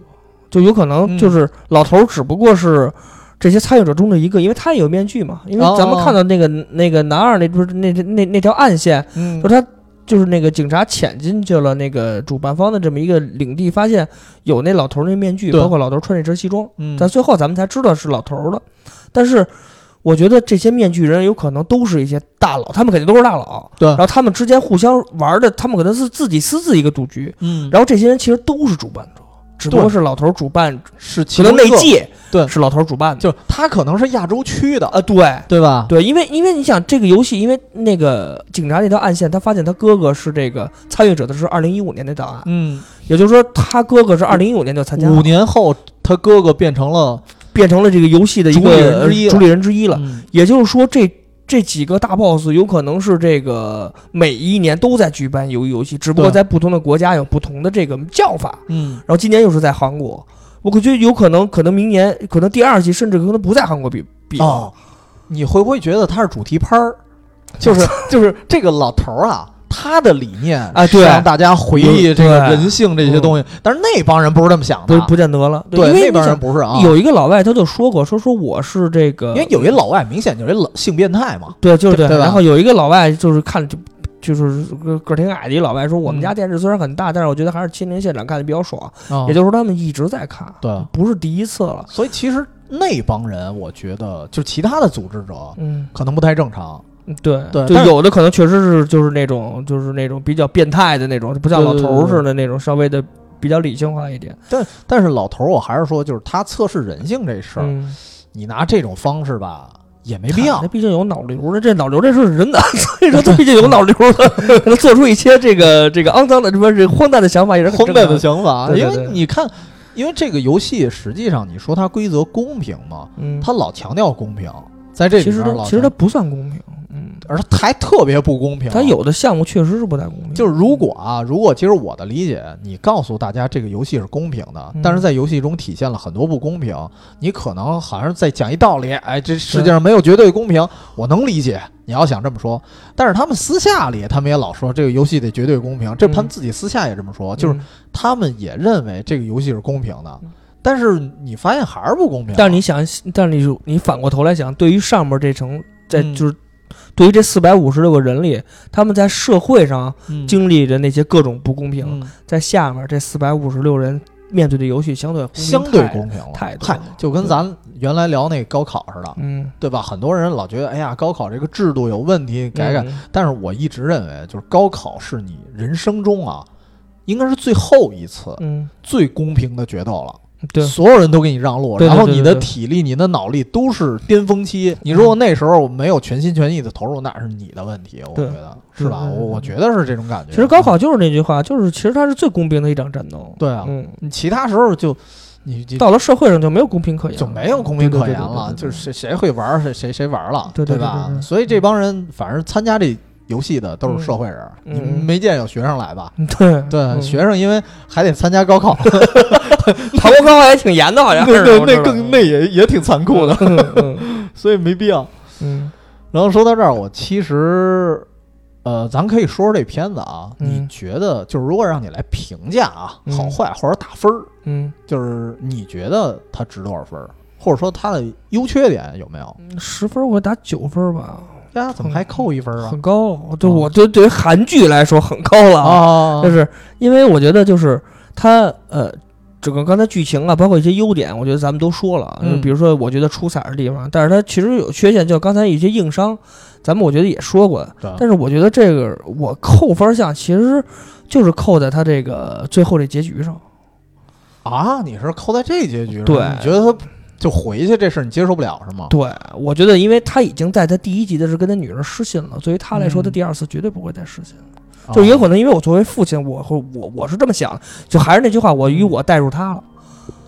[SPEAKER 2] 就有可能
[SPEAKER 1] 嗯
[SPEAKER 2] 就是老头儿只不过是。这些参与者中的一个，因为他也有面具嘛，因为咱
[SPEAKER 1] 哦
[SPEAKER 2] 们看到那个、那个男二那不是那那那那条暗线，
[SPEAKER 1] 嗯
[SPEAKER 2] 就是他就是那个警察潜进去了那个主办方的这么一个领地，发现有那老头儿那面具，
[SPEAKER 1] 对
[SPEAKER 2] 包括老头儿穿那身西装，
[SPEAKER 1] 嗯
[SPEAKER 2] 但最后咱们才知道是老头儿的。但是我觉得这些面具人有可能都是一些大佬，他们肯定都是大佬。
[SPEAKER 1] 对
[SPEAKER 2] 然后他们之间互相玩的，他们可能是自己私自一个赌局。
[SPEAKER 1] 嗯，
[SPEAKER 2] 然后这些人其实都是主办者，只不过是老头儿主办，
[SPEAKER 1] 是其
[SPEAKER 2] 可
[SPEAKER 1] 中
[SPEAKER 2] 能
[SPEAKER 1] 一
[SPEAKER 2] 那
[SPEAKER 1] 个，
[SPEAKER 2] 届
[SPEAKER 1] 对
[SPEAKER 2] 是老头儿主办的。
[SPEAKER 1] 就是他可能是亚洲区的，
[SPEAKER 2] 啊，对。
[SPEAKER 1] 对吧？
[SPEAKER 2] 对，因为因为你想这个游戏，因为那个警察那条暗线，他发现他哥哥是这个参与者的是二零一五年的档案，
[SPEAKER 1] 嗯，
[SPEAKER 2] 也就是说他哥哥是二零一五年就参加了
[SPEAKER 1] 五年后他哥哥变成了
[SPEAKER 2] 变成了这个游戏的一
[SPEAKER 1] 主理人
[SPEAKER 2] 个
[SPEAKER 1] 之一了
[SPEAKER 2] 主理人之一了。
[SPEAKER 1] 嗯
[SPEAKER 2] 也就是说这，这几个大 boss 有可能是这个每一年都在举办游游戏，只不过
[SPEAKER 1] 对
[SPEAKER 2] 在不同的国家有不同的这个叫法。
[SPEAKER 1] 嗯
[SPEAKER 2] 然后今年又是在韩国，我觉得有可能，可能明年可能第二季甚至可能不在韩国比比了
[SPEAKER 1] 哦，你会不会觉得他是主题拍儿？ 就是就是这个老头儿啊，他的理念
[SPEAKER 2] 啊
[SPEAKER 1] 是
[SPEAKER 2] 对
[SPEAKER 1] 让大家回忆这个
[SPEAKER 2] 对
[SPEAKER 1] 人性这些东西，但是那帮人不是这么想
[SPEAKER 2] 不
[SPEAKER 1] 的，
[SPEAKER 2] 不见得了。
[SPEAKER 1] 对
[SPEAKER 2] 因为
[SPEAKER 1] 那
[SPEAKER 2] 你
[SPEAKER 1] 帮
[SPEAKER 2] 想
[SPEAKER 1] 人不是啊，
[SPEAKER 2] 有一个老外他就说过，说说我是这个，
[SPEAKER 1] 因为有一老外明显就是一老性变态嘛，
[SPEAKER 2] 对，就是
[SPEAKER 1] 对
[SPEAKER 2] 对。
[SPEAKER 1] 对吧
[SPEAKER 2] 然后有一个老外就是看就就是个个儿挺矮的一老外说，我们家
[SPEAKER 1] 嗯
[SPEAKER 2] 电视虽然很大，但是我觉得还是亲临现场看的比较爽。
[SPEAKER 1] 啊
[SPEAKER 2] 也就是说，他们一直在看，
[SPEAKER 1] 对，
[SPEAKER 2] 不是第一次了。
[SPEAKER 1] 所以其实那帮人，我觉得就其他的组织者
[SPEAKER 2] 嗯，
[SPEAKER 1] 可能不太正常，
[SPEAKER 2] 对
[SPEAKER 1] 对
[SPEAKER 2] 就
[SPEAKER 1] 但是
[SPEAKER 2] 有的可能确实是就是那种就是那种比较变态的那种，不像
[SPEAKER 1] 对
[SPEAKER 2] 老
[SPEAKER 1] 对
[SPEAKER 2] 头儿
[SPEAKER 1] 对对
[SPEAKER 2] 似的那种，稍微的比较理性化一点。
[SPEAKER 1] 但但是老头儿，我还是说，就是他测试人性这事儿，
[SPEAKER 2] 嗯，
[SPEAKER 1] 你拿这种方式吧，也没必要
[SPEAKER 2] 那。毕竟有脑瘤的，这脑瘤这事儿是人的， 所以说他毕竟有脑瘤的，可能做出一些这个这个肮脏的什么这荒诞的想法也是很
[SPEAKER 1] 荒
[SPEAKER 2] 正
[SPEAKER 1] 诞
[SPEAKER 2] 常
[SPEAKER 1] 的想法，
[SPEAKER 2] 对对
[SPEAKER 1] 因
[SPEAKER 2] 对
[SPEAKER 1] 为你看，因为这个游戏实际上你说它规则公平嘛，
[SPEAKER 2] 嗯，
[SPEAKER 1] 它老强调公平，在这里
[SPEAKER 2] 其实
[SPEAKER 1] 边
[SPEAKER 2] 它
[SPEAKER 1] 老
[SPEAKER 2] 其实它
[SPEAKER 1] 强
[SPEAKER 2] 不算公平，嗯，
[SPEAKER 1] 而它还特别不公平。
[SPEAKER 2] 它有的项目确实是不太公平。
[SPEAKER 1] 就是如果啊，如果其实我的理解，你告诉大家这个游戏是公平的，
[SPEAKER 2] 嗯
[SPEAKER 1] 但是在游戏中体现了很多不公平，你可能好像是在讲一道理，哎，这世界上没有绝对公平，我能理解。你要想这么说，但是他们私下里他们也老说这个游戏得绝对公平，这他们
[SPEAKER 2] 嗯
[SPEAKER 1] 自己私下也这么说，
[SPEAKER 2] 嗯
[SPEAKER 1] 就是他们也认为这个游戏是公平的
[SPEAKER 2] 嗯，
[SPEAKER 1] 但是你发现还是不公平。
[SPEAKER 2] 但是你想，但是你你反过头来想，对于上面这层，在
[SPEAKER 1] 嗯
[SPEAKER 2] 就是对于这四百五十六个人里，他们在社会上
[SPEAKER 1] 嗯
[SPEAKER 2] 经历着那些各种不公平，
[SPEAKER 1] 嗯
[SPEAKER 2] 在下面这四百五十六人面对的游戏相对公平
[SPEAKER 1] 相对
[SPEAKER 2] 太
[SPEAKER 1] 公平了，
[SPEAKER 2] 太多
[SPEAKER 1] 嗨
[SPEAKER 2] 了，
[SPEAKER 1] 就跟咱原来聊那个高考似的，
[SPEAKER 2] 嗯
[SPEAKER 1] 对吧？很多人老觉得，哎呀，高考这个制度有问题，改改。
[SPEAKER 2] 嗯
[SPEAKER 1] 但是我一直认为，就是高考是你人生中啊，应该是最后一次
[SPEAKER 2] 嗯，
[SPEAKER 1] 最公平的决斗了。
[SPEAKER 2] 对，
[SPEAKER 1] 所有人都给你让路，
[SPEAKER 2] 对对
[SPEAKER 1] 然后
[SPEAKER 2] 对
[SPEAKER 1] 你
[SPEAKER 2] 对
[SPEAKER 1] 的
[SPEAKER 2] 嗯对
[SPEAKER 1] 体力、你的脑力都是巅峰期。你如果那时候我没有全心全意的投入，那是你的问题，我觉
[SPEAKER 2] 对
[SPEAKER 1] 得
[SPEAKER 2] 对
[SPEAKER 1] 是吧？
[SPEAKER 2] 对对
[SPEAKER 1] 我我
[SPEAKER 2] 对
[SPEAKER 1] 觉得是这种感觉。
[SPEAKER 2] 其实高考就是那句话，就是其实它是最公平的一场战斗。
[SPEAKER 1] 对啊，
[SPEAKER 2] 嗯，
[SPEAKER 1] 你其他时候就你你
[SPEAKER 2] 到了社会上就没有公平可言了，
[SPEAKER 1] 就没有公平可言了，
[SPEAKER 2] 对对对对对对
[SPEAKER 1] 就是谁谁会玩儿谁谁谁玩儿了，
[SPEAKER 2] 对对对
[SPEAKER 1] 吧
[SPEAKER 2] 对对？对
[SPEAKER 1] 所以这帮人反正参加这游戏的都是社会人儿，
[SPEAKER 2] 嗯
[SPEAKER 1] 你
[SPEAKER 2] 嗯
[SPEAKER 1] 没见有学生来吧？
[SPEAKER 2] 嗯对
[SPEAKER 1] 对，
[SPEAKER 2] 嗯
[SPEAKER 1] 学生因为还得参加高考，
[SPEAKER 2] 考高考也挺严的，好像
[SPEAKER 1] 那
[SPEAKER 2] 是
[SPEAKER 1] 那
[SPEAKER 2] 我知
[SPEAKER 1] 那
[SPEAKER 2] 道
[SPEAKER 1] 更那也也挺残酷的，
[SPEAKER 2] 嗯嗯
[SPEAKER 1] 所以没必要。
[SPEAKER 2] 嗯
[SPEAKER 1] 然后说到这儿，我其实，呃，咱可以说说这片子啊，
[SPEAKER 2] 嗯
[SPEAKER 1] 你觉得就是如果让你来评价啊，
[SPEAKER 2] 嗯
[SPEAKER 1] 好坏或者打分儿，
[SPEAKER 2] 嗯
[SPEAKER 1] 就是你觉得它值多少分儿，或者说它的优缺点有没有？哎
[SPEAKER 2] 嗯，十分我打九分吧，
[SPEAKER 1] 呀，怎么还扣一分儿啊？
[SPEAKER 2] 很高。对，
[SPEAKER 1] 啊
[SPEAKER 2] 我对对于韩剧来说很高了啊，
[SPEAKER 1] 啊
[SPEAKER 2] 就，是因为我觉得就是它呃。整个刚才剧情啊，包括一些优点，我觉得咱们都说了。啊
[SPEAKER 1] 嗯
[SPEAKER 2] 比如说，我觉得出彩的地方，但是它其实有缺陷，就刚才一些硬伤，咱们我觉得也说过。
[SPEAKER 1] 对
[SPEAKER 2] 但是我觉得这个我扣分项其实就是扣在它这个最后这结局
[SPEAKER 1] 哦
[SPEAKER 2] 上。
[SPEAKER 1] 啊，你是扣在这结局上，
[SPEAKER 2] 对
[SPEAKER 1] 你觉得他就回去这事儿你接受不了是吗？
[SPEAKER 2] 对，我觉得，因为他已经在他第一集的时候跟他女儿失信了，对于他来说，
[SPEAKER 1] 嗯
[SPEAKER 2] 他第二次绝对不会再失信。
[SPEAKER 1] 啊
[SPEAKER 2] 就
[SPEAKER 1] 哦
[SPEAKER 2] 也可能因为我作为父亲，我会我我是这么想的，就还是那句话，我与
[SPEAKER 1] 嗯
[SPEAKER 2] 我代入他了，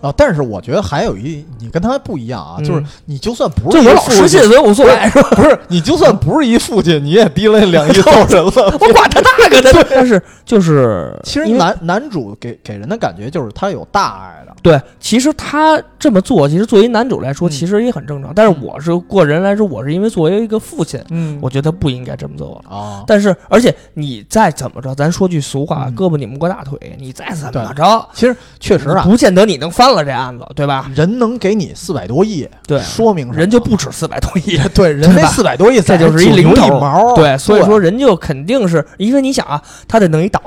[SPEAKER 1] 啊，但是我觉得还有一，你跟他不一样啊，
[SPEAKER 2] 嗯
[SPEAKER 1] 就是你就算不
[SPEAKER 2] 就是我
[SPEAKER 1] 一
[SPEAKER 2] 老
[SPEAKER 1] 父
[SPEAKER 2] 失信，
[SPEAKER 1] 亲，
[SPEAKER 2] 所以无所谓，是吧？
[SPEAKER 1] 不是你就算不是一父亲，你也滴了两亿揍人 了。
[SPEAKER 2] 我管他那个的。但是就是，
[SPEAKER 1] 其实
[SPEAKER 2] 因为
[SPEAKER 1] 男男主给给人的感觉就是他有大爱的，
[SPEAKER 2] 对，其实他这么做，其实作为男主来说，
[SPEAKER 1] 嗯
[SPEAKER 2] 其实也很正常。但是我是个人来说，我是因为作为一个父亲，
[SPEAKER 1] 嗯
[SPEAKER 2] 我觉得他不应该这么做了。
[SPEAKER 1] 啊，
[SPEAKER 2] 但是，而且你再怎么着，咱说句俗话，
[SPEAKER 1] 嗯
[SPEAKER 2] 胳膊拧不过大腿，你再怎
[SPEAKER 1] 对
[SPEAKER 2] 么着，
[SPEAKER 1] 其实确实啊，
[SPEAKER 2] 不见得你能翻了这案子，对吧？
[SPEAKER 1] 人能给你四百多亿，
[SPEAKER 2] 对
[SPEAKER 1] 说明什么
[SPEAKER 2] 人就不止四百多亿，
[SPEAKER 1] 对人
[SPEAKER 2] 对
[SPEAKER 1] 那
[SPEAKER 2] 吧
[SPEAKER 1] 四百多亿，
[SPEAKER 2] 这就是一
[SPEAKER 1] 九牛
[SPEAKER 2] 零头
[SPEAKER 1] 一毛，
[SPEAKER 2] 对，所以说人就肯定是，因为你想啊，他得弄一岛，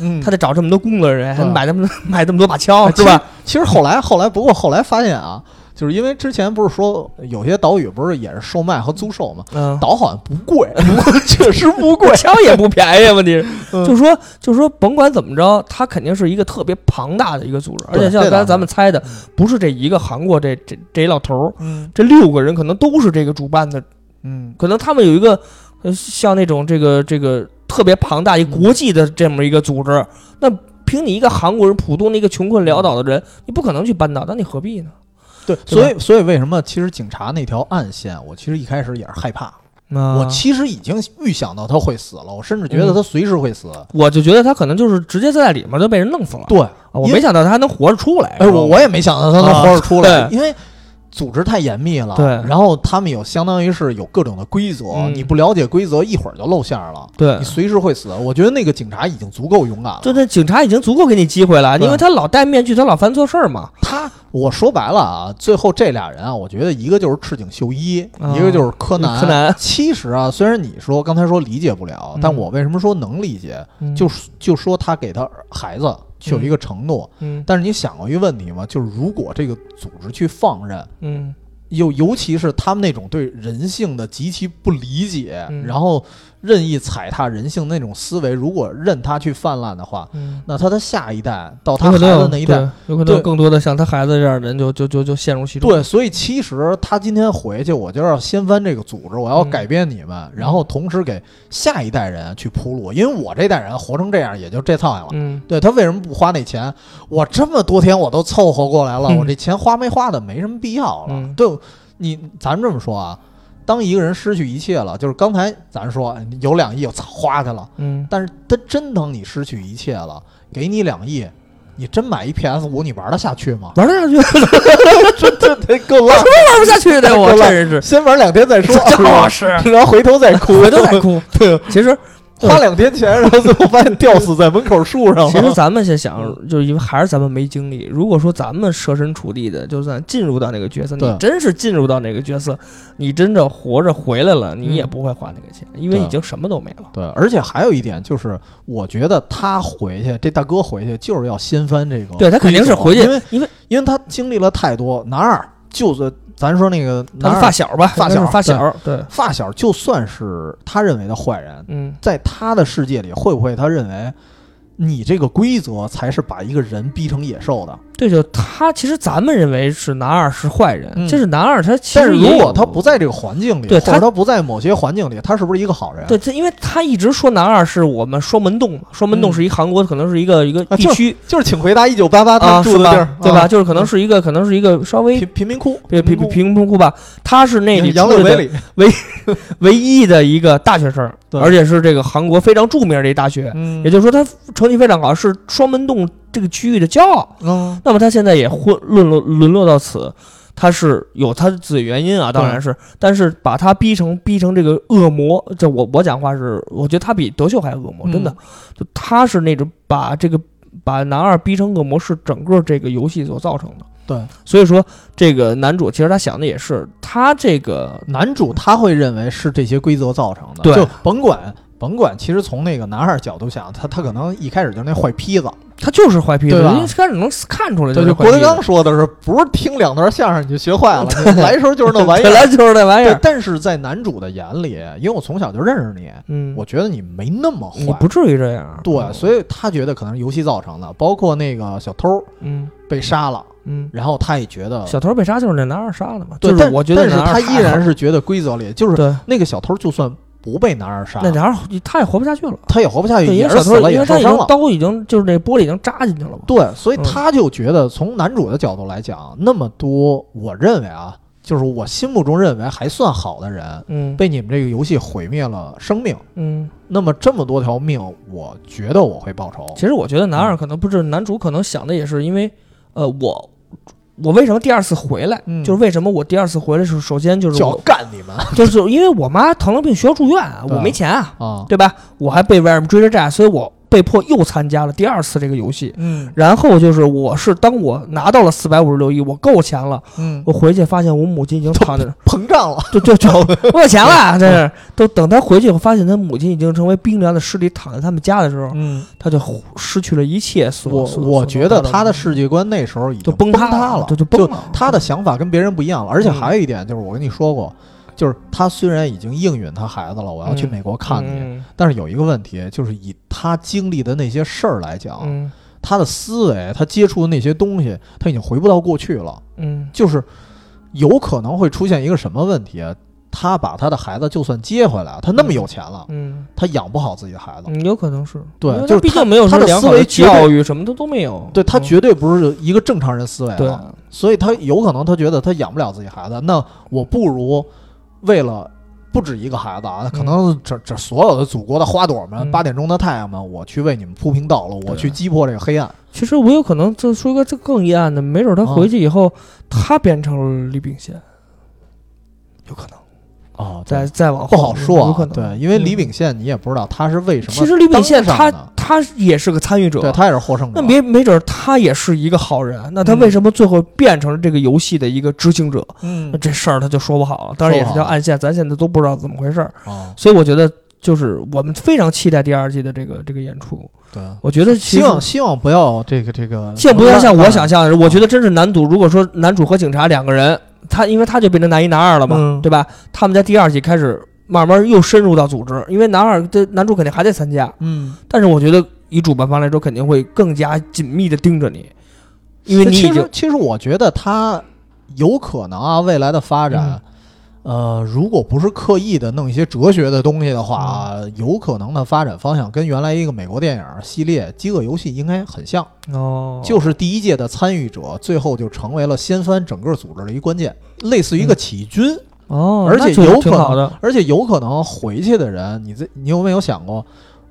[SPEAKER 1] 嗯
[SPEAKER 2] 他得找这么多工作人员，还
[SPEAKER 1] 嗯
[SPEAKER 2] 买那么多买那么多把枪，
[SPEAKER 1] 是
[SPEAKER 2] 哦是
[SPEAKER 1] 吧
[SPEAKER 2] 吧？？
[SPEAKER 1] 啊其实后来后来，不过后来发现啊，就是因为之前不是说有些岛屿不是也是售卖和租售嘛，
[SPEAKER 2] 嗯，。
[SPEAKER 1] 岛好像不贵，不过确实不贵
[SPEAKER 2] 枪也不便宜，问题是，
[SPEAKER 1] 嗯
[SPEAKER 2] 就说就说甭管怎么着，他肯定是一个特别庞大的一个组织，而
[SPEAKER 1] 对
[SPEAKER 2] 且像
[SPEAKER 1] 这
[SPEAKER 2] 刚
[SPEAKER 1] 倒
[SPEAKER 2] 才咱们猜的
[SPEAKER 1] 嗯，
[SPEAKER 2] 不是这一个韩国这这这一老头儿，
[SPEAKER 1] 嗯
[SPEAKER 2] 这六个人可能都是这个主办的，
[SPEAKER 1] 嗯，
[SPEAKER 2] 可能他们有一个呃像那种这个这个特别庞大一
[SPEAKER 1] 嗯
[SPEAKER 2] 国际的这么一个组织，那凭你一个韩国人普通的一个穷困潦倒的人，你不可能去扳倒，那你何必呢？
[SPEAKER 1] 对，所以所以为什么其实警察那条暗线，我其实一开始也是害怕，
[SPEAKER 2] 嗯啊
[SPEAKER 1] 我其实已经预想到他会死了，我甚至觉得他随时会死。
[SPEAKER 2] 我就觉得他可能就是直接在里面就被人弄死了，
[SPEAKER 1] 对，
[SPEAKER 2] 啊我
[SPEAKER 1] 因
[SPEAKER 2] 没想到他还能活着出来。
[SPEAKER 1] 哎，我我也没想到他能
[SPEAKER 2] 啊
[SPEAKER 1] 活着出来，
[SPEAKER 2] 对
[SPEAKER 1] 因为组织太严密了。
[SPEAKER 2] 对
[SPEAKER 1] 然后他们有相当于是有各种的规则，
[SPEAKER 2] 嗯
[SPEAKER 1] 你不了解规则，一会儿就露馅儿了。
[SPEAKER 2] 对
[SPEAKER 1] 你，随时会死。我觉得那个警察已经足够勇敢了。
[SPEAKER 2] 就那警察已经足够给你机会了，
[SPEAKER 1] 对
[SPEAKER 2] 因为他老戴面具，他老犯错事儿嘛。
[SPEAKER 1] 他，我说白了啊，最后这俩人啊，我觉得一个就是赤井秀一，
[SPEAKER 2] 啊
[SPEAKER 1] 一个就是柯南。
[SPEAKER 2] 柯南
[SPEAKER 1] 其实啊，虽然你说刚才说理解不了，
[SPEAKER 2] 嗯
[SPEAKER 1] 但我为什么说能理解？就是就说他给他孩子去有一个承诺，
[SPEAKER 2] 嗯
[SPEAKER 1] 但是你想过一个问题吗？就是如果这个组织去放任。
[SPEAKER 2] 嗯
[SPEAKER 1] 又尤其是他们那种对人性的极其不理解，
[SPEAKER 2] 嗯
[SPEAKER 1] 然后任意踩踏人性那种思维，如果任他去泛滥的话，
[SPEAKER 2] 嗯，
[SPEAKER 1] 那他的下一代到
[SPEAKER 2] 有
[SPEAKER 1] 他孩
[SPEAKER 2] 可能有
[SPEAKER 1] 子那一代，
[SPEAKER 2] 对有可能
[SPEAKER 1] 对
[SPEAKER 2] 有更多的像他孩子这样的人就就就就陷入其中。
[SPEAKER 1] 对，所以其实他今天回去，我就要掀翻这个组织，我要
[SPEAKER 2] 嗯
[SPEAKER 1] 改变你们，然后同时给下一代人去铺路，因为我这代人活成这样也就这苍蝇了。
[SPEAKER 2] 嗯，
[SPEAKER 1] 对他为什么不花那钱？我这么多天我都凑合过来了，
[SPEAKER 2] 嗯
[SPEAKER 1] 我这钱花没花的没什么必要了。
[SPEAKER 2] 嗯
[SPEAKER 1] 对，你咱们这么说啊，当一个人失去一切了，就是刚才咱说哎有两亿，我操花去了，
[SPEAKER 2] 嗯？
[SPEAKER 1] 但是他真当你失去一切了，给你两亿，你真买一 PS 五，你玩得下去吗
[SPEAKER 2] 玩得下去，
[SPEAKER 1] 这 这得够浪，
[SPEAKER 2] 玩不下去的，我
[SPEAKER 1] 够了
[SPEAKER 2] 真是
[SPEAKER 1] 先玩两天再说，
[SPEAKER 2] 就是
[SPEAKER 1] 吧然后回头再哭，
[SPEAKER 2] 回头再哭。
[SPEAKER 1] 对，
[SPEAKER 2] 其实
[SPEAKER 1] 花两天钱，然后最后发现吊死在门口树上
[SPEAKER 2] 其实
[SPEAKER 1] 了。
[SPEAKER 2] 咱们先想，就是因为还是咱们没经历。如果说咱们设身处地的，就算进入到那个角色，
[SPEAKER 1] 对
[SPEAKER 2] 你真是进入到那个角色，你真的活着回来了，你也
[SPEAKER 1] 嗯
[SPEAKER 2] 不会花那个钱，因为
[SPEAKER 1] 对
[SPEAKER 2] 已经什么都没了。
[SPEAKER 1] 对，而且还有一点就是，我觉得他回去，这大哥回去就是要掀翻这个规则，
[SPEAKER 2] 对他肯定是回去
[SPEAKER 1] 因为，
[SPEAKER 2] 因为
[SPEAKER 1] 因为他经历了太多。男二就是咱说那个
[SPEAKER 2] 他
[SPEAKER 1] 男
[SPEAKER 2] 的
[SPEAKER 1] 二
[SPEAKER 2] 发小吧，
[SPEAKER 1] 发
[SPEAKER 2] 应该是
[SPEAKER 1] 小
[SPEAKER 2] 发小，对，
[SPEAKER 1] 发小，就算是他认为的坏人，
[SPEAKER 2] 嗯，
[SPEAKER 1] 在他的世界里，会不会他认为你这个规则才是把一个人逼成野兽的？
[SPEAKER 2] 对，就他其实咱们认为是男二是坏人，
[SPEAKER 1] 嗯
[SPEAKER 2] 这是男二他其
[SPEAKER 1] 但是
[SPEAKER 2] 实也
[SPEAKER 1] 如果
[SPEAKER 2] 有
[SPEAKER 1] 他不在这个环境里，
[SPEAKER 2] 对
[SPEAKER 1] 或者
[SPEAKER 2] 他
[SPEAKER 1] 他不在某些环境里，他是不是一个好人？
[SPEAKER 2] 对，他因为他一直说男二是我们双门洞嘛，双门
[SPEAKER 1] 嗯
[SPEAKER 2] 洞是一韩国可能是一个一个
[SPEAKER 1] 啊
[SPEAKER 2] 地
[SPEAKER 1] 就
[SPEAKER 2] 区
[SPEAKER 1] 就是请回答一九八八他
[SPEAKER 2] 啊，
[SPEAKER 1] 住
[SPEAKER 2] 是
[SPEAKER 1] 的地儿，
[SPEAKER 2] 吧？对吧？
[SPEAKER 1] 啊
[SPEAKER 2] 就是可能是一个可能是一个稍微
[SPEAKER 1] 贫贫民窟，
[SPEAKER 2] 贫
[SPEAKER 1] 民
[SPEAKER 2] 贫
[SPEAKER 1] 窟
[SPEAKER 2] 贫民窟吧，他是那里
[SPEAKER 1] 杨
[SPEAKER 2] 出
[SPEAKER 1] 柳
[SPEAKER 2] 来
[SPEAKER 1] 北
[SPEAKER 2] 的
[SPEAKER 1] 里，
[SPEAKER 2] 唯一的一个大学生，
[SPEAKER 1] 对
[SPEAKER 2] 而且是这个韩国非常著名的一大学，
[SPEAKER 1] 嗯
[SPEAKER 2] 也就是说他成绩非常好，是双门洞这个区域的骄傲。
[SPEAKER 1] 嗯
[SPEAKER 2] 那么他现在也混沦落沦落到此，他是有他自己的原因啊，当然是，但是把他逼成逼成这个恶魔，这我我讲话是，我觉得他比德秀还恶魔，
[SPEAKER 1] 嗯
[SPEAKER 2] 真的，就他是那种把这个把男二逼成恶魔是整个这个游戏所造成的，
[SPEAKER 1] 对，
[SPEAKER 2] 所以说这个男主其实他想的也是，他这个
[SPEAKER 1] 男主他会认为是这些规则造成的，
[SPEAKER 2] 对
[SPEAKER 1] 就甭管甭管，其实从那个男二角度想，他他可能一开始就是那坏坯子，
[SPEAKER 2] 他就是坏皮子，
[SPEAKER 1] 对吧
[SPEAKER 2] 因为开始能看出来
[SPEAKER 1] 对，
[SPEAKER 2] 是
[SPEAKER 1] 就
[SPEAKER 2] 坏
[SPEAKER 1] 郭
[SPEAKER 2] 皮
[SPEAKER 1] 德
[SPEAKER 2] 子，
[SPEAKER 1] 纲说的是，不是听两段相声你就学 坏了，你来的时候就是那玩意
[SPEAKER 2] 本
[SPEAKER 1] 儿。
[SPEAKER 2] 来就是那玩意
[SPEAKER 1] 对
[SPEAKER 2] 儿，，
[SPEAKER 1] 但是在男主的眼里，因为我从小就认识你，
[SPEAKER 2] 嗯，
[SPEAKER 1] 我觉得你没那么坏
[SPEAKER 2] 你，不至于这样，啊
[SPEAKER 1] 对，所以他觉得可能是游戏造成的，包括那个小偷
[SPEAKER 2] 嗯
[SPEAKER 1] 被杀了，
[SPEAKER 2] 嗯。
[SPEAKER 1] 然后他也觉得，
[SPEAKER 2] 小偷被杀就是那男二杀的嘛，
[SPEAKER 1] 啊对，
[SPEAKER 2] 就是
[SPEAKER 1] 但
[SPEAKER 2] 我觉得
[SPEAKER 1] 但是
[SPEAKER 2] 男二
[SPEAKER 1] 他
[SPEAKER 2] 还
[SPEAKER 1] 依然是觉得规则里，就是
[SPEAKER 2] 对，
[SPEAKER 1] 那个小偷就算不被男二杀，
[SPEAKER 2] 那男二他也活不下去了，
[SPEAKER 1] 他也活不下去，
[SPEAKER 2] 对，因
[SPEAKER 1] 也
[SPEAKER 2] 为
[SPEAKER 1] 是
[SPEAKER 2] 小
[SPEAKER 1] 死
[SPEAKER 2] 偷
[SPEAKER 1] 了，
[SPEAKER 2] 因
[SPEAKER 1] 也
[SPEAKER 2] 为他
[SPEAKER 1] 受
[SPEAKER 2] 已
[SPEAKER 1] 伤
[SPEAKER 2] 经
[SPEAKER 1] 了。
[SPEAKER 2] 刀已经就是那玻璃已经扎进去了嘛，
[SPEAKER 1] 对，所以
[SPEAKER 2] 嗯
[SPEAKER 1] 他就觉得，从男主的角度来讲，那么多，我认为啊，就是我心目中认为还算好的人，
[SPEAKER 2] 嗯
[SPEAKER 1] 被你们这个游戏毁灭了生命，
[SPEAKER 2] 嗯，
[SPEAKER 1] 那么这么多条命，我觉得我会报仇。
[SPEAKER 2] 其实我觉得
[SPEAKER 1] 嗯
[SPEAKER 2] 男二可能不是男主，可能想的也是因为，呃，我我为什么第二次回来，
[SPEAKER 1] 嗯
[SPEAKER 2] 就是为什么我第二次回来是首先就是
[SPEAKER 1] 就要
[SPEAKER 2] 我
[SPEAKER 1] 干你 们
[SPEAKER 2] 就是因为我妈糖尿病需要住院啊，
[SPEAKER 1] 对
[SPEAKER 2] 我没钱啊，
[SPEAKER 1] 啊！
[SPEAKER 2] 对吧？我还被外面追着债，所以我被迫又参加了第二次这个游戏。
[SPEAKER 1] 嗯
[SPEAKER 2] 然后就是，我是当我拿到了四百五十六亿，我够钱了，
[SPEAKER 1] 嗯，
[SPEAKER 2] 我回去发现我母亲已经躺 在那儿
[SPEAKER 1] 膨胀了。
[SPEAKER 2] 就 就就我有钱了，这是都等他回去以后，发现他母亲已经成为冰凉的尸体，躺在他们家的时候，
[SPEAKER 1] 嗯，
[SPEAKER 2] 他就忽失去了一切所。
[SPEAKER 1] 我
[SPEAKER 2] 所
[SPEAKER 1] 我
[SPEAKER 2] 所
[SPEAKER 1] 觉得
[SPEAKER 2] 得到的
[SPEAKER 1] 他的世界观那时候已
[SPEAKER 2] 就
[SPEAKER 1] 经
[SPEAKER 2] 崩
[SPEAKER 1] 塌
[SPEAKER 2] 塌
[SPEAKER 1] 了，
[SPEAKER 2] 就就崩
[SPEAKER 1] 就
[SPEAKER 2] 了。
[SPEAKER 1] 他的想法跟别人不一样了。而且
[SPEAKER 2] 嗯
[SPEAKER 1] 还有一点就是，我跟你说过，就是他虽然已经应允他孩子了，我要去
[SPEAKER 2] 嗯
[SPEAKER 1] 美国看你，
[SPEAKER 2] 嗯
[SPEAKER 1] 但是有一个问题，就是以他经历的那些事儿来讲，
[SPEAKER 2] 嗯
[SPEAKER 1] 他的思维，他接触的那些东西，他已经回不到过去了。
[SPEAKER 2] 嗯，
[SPEAKER 1] 就是有可能会出现一个什么问题啊？他把他的孩子就算接回来，他那么有钱了，
[SPEAKER 2] 嗯
[SPEAKER 1] 他养不好自己的孩子。
[SPEAKER 2] 嗯，有可能是
[SPEAKER 1] 对
[SPEAKER 2] 因为
[SPEAKER 1] 就
[SPEAKER 2] 他
[SPEAKER 1] 是
[SPEAKER 2] 毕竟没有
[SPEAKER 1] 他
[SPEAKER 2] 什么
[SPEAKER 1] 的
[SPEAKER 2] 良
[SPEAKER 1] 思
[SPEAKER 2] 好的
[SPEAKER 1] 维绝对
[SPEAKER 2] 教育，什么的都没有。
[SPEAKER 1] 对他
[SPEAKER 2] 嗯
[SPEAKER 1] 绝对啊不是一个正常人思维
[SPEAKER 2] 对
[SPEAKER 1] 了，所以他有可能他觉得他养不了自己孩子，那我不如为了不止一个孩子啊，可能这这所有的祖国的花朵们、
[SPEAKER 2] 嗯啊
[SPEAKER 1] 八点钟的太阳们，我去为你们铺平道路，我去击破这个黑暗。
[SPEAKER 2] 其实我有可能就说一个这更阴暗的，没
[SPEAKER 1] 啊
[SPEAKER 2] 准他回去以后，他变成了李秉宪，有可能。
[SPEAKER 1] 哦，
[SPEAKER 2] 再再往后
[SPEAKER 1] 不好说
[SPEAKER 2] 有
[SPEAKER 1] 啊
[SPEAKER 2] 可，能
[SPEAKER 1] 对，因为
[SPEAKER 2] 嗯
[SPEAKER 1] 李秉宪你也不知道他是为什么
[SPEAKER 2] 其实李秉宪
[SPEAKER 1] 当
[SPEAKER 2] 他
[SPEAKER 1] 上的
[SPEAKER 2] 他也是个参与者，啊
[SPEAKER 1] 对他也是获胜者，
[SPEAKER 2] 那没没准儿他也是一个好人，那他为什么最后变成了这个游戏的一个执行者？
[SPEAKER 1] 嗯
[SPEAKER 2] 那这事儿他就说不好了，当然也是
[SPEAKER 1] 说
[SPEAKER 2] 条
[SPEAKER 1] 不好
[SPEAKER 2] 暗线，咱现在都不知道怎么回事儿。
[SPEAKER 1] 啊，
[SPEAKER 2] 所以我觉得，就是我们非常期待第二季的这个这个演出。
[SPEAKER 1] 对，
[SPEAKER 2] 我觉得其实
[SPEAKER 1] 希望希望不要这个这个，
[SPEAKER 2] 希望不要像我想
[SPEAKER 1] 象
[SPEAKER 2] 象的，我觉得真是男主。如果说男主和警察两个人，他因为他就变成男一男二了嘛，
[SPEAKER 1] 嗯
[SPEAKER 2] 对吧？他们在第二季开始慢慢又深入到组织，因为男二这男主肯定还得参加，
[SPEAKER 1] 嗯，
[SPEAKER 2] 但是我觉得以主办方来说，肯定会更加紧密的盯着你，因为你已
[SPEAKER 1] 其
[SPEAKER 2] 经
[SPEAKER 1] 实其实我觉得他有可能啊，未来的发展。
[SPEAKER 2] 嗯
[SPEAKER 1] 呃，如果不是刻意的弄一些哲学的东西的话
[SPEAKER 2] 嗯
[SPEAKER 1] 啊，有可能的发展方向跟原来一个美国电影系列《饥饿游戏》应该很像，
[SPEAKER 2] 哦
[SPEAKER 1] 就是第一届的参与者最后就成为了掀翻整个组织的一关键，类似于一
[SPEAKER 2] 嗯
[SPEAKER 1] 个起义军。
[SPEAKER 2] 哦，
[SPEAKER 1] 而且
[SPEAKER 2] 那就
[SPEAKER 1] 有
[SPEAKER 2] 挺
[SPEAKER 1] 可
[SPEAKER 2] 好的，
[SPEAKER 1] 而且有可能回去的人，你这你有没有想过，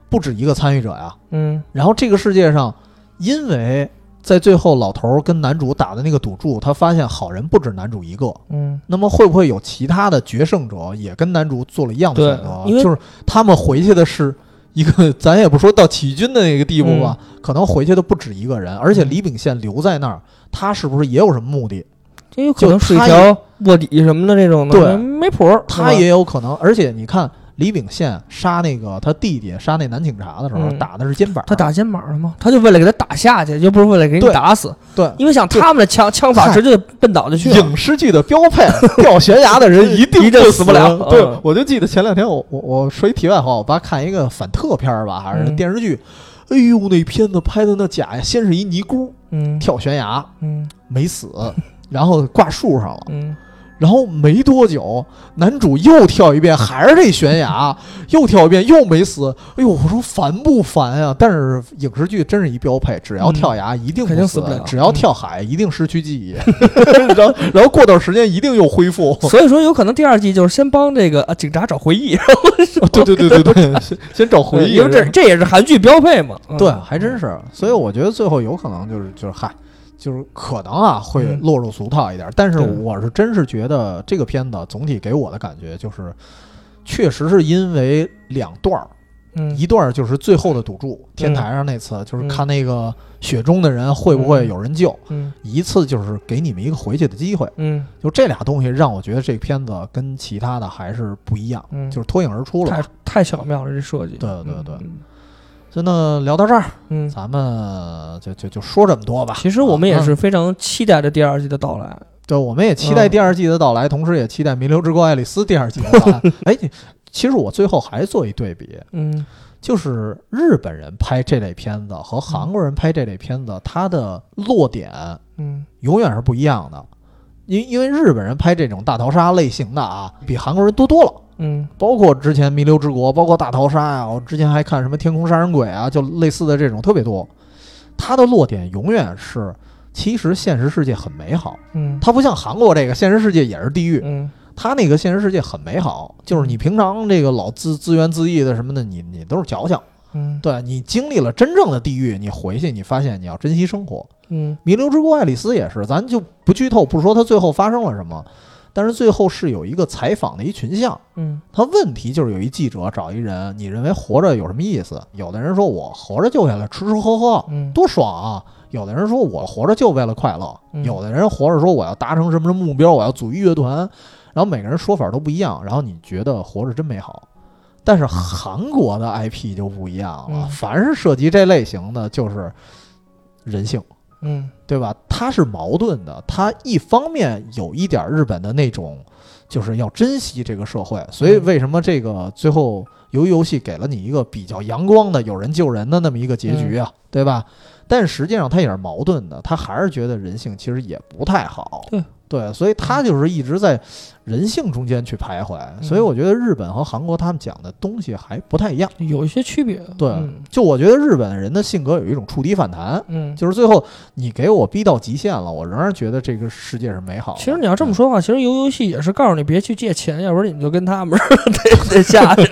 [SPEAKER 1] 不止一个参与者呀？
[SPEAKER 2] 嗯
[SPEAKER 1] 然后这个世界上，因为在最后老头儿跟男主打的那个赌注，他发现好人不止男主一个。
[SPEAKER 2] 嗯，
[SPEAKER 1] 那么会不会有其他的决胜者也跟男主做了一样的
[SPEAKER 2] 对
[SPEAKER 1] 选择？
[SPEAKER 2] 因为
[SPEAKER 1] 就是他们回去的是一个，咱也不说到起义军的那个地步吧，可能回去的不止一个人，而且
[SPEAKER 2] 嗯
[SPEAKER 1] 李秉宪留在那儿，他是不是也有什么目的？
[SPEAKER 2] 这有可能是一条卧底什么的这种的，
[SPEAKER 1] 对
[SPEAKER 2] 没谱儿。
[SPEAKER 1] 他
[SPEAKER 2] 是吧
[SPEAKER 1] 也有可能，而且你看李秉宪杀那个他弟弟杀那男警察的时候，
[SPEAKER 2] 嗯
[SPEAKER 1] 打的是肩膀，
[SPEAKER 2] 他打肩膀了吗？他就为了给他打下去，又不是为了给你
[SPEAKER 1] 对
[SPEAKER 2] 打死。
[SPEAKER 1] 对
[SPEAKER 2] 因为想
[SPEAKER 1] 就
[SPEAKER 2] 他们的枪枪法
[SPEAKER 1] 嗨
[SPEAKER 2] 直接就奔脑袋去了。
[SPEAKER 1] 影视剧的标 配，掉悬崖的人一定
[SPEAKER 2] 一定
[SPEAKER 1] 就
[SPEAKER 2] 死不了
[SPEAKER 1] 对
[SPEAKER 2] 嗯，
[SPEAKER 1] 我就记得前两天我我我说一题外话，我爸看一个反特片儿吧，还是
[SPEAKER 2] 嗯
[SPEAKER 1] 电视剧，哎呦那片子拍的那假呀，先是一尼姑
[SPEAKER 2] 嗯
[SPEAKER 1] 跳悬崖
[SPEAKER 2] 嗯
[SPEAKER 1] 没 死，然后挂树上了，
[SPEAKER 2] 嗯，
[SPEAKER 1] 然后没多久男主又跳一遍，还是这悬崖，又跳一遍又没死，哎呦我说烦不烦呀、但是影视剧真是一标配，只要跳崖一定
[SPEAKER 2] 肯定
[SPEAKER 1] 死
[SPEAKER 2] 死不了
[SPEAKER 1] 只要跳海一定失去记忆，然后然后过段时间一定又恢复。
[SPEAKER 2] 所以说有可能第二季就是先帮这个啊警察找回忆，
[SPEAKER 1] 对对 对对对，先先找回忆，
[SPEAKER 2] 因为这这也是韩剧标配嘛。嗯
[SPEAKER 1] 对，还真是。所以我觉得最后有可能就是就是嗨，就是可能啊会
[SPEAKER 2] 嗯
[SPEAKER 1] 落入俗套一点。但是
[SPEAKER 2] 对
[SPEAKER 1] 我是真是觉得这个片子总体给我的感觉就是，确实是因为两段儿，
[SPEAKER 2] 嗯
[SPEAKER 1] 一段儿就是最后的赌注，天台上那次就是看那个雪中的人会不会有人救，
[SPEAKER 2] 嗯
[SPEAKER 1] 一次就是给你们一个回去的机会。
[SPEAKER 2] 嗯
[SPEAKER 1] 就这俩东西让我觉得这片子跟其他的还是不一样，
[SPEAKER 2] 嗯，
[SPEAKER 1] 就是脱颖而出
[SPEAKER 2] 太
[SPEAKER 1] 了。
[SPEAKER 2] 太巧妙了这设计。
[SPEAKER 1] 对对对
[SPEAKER 2] 嗯
[SPEAKER 1] 所以呢，聊到这儿。
[SPEAKER 2] 嗯，
[SPEAKER 1] 咱们就就就说这么多吧。
[SPEAKER 2] 其实我们也
[SPEAKER 1] 啊，
[SPEAKER 2] 是非常期待着第二季的到来。
[SPEAKER 1] 对，我们也期待第二季的到来，同时也期待《弥留之国爱丽丝》第二季的到来。哎，其实我最后还做一对比，
[SPEAKER 2] 嗯
[SPEAKER 1] 就是日本人拍这类片子和韩国人拍这类片子，它的落点
[SPEAKER 2] 嗯
[SPEAKER 1] 永远是不一样的。因因为日本人拍这种大逃杀类型的啊，比韩国人多多了。
[SPEAKER 2] 嗯
[SPEAKER 1] 包括之前《弥留之国》，包括《大逃杀》啊，我之前还看什么《天空杀人鬼》啊，就类似的这种特别多。它的落点永远是，其实现实世界很美好，
[SPEAKER 2] 嗯
[SPEAKER 1] 它不像韩国这个现实世界也是地狱，
[SPEAKER 2] 嗯
[SPEAKER 1] 它那个现实世界很美好，就是你平常这个老自自怨自艾的什么的，你你都是矫情。
[SPEAKER 2] 嗯
[SPEAKER 1] 对你经历了真正的地狱，你回去你发现你要珍惜生活，
[SPEAKER 2] 嗯
[SPEAKER 1] 《弥留之国爱丽丝》也是，咱就不剧透，不说它最后发生了什么，但是最后是有一个采访的一群像。
[SPEAKER 2] 嗯
[SPEAKER 1] 他问题就是有一记者找一人，你认为活着有什么意思？有的人说我活着就为了吃吃喝喝，
[SPEAKER 2] 嗯，
[SPEAKER 1] 多爽啊！有的人说我活着就为了快乐，
[SPEAKER 2] 嗯
[SPEAKER 1] 有的人活着说我要达成什么什么目标，我要组一乐团，然后每个人说法都不一样，然后你觉得活着真美好。但是韩国的 IP 就不一样了，
[SPEAKER 2] 嗯
[SPEAKER 1] 凡是涉及这类型的，就是人性。
[SPEAKER 2] 嗯
[SPEAKER 1] 对吧？它是矛盾的，它一方面有一点日本的那种，就是要珍惜这个社会，所以为什么这个最后由于游戏给了你一个比较阳光的有人救人的那么一个结局啊，对吧？但实际上它也是矛盾的，他还是觉得人性其实也不太好。
[SPEAKER 2] 对
[SPEAKER 1] 所以他就是一直在人性中间去徘徊。所以我觉得日本和韩国他们讲的东西还不太一样。
[SPEAKER 2] 有一些区别。
[SPEAKER 1] 对
[SPEAKER 2] 嗯
[SPEAKER 1] 就我觉得日本人的性格有一种触底反弹，
[SPEAKER 2] 嗯，
[SPEAKER 1] 就是最后你给我逼到极限了，我仍然觉得这个世界是美好的。
[SPEAKER 2] 其实你要这么说的话，其实游游戏也是告诉你别去借钱，要不然你就跟他们似的 得得下去。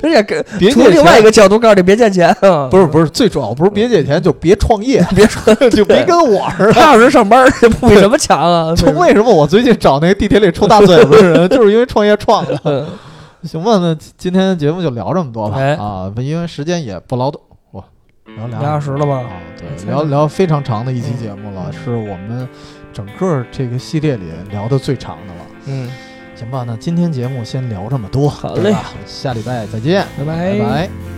[SPEAKER 2] 人家给
[SPEAKER 1] 别借
[SPEAKER 2] 从
[SPEAKER 1] 钱
[SPEAKER 2] 另外一个角度告诉你别借钱，嗯
[SPEAKER 1] 嗯，不是不是，最主要不是别借钱，就别创 业，
[SPEAKER 2] 别说
[SPEAKER 1] 就别跟我似 的。
[SPEAKER 2] 踏踏实实上班去，比什么强啊？
[SPEAKER 1] 就为什么我最近找那个地铁里抽大嘴巴的人， 就是因为创业创的。
[SPEAKER 2] 嗯
[SPEAKER 1] 行吧，那今天的节目就聊这么多吧。
[SPEAKER 2] 哎
[SPEAKER 1] 啊，因为时间也不劳动，我聊
[SPEAKER 2] 俩
[SPEAKER 1] 俩
[SPEAKER 2] 小时了
[SPEAKER 1] 啊
[SPEAKER 2] 吧？，嗯
[SPEAKER 1] 对，聊聊非常长的一期节目了，是我们整个这个系列里聊的最长的了。
[SPEAKER 2] 嗯，
[SPEAKER 1] 行吧，那今天节目先聊这么多，
[SPEAKER 2] 好
[SPEAKER 1] 对
[SPEAKER 2] 嘞
[SPEAKER 1] 吧，下礼拜再见，
[SPEAKER 2] 拜
[SPEAKER 1] 拜拜。